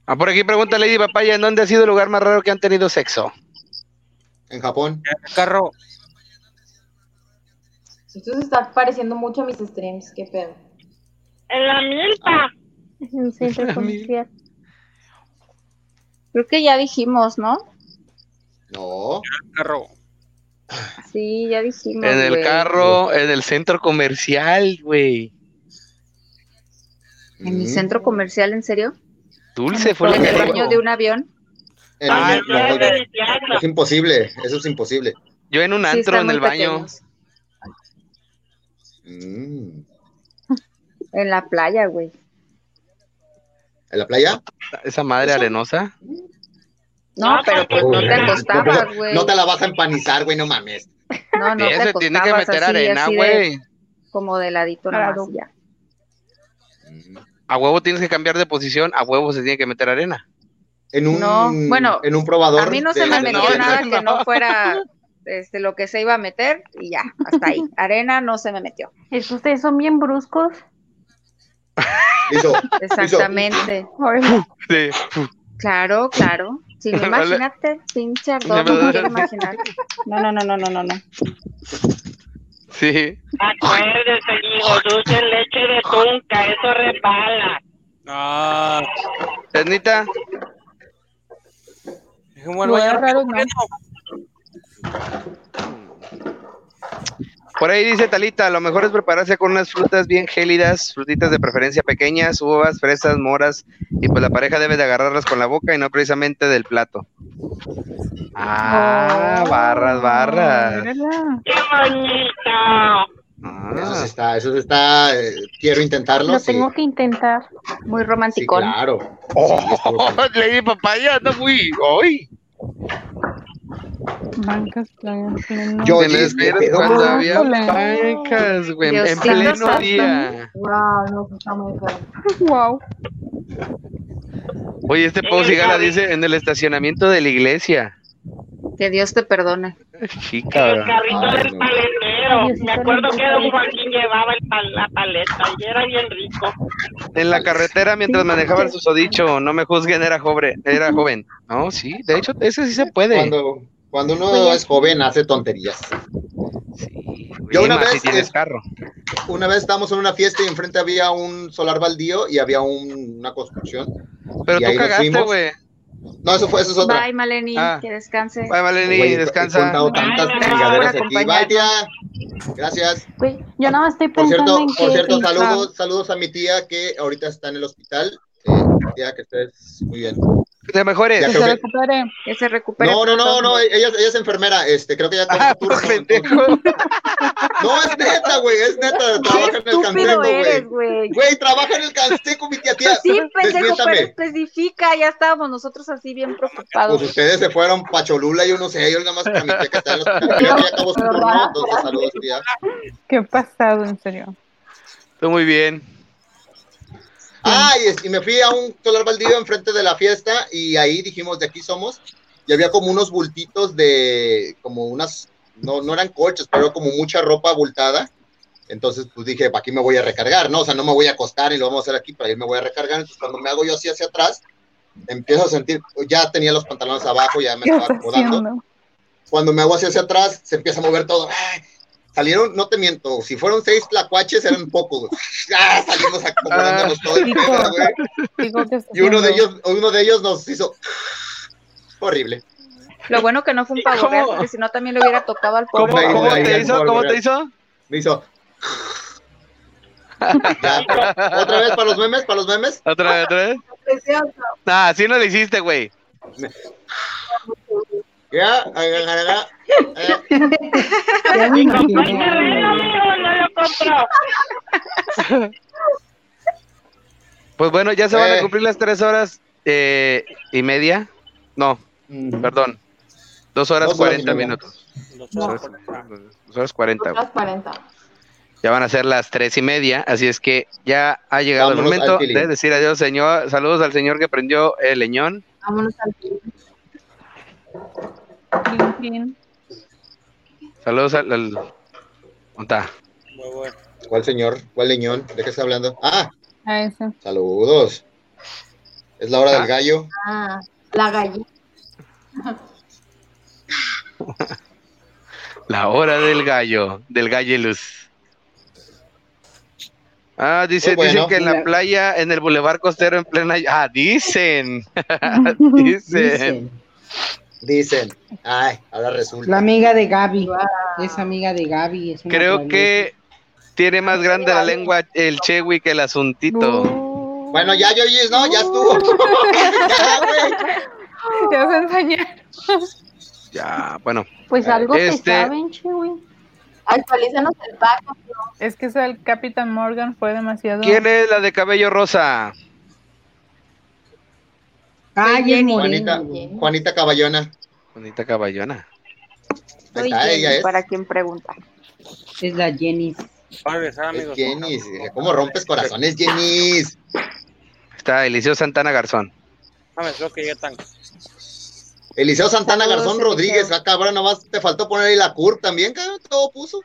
Speaker 2: Ah, por aquí pregunta Lady Papaya, ¿en dónde ha sido el lugar más raro que han tenido sexo?
Speaker 3: En Japón.
Speaker 8: Carro.
Speaker 12: Esto se está pareciendo mucho a mis streams, qué pedo.
Speaker 18: En la
Speaker 2: Ah,
Speaker 18: milpa.
Speaker 10: Un centro comercial.
Speaker 11: Creo que ya dijimos, ¿no?
Speaker 3: No.
Speaker 8: Carro.
Speaker 11: Sí, ya dijimos.
Speaker 2: En el
Speaker 11: güey.
Speaker 2: carro, en el centro comercial, güey.
Speaker 11: ¿En el centro comercial, en serio?
Speaker 2: Dulce fue
Speaker 11: ¿Por
Speaker 2: la
Speaker 11: el
Speaker 2: que
Speaker 11: baño
Speaker 2: dijo.
Speaker 11: de un avión?
Speaker 3: En-
Speaker 2: Ah,
Speaker 3: en- no, no, es imposible, eso es imposible.
Speaker 2: Yo en un
Speaker 11: Sí,
Speaker 2: antro,
Speaker 11: están
Speaker 2: en
Speaker 11: muy
Speaker 2: el baño.
Speaker 11: pequeños.
Speaker 3: Mm,
Speaker 11: En la playa, güey.
Speaker 3: ¿En la playa?
Speaker 2: Esa madre arenosa.
Speaker 11: No, pero pues no te acostabas, güey.
Speaker 3: No te la vas a empanizar, güey, no mames.
Speaker 11: No, no te
Speaker 3: Ese tiene que
Speaker 11: acostabas
Speaker 3: meter
Speaker 11: así,
Speaker 3: arena,
Speaker 11: así de-
Speaker 3: güey.
Speaker 11: como de ladito nomás,
Speaker 2: Claro.
Speaker 11: ya.
Speaker 2: A huevo tienes que cambiar de posición, a huevo se tiene que meter arena.
Speaker 3: En un,
Speaker 11: No, bueno,
Speaker 3: en un probador.
Speaker 11: A mí no se
Speaker 3: de-
Speaker 11: me
Speaker 3: de-
Speaker 11: metió nada que no fuera este, lo que se iba a meter y ya, hasta ahí. Arena no se me metió.
Speaker 10: Es, ustedes son bien bruscos.
Speaker 3: Hizo-
Speaker 11: Exactamente.
Speaker 2: Sí.
Speaker 11: Claro, claro. Sí,
Speaker 2: Me duele.
Speaker 11: imagínate, pinche
Speaker 2: Me
Speaker 11: ardor, no
Speaker 2: duele.
Speaker 11: quiero imaginar. No, no, no, no, no, no, no.
Speaker 2: Sí.
Speaker 18: Acuérdese, hijo, dulce leche de tunca, eso resbala.
Speaker 8: Ah.
Speaker 2: Ternita.
Speaker 8: Es un buen
Speaker 7: Lugar
Speaker 8: baño.
Speaker 7: raro, no.
Speaker 2: Por ahí dice Talita, lo mejor es prepararse con unas frutas bien gélidas, frutitas de preferencia pequeñas, uvas, fresas, moras, y pues la pareja debe de agarrarlas con la boca y no precisamente del plato. Ah, barras, barras.
Speaker 18: ¡Qué bonito!
Speaker 2: Ah.
Speaker 3: Eso sí está, eso sí está. eh, quiero intentarlo.
Speaker 10: Lo
Speaker 3: sí.
Speaker 10: tengo que intentar. Muy
Speaker 3: Sí,
Speaker 10: romántico.
Speaker 3: claro.
Speaker 2: Oh.
Speaker 18: le di papaya, no fui hoy.
Speaker 7: Bancas, playas, pleno.
Speaker 18: Yo
Speaker 2: Te me despiertas cuando había pancas, güey, en pleno día.
Speaker 6: Wow, no, está muy feo.
Speaker 10: Wow.
Speaker 2: Oye, este Pau Cigala dice en el estacionamiento de la iglesia.
Speaker 11: Que Dios te perdone.
Speaker 2: Chica.
Speaker 18: El carrito
Speaker 2: Ay,
Speaker 18: del
Speaker 2: no.
Speaker 18: paletero. Me acuerdo que don Joaquín llevaba el pal- la paleta y era bien rico.
Speaker 2: En la carretera mientras manejaba el susodicho, no me juzguen, era joven, era joven. No, sí, de hecho, ese sí se puede.
Speaker 3: Cuando, cuando uno es joven, hace tonterías.
Speaker 2: Yo
Speaker 3: Yo una vez,
Speaker 2: si tienes
Speaker 3: eh,
Speaker 2: carro.
Speaker 3: Una vez estábamos en una fiesta y enfrente había un solar baldío y había un- una construcción.
Speaker 2: Pero
Speaker 3: Y
Speaker 2: tú
Speaker 3: ahí nos
Speaker 2: cagaste,
Speaker 3: fuimos.
Speaker 2: güey.
Speaker 3: No, eso fue, eso es otra.
Speaker 11: Bye, Maleni,
Speaker 3: Ah.
Speaker 11: que descanse.
Speaker 2: Bye, Maleni,
Speaker 3: Güey, he
Speaker 2: descansa.
Speaker 3: contado tantas
Speaker 11: Bye,
Speaker 3: chingaderas
Speaker 11: Maleni.
Speaker 3: aquí. Bye, tía. Gracias.
Speaker 10: Güey, yo nada más estoy
Speaker 3: Por
Speaker 10: pensando
Speaker 3: cierto,
Speaker 10: en
Speaker 3: por
Speaker 10: que-
Speaker 3: cierto,
Speaker 10: en-
Speaker 3: saludos, saludos a mi tía que ahorita está en el hospital. Eh, tía, que estés muy bien.
Speaker 2: Te mejores.
Speaker 3: Ya creo que-
Speaker 11: recupere. Que se recupere.
Speaker 3: No, no, no, no, ella, ella es enfermera, este, creo que ya
Speaker 11: Ah,
Speaker 3: está No, es neta, güey, es neta, trabaja en el
Speaker 11: Estúpido
Speaker 3: cantengo, güey.
Speaker 11: eres, güey.
Speaker 3: Güey, trabaja en el canstengo, mi tía, tía.
Speaker 11: Sí, pendejo, pero
Speaker 3: desmiéntame.
Speaker 11: especifica, ya estábamos nosotros así bien preocupados.
Speaker 3: Pues ustedes se fueron pa' Cholula, yo no sé, yo nada más para mi tía que está en los... Creo que ya acabó su turno, entonces saludos, tía.
Speaker 7: Qué pasado, en serio.
Speaker 2: Tú muy bien.
Speaker 3: Ay, es- y me fui a un solar baldío enfrente de la fiesta y ahí dijimos, de aquí somos, y había como unos bultitos de, como unas, no, no eran colchas, pero como mucha ropa abultada. Entonces, pues dije, pa' aquí me voy a recargar, ¿no? O sea, no me voy a acostar y lo vamos a hacer aquí, para ahí me voy a recargar. Entonces, cuando me hago yo así hacia atrás, empiezo a sentir, ya tenía los pantalones abajo, ya me
Speaker 7: ¿Qué
Speaker 3: estaba
Speaker 7: estás
Speaker 3: acomodando
Speaker 7: haciendo?
Speaker 3: cuando me hago hacia, hacia atrás, se empieza a mover todo. ¡Ah! Salieron, no te miento, si fueron seis tlacuaches, eran pocos. güey. ¡Ah! Salimos acomodándonos todos. güey. Y uno de ellos, uno de ellos nos hizo horrible.
Speaker 11: Lo bueno que no fue un pavo
Speaker 3: ¿Cómo?
Speaker 11: real, porque si no también le hubiera tocado al pobre.
Speaker 3: Ahí, ahí, ahí, por-
Speaker 2: hizo?
Speaker 3: Me hizo. Ya, otra vez para los memes, para los memes.
Speaker 2: ¿Otra vez, otra vez? Nah, así no Ah, lo hiciste, güey.
Speaker 3: Ya, ay, ay, ay, ay.
Speaker 18: Y compró el terreno, amigo, no lo compró.
Speaker 2: Pues bueno, ya se van a
Speaker 18: Eh.
Speaker 2: cumplir las tres horas eh, y media. No,
Speaker 3: Mm.
Speaker 2: perdón. Dos horas
Speaker 18: Dos horas y
Speaker 2: cuarenta
Speaker 18: media.
Speaker 2: minutos.
Speaker 18: No.
Speaker 2: Dos horas cuarenta, güey.
Speaker 12: Otras 40.
Speaker 2: Ya van a ser las tres y media, así es que ya ha llegado
Speaker 3: Vámonos
Speaker 2: el momento
Speaker 3: al Philip.
Speaker 2: de decir adiós, señor. Saludos al señor que prendió el leñón.
Speaker 12: Vámonos al
Speaker 2: Saludos al... al- ¿Dónde está?
Speaker 3: ¿Cuál señor? ¿Cuál leñón? ¿De qué está hablando? Ah,
Speaker 7: A eso.
Speaker 3: saludos. Es la hora del gallo.
Speaker 12: Ah, la gallina.
Speaker 2: La hora del gallo, del gallelus. Ah, dice,
Speaker 3: Oh,
Speaker 18: Muy bueno.
Speaker 2: dicen que en la
Speaker 18: Mira.
Speaker 2: playa, en el bulevar costero, en plena... Ah, dicen. dicen.
Speaker 5: Dicen.
Speaker 3: Dicen. Ay, ahora resulta.
Speaker 5: La amiga de Gaby. Es amiga de Gaby. es una
Speaker 2: Creo
Speaker 5: traviesa.
Speaker 2: que tiene más grande la lengua el chewi que el asuntito.
Speaker 3: Bueno, ya, yo, no, ya estuvo.
Speaker 10: Te vas a enseñar.
Speaker 2: Ya, bueno.
Speaker 10: Pues algo
Speaker 2: te
Speaker 10: te
Speaker 2: Este-
Speaker 10: saben,
Speaker 2: saben,
Speaker 10: Chewy.
Speaker 7: Actualízanos el pack. Es que eso del Capitán Morgan fue demasiado.
Speaker 2: ¿Quién es la de cabello rosa?
Speaker 5: Ay,
Speaker 3: Juanita, Juanita Caballona.
Speaker 2: Bonita caballona.
Speaker 3: Ahí está, ella es.
Speaker 11: Para quien pregunta.
Speaker 5: Es la Jenny.
Speaker 3: Es Jenny, ¿cómo rompes corazones, Jenny?
Speaker 2: Está Eliseo Santana Garzón.
Speaker 8: Dame, creo que ya están.
Speaker 3: Eliseo Santana
Speaker 8: Saludos,
Speaker 3: Garzón
Speaker 8: Eliseo.
Speaker 3: Rodríguez, ah, cabrón, nomás te faltó poner ahí la CUR también, cabrón, todo puso.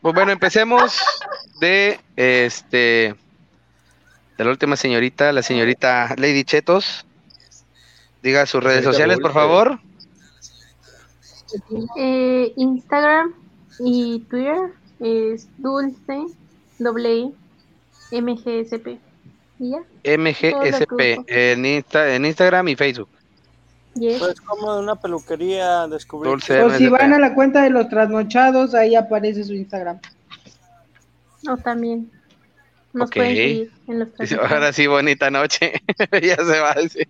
Speaker 2: Pues bueno, empecemos de este de la última señorita, la señorita Lady Chetos. Diga sus redes
Speaker 5: Señorita
Speaker 2: sociales, por
Speaker 5: Bulto.
Speaker 2: favor.
Speaker 10: Eh, Instagram y Twitter es dulce doble E, mgsp. ¿Y ya? Todo lo que
Speaker 2: MGSP
Speaker 10: uso.
Speaker 2: en, Insta- en Instagram y Facebook.
Speaker 10: Yes.
Speaker 8: Pues como de una peluquería descubrí. que-
Speaker 5: O si van a la cuenta de los trasnochados, ahí aparece su Instagram.
Speaker 10: O también.
Speaker 5: Nos
Speaker 2: Ok. pueden seguir
Speaker 10: en los
Speaker 2: Dice, Ahora sí, bonita noche. ya se va. dice.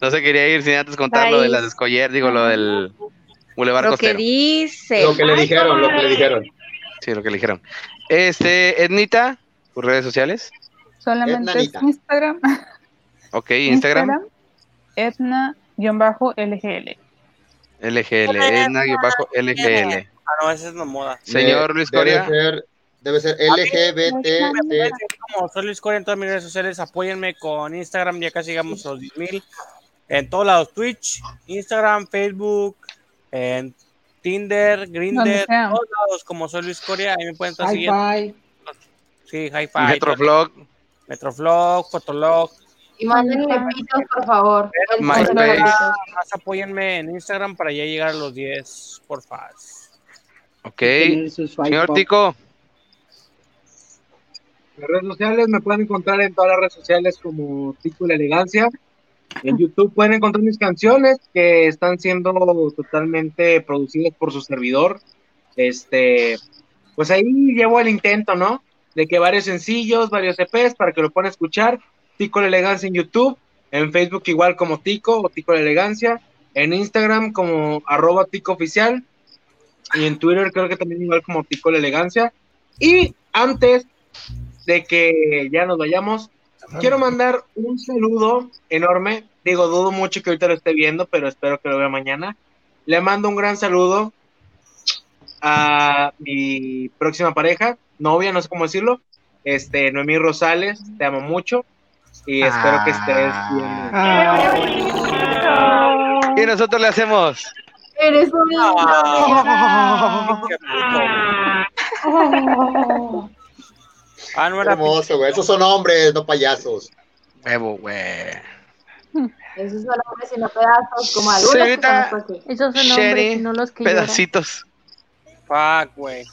Speaker 2: No se quería ir sin antes contar lo
Speaker 11: Bye.
Speaker 2: de las escoller, digo, lo del Boulevard
Speaker 11: Lo que
Speaker 2: Costero.
Speaker 11: dice.
Speaker 2: Sí, lo que le dijeron. Este, Ednita, tus redes sociales.
Speaker 7: Solamente es
Speaker 2: Ednanita.
Speaker 7: Instagram.
Speaker 2: Ok, Instagram.
Speaker 7: Etna-LGL.
Speaker 2: LGL, Edna, bajo LGL.
Speaker 8: Ah, no, esa es la moda.
Speaker 2: Señor Luis Coria.
Speaker 3: Debe ser, debe ser LGBT.
Speaker 8: Como soy Luis Coria en todas mis redes sociales, apóyenme con Instagram, ya casi llegamos a los 10.000. En todos lados, Twitch, Instagram, Facebook, en Tinder, Grindr,
Speaker 7: Donde sea.
Speaker 8: todos lados, como soy Luis Coria, ahí me pueden estar
Speaker 5: Hi,
Speaker 8: siguiendo.
Speaker 5: bye.
Speaker 8: Sí, hi
Speaker 2: Y Metroflog.
Speaker 8: Metroflog, Fotolog.
Speaker 6: Y mándenle pitos, por favor.
Speaker 8: Más, más apóyenme en Instagram para ya llegar a los 10, por favor.
Speaker 2: Ok. Señor Tico.
Speaker 19: Las redes sociales me pueden encontrar en todas las redes sociales como Tico y la Elegancia. En YouTube pueden encontrar mis canciones que están siendo totalmente producidas por su servidor. Este, pues ahí llevo el intento, ¿no? De que varios sencillos, varios EPs para que lo puedan escuchar. Tico la Elegancia en YouTube, en Facebook igual como Tico o Tico la Elegancia, en Instagram como arroba Tico Oficial y en Twitter creo que también igual como Tico la Elegancia. Y antes de que ya nos vayamos, quiero mandar un saludo enorme. Digo, dudo mucho que ahorita lo esté viendo, pero espero que lo vea mañana. Le mando un gran saludo a mi próxima pareja, novia, no sé cómo decirlo. Este, Noemí Rosales, te amo mucho y espero que estés bien.
Speaker 2: Y nosotros le hacemos.
Speaker 6: Eres bonita.
Speaker 8: Ah, no
Speaker 3: era hermoso, güey. Esos son hombres, no payasos.
Speaker 2: Nuevo, güey.
Speaker 6: Esos son hombres sino pedazos, como algunos.
Speaker 2: Señorita
Speaker 11: Esos
Speaker 6: son
Speaker 2: Sherry,
Speaker 11: lloran.
Speaker 2: pedacitos.
Speaker 8: Fuck, güey.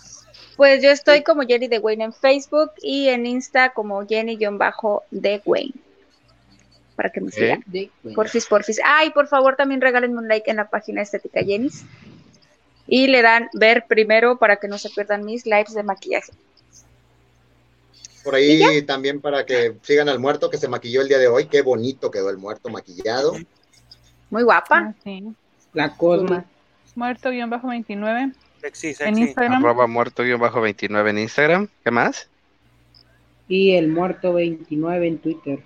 Speaker 11: Pues yo estoy como Jenny de Wayne en Facebook y en Insta como Jenny-de Wayne. Para que me sigan. Porfis, porfis. Ay, por favor, también regálenme un like en la página Estética Jenny's. Y le dan ver primero para que no se pierdan mis lives de maquillaje.
Speaker 3: Por ahí también para que sigan al muerto que se maquilló el día de hoy. Qué bonito quedó el muerto maquillado.
Speaker 11: Muy
Speaker 7: Ah,
Speaker 11: guapa.
Speaker 5: La Cosma.
Speaker 7: Muerto-29.
Speaker 8: Sexy,
Speaker 7: En Instagram.
Speaker 2: Arroba muerto guión bajo 29 en Instagram. ¿Qué más?
Speaker 5: Y el muerto 29 en Twitter.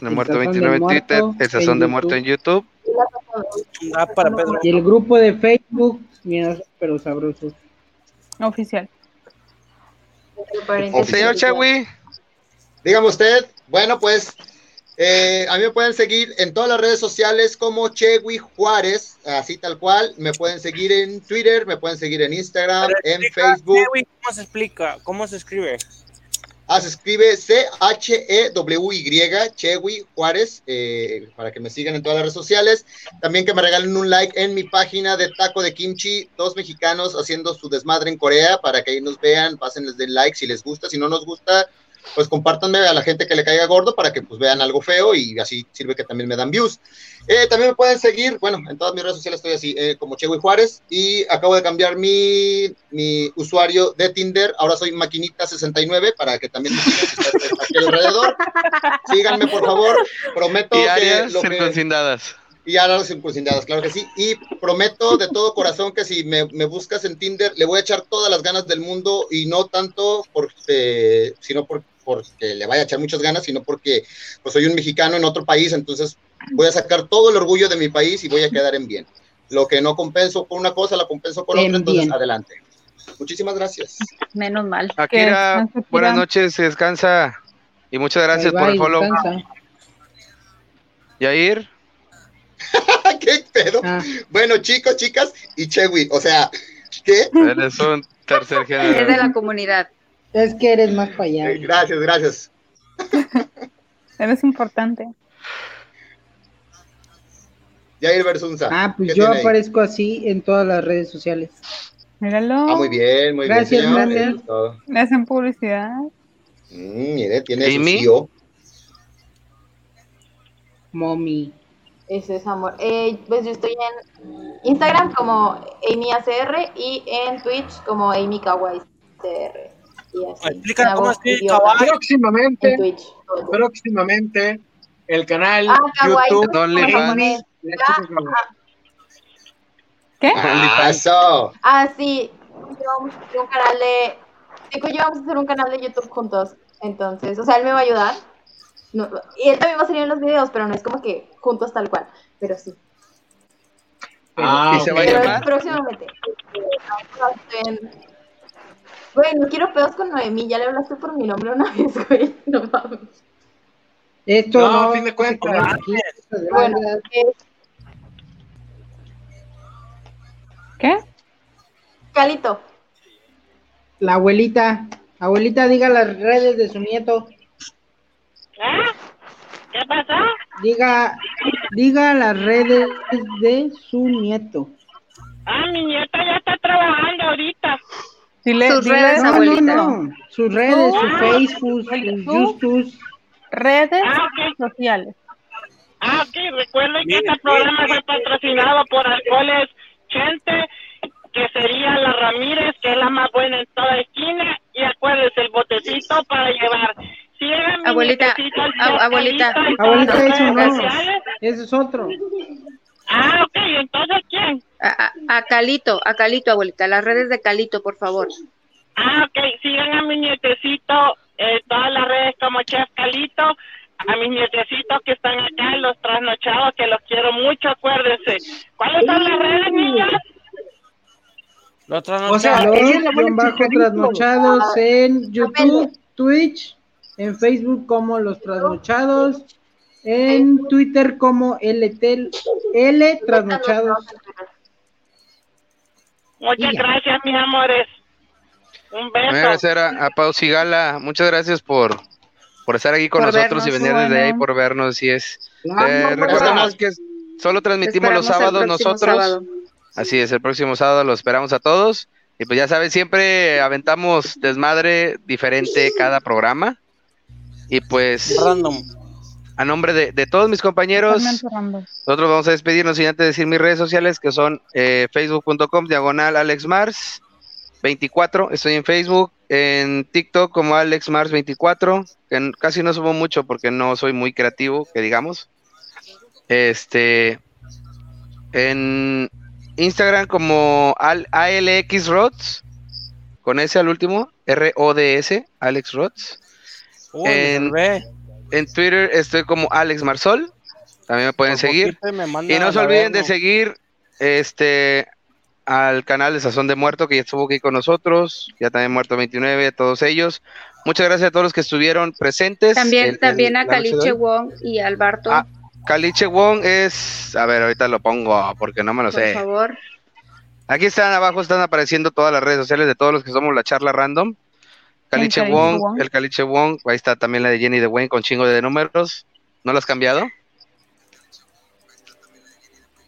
Speaker 2: El
Speaker 5: El
Speaker 2: muerto
Speaker 5: Sazón
Speaker 2: 29 en
Speaker 5: del
Speaker 2: Twitter.
Speaker 5: Muerto
Speaker 2: El sazón
Speaker 5: en
Speaker 2: de muerto en YouTube.
Speaker 8: Ah, para Pedro.
Speaker 5: Y el grupo de Facebook, mira, pero sabroso.
Speaker 7: Oficial.
Speaker 3: O- señor
Speaker 2: Chawi.
Speaker 3: Dígame usted. Bueno, pues eh, a mí me pueden seguir en todas las redes sociales como Chewi Juárez, así tal cual. Me pueden seguir en Twitter, me pueden seguir en Instagram, en Facebook.
Speaker 8: Chewi, ¿Cómo se explica? ¿Cómo se escribe?
Speaker 3: Ah, se escribe E C-H-E-W-Y, Chewi Juárez, eh, para que me sigan en todas las redes sociales. También que me regalen un like en mi página de Taco de Kimchi, dos mexicanos haciendo su desmadre en Corea, para que ahí nos vean, pásenles den like si les gusta, si no nos gusta, pues compártanme a la gente que le caiga gordo para que pues vean algo feo y así sirve que también me dan views. Eh, también me pueden seguir, bueno, en todas mis redes sociales estoy así, eh, como Chewi Juárez, y acabo de cambiar mi, mi usuario de Tinder, ahora soy Maquinita69, para que también me sigan si estás aquí alrededor. Síganme, por favor, prometo
Speaker 2: Y
Speaker 3: que
Speaker 2: áreas
Speaker 3: lo que...
Speaker 2: circuncindadas.
Speaker 3: Y ahora los circuncidados, claro que sí. Y prometo de todo corazón que si me, me buscas en Tinder, le voy a echar todas las ganas del mundo y no tanto porque, sino por- porque le vaya a echar muchas ganas, sino porque pues, soy un mexicano en otro país, entonces voy a sacar todo el orgullo de mi país y voy a quedar en bien. Lo que no compenso con una cosa, la compenso con
Speaker 11: En
Speaker 3: otra, entonces
Speaker 11: bien.
Speaker 3: adelante. Muchísimas gracias.
Speaker 11: Menos mal.
Speaker 2: Akira, buenas noches, descansa. Y muchas gracias por el follow. Yair,
Speaker 3: ¿Qué pedo?
Speaker 11: Ah.
Speaker 3: Bueno, chicos, chicas y Chewi, o sea, ¿qué?
Speaker 2: eres un tercer género.
Speaker 11: la comunidad.
Speaker 5: Es que eres más para allá.
Speaker 3: Gracias, gracias.
Speaker 7: Eres importante.
Speaker 3: Yair Versunza.
Speaker 5: Ah,
Speaker 3: ¿qué
Speaker 5: pues yo
Speaker 3: tiene ahí?
Speaker 5: aparezco así en todas las redes sociales.
Speaker 7: Míralo.
Speaker 3: Ah, muy bien, muy
Speaker 5: Gracias,
Speaker 3: bien. señor.
Speaker 5: gracias.
Speaker 3: Eso es todo.
Speaker 7: Le hacen publicidad.
Speaker 3: Mm, mire, tiene su
Speaker 2: Amy.
Speaker 3: CEO.
Speaker 5: Mommy.
Speaker 6: Ese es amor. Eh, pues yo estoy en Instagram como AmyACR y en Twitch como AmyKawaiCR.
Speaker 18: Ah.
Speaker 6: Y así.
Speaker 19: Explica
Speaker 6: Me
Speaker 19: cómo
Speaker 6: hago
Speaker 19: escribir
Speaker 6: idiota.
Speaker 19: kawaii. Próximamente,
Speaker 6: En Twitch.
Speaker 19: próximamente, el canal
Speaker 6: Ah, kawaii.
Speaker 19: YouTube.
Speaker 6: ¿Dónde
Speaker 19: Amy,
Speaker 6: vas?
Speaker 19: las chicas kawaii.
Speaker 5: ¿Eh?
Speaker 6: ¿Qué?
Speaker 3: Ah, eso.
Speaker 6: Ah, sí. Llevamos a hacer un canal de. Chico y yo vamos a hacer un canal de YouTube juntos. Entonces, o sea, él me va a ayudar. No, y él también va a salir en los videos, pero no es como que juntos tal cual. Pero sí.
Speaker 2: Ah, ¿Y se va a
Speaker 6: pero
Speaker 2: llamar?
Speaker 6: próximamente. Eh, en- Güey, no quiero pedos con Noemí. Ya le hablaste por mi nombre una vez, güey. No mames.
Speaker 5: Esto
Speaker 19: No,
Speaker 5: no-
Speaker 19: a fin de cuentas.
Speaker 6: Bueno, eh,
Speaker 5: ¿Qué?
Speaker 6: Calito.
Speaker 5: La abuelita. Abuelita, diga las redes de su nieto.
Speaker 18: ¿Qué pasó?
Speaker 5: Diga, diga las redes de su nieto.
Speaker 18: Ah, mi nieta ya está trabajando ahorita.
Speaker 5: Dile,
Speaker 18: Sus redes, abuelita.
Speaker 5: Sus redes, su
Speaker 18: Ah.
Speaker 5: Facebook, su Justus.
Speaker 18: Redes sociales. Ah, ok, recuerden que este programa fue patrocinado por Alcoholes Chente, que sería la Ramírez, que es la más buena en toda esquina. Y acuérdense, el botecito para llevar. Sigan a mi
Speaker 11: Abuelita,
Speaker 18: nietecito al
Speaker 11: ab- abuelita.
Speaker 18: Calita en todas
Speaker 5: Abuelita,
Speaker 18: las
Speaker 5: eso
Speaker 18: redes
Speaker 5: no.
Speaker 18: sociales.
Speaker 5: Ese es otro.
Speaker 18: Ah, ok, entonces ¿quién?
Speaker 11: A, a- a Calito, a Calito, abuelita, las redes de Calito, por favor.
Speaker 18: Ah, ok, sigan a mi nietecito en todas las redes como Chef Calito, a mis nietecitos que están acá, los trasnochados, que los quiero mucho, acuérdense. ¿Cuáles son las redes, niñas?
Speaker 8: Los trasnochados.
Speaker 5: O sea,
Speaker 8: ella es
Speaker 5: los
Speaker 8: la abuela
Speaker 5: guión bajo
Speaker 8: Chicharito.
Speaker 5: trasnochados
Speaker 8: Ah.
Speaker 5: en YouTube, Twitch, en Facebook como Los Trasnochados, en Twitter como LT, L Trasnochados.
Speaker 18: Muchas gracias, mis amores. Un
Speaker 2: Voy
Speaker 18: beso.
Speaker 2: a agradecer a, a Pau Sigala. Muchas gracias por, por estar aquí con
Speaker 18: Por
Speaker 2: nosotros y
Speaker 18: vernos,
Speaker 2: venir desde
Speaker 18: bueno.
Speaker 2: ahí por vernos. Así es.
Speaker 18: Claro,
Speaker 2: Eh,
Speaker 18: por
Speaker 2: recordemos
Speaker 18: favor.
Speaker 2: que solo transmitimos los
Speaker 18: Esperamos el
Speaker 2: sábados
Speaker 18: próximo
Speaker 2: nosotros.
Speaker 18: sábado.
Speaker 2: Así es, el próximo sábado lo esperamos a todos. Y pues ya saben, siempre aventamos desmadre diferente cada programa. Y pues.
Speaker 8: Random.
Speaker 2: A nombre de, de todos mis compañeros. Nosotros vamos a despedirnos sin antes decir mis redes sociales que son eh, facebook.com diagonal alexmars 24, estoy en Facebook, en TikTok como alexmars24, que n- casi no subo mucho porque no soy muy creativo, que digamos. Este en Instagram como al, alxrods con ese al último, R O D S, Alex Rods.
Speaker 8: Uy,
Speaker 2: En, en Twitter estoy como Alex Marsol. También me pueden seguir.
Speaker 8: poquito y me manda
Speaker 2: Y no
Speaker 8: a
Speaker 2: se
Speaker 8: la
Speaker 2: olviden de
Speaker 8: verga.
Speaker 2: seguir este al canal de Sazón de Muerto que ya estuvo aquí con nosotros, ya también Muerto 29, a todos ellos. Muchas gracias a todos los que estuvieron presentes.
Speaker 11: También,
Speaker 2: en- en
Speaker 11: también
Speaker 2: la
Speaker 11: a
Speaker 2: noche de
Speaker 11: Caliche
Speaker 2: hoy. Ah,
Speaker 11: Wong y Alberto,
Speaker 2: Caliche Wong es, a ver, ahorita lo pongo porque no me lo
Speaker 11: por
Speaker 2: sé.
Speaker 11: favor.
Speaker 2: Aquí están abajo, están apareciendo todas las redes sociales de todos los que somos la charla random. Caliche
Speaker 11: Caliche
Speaker 2: Wong,
Speaker 11: Wong.
Speaker 2: el Caliche Wong, ahí está también la de Jenny de Wayne con chingo de números. ¿No la has cambiado?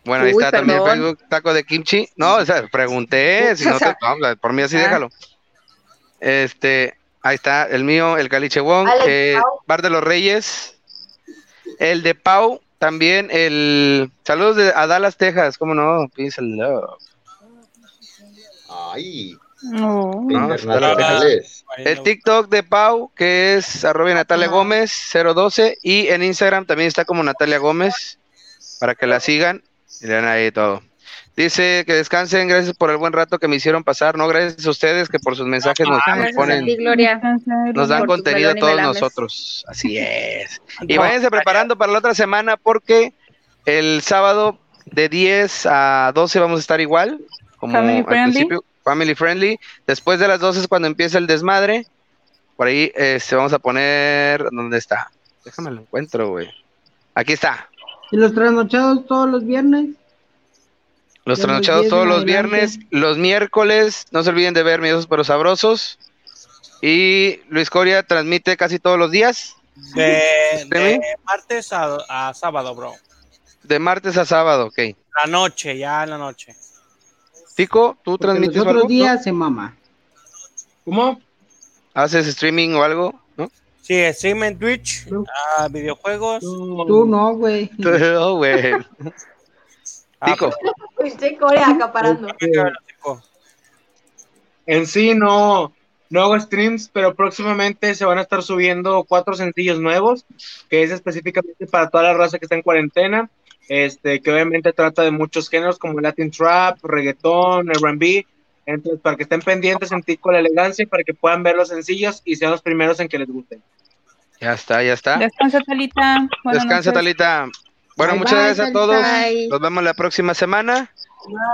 Speaker 2: Bueno, ahí
Speaker 18: Uy,
Speaker 2: está también
Speaker 18: perdón.
Speaker 2: Facebook, taco de kimchi. No, o sea, pregunté, si no te no, habla, por mí así
Speaker 18: Ah.
Speaker 2: déjalo. Este, ahí está el mío, el Caliche Wong,
Speaker 18: Alex
Speaker 2: eh,
Speaker 18: Pau.
Speaker 2: Bar de los Reyes, el de Pau, también el saludos de a Dallas, Texas, cómo no, peace and love.
Speaker 3: Ay.
Speaker 2: No,
Speaker 3: Internacionales.
Speaker 2: El TikTok de Pau, que es arroba Natalia Gómez 012, y en Instagram también está como Natalia Gómez, para que la sigan y lean ahí todo. Dice que descansen, gracias por el buen rato que me hicieron pasar, no gracias a ustedes que por sus mensajes nos, nos
Speaker 11: Ah, Gracias a
Speaker 2: ponen,
Speaker 11: ti, Gloria.
Speaker 2: nos dan
Speaker 11: por tu
Speaker 2: contenido a
Speaker 11: melón y
Speaker 2: todos
Speaker 11: melames.
Speaker 2: nosotros. Así es. Y
Speaker 11: No,
Speaker 2: váyanse preparando para la otra semana porque el sábado de 10 a 12 vamos a estar igual, como
Speaker 7: Family
Speaker 2: al
Speaker 7: friendly.
Speaker 2: principio, family friendly. Después de las 12 es cuando empieza el desmadre. Por ahí este, vamos a poner. ¿Dónde está? Déjame lo encuentro, güey. Aquí está.
Speaker 5: Y los trasnochados todos los viernes.
Speaker 2: Los
Speaker 5: De los
Speaker 2: trasnochados
Speaker 5: 10
Speaker 2: todos
Speaker 5: en
Speaker 2: los
Speaker 5: adelante.
Speaker 2: viernes, los miércoles, no se olviden de ver Miedosos pero Sabrosos. Y Luis Coria transmite casi todos los días.
Speaker 8: De,
Speaker 2: ¿De
Speaker 8: de martes a, a sábado, bro.
Speaker 2: De martes a sábado, ok.
Speaker 8: La noche, ya en la noche.
Speaker 2: Tico, ¿tú
Speaker 8: Porque
Speaker 2: transmites
Speaker 8: los otros
Speaker 2: algo?
Speaker 8: días
Speaker 5: se mama.
Speaker 8: ¿Cómo?
Speaker 2: ¿Haces streaming o algo? ¿No?
Speaker 8: Sí, Sí, stream en Twitch, ah, videojuegos.
Speaker 5: Tú no, güey.
Speaker 2: Tú no, güey.
Speaker 8: Tico.
Speaker 6: Pinche Corea acaparando.
Speaker 19: En sí no, no hago streams, pero próximamente se van a estar subiendo cuatro sencillos nuevos, que es específicamente para toda la raza que está en cuarentena, este, que obviamente trata de muchos géneros como el Latin Trap, reggaetón, R&B, entonces para que estén pendientes en Tico la elegancia, para que puedan ver los sencillos y sean los primeros en que les gusten.
Speaker 2: Ya está, ya está.
Speaker 7: Descansa, Talita. Buenas
Speaker 2: ¿ah? Descansa,
Speaker 7: noches.
Speaker 2: Talita. Bueno,
Speaker 7: Bye,
Speaker 2: muchas
Speaker 7: bye,
Speaker 2: gracias a
Speaker 7: Talita.
Speaker 2: todos.
Speaker 7: Bye.
Speaker 2: Nos vemos la próxima semana.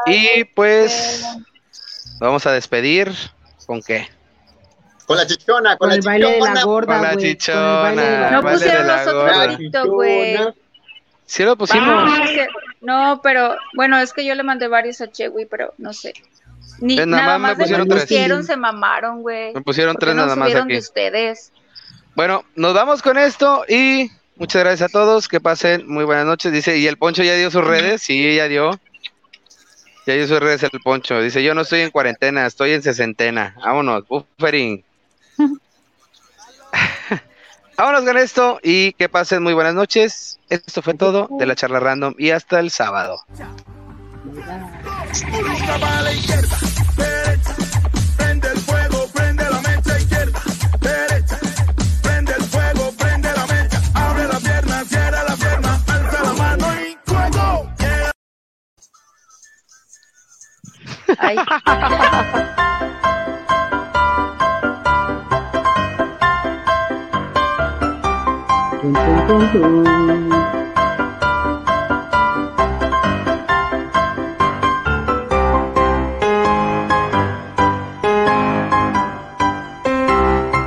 Speaker 2: Y pues vamos a despedir. ¿Con qué?
Speaker 3: Con la chichona, con,
Speaker 5: Con
Speaker 3: la
Speaker 5: el baile de la
Speaker 3: chichona.
Speaker 5: gorda,
Speaker 2: Con la
Speaker 5: güey,
Speaker 2: chichona.
Speaker 5: con el baile de la
Speaker 2: el
Speaker 11: No
Speaker 2: baile
Speaker 11: pusieron
Speaker 2: de la
Speaker 11: los otros
Speaker 2: gorda.
Speaker 11: TikTok, güey.
Speaker 2: Pues Sí lo pusimos.
Speaker 11: Ah, sí. No, pero bueno, es que yo le mandé varios a Chewy, pero no sé. Ni,
Speaker 2: Pues nada
Speaker 11: nada
Speaker 2: más
Speaker 11: más
Speaker 2: me
Speaker 11: de que
Speaker 2: pusieron
Speaker 11: me
Speaker 2: tres.
Speaker 11: pusieron, se mamaron, güey.
Speaker 2: Me pusieron
Speaker 11: ¿Por qué
Speaker 2: tres
Speaker 11: no
Speaker 2: nada más
Speaker 11: subieron de
Speaker 2: aquí.
Speaker 11: ustedes.
Speaker 2: Bueno, nos vamos con esto y muchas gracias a todos. Que pasen muy buenas noches. Dice, ¿y el Poncho ya dio sus redes? Sí, ya dio. Ya dio sus redes el Poncho. Dice, yo no estoy en cuarentena, estoy en sesentena. Vámonos, buffering. Vámonos con esto y que pasen muy buenas noches. Esto fue todo de la charla random y hasta el sábado.
Speaker 17: Nunca va a la izquierda, derecha, prende el fuego, prende la mecha izquierda, derecha, prende el fuego, prende la mecha, abre la pierna, cierra la pierna, alza la mano y fuego. Yeah.
Speaker 5: Tum, tum, tum, tum.